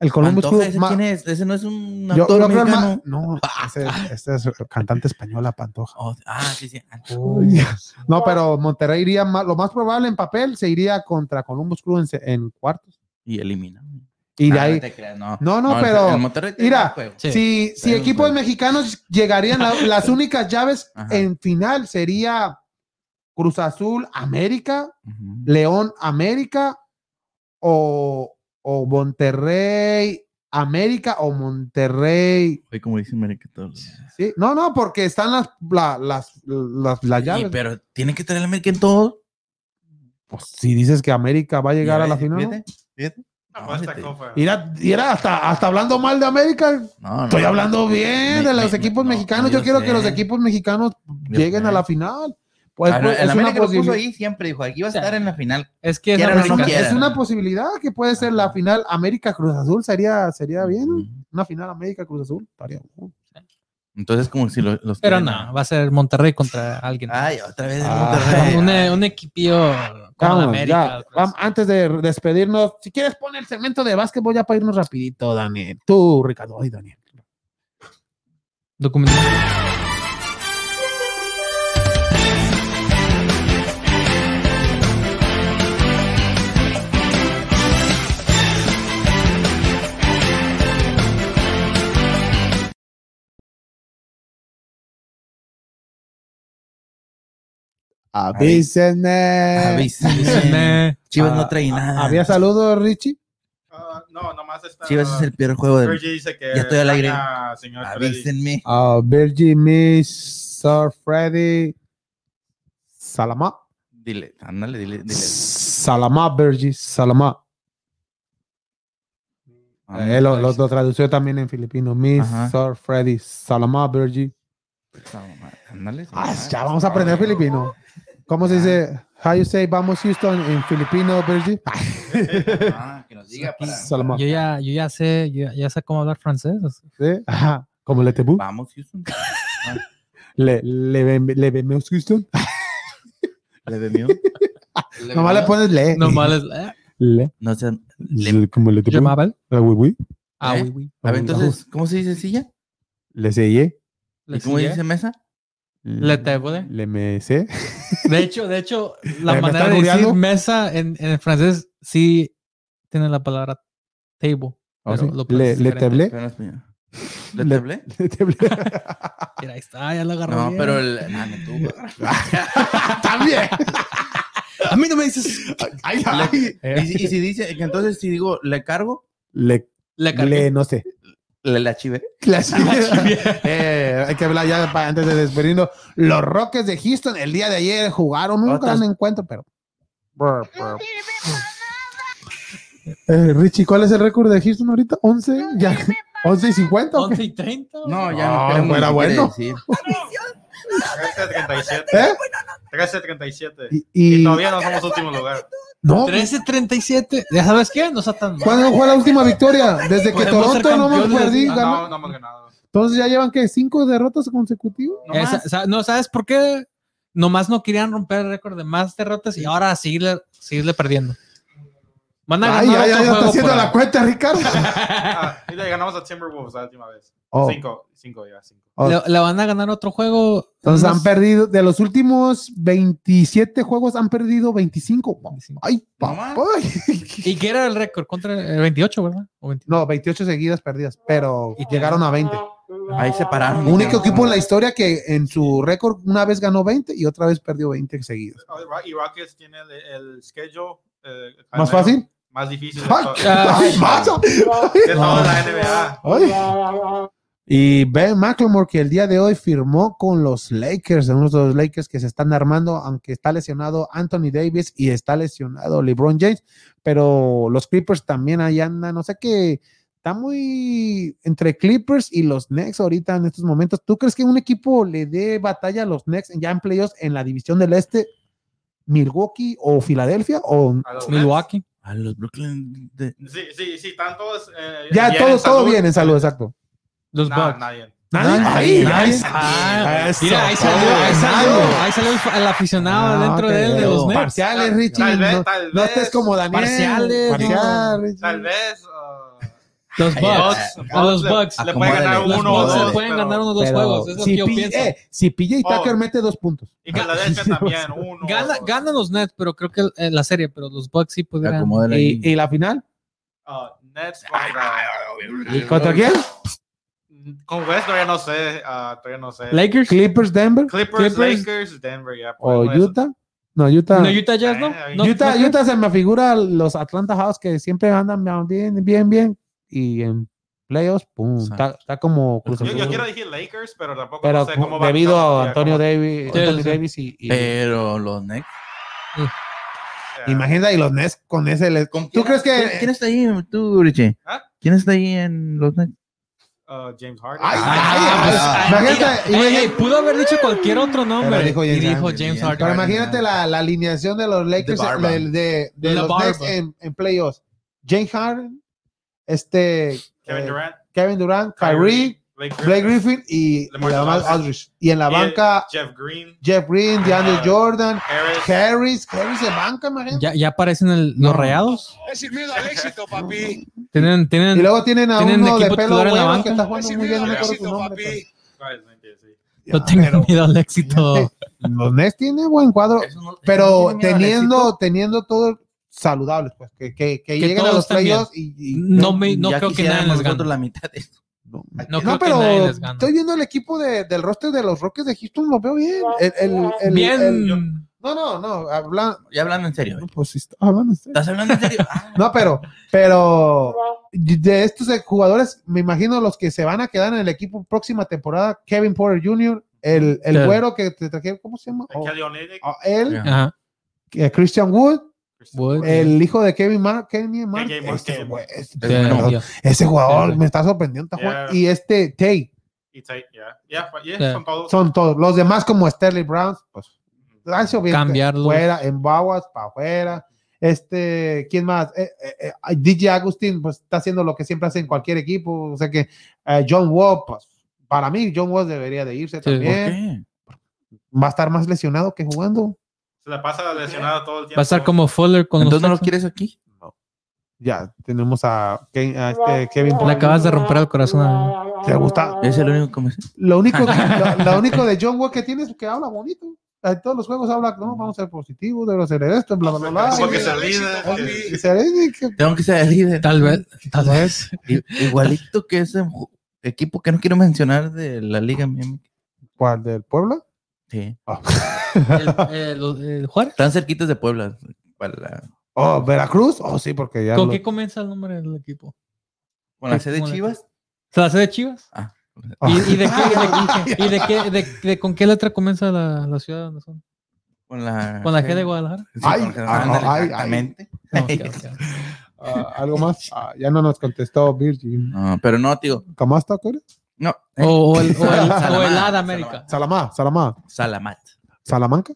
[SPEAKER 7] El Columbus
[SPEAKER 2] Pantoja,
[SPEAKER 7] Club.
[SPEAKER 2] ¿ese
[SPEAKER 7] ma-
[SPEAKER 2] quién es? Ese no es un
[SPEAKER 7] yo-
[SPEAKER 2] actor
[SPEAKER 7] yo creo el ma-
[SPEAKER 2] mexicano.
[SPEAKER 7] No, ese, ese es el cantante española Pantoja.
[SPEAKER 2] Oh, ah, sí, sí. Ah,
[SPEAKER 7] Uy. No, pero Monterrey iría más, lo más probable en papel se iría contra Columbus Club en, se- en cuartos.
[SPEAKER 2] Y elimina.
[SPEAKER 7] Y de
[SPEAKER 2] Ah,
[SPEAKER 7] ahí.
[SPEAKER 2] No, te creas, no.
[SPEAKER 7] No, no,
[SPEAKER 2] el-
[SPEAKER 7] pero-
[SPEAKER 2] el Monterrey tiene
[SPEAKER 7] mira,
[SPEAKER 2] más juego.
[SPEAKER 3] Sí.
[SPEAKER 7] Si, si
[SPEAKER 2] Pero,
[SPEAKER 7] equipos
[SPEAKER 2] pero-
[SPEAKER 7] mexicanos llegarían la- las únicas llaves
[SPEAKER 2] Ajá.
[SPEAKER 7] en final sería Cruz Azul América,
[SPEAKER 2] Ujú.
[SPEAKER 7] León América o, o Monterrey América o Monterrey.
[SPEAKER 2] Oye, como dice América todos los días.
[SPEAKER 7] Sí, no, no, porque están las la- las las, las
[SPEAKER 2] Y,
[SPEAKER 7] llaves.
[SPEAKER 2] pero tiene que traer el América en todo.
[SPEAKER 7] Pues, si dices que América va a llegar
[SPEAKER 2] Y
[SPEAKER 7] a la
[SPEAKER 2] ver,
[SPEAKER 7] final. ¿no?
[SPEAKER 2] fíjate, fíjate.
[SPEAKER 4] Ah,
[SPEAKER 2] No,
[SPEAKER 4] pues, esta
[SPEAKER 2] fíjate.
[SPEAKER 4] copa.
[SPEAKER 7] Mira, mira, hasta, hasta hablando mal de América,
[SPEAKER 2] No, no,
[SPEAKER 7] estoy
[SPEAKER 2] no.
[SPEAKER 7] hablando bien
[SPEAKER 2] Me-
[SPEAKER 7] de los
[SPEAKER 2] me-
[SPEAKER 7] equipos
[SPEAKER 2] no,
[SPEAKER 7] mexicanos.
[SPEAKER 2] yo
[SPEAKER 7] Yo, quiero
[SPEAKER 2] sé.
[SPEAKER 7] que los equipos mexicanos
[SPEAKER 2] Yo
[SPEAKER 7] lleguen
[SPEAKER 2] sé.
[SPEAKER 7] a la final. Pues,
[SPEAKER 2] Ah, no,
[SPEAKER 7] pues,
[SPEAKER 2] el
[SPEAKER 7] es una
[SPEAKER 2] América lo puso
[SPEAKER 7] posibilidad.
[SPEAKER 2] ahí siempre, dijo, aquí va a estar en la final.
[SPEAKER 3] es que es
[SPEAKER 2] quieran o no
[SPEAKER 7] Es pues, una-
[SPEAKER 3] americano.
[SPEAKER 2] quieran.
[SPEAKER 7] es una posibilidad que puede ser la final América Cruz Azul sería sería bien
[SPEAKER 2] Ujú.
[SPEAKER 7] una final América Cruz Azul estaría bien.
[SPEAKER 2] Entonces, como si lo- los...
[SPEAKER 3] Pero
[SPEAKER 2] tienen-
[SPEAKER 3] no, va a ser Monterrey contra alguien.
[SPEAKER 2] Ay, otra vez el
[SPEAKER 7] Ah.
[SPEAKER 2] Monterrey.
[SPEAKER 3] un, eh, un equipillo con
[SPEAKER 7] Vamos,
[SPEAKER 3] América.
[SPEAKER 7] ya.
[SPEAKER 2] pues.
[SPEAKER 7] Vam- antes de despedirnos, si quieres pon el segmento de básquetbol ya para irnos rapidito, Daniel. Tú, Ricardo, ay, Daniel.
[SPEAKER 3] Documental.
[SPEAKER 7] Avísenme.
[SPEAKER 2] Avísenme. Chivas
[SPEAKER 7] Ah,
[SPEAKER 2] no trae nada.
[SPEAKER 7] Había saludos, Richie.
[SPEAKER 4] Ah, no, nomás está.
[SPEAKER 2] Chivas es el peor juego del...
[SPEAKER 4] Fergie dice que.
[SPEAKER 2] Ya estoy al aire.
[SPEAKER 4] gana, señor Freddy.
[SPEAKER 2] Avísenme.
[SPEAKER 7] Ah, Virgin Miss, Sir Freddy. Salamá.
[SPEAKER 2] Dile, ándale, dile, dile.
[SPEAKER 7] Salamá, Virgin. Salamá.
[SPEAKER 2] Ah,
[SPEAKER 7] Eh, lo, lo- lo tradució también en filipino. Miss,
[SPEAKER 2] Ajá.
[SPEAKER 7] Sir Freddy. Salamá, Virgin.
[SPEAKER 2] esa mamá. Ándale. esa
[SPEAKER 7] Ah,
[SPEAKER 2] mamá.
[SPEAKER 7] ya vamos a aprender filipino. ¿Cómo
[SPEAKER 2] Ah.
[SPEAKER 7] se dice? How you say vamos Houston en filipino, Virgil?
[SPEAKER 2] Ah, que nos diga para...
[SPEAKER 7] Salma.
[SPEAKER 3] Yo ya, yo ya sé, yo ya- ya sé cómo hablar francés.
[SPEAKER 7] ¿Sí? Ajá. Como le tebu.
[SPEAKER 2] Vamos, Houston.
[SPEAKER 7] Le, le, ven- le vemos Houston.
[SPEAKER 2] Le vemió.
[SPEAKER 7] Nomás le pones le.
[SPEAKER 3] No mal es. eh,
[SPEAKER 7] Le.
[SPEAKER 2] No sean...
[SPEAKER 7] le- Como le
[SPEAKER 3] je
[SPEAKER 7] tebu.
[SPEAKER 3] m'appelle.
[SPEAKER 7] Ah, oui, oui.
[SPEAKER 3] Ah,
[SPEAKER 2] ¿Eh?
[SPEAKER 3] oui, oui.
[SPEAKER 2] A ver, entonces, ¿cómo se dice silla?
[SPEAKER 7] Le sellé.
[SPEAKER 2] ¿Y cómo dice mesa?
[SPEAKER 3] Le table.
[SPEAKER 7] Le me sé.
[SPEAKER 3] De hecho, de hecho, la
[SPEAKER 7] ¿Me
[SPEAKER 3] manera
[SPEAKER 7] estás
[SPEAKER 3] de decir
[SPEAKER 7] googleando?
[SPEAKER 3] mesa en, en el francés sí tiene la palabra table.
[SPEAKER 7] Ah,
[SPEAKER 3] pero
[SPEAKER 7] sí.
[SPEAKER 3] lo
[SPEAKER 7] Le,
[SPEAKER 3] pronuncias
[SPEAKER 7] le
[SPEAKER 3] diferente.
[SPEAKER 7] teblé.
[SPEAKER 2] Pero en español. ¿Le tablé?
[SPEAKER 7] Le teblé.
[SPEAKER 3] Mira, ahí está, ya lo agarró.
[SPEAKER 2] No,
[SPEAKER 3] bien.
[SPEAKER 2] pero el... Ah, no, tú.
[SPEAKER 7] También.
[SPEAKER 3] A mí no me dices.
[SPEAKER 7] Ay, ay.
[SPEAKER 2] Le- y, si- y si dice, que entonces si digo, le cargo,
[SPEAKER 7] Le,
[SPEAKER 3] Le cargué.
[SPEAKER 7] le, no sé.
[SPEAKER 2] le la chive.
[SPEAKER 7] La Eh, hay que hablar ya pa- antes de despedirnos. Los Rockets de Houston el día de ayer jugaron un
[SPEAKER 2] Otras-
[SPEAKER 7] gran encuentro, pero. Brr, brr. Eh, Richie, ¿cuál es el récord de Houston ahorita? ¿11? ¿Ya? ¿11 y 50? ¿o qué?
[SPEAKER 3] 11 y 30.
[SPEAKER 2] No, ya
[SPEAKER 7] Ah,
[SPEAKER 2] no queremos
[SPEAKER 7] fuera
[SPEAKER 2] ni
[SPEAKER 7] bueno.
[SPEAKER 2] quiere decir.
[SPEAKER 4] 1337.
[SPEAKER 7] ¿Eh?
[SPEAKER 4] 1337.
[SPEAKER 7] Y,
[SPEAKER 4] Y
[SPEAKER 7] y-
[SPEAKER 4] todavía no somos último lugar. Ah,
[SPEAKER 7] no,
[SPEAKER 3] 13.37. ¿Ya sabes qué? No está tan mal.
[SPEAKER 7] ¿Cuándo fue la última victoria? Desde que
[SPEAKER 3] Podemos ser
[SPEAKER 7] Toronto no me
[SPEAKER 3] campeones.
[SPEAKER 7] perdí.
[SPEAKER 4] Ah,
[SPEAKER 7] ganó.
[SPEAKER 4] no, no hemos ganado.
[SPEAKER 7] Entonces ya llevan que cinco derrotas consecutivas.
[SPEAKER 4] No
[SPEAKER 3] Eh,
[SPEAKER 4] más.
[SPEAKER 3] sa- sa- no, ¿sabes por qué? Nomás no querían romper el récord de más derrotas y ahora seguirle, seguirle perdiendo. Van a
[SPEAKER 7] Ay,
[SPEAKER 3] ganar
[SPEAKER 7] ay,
[SPEAKER 3] otro
[SPEAKER 7] ay, ya
[SPEAKER 3] juego
[SPEAKER 7] está haciendo
[SPEAKER 3] por
[SPEAKER 7] la
[SPEAKER 3] ahí.
[SPEAKER 7] cuenta, Ricardo.
[SPEAKER 4] Ah, y le ganamos a Timberwolves la última vez.
[SPEAKER 7] Oh,
[SPEAKER 4] Cinco, cinco ya, cinco.
[SPEAKER 7] oh.
[SPEAKER 3] Le, le van a ganar otro juego.
[SPEAKER 7] Entonces han
[SPEAKER 3] unos-
[SPEAKER 7] perdido, de los últimos 27 juegos han perdido 25. Ay,
[SPEAKER 2] No
[SPEAKER 7] papá.
[SPEAKER 3] ¿Y qué era el récord? Contra el 28, ¿verdad? O 20.
[SPEAKER 7] No, 28 seguidas perdidas, pero
[SPEAKER 3] Y-
[SPEAKER 7] llegaron a 20.
[SPEAKER 2] Ahí se pararon.
[SPEAKER 7] Único equipo en la historia que en su récord una vez ganó 20 y otra vez perdió 20 seguidas.
[SPEAKER 4] Oh, Ro- Y Rockets tiene el, el schedule. eh, calendar
[SPEAKER 7] ¿Más fácil? Ah.
[SPEAKER 4] Más difícil. De,
[SPEAKER 7] ¡Ay,
[SPEAKER 4] to-
[SPEAKER 7] ay, macho!
[SPEAKER 4] de toda la NBA.
[SPEAKER 7] Ay. Y Ben McLemore, que el día de hoy firmó con los Lakers, uno de los Lakers que se están armando, aunque está lesionado Anthony Davis y está lesionado LeBron James, pero los Clippers también ahí andan, o sea que está muy entre Clippers y los Knicks ahorita en estos momentos. ¿Tú crees que un equipo le dé batalla a los Knicks ya en playoffs en la división del este, Milwaukee o Filadelfia o
[SPEAKER 4] A los
[SPEAKER 3] Milwaukee.
[SPEAKER 2] A los Brooklyn. de-
[SPEAKER 4] Nets. Sí, sí, sí, están todos. eh,
[SPEAKER 7] ya
[SPEAKER 4] bien
[SPEAKER 7] todo,
[SPEAKER 4] en
[SPEAKER 7] todo
[SPEAKER 4] salud.
[SPEAKER 7] bien en salud, exacto.
[SPEAKER 3] Los
[SPEAKER 4] Nah,
[SPEAKER 3] Bucks.
[SPEAKER 4] nadie.
[SPEAKER 7] Nadie,
[SPEAKER 3] Nadie,
[SPEAKER 7] ahí,
[SPEAKER 3] nadie.
[SPEAKER 7] ahí.
[SPEAKER 3] Ah,
[SPEAKER 7] Eso, Ah,
[SPEAKER 3] Mira, ahí salió,
[SPEAKER 7] todo,
[SPEAKER 3] ahí
[SPEAKER 7] nadie.
[SPEAKER 3] salió, ahí salió el, fa- el aficionado
[SPEAKER 7] Ah,
[SPEAKER 3] dentro de él, de
[SPEAKER 7] pero
[SPEAKER 3] los Nets.
[SPEAKER 7] Parciales,
[SPEAKER 4] Tal-
[SPEAKER 7] Richie.
[SPEAKER 4] tal vez,
[SPEAKER 7] no,
[SPEAKER 4] tal
[SPEAKER 7] no
[SPEAKER 4] vez.
[SPEAKER 7] estés como Daniel.
[SPEAKER 3] Parciales,
[SPEAKER 7] Parcial, Richie.
[SPEAKER 4] Tal vez. ah,
[SPEAKER 3] Los
[SPEAKER 2] Ay,
[SPEAKER 3] Bucks.
[SPEAKER 4] Bucks-
[SPEAKER 3] A los
[SPEAKER 4] le-
[SPEAKER 3] Bucks.
[SPEAKER 4] Le puede
[SPEAKER 2] Acomódale,
[SPEAKER 4] ganar
[SPEAKER 3] Los
[SPEAKER 4] uno o
[SPEAKER 3] Bucks
[SPEAKER 4] dos.
[SPEAKER 3] se pueden
[SPEAKER 4] pero-
[SPEAKER 3] ganar unos dos
[SPEAKER 7] Pero
[SPEAKER 3] juegos. Es lo
[SPEAKER 7] si,
[SPEAKER 3] que yo
[SPEAKER 7] P-
[SPEAKER 3] pienso.
[SPEAKER 7] eh, si PJ Tucker
[SPEAKER 4] Oh.
[SPEAKER 7] mete dos puntos.
[SPEAKER 4] Y Filadelfia también, uno.
[SPEAKER 3] Gana-
[SPEAKER 7] pues.
[SPEAKER 4] dos.
[SPEAKER 3] ganan los Nets, pero creo que eh, la serie, pero los Bucks sí pudieran.
[SPEAKER 2] Acomódale ahí.
[SPEAKER 7] ¿Y, y la final?
[SPEAKER 4] Ah, Nets contra.
[SPEAKER 7] ¿Y contra quién?
[SPEAKER 4] Con West todavía no sé. ah, todavía no sé.
[SPEAKER 3] Lakers.
[SPEAKER 7] Clippers, Denver.
[SPEAKER 4] Clippers,
[SPEAKER 3] Clippers.
[SPEAKER 4] Lakers, Denver, ya. pues, por
[SPEAKER 7] O
[SPEAKER 4] ahí con eso.
[SPEAKER 7] Utah. No, Utah.
[SPEAKER 3] No, Utah Jazz, ¿no?
[SPEAKER 4] Eh,
[SPEAKER 3] No,
[SPEAKER 7] Ah. Utah,
[SPEAKER 3] no,
[SPEAKER 7] Utah se me figura los Atlanta House que siempre andan bien, bien, bien. Y en playoffs, pum,
[SPEAKER 2] Exacto.
[SPEAKER 7] está, está como Cruz
[SPEAKER 4] Yo, yo
[SPEAKER 7] Azul.
[SPEAKER 4] quiero decir Lakers, pero tampoco
[SPEAKER 7] Pero
[SPEAKER 4] sé cómo va
[SPEAKER 7] debido a
[SPEAKER 4] ya,
[SPEAKER 7] Antonio
[SPEAKER 4] cómo-
[SPEAKER 7] Davis,
[SPEAKER 3] Sí,
[SPEAKER 7] Anthony
[SPEAKER 3] sí. Eh,
[SPEAKER 7] Davis y, y-
[SPEAKER 2] Pero los Knicks.
[SPEAKER 4] ya.
[SPEAKER 7] Imagínate, y los Nets con ese. le- ¿Tú crees
[SPEAKER 2] ¿Quién,
[SPEAKER 7] que.?
[SPEAKER 2] quién está ahí tú, Richie?
[SPEAKER 4] ¿Ah?
[SPEAKER 2] ¿Quién está ahí en los Knicks?
[SPEAKER 4] Ah, James Harden.
[SPEAKER 7] Ay,
[SPEAKER 3] Ah,
[SPEAKER 7] ay, ay, imagínate,
[SPEAKER 3] Ey, ey,
[SPEAKER 7] imagínate-
[SPEAKER 3] pudo haber dicho cualquier otro nombre.
[SPEAKER 7] Pero dijo
[SPEAKER 3] y
[SPEAKER 7] James
[SPEAKER 3] dijo
[SPEAKER 2] Harden,
[SPEAKER 3] James
[SPEAKER 2] bien.
[SPEAKER 3] Harden.
[SPEAKER 7] Pero imagínate
[SPEAKER 3] ah,
[SPEAKER 7] la, la alineación de los Lakers
[SPEAKER 2] barba.
[SPEAKER 7] de, de- de
[SPEAKER 3] La
[SPEAKER 7] los
[SPEAKER 3] barba.
[SPEAKER 7] Nets en, en playoffs. James Harden, este
[SPEAKER 4] Kevin
[SPEAKER 7] eh,
[SPEAKER 4] Durant,
[SPEAKER 7] Kevin Durant, Kyrie,
[SPEAKER 4] Blake
[SPEAKER 7] Blake Griffin y,
[SPEAKER 4] Lamar
[SPEAKER 7] y además
[SPEAKER 4] Jackson.
[SPEAKER 7] Aldridge. Y en la
[SPEAKER 4] Y-
[SPEAKER 7] banca
[SPEAKER 4] Jeff Green,
[SPEAKER 7] Jeff Green, DeAndre
[SPEAKER 4] Ah.
[SPEAKER 7] Jordan,
[SPEAKER 4] Harris.
[SPEAKER 7] Harris, Harris de banca, imagínate.
[SPEAKER 3] Ya, ya aparecen el- los reados.
[SPEAKER 9] Es miedo al éxito, papi.
[SPEAKER 3] Tienen,
[SPEAKER 7] Y
[SPEAKER 3] tienen.
[SPEAKER 7] luego tienen a
[SPEAKER 3] Tienen
[SPEAKER 7] uno de
[SPEAKER 3] equipo
[SPEAKER 7] pelo
[SPEAKER 3] titular en la
[SPEAKER 7] bueno
[SPEAKER 3] banca.
[SPEAKER 7] que está
[SPEAKER 9] Es
[SPEAKER 7] jugando muy bien,
[SPEAKER 9] miedo
[SPEAKER 7] no
[SPEAKER 9] al
[SPEAKER 7] me acuerdo su
[SPEAKER 9] éxito,
[SPEAKER 7] nombre. pero-
[SPEAKER 9] papi.
[SPEAKER 4] Guys, sí.
[SPEAKER 7] Ah,
[SPEAKER 3] No tengo miedo al éxito.
[SPEAKER 7] Los Nets tienen buen cuadro, pero teniendo, teniendo todo saludables, pues, que, que, que lleguen a
[SPEAKER 3] todos
[SPEAKER 7] los
[SPEAKER 3] estén bien.
[SPEAKER 7] playoffs y, y-
[SPEAKER 3] No, me, no creo que nadie les gane.
[SPEAKER 2] la mitad de esto.
[SPEAKER 7] No,
[SPEAKER 3] No creo que nadie les gane.
[SPEAKER 7] estoy viendo el equipo de- del roster de los Rockets de Houston, lo veo bien. El- el- el-
[SPEAKER 3] Bien.
[SPEAKER 7] el- no, no, no, hablan.
[SPEAKER 2] Ya hablando en serio. ¿eh?
[SPEAKER 7] No, pues, sí está hablando usted.
[SPEAKER 2] ¿Estás hablando en serio? Ah,
[SPEAKER 7] No, pero, pero de estos eh, jugadores, me imagino los que se van a quedar en el equipo próxima temporada, Kevin Porter Jr., el, el
[SPEAKER 3] Claro.
[SPEAKER 7] güero que te trajeron, ¿cómo se llama? O-
[SPEAKER 4] Kelly Olynyk,
[SPEAKER 7] o él,
[SPEAKER 3] Ajá.
[SPEAKER 7] eh, Christian Wood,
[SPEAKER 4] Christian
[SPEAKER 3] Wood.
[SPEAKER 4] Wood.
[SPEAKER 7] el hijo de Kevin Mar, Kevin Mar-
[SPEAKER 4] KJ Mar-
[SPEAKER 7] este,
[SPEAKER 4] KJ Mar-
[SPEAKER 7] güey, este-
[SPEAKER 2] Es bueno.
[SPEAKER 3] Yeah.
[SPEAKER 7] ese jugador
[SPEAKER 3] Sí.
[SPEAKER 7] me está sorprendiendo. está jugando.
[SPEAKER 4] Yeah.
[SPEAKER 7] Y este, Tay,
[SPEAKER 4] y Tate, ya. Ya, pues, fue- ya,
[SPEAKER 3] Yeah.
[SPEAKER 4] son todos.
[SPEAKER 7] son todos. Los demás, como Sterling Brown, pues han sido bien
[SPEAKER 3] Cambiarlo.
[SPEAKER 7] fuera, en Baguas, para afuera. Este, ¿quién más? Eh, eh, eh, DJ Agustín, pues está haciendo lo que siempre hace en cualquier equipo. O sea que eh, John Wall, pues para mí, John Wall debería de irse
[SPEAKER 3] ¿por
[SPEAKER 2] ¿Por
[SPEAKER 7] también.
[SPEAKER 2] qué?
[SPEAKER 7] Va a estar más lesionado que jugando.
[SPEAKER 4] Se la pasa lesionado todo el tiempo.
[SPEAKER 3] Va a estar como Fuller con
[SPEAKER 2] Entonces no
[SPEAKER 3] los.
[SPEAKER 2] los quieres aquí.
[SPEAKER 7] Ya, tenemos a, Ke- a este Kevin
[SPEAKER 3] Le
[SPEAKER 7] Porter.
[SPEAKER 3] acabas de romper el corazón. a-
[SPEAKER 7] ¿Te gusta?
[SPEAKER 2] Es el único que me sé.
[SPEAKER 7] Lo único, lo, lo único de John Wall que tiene es que habla bonito. En todos los juegos habla, no, vamos a ser positivos, debemos hacer esto, bla, bla, bla.
[SPEAKER 4] Como
[SPEAKER 7] bla.
[SPEAKER 4] que
[SPEAKER 9] Es
[SPEAKER 4] se
[SPEAKER 9] miedo al éxito,
[SPEAKER 4] olvida,
[SPEAKER 9] papi.
[SPEAKER 7] Y se- y que-
[SPEAKER 2] Tengo que ser líder.
[SPEAKER 3] Tal vez, tal vez.
[SPEAKER 2] I- Igualito que ese ju- equipo que no quiero mencionar de la Liga Miami.
[SPEAKER 7] ¿Cuál? ¿Del Puebla?
[SPEAKER 2] Sí.
[SPEAKER 3] El, eh, los- eh, Juárez.
[SPEAKER 2] Están cerquitas de Puebla. Para la-
[SPEAKER 7] Oh, Veracruz. Oh, sí, porque ya.
[SPEAKER 3] ¿Con
[SPEAKER 7] lo-
[SPEAKER 3] qué comienza el nombre del equipo?
[SPEAKER 2] Con la sede
[SPEAKER 3] Con la-
[SPEAKER 2] Chivas.
[SPEAKER 3] ¿Se la hace de Chivas?
[SPEAKER 7] Ah.
[SPEAKER 3] ¿Y, y de, qué, de- y de qué- de- de- con qué letra comienza la, la ciudad donde son?
[SPEAKER 2] Con la,
[SPEAKER 3] ¿Con la G de Guadalajara?
[SPEAKER 2] Sí,
[SPEAKER 7] Ay,
[SPEAKER 2] con la-
[SPEAKER 7] ah,
[SPEAKER 2] ándale,
[SPEAKER 7] ay, ay.
[SPEAKER 2] exactamente.
[SPEAKER 3] No, ok, ok.
[SPEAKER 7] Ah, ¿Algo más? Ah, ya no nos contestó Virgin.
[SPEAKER 2] No, pero no, tío.
[SPEAKER 7] ¿Camasta? ¿qué era?
[SPEAKER 2] No.
[SPEAKER 3] O, o el, o el-
[SPEAKER 2] Eh. Salamanca,
[SPEAKER 3] o el Ad América.
[SPEAKER 7] Salamá, Salamá.
[SPEAKER 2] Salamat.
[SPEAKER 7] Salamanca.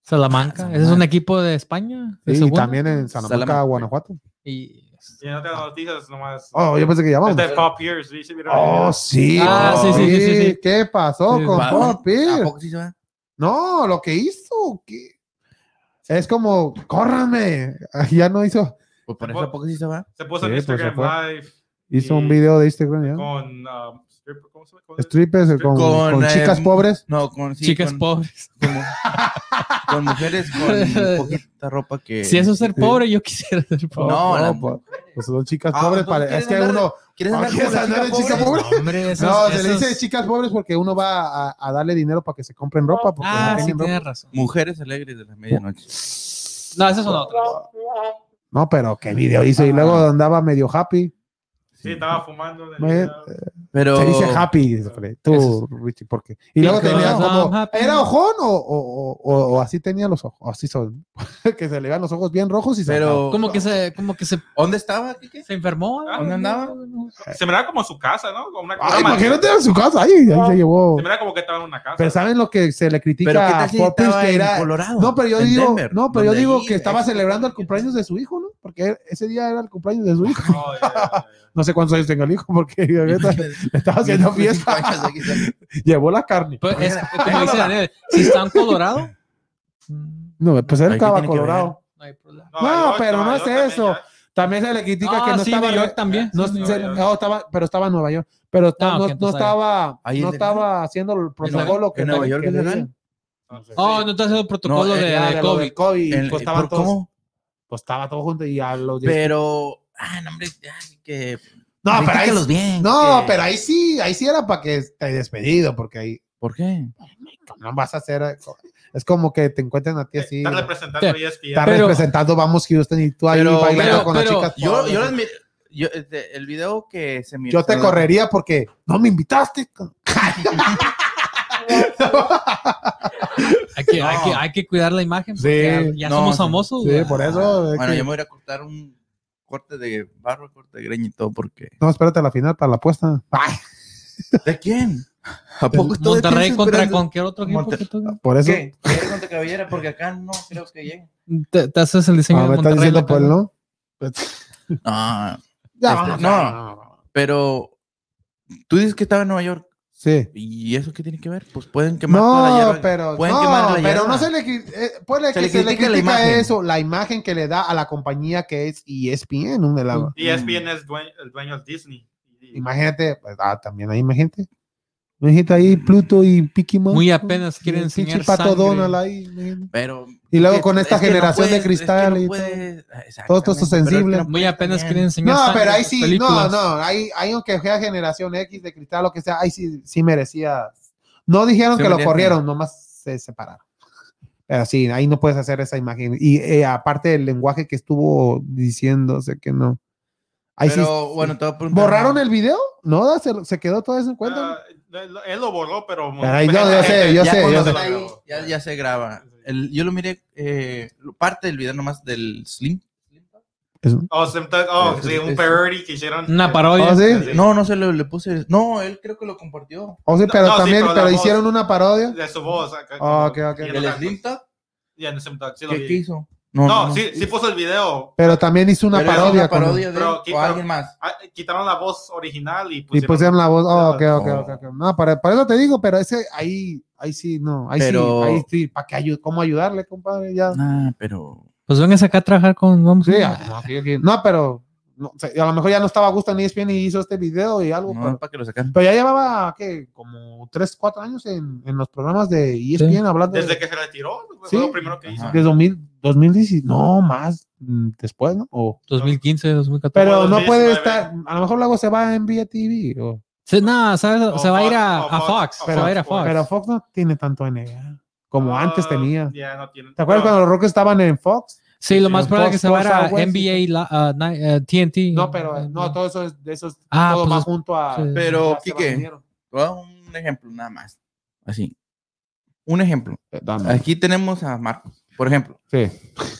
[SPEAKER 3] Salamanca. Ese es un equipo de España. de
[SPEAKER 7] Sí, y
[SPEAKER 3] segunda.
[SPEAKER 7] también en Salamanca,
[SPEAKER 2] Salamanca.
[SPEAKER 7] Guanajuato.
[SPEAKER 3] Y-
[SPEAKER 4] Y no tengo noticias nomás.
[SPEAKER 7] Oh, yo pensé que llamamos.
[SPEAKER 4] Este Es de Pop Pierce, ¿viste? Mira,
[SPEAKER 7] Oh,
[SPEAKER 4] mira.
[SPEAKER 7] sí.
[SPEAKER 3] Ah,
[SPEAKER 7] oh,
[SPEAKER 2] sí, sí,
[SPEAKER 3] sí, sí, sí.
[SPEAKER 7] ¿Qué pasó
[SPEAKER 3] Sí,
[SPEAKER 7] con
[SPEAKER 2] Va-
[SPEAKER 7] Paul Pierce?
[SPEAKER 2] ¿A poco sí se va?
[SPEAKER 7] No, lo que hizo. ¿qué? Es como, córrame. Ah, Ya no hizo.
[SPEAKER 2] Pues por eso a poco sí se va.
[SPEAKER 4] Se puso
[SPEAKER 10] Sí,
[SPEAKER 4] en
[SPEAKER 10] pues, se
[SPEAKER 4] Instagram
[SPEAKER 10] fue.
[SPEAKER 4] Live
[SPEAKER 7] Hizo un
[SPEAKER 4] Y-
[SPEAKER 7] video de Instagram, ¿ya?
[SPEAKER 4] con um, stripper, ¿cómo se llama? Con-
[SPEAKER 7] Strippers con,
[SPEAKER 2] Con,
[SPEAKER 7] con
[SPEAKER 2] eh,
[SPEAKER 7] chicas pobres.
[SPEAKER 2] No, con sí,
[SPEAKER 3] Chicas
[SPEAKER 2] con,
[SPEAKER 3] pobres.
[SPEAKER 2] con mu- con mujeres con poquita ropa que.
[SPEAKER 3] Si eso es ser pobre, yo quisiera ser pobre.
[SPEAKER 2] No,
[SPEAKER 7] Oh,
[SPEAKER 2] la-
[SPEAKER 7] po- pues son chicas
[SPEAKER 2] Ah,
[SPEAKER 7] pobres.
[SPEAKER 2] ¿no
[SPEAKER 7] pare-
[SPEAKER 2] quieres
[SPEAKER 7] Es que
[SPEAKER 2] andar de-
[SPEAKER 7] uno.
[SPEAKER 2] ¿Quieres
[SPEAKER 7] ¿no
[SPEAKER 2] andar,
[SPEAKER 7] Ah, quieres
[SPEAKER 2] como la
[SPEAKER 7] andar de chica pobre?
[SPEAKER 3] No, hombre, esos-
[SPEAKER 7] no, se le
[SPEAKER 3] esos-
[SPEAKER 7] dice chicas pobres porque uno va a, a darle dinero para que se compren ropa. Porque
[SPEAKER 3] Ah,
[SPEAKER 7] no
[SPEAKER 3] sí,
[SPEAKER 7] tienen ropa.
[SPEAKER 3] tienes razón.
[SPEAKER 2] Mujeres alegres de la medianoche.
[SPEAKER 3] No, esas son otras.
[SPEAKER 7] No, pero qué video hizo.
[SPEAKER 2] Ah.
[SPEAKER 7] Y luego andaba medio happy. Eh,
[SPEAKER 4] Sí, estaba fumando. de-
[SPEAKER 7] Me-
[SPEAKER 2] Pero.
[SPEAKER 7] Se dice happy, dice Fred. tú, Richie, porque. Y luego
[SPEAKER 3] Because
[SPEAKER 7] tenía
[SPEAKER 3] I'm
[SPEAKER 7] como.
[SPEAKER 3] happy.
[SPEAKER 7] ¿Era ojón o, o- o- o- o así tenía los ojos? o Así son. que se le iban los ojos bien rojos y se.
[SPEAKER 2] Pero.
[SPEAKER 3] Como que se, como que se,
[SPEAKER 2] ¿Dónde estaba, Kike?
[SPEAKER 3] se enfermó.
[SPEAKER 4] Ah,
[SPEAKER 2] ¿dónde andaba?
[SPEAKER 4] Se miraba como su casa, ¿no? Como una,
[SPEAKER 7] Eh. Ah,
[SPEAKER 4] una mansión.
[SPEAKER 7] imagínate en su casa. Ahí, ahí se llevó.
[SPEAKER 4] Se miraba como que estaba en una casa.
[SPEAKER 7] Pero ¿saben lo que se le critica
[SPEAKER 2] Pero qué
[SPEAKER 7] a
[SPEAKER 2] tal si
[SPEAKER 7] Paul Pierce?
[SPEAKER 2] estaba
[SPEAKER 7] Que
[SPEAKER 2] en
[SPEAKER 7] era-
[SPEAKER 2] Colorado.
[SPEAKER 7] No, pero yo
[SPEAKER 2] en
[SPEAKER 7] digo,
[SPEAKER 2] Denver,
[SPEAKER 7] no, pero yo
[SPEAKER 2] donde
[SPEAKER 7] digo
[SPEAKER 2] ahí-
[SPEAKER 7] que estaba
[SPEAKER 2] ahí-
[SPEAKER 7] celebrando el cumpleaños de su hijo, ¿no? Porque e, ese día era el cumpleaños de su hijo.
[SPEAKER 4] Oh, yeah, yeah, yeah.
[SPEAKER 7] No sé cuántos años tenga el hijo, porque le estaba haciendo fiesta. Llevó la carne.
[SPEAKER 3] Pues, es- como dice Daniel, si está en Colorado, mm,
[SPEAKER 7] No, pues
[SPEAKER 2] Ahí
[SPEAKER 7] él
[SPEAKER 2] sí
[SPEAKER 7] estaba
[SPEAKER 2] tiene que
[SPEAKER 7] colorado.
[SPEAKER 3] no hay problema.
[SPEAKER 7] No,
[SPEAKER 4] York,
[SPEAKER 7] pero no
[SPEAKER 4] Nueva
[SPEAKER 7] es
[SPEAKER 4] York también,
[SPEAKER 7] eso.
[SPEAKER 4] ya.
[SPEAKER 7] También se le critica que
[SPEAKER 3] Ah,
[SPEAKER 7] no
[SPEAKER 3] sí,
[SPEAKER 7] estaba.
[SPEAKER 3] New York también.
[SPEAKER 7] No,
[SPEAKER 3] Sí,
[SPEAKER 7] se-
[SPEAKER 3] Nueva York.
[SPEAKER 7] no, estaba, pero estaba en Nueva York. Pero está-
[SPEAKER 3] Ah, ok,
[SPEAKER 7] no, no
[SPEAKER 3] entonces está
[SPEAKER 7] estaba,
[SPEAKER 2] Ahí es
[SPEAKER 7] no
[SPEAKER 2] legal.
[SPEAKER 7] estaba haciendo el protocolo que
[SPEAKER 2] en Nueva
[SPEAKER 7] que
[SPEAKER 2] York es
[SPEAKER 7] le
[SPEAKER 2] legal.
[SPEAKER 7] dieron.
[SPEAKER 4] No sé.
[SPEAKER 3] Oh, no está haciendo el protocolo
[SPEAKER 2] No, eh,
[SPEAKER 3] de,
[SPEAKER 7] Ya, de lo
[SPEAKER 3] COVID.
[SPEAKER 7] del COVID.
[SPEAKER 2] En-
[SPEAKER 7] pues, estaban
[SPEAKER 2] ¿por
[SPEAKER 7] todos-
[SPEAKER 2] ¿Cómo?
[SPEAKER 7] pues estaba todo junto y ya los
[SPEAKER 2] Pero. Ah, no, hombre. ay, que.
[SPEAKER 7] No, pero ahí,
[SPEAKER 2] Platícalos bien.
[SPEAKER 7] no
[SPEAKER 2] que-
[SPEAKER 7] pero ahí sí, ahí sí era para que esté despedido, porque ahí
[SPEAKER 2] ¿Por qué?
[SPEAKER 7] no vas a hacer. Es como que te encuentren
[SPEAKER 3] Eh,
[SPEAKER 7] a ti así.
[SPEAKER 4] Están eh, representando E
[SPEAKER 3] Sí.
[SPEAKER 4] ESPN.
[SPEAKER 7] Está
[SPEAKER 3] Pero-
[SPEAKER 7] representando Vamos Houston y tú ahí
[SPEAKER 2] Pero-
[SPEAKER 7] bailando
[SPEAKER 3] pero-
[SPEAKER 7] con
[SPEAKER 3] pero
[SPEAKER 7] las chicas.
[SPEAKER 2] Yo,
[SPEAKER 7] pobres.
[SPEAKER 2] yo, las mi- yo, este, el video que se miró.
[SPEAKER 7] Yo te correría porque no me invitaste.
[SPEAKER 3] Hay que,
[SPEAKER 2] No.
[SPEAKER 3] hay, que, hay que cuidar la imagen.
[SPEAKER 7] Sí.
[SPEAKER 3] porque ya, ya
[SPEAKER 2] No,
[SPEAKER 3] somos
[SPEAKER 2] sí.
[SPEAKER 3] famosos.
[SPEAKER 7] Sí,
[SPEAKER 3] güey.
[SPEAKER 7] por eso. es
[SPEAKER 2] Ah, Bueno,
[SPEAKER 7] que-
[SPEAKER 2] yo me voy a ir a cortar un corte de barro, corte de greña y todo, porque.
[SPEAKER 7] No, espérate a la final para la apuesta. Ay,
[SPEAKER 2] ¿De quién? ¿A poco todavía
[SPEAKER 3] Monterrey
[SPEAKER 2] tienes
[SPEAKER 3] contra
[SPEAKER 2] esperanza?
[SPEAKER 3] cualquier otro equipo
[SPEAKER 2] Monte-
[SPEAKER 3] que tú-
[SPEAKER 7] ah, por eso.
[SPEAKER 2] ¿Qué? ¿Qué contra cabellera? Porque acá no creo que llegue.
[SPEAKER 3] te, te haces el diseño
[SPEAKER 7] Ah,
[SPEAKER 3] de
[SPEAKER 7] me estás
[SPEAKER 3] Monterrey.
[SPEAKER 7] diciendo
[SPEAKER 3] la
[SPEAKER 7] pues,
[SPEAKER 3] cara.
[SPEAKER 7] ¿no?
[SPEAKER 2] Ah,
[SPEAKER 7] Ya,
[SPEAKER 2] Este,
[SPEAKER 7] vamos,
[SPEAKER 2] no.
[SPEAKER 7] ya, no, no.
[SPEAKER 2] pero. Tú dices que estaba en Nueva York.
[SPEAKER 7] Sí.
[SPEAKER 2] ¿Y eso qué tiene que ver? Pues pueden quemar toda la
[SPEAKER 7] No,
[SPEAKER 2] hierba.
[SPEAKER 7] pero,
[SPEAKER 2] Pueden
[SPEAKER 7] no,
[SPEAKER 2] quemar la
[SPEAKER 7] pero
[SPEAKER 2] hierba.
[SPEAKER 7] no se le, cri- eh, pues le-
[SPEAKER 2] Se
[SPEAKER 7] que
[SPEAKER 2] le
[SPEAKER 7] se le
[SPEAKER 2] critica
[SPEAKER 7] critica
[SPEAKER 2] la imagen.
[SPEAKER 7] eso, la imagen que le da a la compañía que es E ESPN, un de la-
[SPEAKER 3] Mm.
[SPEAKER 4] ESPN es dueño, el dueño de Disney. Y-
[SPEAKER 7] Imagínate, pues, ah, también ahí, imagínate. Imagínate ahí Pluto y Pikimon.
[SPEAKER 3] Muy apenas quieren
[SPEAKER 7] Pinche
[SPEAKER 3] enseñar
[SPEAKER 7] pato
[SPEAKER 3] sangre.
[SPEAKER 7] Donald ahí, imagínate.
[SPEAKER 2] Pero.
[SPEAKER 7] Y luego
[SPEAKER 2] es-
[SPEAKER 7] con esta
[SPEAKER 2] es que no
[SPEAKER 7] generación
[SPEAKER 2] puedes-
[SPEAKER 7] de cristal
[SPEAKER 2] es que
[SPEAKER 7] y
[SPEAKER 2] no
[SPEAKER 7] todo.
[SPEAKER 2] puedes- Ah,
[SPEAKER 7] Todo esto
[SPEAKER 2] Exactamente,
[SPEAKER 7] es
[SPEAKER 2] pero
[SPEAKER 7] sensible.
[SPEAKER 2] que no
[SPEAKER 3] Muy
[SPEAKER 2] puedes
[SPEAKER 3] apenas
[SPEAKER 2] también.
[SPEAKER 3] quieren enseñar.
[SPEAKER 7] No,
[SPEAKER 3] sangre
[SPEAKER 7] pero
[SPEAKER 3] en
[SPEAKER 7] ahí
[SPEAKER 3] sus
[SPEAKER 7] sí, no,
[SPEAKER 3] películas.
[SPEAKER 7] no, ahí, ahí aunque sea generación X de cristal, lo que sea, ahí sí, sí merecía. No
[SPEAKER 2] Sí
[SPEAKER 7] dijeron que lo
[SPEAKER 2] merecía.
[SPEAKER 7] corrieron, nomás se separaron. Pero sí, ahí no puedes hacer esa imagen. Y eh, aparte el lenguaje que estuvo diciéndose que no. Ahí sí.
[SPEAKER 2] Pero bueno, te voy a preguntar.
[SPEAKER 7] ¿Borraron el video? ¿No, se, se quedó todo eso en cuenta.
[SPEAKER 4] Ah, él- él lo borró, pero.
[SPEAKER 7] Pero ahí no, yo sé, yo
[SPEAKER 2] ya
[SPEAKER 7] sé,
[SPEAKER 2] cuando
[SPEAKER 7] yo sé.
[SPEAKER 2] está ahí, ya, ya se graba. El- yo lo miré, eh, parte del video nomás del Slim.
[SPEAKER 4] Oh, se- oh, sí, un
[SPEAKER 2] Es-
[SPEAKER 4] parody que hicieron.
[SPEAKER 3] Una parodia.
[SPEAKER 7] Oh, sí.
[SPEAKER 4] Sí.
[SPEAKER 2] No, no se lo le puse. No, él creo que lo compartió.
[SPEAKER 7] O sí,
[SPEAKER 4] No,
[SPEAKER 7] pero
[SPEAKER 4] no, sí,
[SPEAKER 7] también,
[SPEAKER 4] pero la
[SPEAKER 7] pero
[SPEAKER 4] voz.
[SPEAKER 7] hicieron una parodia.
[SPEAKER 4] De su voz. acá,
[SPEAKER 7] Ah,
[SPEAKER 4] como-
[SPEAKER 7] ok, ok.
[SPEAKER 4] y en
[SPEAKER 2] ¿El
[SPEAKER 4] los-
[SPEAKER 2] Slim Top?
[SPEAKER 4] y en Slim Dog, sí lo
[SPEAKER 2] ¿Qué, qué
[SPEAKER 4] vi.
[SPEAKER 2] hizo?
[SPEAKER 4] No, sí, sí puso el video.
[SPEAKER 7] Pero también hizo una
[SPEAKER 2] Pero era
[SPEAKER 7] parodia.
[SPEAKER 2] Una
[SPEAKER 7] con-
[SPEAKER 2] parodia de él
[SPEAKER 4] Pero, ¿qué-
[SPEAKER 2] o alguien más.
[SPEAKER 4] Ah, Quitaron la voz original y
[SPEAKER 7] Y
[SPEAKER 4] pusieron.
[SPEAKER 7] pusieron la voz. Oh, ok, ok,
[SPEAKER 2] Oh.
[SPEAKER 7] ok, ok. No, para, para eso te digo, pero ese ahí, ahí sí, no. Ahí
[SPEAKER 2] Pero-
[SPEAKER 7] sí, ahí sí, ¿para qué ayu- ¿Cómo ayudarle, compadre? Ya.
[SPEAKER 2] Ah, pero.
[SPEAKER 3] Pues vengas acá a trabajar con. Vamos
[SPEAKER 7] Sí, ah, no, sí, sí. No, pero no, o sea, a lo mejor ya no estaba a gusto ni ESPN y hizo este video y algo.
[SPEAKER 2] No,
[SPEAKER 7] pero,
[SPEAKER 2] para que lo sacaran.
[SPEAKER 7] pero ya llevaba, ¿qué? Como 3, 4 años en, en los programas de E ESPN hablando. de-
[SPEAKER 4] Desde que se retiró, fue
[SPEAKER 7] Sí.
[SPEAKER 4] lo primero que hizo.
[SPEAKER 2] Ajá.
[SPEAKER 7] de 2000, 2010, no más mm, después, ¿no? O-
[SPEAKER 3] 2015, 2014.
[SPEAKER 7] pero no
[SPEAKER 4] 2019.
[SPEAKER 7] puede estar, a lo mejor luego se va a NBA TV, o-
[SPEAKER 3] Sí, no, ¿sabes?
[SPEAKER 4] O
[SPEAKER 3] se va a ir a,
[SPEAKER 4] Fox,
[SPEAKER 3] a
[SPEAKER 4] o
[SPEAKER 3] Fox.
[SPEAKER 4] Fox,
[SPEAKER 3] se va a ir a
[SPEAKER 4] Fox,
[SPEAKER 3] Fox.
[SPEAKER 7] pero Fox no tiene tanto NBA como antes
[SPEAKER 4] Ah,
[SPEAKER 7] tenía.
[SPEAKER 4] ya no tiene-
[SPEAKER 7] ¿Te acuerdas
[SPEAKER 4] pero-
[SPEAKER 7] cuando los Rockets estaban en Fox?
[SPEAKER 3] sí, lo más
[SPEAKER 7] Fox,
[SPEAKER 3] probable es que se va a ir
[SPEAKER 7] Fox,
[SPEAKER 3] a
[SPEAKER 7] Southwest, sí.
[SPEAKER 3] NBA, la- uh, ni- uh, TNT.
[SPEAKER 7] No, pero eh, no, todo eso es, de eso es
[SPEAKER 3] Ah,
[SPEAKER 7] todo
[SPEAKER 3] pues
[SPEAKER 7] más
[SPEAKER 3] es-
[SPEAKER 7] junto a.
[SPEAKER 3] sí.
[SPEAKER 2] Pero,
[SPEAKER 7] a
[SPEAKER 2] Quique.
[SPEAKER 7] Sebastián.
[SPEAKER 2] Te voy a dar un ejemplo nada más. Así. Un ejemplo.
[SPEAKER 7] Eh, dame.
[SPEAKER 2] Aquí tenemos a Marcos, por ejemplo.
[SPEAKER 7] Sí.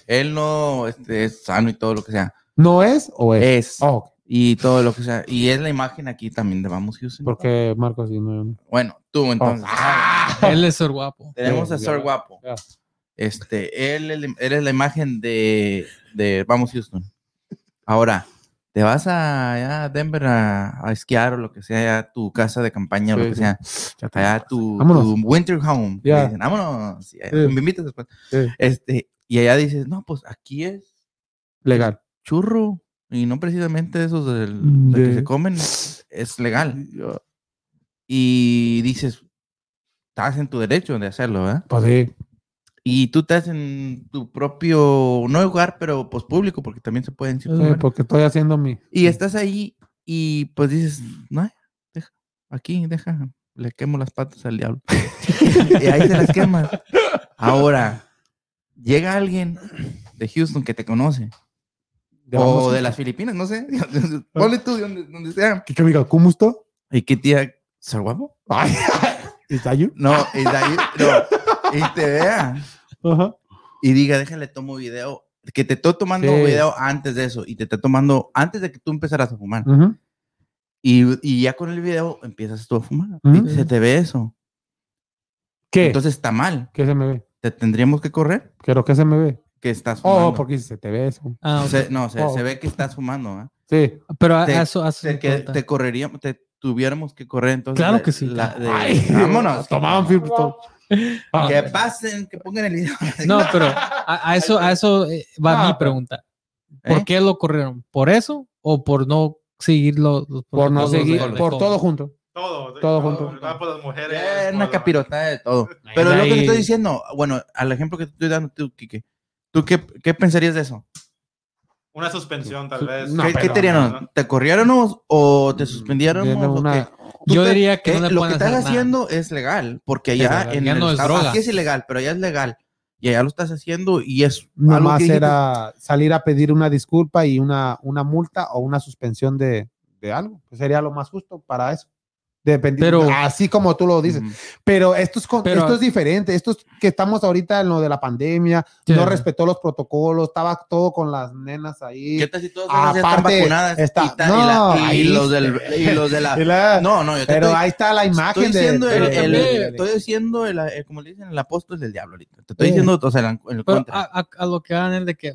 [SPEAKER 2] Él no este, es sano y todo lo que sea.
[SPEAKER 7] ¿No es o es?
[SPEAKER 2] Es.
[SPEAKER 7] Oh,
[SPEAKER 2] Y todo lo que sea. Y es la imagen aquí también de Vamos Houston.
[SPEAKER 7] porque Marcos y no.
[SPEAKER 2] Bueno, tú entonces. Ah,
[SPEAKER 3] Él es el guapo.
[SPEAKER 2] Tenemos a
[SPEAKER 7] Sí,
[SPEAKER 2] Sor
[SPEAKER 7] Oh. ya.
[SPEAKER 2] Guapo.
[SPEAKER 7] Ya.
[SPEAKER 2] Este, él, él- él es la imagen de, de Vamos Houston. Ahora, te vas a, allá a Denver a, a esquiar o lo que sea, allá a tu casa de campaña o
[SPEAKER 7] Sí,
[SPEAKER 2] lo que
[SPEAKER 7] sí.
[SPEAKER 2] sea,
[SPEAKER 7] Ya te-
[SPEAKER 2] allá a tu,
[SPEAKER 7] Vámonos.
[SPEAKER 2] tu winter home. que
[SPEAKER 7] Ya.
[SPEAKER 2] dicen, vámonos. y, eh,
[SPEAKER 7] Sí.
[SPEAKER 2] Me invitas después.
[SPEAKER 7] Sí.
[SPEAKER 2] Este, y allá dices, no, pues aquí es
[SPEAKER 7] Legal.
[SPEAKER 2] churro. Y no precisamente esos del,
[SPEAKER 7] Mm,
[SPEAKER 2] del que
[SPEAKER 7] de-
[SPEAKER 2] se comen, es legal. Y dices, estás en tu derecho de hacerlo, ¿verdad?
[SPEAKER 7] Pues sí.
[SPEAKER 2] Y tú estás en tu propio, no lugar, pero pues público, porque también se pueden
[SPEAKER 7] Sí,
[SPEAKER 2] circular.
[SPEAKER 7] porque estoy haciendo mi.
[SPEAKER 2] Y estás ahí y pues dices,
[SPEAKER 7] Mm.
[SPEAKER 2] no, deja, aquí, deja, le quemo las patas al diablo. y ahí se las quemas. Ahora, llega alguien de Houston que te conoce, o de las Filipinas, no sé, ponle tú de donde, donde sea.
[SPEAKER 7] ¿Qué me diga? ¿Cómo está?
[SPEAKER 2] ¿Y qué tía? ¿Ser guapo?
[SPEAKER 7] Ay, ¿Está yo?
[SPEAKER 2] No, y, de ahí- no, y te vea
[SPEAKER 7] Ajá.
[SPEAKER 2] y diga, déjale, tomo video. Que te estoy tomando
[SPEAKER 7] Sí.
[SPEAKER 2] video antes de eso y te está tomando antes de que tú empezaras a fumar.
[SPEAKER 7] Ujú.
[SPEAKER 2] Y, y ya con el video empiezas tú a fumar.
[SPEAKER 7] Ujú.
[SPEAKER 2] Y se te ve eso.
[SPEAKER 7] ¿Qué?
[SPEAKER 2] Entonces está mal.
[SPEAKER 7] ¿Qué se me ve?
[SPEAKER 2] Te tendríamos que correr
[SPEAKER 7] ¿Pero qué se me ve?
[SPEAKER 2] que estás fumando.
[SPEAKER 7] Oh, porque se te ve eso.
[SPEAKER 3] Ah, ok.
[SPEAKER 2] Se- no, se,
[SPEAKER 7] Oh.
[SPEAKER 2] se ve que estás fumando. ¿ah?
[SPEAKER 7] Sí.
[SPEAKER 3] Pero a-
[SPEAKER 2] te-
[SPEAKER 3] a eso, a eso
[SPEAKER 2] Se-
[SPEAKER 3] me
[SPEAKER 2] que
[SPEAKER 3] falta.
[SPEAKER 2] te correríamos, te tuviéramos que correr. Entonces,
[SPEAKER 3] Claro
[SPEAKER 2] la-
[SPEAKER 3] que sí.
[SPEAKER 2] la de-
[SPEAKER 7] Ay,
[SPEAKER 2] vámonos.
[SPEAKER 7] Tomaban
[SPEAKER 2] que,
[SPEAKER 7] film. to- Ah,
[SPEAKER 2] que pasen, que pongan el video.
[SPEAKER 3] No, pero a, a eso, a eso eh, va
[SPEAKER 7] Ah,
[SPEAKER 3] mi pregunta.
[SPEAKER 2] ¿Eh?
[SPEAKER 3] ¿Por qué lo corrieron? ¿Por eso o por no seguir los, los
[SPEAKER 7] por no
[SPEAKER 3] protocolos de-
[SPEAKER 7] seguir,
[SPEAKER 3] de
[SPEAKER 7] por
[SPEAKER 3] todo?
[SPEAKER 7] todo junto.
[SPEAKER 4] Todo, de-
[SPEAKER 7] Todo junto.
[SPEAKER 4] ¿verdad? Por las mujeres.
[SPEAKER 2] Eh,
[SPEAKER 4] por
[SPEAKER 2] una
[SPEAKER 4] la-
[SPEAKER 2] capirotada de todo. Pero es lo que te
[SPEAKER 3] ahí-
[SPEAKER 2] estoy diciendo, bueno, al ejemplo que te estoy dando tú, Kike, ¿tú qué, qué pensarías de eso?
[SPEAKER 4] Una suspensión, tal vez.
[SPEAKER 7] No,
[SPEAKER 2] ¿Qué, qué
[SPEAKER 7] pero-
[SPEAKER 2] te harían? ¿Te corrieron o- o te suspendieron?
[SPEAKER 7] Viene
[SPEAKER 2] o
[SPEAKER 7] una-
[SPEAKER 2] qué? Tú
[SPEAKER 3] Mm, Yo
[SPEAKER 2] te-
[SPEAKER 3] diría que
[SPEAKER 2] ¿qué?
[SPEAKER 3] no le
[SPEAKER 2] lo que
[SPEAKER 3] pueden
[SPEAKER 2] estás
[SPEAKER 3] hacer nada.
[SPEAKER 2] haciendo es legal, porque
[SPEAKER 3] Es
[SPEAKER 2] allá
[SPEAKER 3] legal,
[SPEAKER 2] en
[SPEAKER 3] ya
[SPEAKER 2] el
[SPEAKER 3] no es
[SPEAKER 2] estado-
[SPEAKER 3] droga.
[SPEAKER 2] aquí es ilegal, pero allá es legal y allá lo estás haciendo y es
[SPEAKER 7] Nada
[SPEAKER 2] algo
[SPEAKER 7] más
[SPEAKER 2] que dijiste,
[SPEAKER 7] era salir a pedir una disculpa y una, una multa o una suspensión de, de algo. que sería lo más justo para eso. Dependiendo.
[SPEAKER 3] Pero-
[SPEAKER 7] así como tú lo dices.
[SPEAKER 2] "Mm,
[SPEAKER 7] Pero esto es, con-
[SPEAKER 3] Pero-
[SPEAKER 7] esto es diferente. Esto es que estamos ahorita en lo de la pandemia.
[SPEAKER 3] Sí.
[SPEAKER 7] No respetó los protocolos. Estaba todo con las nenas ahí.
[SPEAKER 2] ¿Qué tal si todas esas ya están
[SPEAKER 7] Aparte,
[SPEAKER 2] vacunadas?
[SPEAKER 7] está-
[SPEAKER 2] y, tal, y la-
[SPEAKER 7] no,
[SPEAKER 2] y
[SPEAKER 7] ahí-
[SPEAKER 2] los del, y los de la...
[SPEAKER 7] Y la-
[SPEAKER 2] No, no, yo te
[SPEAKER 7] pero
[SPEAKER 2] estoy-
[SPEAKER 7] ahí está la
[SPEAKER 2] Estoy
[SPEAKER 7] imagen de-
[SPEAKER 2] diciendo,
[SPEAKER 7] de.
[SPEAKER 2] el,
[SPEAKER 7] de-
[SPEAKER 2] el-
[SPEAKER 7] de- de-
[SPEAKER 2] estoy diciendo el, eh, como le dicen, el apóstol del diablo ahorita. Te estoy
[SPEAKER 7] Sí.
[SPEAKER 2] diciendo, o sea, el, el
[SPEAKER 3] Pero
[SPEAKER 2] contra.
[SPEAKER 3] a, a- a lo que van es de que,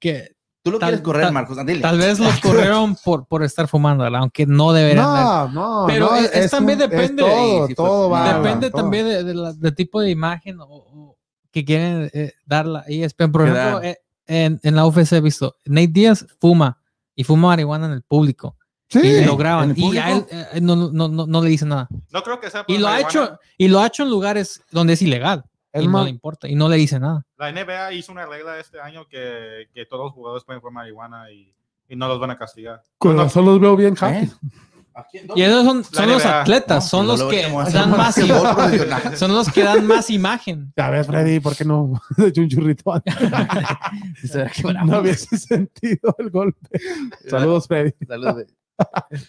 [SPEAKER 3] que
[SPEAKER 2] Tú lo
[SPEAKER 3] tal-
[SPEAKER 2] quieres correr,
[SPEAKER 3] tal-
[SPEAKER 2] Marcos, dile.
[SPEAKER 3] tal vez los corrieron por, por estar fumando, ¿verdad? aunque no deberían. de-
[SPEAKER 7] No, no,
[SPEAKER 3] Pero
[SPEAKER 7] no,
[SPEAKER 3] es- es también depende-
[SPEAKER 2] Sí,
[SPEAKER 7] todo,
[SPEAKER 2] sí,
[SPEAKER 7] todo
[SPEAKER 2] pues,
[SPEAKER 7] va.
[SPEAKER 3] Depende
[SPEAKER 7] todo.
[SPEAKER 3] también del de, la- del tipo de imagen o, o que quieren eh, dar la ESPN. Por
[SPEAKER 2] Que
[SPEAKER 3] ejemplo,
[SPEAKER 2] dan.
[SPEAKER 3] eh, en, en la UFC he visto, Nate Díaz fuma y fuma marihuana en el público.
[SPEAKER 7] Sí,
[SPEAKER 3] y lo
[SPEAKER 2] ¿En
[SPEAKER 3] graban
[SPEAKER 2] el
[SPEAKER 3] y a él
[SPEAKER 2] público?
[SPEAKER 3] eh, no, no, no, no le dicen nada
[SPEAKER 4] No creo que sea por
[SPEAKER 3] y lo ha
[SPEAKER 4] marihuana.
[SPEAKER 3] hecho y lo ha hecho en lugares donde es ilegal
[SPEAKER 7] es
[SPEAKER 3] y no
[SPEAKER 7] más-
[SPEAKER 3] le importa y no le dice nada
[SPEAKER 4] La NBA hizo una regla este año que, que todos los jugadores pueden fumar marihuana y, y no los van a castigar.
[SPEAKER 7] con razón los veo bien happy.
[SPEAKER 2] ¿Eh? ¿A quién?
[SPEAKER 3] y esos son, son
[SPEAKER 4] La
[SPEAKER 3] los
[SPEAKER 4] NBA,
[SPEAKER 2] No,
[SPEAKER 3] atletas son
[SPEAKER 2] no
[SPEAKER 3] los
[SPEAKER 2] lo
[SPEAKER 3] que
[SPEAKER 2] veremos hacer
[SPEAKER 3] dan
[SPEAKER 2] un
[SPEAKER 3] más
[SPEAKER 2] basquetbol
[SPEAKER 3] imagen
[SPEAKER 2] profesional.
[SPEAKER 3] son los que dan más imagen
[SPEAKER 7] Ya ves, Freddy, ¿por qué no he hecho un churrito antes?
[SPEAKER 2] Será que
[SPEAKER 7] No
[SPEAKER 2] bravo.
[SPEAKER 7] hubiese sentido el golpe. Saludos, Freddy.
[SPEAKER 2] Saludos.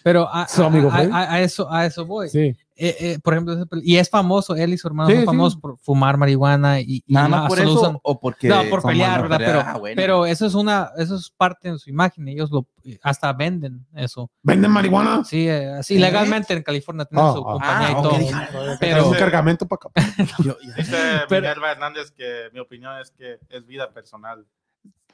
[SPEAKER 3] pero a,
[SPEAKER 7] Su amigo
[SPEAKER 3] a-
[SPEAKER 7] Freddy.
[SPEAKER 3] a- a eso a eso voy
[SPEAKER 7] Sí.
[SPEAKER 3] Eh, eh, por ejemplo ese pel- y es famoso él y su hermano
[SPEAKER 7] Sí,
[SPEAKER 3] son
[SPEAKER 7] sí.
[SPEAKER 3] famosos por fumar marihuana y, y
[SPEAKER 2] Nada
[SPEAKER 3] la-
[SPEAKER 2] más por
[SPEAKER 3] se lo
[SPEAKER 2] eso
[SPEAKER 3] usan-
[SPEAKER 2] o porque
[SPEAKER 3] no, por
[SPEAKER 2] como
[SPEAKER 3] pelear,
[SPEAKER 2] no
[SPEAKER 3] ¿verdad? Pero,
[SPEAKER 2] pelea? Ah, bueno.
[SPEAKER 3] pero eso es una, eso es parte de su imagen. Ellos lo hasta venden eso.
[SPEAKER 7] ¿Venden marihuana?
[SPEAKER 3] Sí, eh, así
[SPEAKER 2] ¿Eh?
[SPEAKER 3] legalmente en California tienen
[SPEAKER 7] Ah,
[SPEAKER 3] su
[SPEAKER 7] ah.
[SPEAKER 3] compañía
[SPEAKER 2] Ah,
[SPEAKER 3] y
[SPEAKER 2] ok,
[SPEAKER 3] todo.
[SPEAKER 2] dije,
[SPEAKER 7] Pero
[SPEAKER 3] Pero-
[SPEAKER 7] un cargamento para acá.
[SPEAKER 2] Yo- ya.
[SPEAKER 4] Dice
[SPEAKER 3] Pero-
[SPEAKER 4] Minerva Hernández que mi opinión es que es vida personal.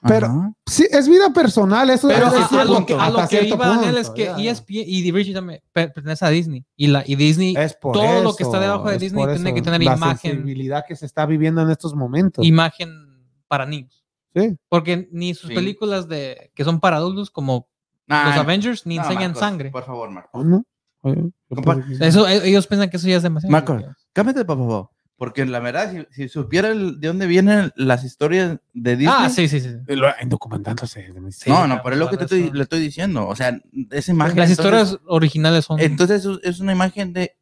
[SPEAKER 7] Pero-
[SPEAKER 2] Ajá.
[SPEAKER 7] Sí, es vida personal, eso
[SPEAKER 3] Pero
[SPEAKER 7] hasta
[SPEAKER 3] a, a
[SPEAKER 7] cierto
[SPEAKER 3] lo que, a
[SPEAKER 7] punto,
[SPEAKER 3] lo
[SPEAKER 7] hasta
[SPEAKER 3] que
[SPEAKER 7] cierto
[SPEAKER 3] iba Daniel es
[SPEAKER 7] punto,
[SPEAKER 3] que E
[SPEAKER 7] ya.
[SPEAKER 3] ESPN y The Richie también per- pertenece a Disney. Y, la, y Disney,
[SPEAKER 7] Es por
[SPEAKER 3] todo lo que
[SPEAKER 7] eso,
[SPEAKER 3] está debajo de
[SPEAKER 7] es
[SPEAKER 3] Disney
[SPEAKER 7] por
[SPEAKER 3] tiene
[SPEAKER 7] eso,
[SPEAKER 3] que tener
[SPEAKER 7] la
[SPEAKER 3] imagen.
[SPEAKER 7] sensibilidad que se está viviendo en estos momentos.
[SPEAKER 3] imagen para niños.
[SPEAKER 7] Sí.
[SPEAKER 3] Porque ni sus
[SPEAKER 2] Sí.
[SPEAKER 3] películas de que son para adultos como
[SPEAKER 2] Nah,
[SPEAKER 3] los
[SPEAKER 2] no,
[SPEAKER 3] Avengers ni
[SPEAKER 2] no,
[SPEAKER 3] enseñan
[SPEAKER 2] Marcos,
[SPEAKER 3] sangre.
[SPEAKER 2] Por favor, Marcos.
[SPEAKER 7] ¿O no? Oye, yo
[SPEAKER 2] Compa-
[SPEAKER 7] pensé que-
[SPEAKER 3] Eso, e- ellos piensan que eso ya es demasiado.
[SPEAKER 2] Marcos. Cámbiate, por favor. Porque la verdad, si, si supiera el- de dónde vienen las historias de Disney.
[SPEAKER 3] Ah, sí, sí, sí.
[SPEAKER 7] Eh, lo- Documentándose.
[SPEAKER 3] Sí,
[SPEAKER 2] no, no,
[SPEAKER 3] claro,
[SPEAKER 2] pero es lo que te
[SPEAKER 3] claro,
[SPEAKER 2] estoy,
[SPEAKER 3] eso.
[SPEAKER 2] le estoy diciendo. O sea, esa imagen.
[SPEAKER 3] Las
[SPEAKER 2] entonces-
[SPEAKER 3] historias originales son.
[SPEAKER 2] Entonces es- es una imagen de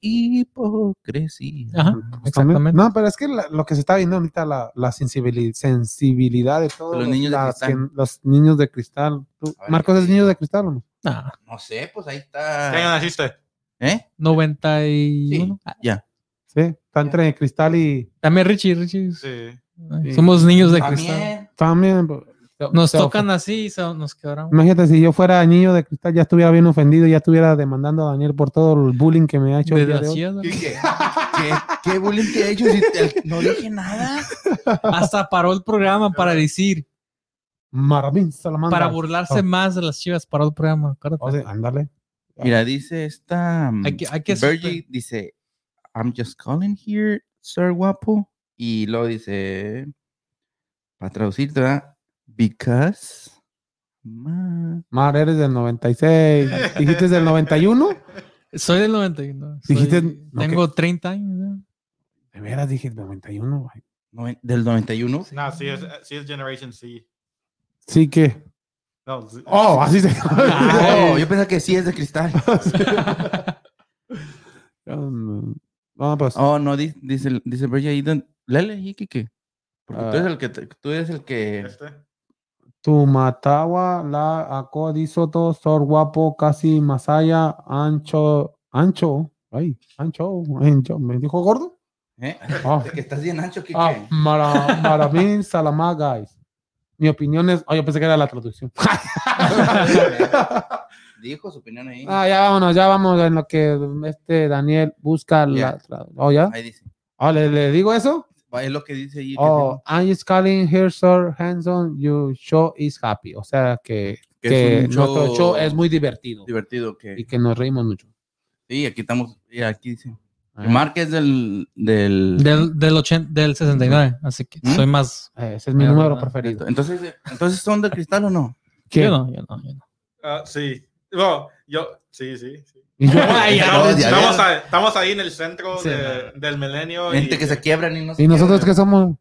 [SPEAKER 2] hipocresía.
[SPEAKER 3] Ajá,
[SPEAKER 7] Pues también-
[SPEAKER 3] exactamente.
[SPEAKER 7] No, pero es que la- lo que se está viendo ahorita, la, la sensibilidad, sensibilidad de todos
[SPEAKER 2] De los niños de
[SPEAKER 7] las
[SPEAKER 2] cristal.
[SPEAKER 7] que- los niños de cristal. Tú-
[SPEAKER 2] A ver,
[SPEAKER 7] Marcos
[SPEAKER 2] ¿qué
[SPEAKER 7] es
[SPEAKER 2] te
[SPEAKER 7] niño
[SPEAKER 2] digo?
[SPEAKER 7] de cristal. o ¿no?
[SPEAKER 3] Nah,
[SPEAKER 2] No sé, pues ahí
[SPEAKER 4] ¿Qué año
[SPEAKER 2] está.
[SPEAKER 4] naciste?
[SPEAKER 2] ¿Eh?
[SPEAKER 3] 91. Ah,
[SPEAKER 2] Ya.
[SPEAKER 7] Sí, está entre cristal y
[SPEAKER 3] También Richie, Richie. es-
[SPEAKER 4] Sí.
[SPEAKER 3] Ay, Somos niños de cristal.
[SPEAKER 2] También.
[SPEAKER 7] también. bro.
[SPEAKER 3] Nos
[SPEAKER 7] Se of-
[SPEAKER 3] tocan así y se- nos quebramos.
[SPEAKER 7] Imagínate, si yo fuera niño de cristal, ya estuviera bien ofendido, ya estuviera demandando a Daniel por todo el bullying que me ha hecho. ¿eh? el día de hoy.
[SPEAKER 3] Desgraciado.
[SPEAKER 2] ¿Qué, qué, qué, qué bullying te he hecho? Si te- no dije nada.
[SPEAKER 3] Hasta paró el programa para decir,
[SPEAKER 7] Marvin Salamandra.
[SPEAKER 3] para burlarse
[SPEAKER 7] Oh.
[SPEAKER 3] más de las chivas, paró el programa. acuérdate.
[SPEAKER 7] O sea, ándale.
[SPEAKER 2] Mira, dice esta. mm,
[SPEAKER 3] Hay que- hay que
[SPEAKER 2] Virgie dice: I'm just calling here, sir guapo. Y luego dice: Para traducir, ¿verdad? Because Ma-
[SPEAKER 7] Mar, eres del 96. Dijiste del 91.
[SPEAKER 3] Soy del 91.
[SPEAKER 7] Dijiste-
[SPEAKER 3] soy-
[SPEAKER 7] ok.
[SPEAKER 3] Tengo 30 años. ¿no?
[SPEAKER 7] De veras dije 91, güey.
[SPEAKER 2] noven- ¿Del 91?
[SPEAKER 4] No, sí es, sí es Generation C.
[SPEAKER 7] Sí que.
[SPEAKER 4] No, z-
[SPEAKER 7] Oh, así se.
[SPEAKER 2] Oh, yo pensaba que sí es de cristal.
[SPEAKER 7] no, pues.
[SPEAKER 2] Oh, no, di- dice, dice Berge ahí. don- Lele ahí, Kike. Porque tú
[SPEAKER 7] Ah.
[SPEAKER 2] eres el que. te- Tú eres el que.
[SPEAKER 4] este.
[SPEAKER 7] Tu matawa, la acodisoto, sor guapo, casi masaya, ancho, ancho, ay, ancho, ancho, me dijo gordo.
[SPEAKER 2] ¿eh?
[SPEAKER 7] Ah,
[SPEAKER 2] El que estás bien ancho, Kike.
[SPEAKER 7] ah, mara, maravin, salamá, guys. Mi opinión es, oh, yo pensé que era la traducción.
[SPEAKER 2] Dijo su opinión ahí.
[SPEAKER 7] Ah, ya vámonos, ya vamos en lo que este Daniel busca la
[SPEAKER 2] Ya.
[SPEAKER 7] tra- Oh, ya.
[SPEAKER 2] Ahí dice.
[SPEAKER 7] Ah, ¿le, le digo eso?
[SPEAKER 2] Va, Es lo que dice ahí. que
[SPEAKER 7] Oh, I'm just calling here, sir, handsome, your show is happy. O sea que,
[SPEAKER 2] Que
[SPEAKER 7] que
[SPEAKER 2] es un show
[SPEAKER 7] nuestro show es muy divertido
[SPEAKER 2] tiene- divertido. Que,
[SPEAKER 7] y que nos reímos mucho.
[SPEAKER 2] sí, aquí estamos. y aquí dice.
[SPEAKER 7] Ah.
[SPEAKER 2] Márquez del. del,
[SPEAKER 3] Del, del, 80, del 69. Así que
[SPEAKER 2] ¿Mm?
[SPEAKER 3] soy más.
[SPEAKER 7] Eh, Ese es mi
[SPEAKER 3] Mira,
[SPEAKER 7] número
[SPEAKER 3] ¿verdad?
[SPEAKER 7] preferido.
[SPEAKER 2] Entonces, entonces, ¿son de cristal o no?
[SPEAKER 7] ¿Qué?
[SPEAKER 3] Yo no, yo no, yo no.
[SPEAKER 4] Ah, sí. Bueno, yo, sí, sí. sí.
[SPEAKER 7] Y yo-
[SPEAKER 2] Ay, ya,
[SPEAKER 4] estamos,
[SPEAKER 2] ya, ya.
[SPEAKER 4] estamos ahí, estamos ahí en el centro
[SPEAKER 3] Sí,
[SPEAKER 4] de- del milenio.
[SPEAKER 2] Gente
[SPEAKER 4] y-
[SPEAKER 2] que se quiebran y no se
[SPEAKER 7] ¿Y nosotros qué
[SPEAKER 2] quiebran.
[SPEAKER 7] somos?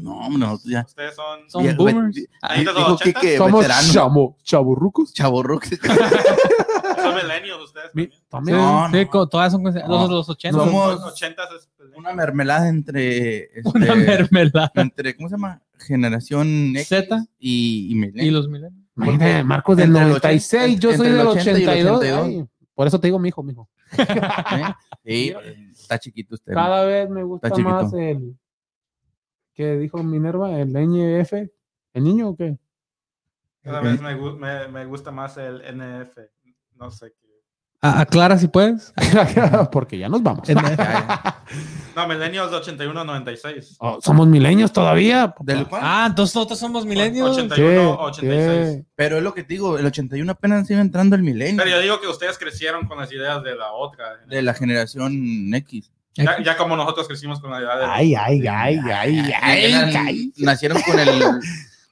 [SPEAKER 2] No, no, ya.
[SPEAKER 4] Ustedes son.
[SPEAKER 3] Son
[SPEAKER 2] Ya, ve-
[SPEAKER 3] boomers.
[SPEAKER 2] di-
[SPEAKER 4] Ahí de los
[SPEAKER 2] Dijo
[SPEAKER 4] 80.
[SPEAKER 2] Kike,
[SPEAKER 7] ¿Somos
[SPEAKER 2] veterano.
[SPEAKER 7] chavo, chaburrucos?
[SPEAKER 2] Chavorrucos.
[SPEAKER 4] Son milenios ustedes.
[SPEAKER 7] Mi-
[SPEAKER 4] también.
[SPEAKER 3] Sí,
[SPEAKER 7] También.
[SPEAKER 2] No,
[SPEAKER 3] sí,
[SPEAKER 2] no.
[SPEAKER 3] co- todas son consideradas-
[SPEAKER 2] No.
[SPEAKER 7] Ah.
[SPEAKER 3] los, los 80.
[SPEAKER 2] Somos-
[SPEAKER 4] Los 80 es
[SPEAKER 2] Una mermelada entre. este,
[SPEAKER 3] una mermelada.
[SPEAKER 2] Entre, ¿cómo se llama? Generación X
[SPEAKER 3] Z.
[SPEAKER 2] y, y
[SPEAKER 3] Y
[SPEAKER 2] Millennium.
[SPEAKER 3] los milenios.
[SPEAKER 7] Mire, Marcos del
[SPEAKER 2] Entre el
[SPEAKER 7] 96,
[SPEAKER 2] ochenta-
[SPEAKER 7] yo soy
[SPEAKER 2] entre el
[SPEAKER 7] del
[SPEAKER 2] 80 y el
[SPEAKER 7] 82.
[SPEAKER 2] 82.
[SPEAKER 7] Ay, por eso te digo, mijo, mijo.
[SPEAKER 2] ¿eh? Sí, eh, está chiquito usted.
[SPEAKER 7] Cada vez me gusta
[SPEAKER 2] Está chiquito.
[SPEAKER 7] más el que dijo Minerva, el NF. ¿El niño o qué?
[SPEAKER 4] Cada vez me, gu- me, me gusta más el NF. No sé qué.
[SPEAKER 3] A- Aclara si puedes.
[SPEAKER 7] Porque ya nos vamos.
[SPEAKER 4] No, milenios de 81 a 96.
[SPEAKER 7] Oh, somos milenios todavía. papá.
[SPEAKER 2] Del cual-
[SPEAKER 3] Ah, entonces nosotros somos milenios.
[SPEAKER 4] 80.
[SPEAKER 7] ¿Qué?
[SPEAKER 4] 81, 86.
[SPEAKER 7] ¿Qué?
[SPEAKER 2] Pero es lo que te digo, el 81 apenas iba entrando el milenio
[SPEAKER 4] Pero yo digo que ustedes crecieron con las ideas de la otra.
[SPEAKER 2] de la generación X.
[SPEAKER 4] Ya, ya como nosotros crecimos con la idea de
[SPEAKER 7] Ay, ay, ay, ay, ay,
[SPEAKER 2] Eran-
[SPEAKER 7] ay.
[SPEAKER 2] Nacieron con el,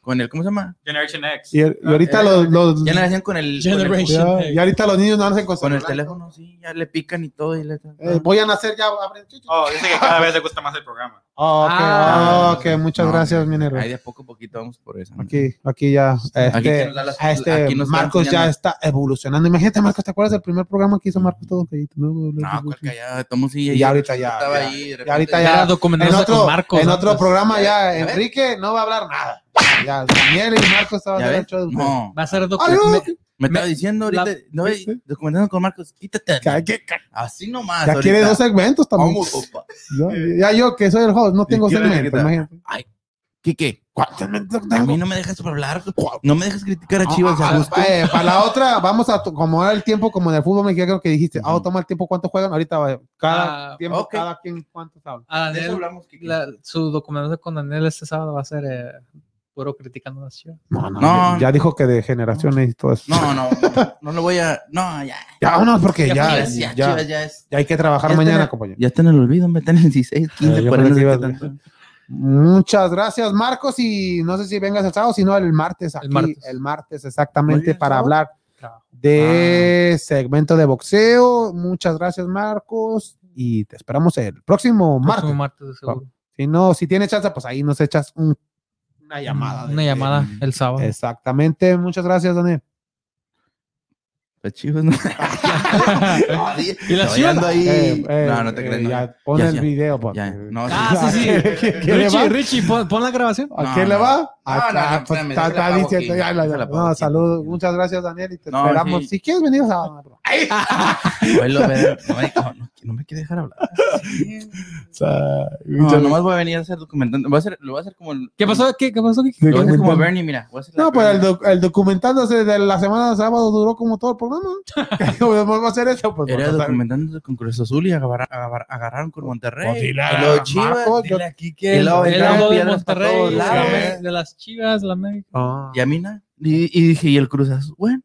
[SPEAKER 2] con el, ¿cómo se llama?
[SPEAKER 4] Generation X.
[SPEAKER 7] Y, y ahorita los, los-
[SPEAKER 2] Ya nacían con el, con el,
[SPEAKER 3] Generation.
[SPEAKER 7] Ya, y ahorita los niños no hacen cosas.
[SPEAKER 2] con el teléfono, sí, ya le pican y todo. Y le,
[SPEAKER 7] Eh, voy a nacer ya. abren.
[SPEAKER 4] Oh, dice que cada vez le gusta más el programa.
[SPEAKER 7] Ah, ok,
[SPEAKER 3] Ah.
[SPEAKER 7] ah, ok, muchas
[SPEAKER 2] No,
[SPEAKER 7] gracias,
[SPEAKER 2] hombre,
[SPEAKER 7] Minero.
[SPEAKER 2] Ahí de poco a poquito vamos por eso. ¿no?
[SPEAKER 7] Aquí, aquí ya.
[SPEAKER 2] Aquí
[SPEAKER 7] Este,
[SPEAKER 2] que nos da las-
[SPEAKER 7] a este
[SPEAKER 2] aquí nos está
[SPEAKER 7] Marcos ya
[SPEAKER 2] enseñando.
[SPEAKER 7] está evolucionando. Imagínate, Marcos, ¿te acuerdas del primer programa que hizo Marcos todo callito? No, no,
[SPEAKER 2] No,
[SPEAKER 7] no,
[SPEAKER 2] cuál que ya, estamos sí,
[SPEAKER 7] Y ahorita ya,
[SPEAKER 2] Estaba
[SPEAKER 7] ya.
[SPEAKER 2] ahí, de
[SPEAKER 7] Y ahorita
[SPEAKER 2] repente-
[SPEAKER 7] ya-
[SPEAKER 3] Era
[SPEAKER 7] En
[SPEAKER 3] documentándose
[SPEAKER 7] otro,
[SPEAKER 3] con Marcos.
[SPEAKER 7] en
[SPEAKER 3] ¿no?
[SPEAKER 7] otro
[SPEAKER 3] Pues,
[SPEAKER 7] programa ya,
[SPEAKER 2] ya ves.
[SPEAKER 7] Enrique no va a hablar nada. Ya, Daniel y Marcos estaban
[SPEAKER 2] ¿Ya
[SPEAKER 7] en
[SPEAKER 2] ves?
[SPEAKER 7] el show de ustedes.
[SPEAKER 2] No,
[SPEAKER 3] Va a ser
[SPEAKER 7] Ay, no,
[SPEAKER 3] documentándose.
[SPEAKER 2] me estaba diciendo ahorita,
[SPEAKER 3] la-
[SPEAKER 2] no, ey, documentando con Marcos, quítate.
[SPEAKER 7] Ya, que- que-
[SPEAKER 2] Así nomás.
[SPEAKER 7] ya quiere
[SPEAKER 2] ahorita.
[SPEAKER 7] dos segmentos también.
[SPEAKER 2] Vamos, compa.
[SPEAKER 7] Yo- ya yo que soy el host, no tengo
[SPEAKER 2] quiere
[SPEAKER 7] segmentos,
[SPEAKER 2] gritar.
[SPEAKER 7] imagínate.
[SPEAKER 2] Quique,
[SPEAKER 7] ¿Cuántos segmentos
[SPEAKER 2] a
[SPEAKER 7] tengo?
[SPEAKER 2] mí no me dejas hablar. No me dejas criticar a Chivas
[SPEAKER 7] Ah,
[SPEAKER 2] a gusto.
[SPEAKER 7] eh, para la otra, vamos a tu- como ahora el tiempo, como en el fútbol mexicano creo que dijiste, ah,
[SPEAKER 2] Ujú.
[SPEAKER 7] toma el tiempo, ¿cuánto juegan? Ahorita va, cada
[SPEAKER 3] Ah,
[SPEAKER 7] tiempo,
[SPEAKER 2] ok.
[SPEAKER 7] cada quien, ¿cuánto habla?
[SPEAKER 3] A
[SPEAKER 2] De eso
[SPEAKER 3] Daniel,
[SPEAKER 2] hablamos, Quique.
[SPEAKER 3] la- su documentándose con Daniel este sábado va a ser eh, puro criticando a la ciudad.
[SPEAKER 7] No, no,
[SPEAKER 2] No.
[SPEAKER 7] ya dijo que de generaciones y todo eso.
[SPEAKER 2] No, no, no, no lo voy a. No, ya.
[SPEAKER 7] Ya vámonos porque ya, ya,
[SPEAKER 2] Chivas, ya,
[SPEAKER 7] ya,
[SPEAKER 2] Chivas ya es.
[SPEAKER 7] hay que trabajar
[SPEAKER 2] Ya está
[SPEAKER 7] mañana,
[SPEAKER 2] la-
[SPEAKER 7] compañero.
[SPEAKER 2] Ya está en el olvido, me está en el 16, 15,
[SPEAKER 7] Ah, yo
[SPEAKER 2] por ahí
[SPEAKER 7] pensé
[SPEAKER 2] no sé
[SPEAKER 7] que
[SPEAKER 2] qué
[SPEAKER 7] ibas-
[SPEAKER 2] tanto.
[SPEAKER 7] Muchas gracias, Marcos, y no sé si vengas el sábado, sino el martes aquí, el martes,
[SPEAKER 3] martes.
[SPEAKER 7] exactamente,
[SPEAKER 2] ¿Voy el
[SPEAKER 7] para
[SPEAKER 2] sábado?
[SPEAKER 7] hablar de segmento de boxeo. Muchas gracias, Marcos, y te esperamos el próximo martes.
[SPEAKER 3] Próximo martes, de seguro.
[SPEAKER 7] Si no, si tienes chance, pues ahí nos echas un- una llamada.
[SPEAKER 3] Mm, Una llamada el sábado.
[SPEAKER 7] Exactamente. Muchas gracias, Daniel.
[SPEAKER 2] Las Chivas no.
[SPEAKER 3] Y las Chivas,
[SPEAKER 2] Ando ahí.
[SPEAKER 7] Eh, eh,
[SPEAKER 2] no, no te
[SPEAKER 7] eh,
[SPEAKER 2] crees. no.
[SPEAKER 7] ya, pon
[SPEAKER 2] Ya,
[SPEAKER 7] el
[SPEAKER 2] ya.
[SPEAKER 7] video, porque-
[SPEAKER 2] Ya, no,
[SPEAKER 3] Ah, sí, sí.
[SPEAKER 7] ¿Qué- qué le
[SPEAKER 3] Richie,
[SPEAKER 7] va?
[SPEAKER 3] Richie, pon, pon la grabación.
[SPEAKER 7] ¿A
[SPEAKER 2] No,
[SPEAKER 7] quién le
[SPEAKER 2] no.
[SPEAKER 7] va?
[SPEAKER 2] No, no,
[SPEAKER 7] Acá,
[SPEAKER 2] no, espérame, déjala
[SPEAKER 7] está, está
[SPEAKER 2] la
[SPEAKER 7] diciendo,
[SPEAKER 2] boquilla,
[SPEAKER 7] ya, la-
[SPEAKER 2] déjala la
[SPEAKER 7] no,
[SPEAKER 2] boquilla.
[SPEAKER 7] saludos, muchas gracias Daniel y te
[SPEAKER 2] No,
[SPEAKER 7] esperamos.
[SPEAKER 2] sí.
[SPEAKER 7] Si quieres venir ah, a sábado.
[SPEAKER 2] Vuelo, ve- no, ay, no, no, no me quiere dejar hablar. No, nomás voy a venir a hacer documentando. Voy a hacer, lo voy a hacer como. el-
[SPEAKER 3] ¿Qué pasó? ¿Qué, qué pasó? ¿Qué-
[SPEAKER 2] Lo voy a hacer como
[SPEAKER 7] Documentando.
[SPEAKER 2] Bernie, mira. voy a hacer la
[SPEAKER 7] No, pues, pero el,
[SPEAKER 2] Bernie.
[SPEAKER 7] doc- el documentándose de la semana de sábado duró como todo el programa. ¿Cómo vamos a hacer eso? Pues,
[SPEAKER 2] Era
[SPEAKER 7] vamos a-
[SPEAKER 2] documentándose con Cruz Azul y agarra- agarra- agarraron con Monterrey.
[SPEAKER 7] Pues dile a
[SPEAKER 2] Y luego Chivas,
[SPEAKER 7] Marcos, yo-
[SPEAKER 2] dile aquí que-
[SPEAKER 3] El,
[SPEAKER 2] y luego
[SPEAKER 3] el
[SPEAKER 2] aventaron
[SPEAKER 3] lado de
[SPEAKER 2] piedras para todos
[SPEAKER 3] Monterrey,
[SPEAKER 2] lados, ¿eh?
[SPEAKER 7] sí.
[SPEAKER 2] güey.
[SPEAKER 3] de las Chivas, la América.
[SPEAKER 7] Ah,
[SPEAKER 2] Y a mí nada. Y, y dije, ¿y el Cruz Azul? Bueno,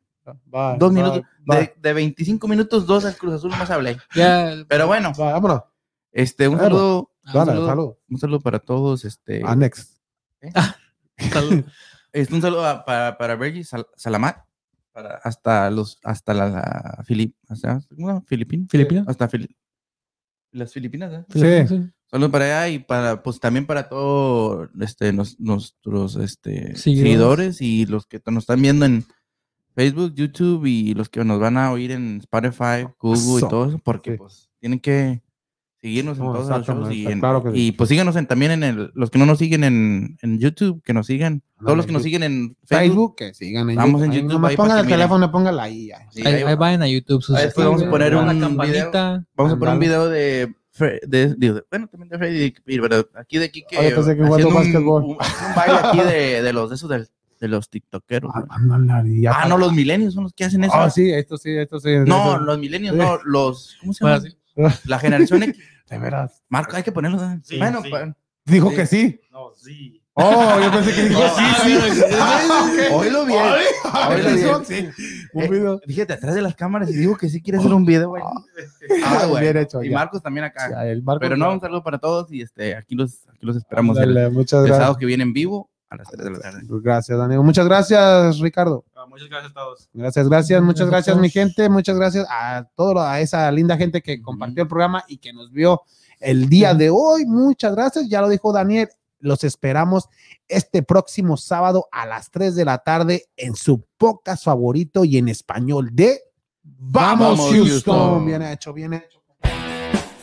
[SPEAKER 7] va,
[SPEAKER 2] dos
[SPEAKER 7] va,
[SPEAKER 2] minutos.
[SPEAKER 7] va,
[SPEAKER 2] De, de 25 minutos, dos al Cruz Azul más hablé.
[SPEAKER 3] Ya,
[SPEAKER 2] Pero bueno,
[SPEAKER 7] va, vámonos.
[SPEAKER 3] Ah,
[SPEAKER 2] este, un
[SPEAKER 7] Claro.
[SPEAKER 2] saludo. un
[SPEAKER 7] Dale, Ah,
[SPEAKER 2] saludo-
[SPEAKER 7] saludos.
[SPEAKER 2] un saludo para todos. Este,
[SPEAKER 7] Anex.
[SPEAKER 3] salud.
[SPEAKER 2] Este, un saludo a- para, para Reggie Sal- Salamat, para hasta los, hasta la, la Filip, hasta, ¿cómo? Filipina,
[SPEAKER 3] Filipina.
[SPEAKER 2] hasta Fili- las Filipinas, ¿eh?
[SPEAKER 7] Sí.
[SPEAKER 2] Saludos para allá y para, pues también para todos este, nos- nuestros este,
[SPEAKER 3] Seguidores.
[SPEAKER 2] seguidores y los que nos están viendo en Facebook, YouTube y los que nos van a oír en Spotify, Google
[SPEAKER 7] Eso.
[SPEAKER 2] y todo eso, porque
[SPEAKER 7] Sí.
[SPEAKER 2] pues tienen que seguirnos en
[SPEAKER 7] No,
[SPEAKER 2] todos los shows y,
[SPEAKER 7] Oh, exactamente,
[SPEAKER 2] en-
[SPEAKER 7] claro que sí.
[SPEAKER 2] y, pues síganos en- también en el, los que no nos siguen en, en YouTube, que nos sigan, todos los que nos siguen en
[SPEAKER 1] Facebook,
[SPEAKER 2] Facebook.
[SPEAKER 1] que sigan en
[SPEAKER 2] Vamos en
[SPEAKER 1] Ahí
[SPEAKER 2] YouTube
[SPEAKER 1] nomás
[SPEAKER 2] ahí para
[SPEAKER 1] pongan
[SPEAKER 2] que
[SPEAKER 1] el
[SPEAKER 2] miren.
[SPEAKER 1] teléfono, póngala ahí. ya.
[SPEAKER 2] Sí, ahí
[SPEAKER 3] Ahí,
[SPEAKER 2] va-
[SPEAKER 3] ahí vayan a YouTube.
[SPEAKER 2] Ahí después vamos a poner
[SPEAKER 3] suscríbanse,
[SPEAKER 2] un
[SPEAKER 3] la campanita.
[SPEAKER 2] Vamos a poner un
[SPEAKER 7] Ándale.
[SPEAKER 2] video de, Fre- de- digo, bueno, también de Freddy, pero aquí de Kike.
[SPEAKER 7] Oye, pensé que
[SPEAKER 2] haciendo
[SPEAKER 7] jugando
[SPEAKER 2] un-
[SPEAKER 7] básquetbol.
[SPEAKER 2] Un, un baile aquí de, de los de esos del- de los tiktokeros.
[SPEAKER 7] Ah, ándale, y ya
[SPEAKER 2] Ah,
[SPEAKER 7] para-
[SPEAKER 2] no, los milenios son los que hacen eso.
[SPEAKER 7] Ah, sí, esto sí, esto sí.
[SPEAKER 2] no,
[SPEAKER 7] eso-
[SPEAKER 2] los milenios, no, los, ¿cómo se
[SPEAKER 3] Bueno,
[SPEAKER 2] llama? La generación X.
[SPEAKER 7] De veras.
[SPEAKER 2] Marco, hay que ponerlos. ¿eh?
[SPEAKER 4] Sí,
[SPEAKER 2] bueno,
[SPEAKER 4] sí.
[SPEAKER 2] pa-
[SPEAKER 7] Dijo
[SPEAKER 2] Sí.
[SPEAKER 7] que sí.
[SPEAKER 4] No, sí. Ah,
[SPEAKER 7] Oh, yo pensé que dijo sí, sí.
[SPEAKER 2] oílo bien. oílo bien.
[SPEAKER 7] Un video.
[SPEAKER 2] Fíjate, atrás de las cámaras y digo que sí quiere hacer un video, güey. Ah, güey.
[SPEAKER 7] Bien hecho.
[SPEAKER 2] Y
[SPEAKER 7] ya.
[SPEAKER 2] Marcos también acá.
[SPEAKER 7] Ya, el Marco-
[SPEAKER 2] Pero no, un saludo para todos y este, aquí los, aquí los esperamos el,
[SPEAKER 7] Ándale, muchas
[SPEAKER 2] el
[SPEAKER 7] gracias.
[SPEAKER 2] sábado que viene en vivo a las 3 de la tarde.
[SPEAKER 7] Gracias, Daniel. Muchas gracias, Ricardo.
[SPEAKER 4] Ah, muchas gracias a todos.
[SPEAKER 7] Gracias, gracias, muchas
[SPEAKER 3] Gracias a
[SPEAKER 7] gracias,
[SPEAKER 3] todos.
[SPEAKER 7] mi gente. Muchas gracias a toda a esa linda gente que
[SPEAKER 2] Ujú.
[SPEAKER 7] compartió el programa y que nos vio el día de hoy. Muchas gracias. Ya lo dijo Daniel. Los esperamos este próximo sábado a las 3 de la tarde en su podcast favorito y en español de Vamos,
[SPEAKER 2] Vamos,
[SPEAKER 7] Houston.
[SPEAKER 2] Houston.
[SPEAKER 7] Bien hecho, bien hecho.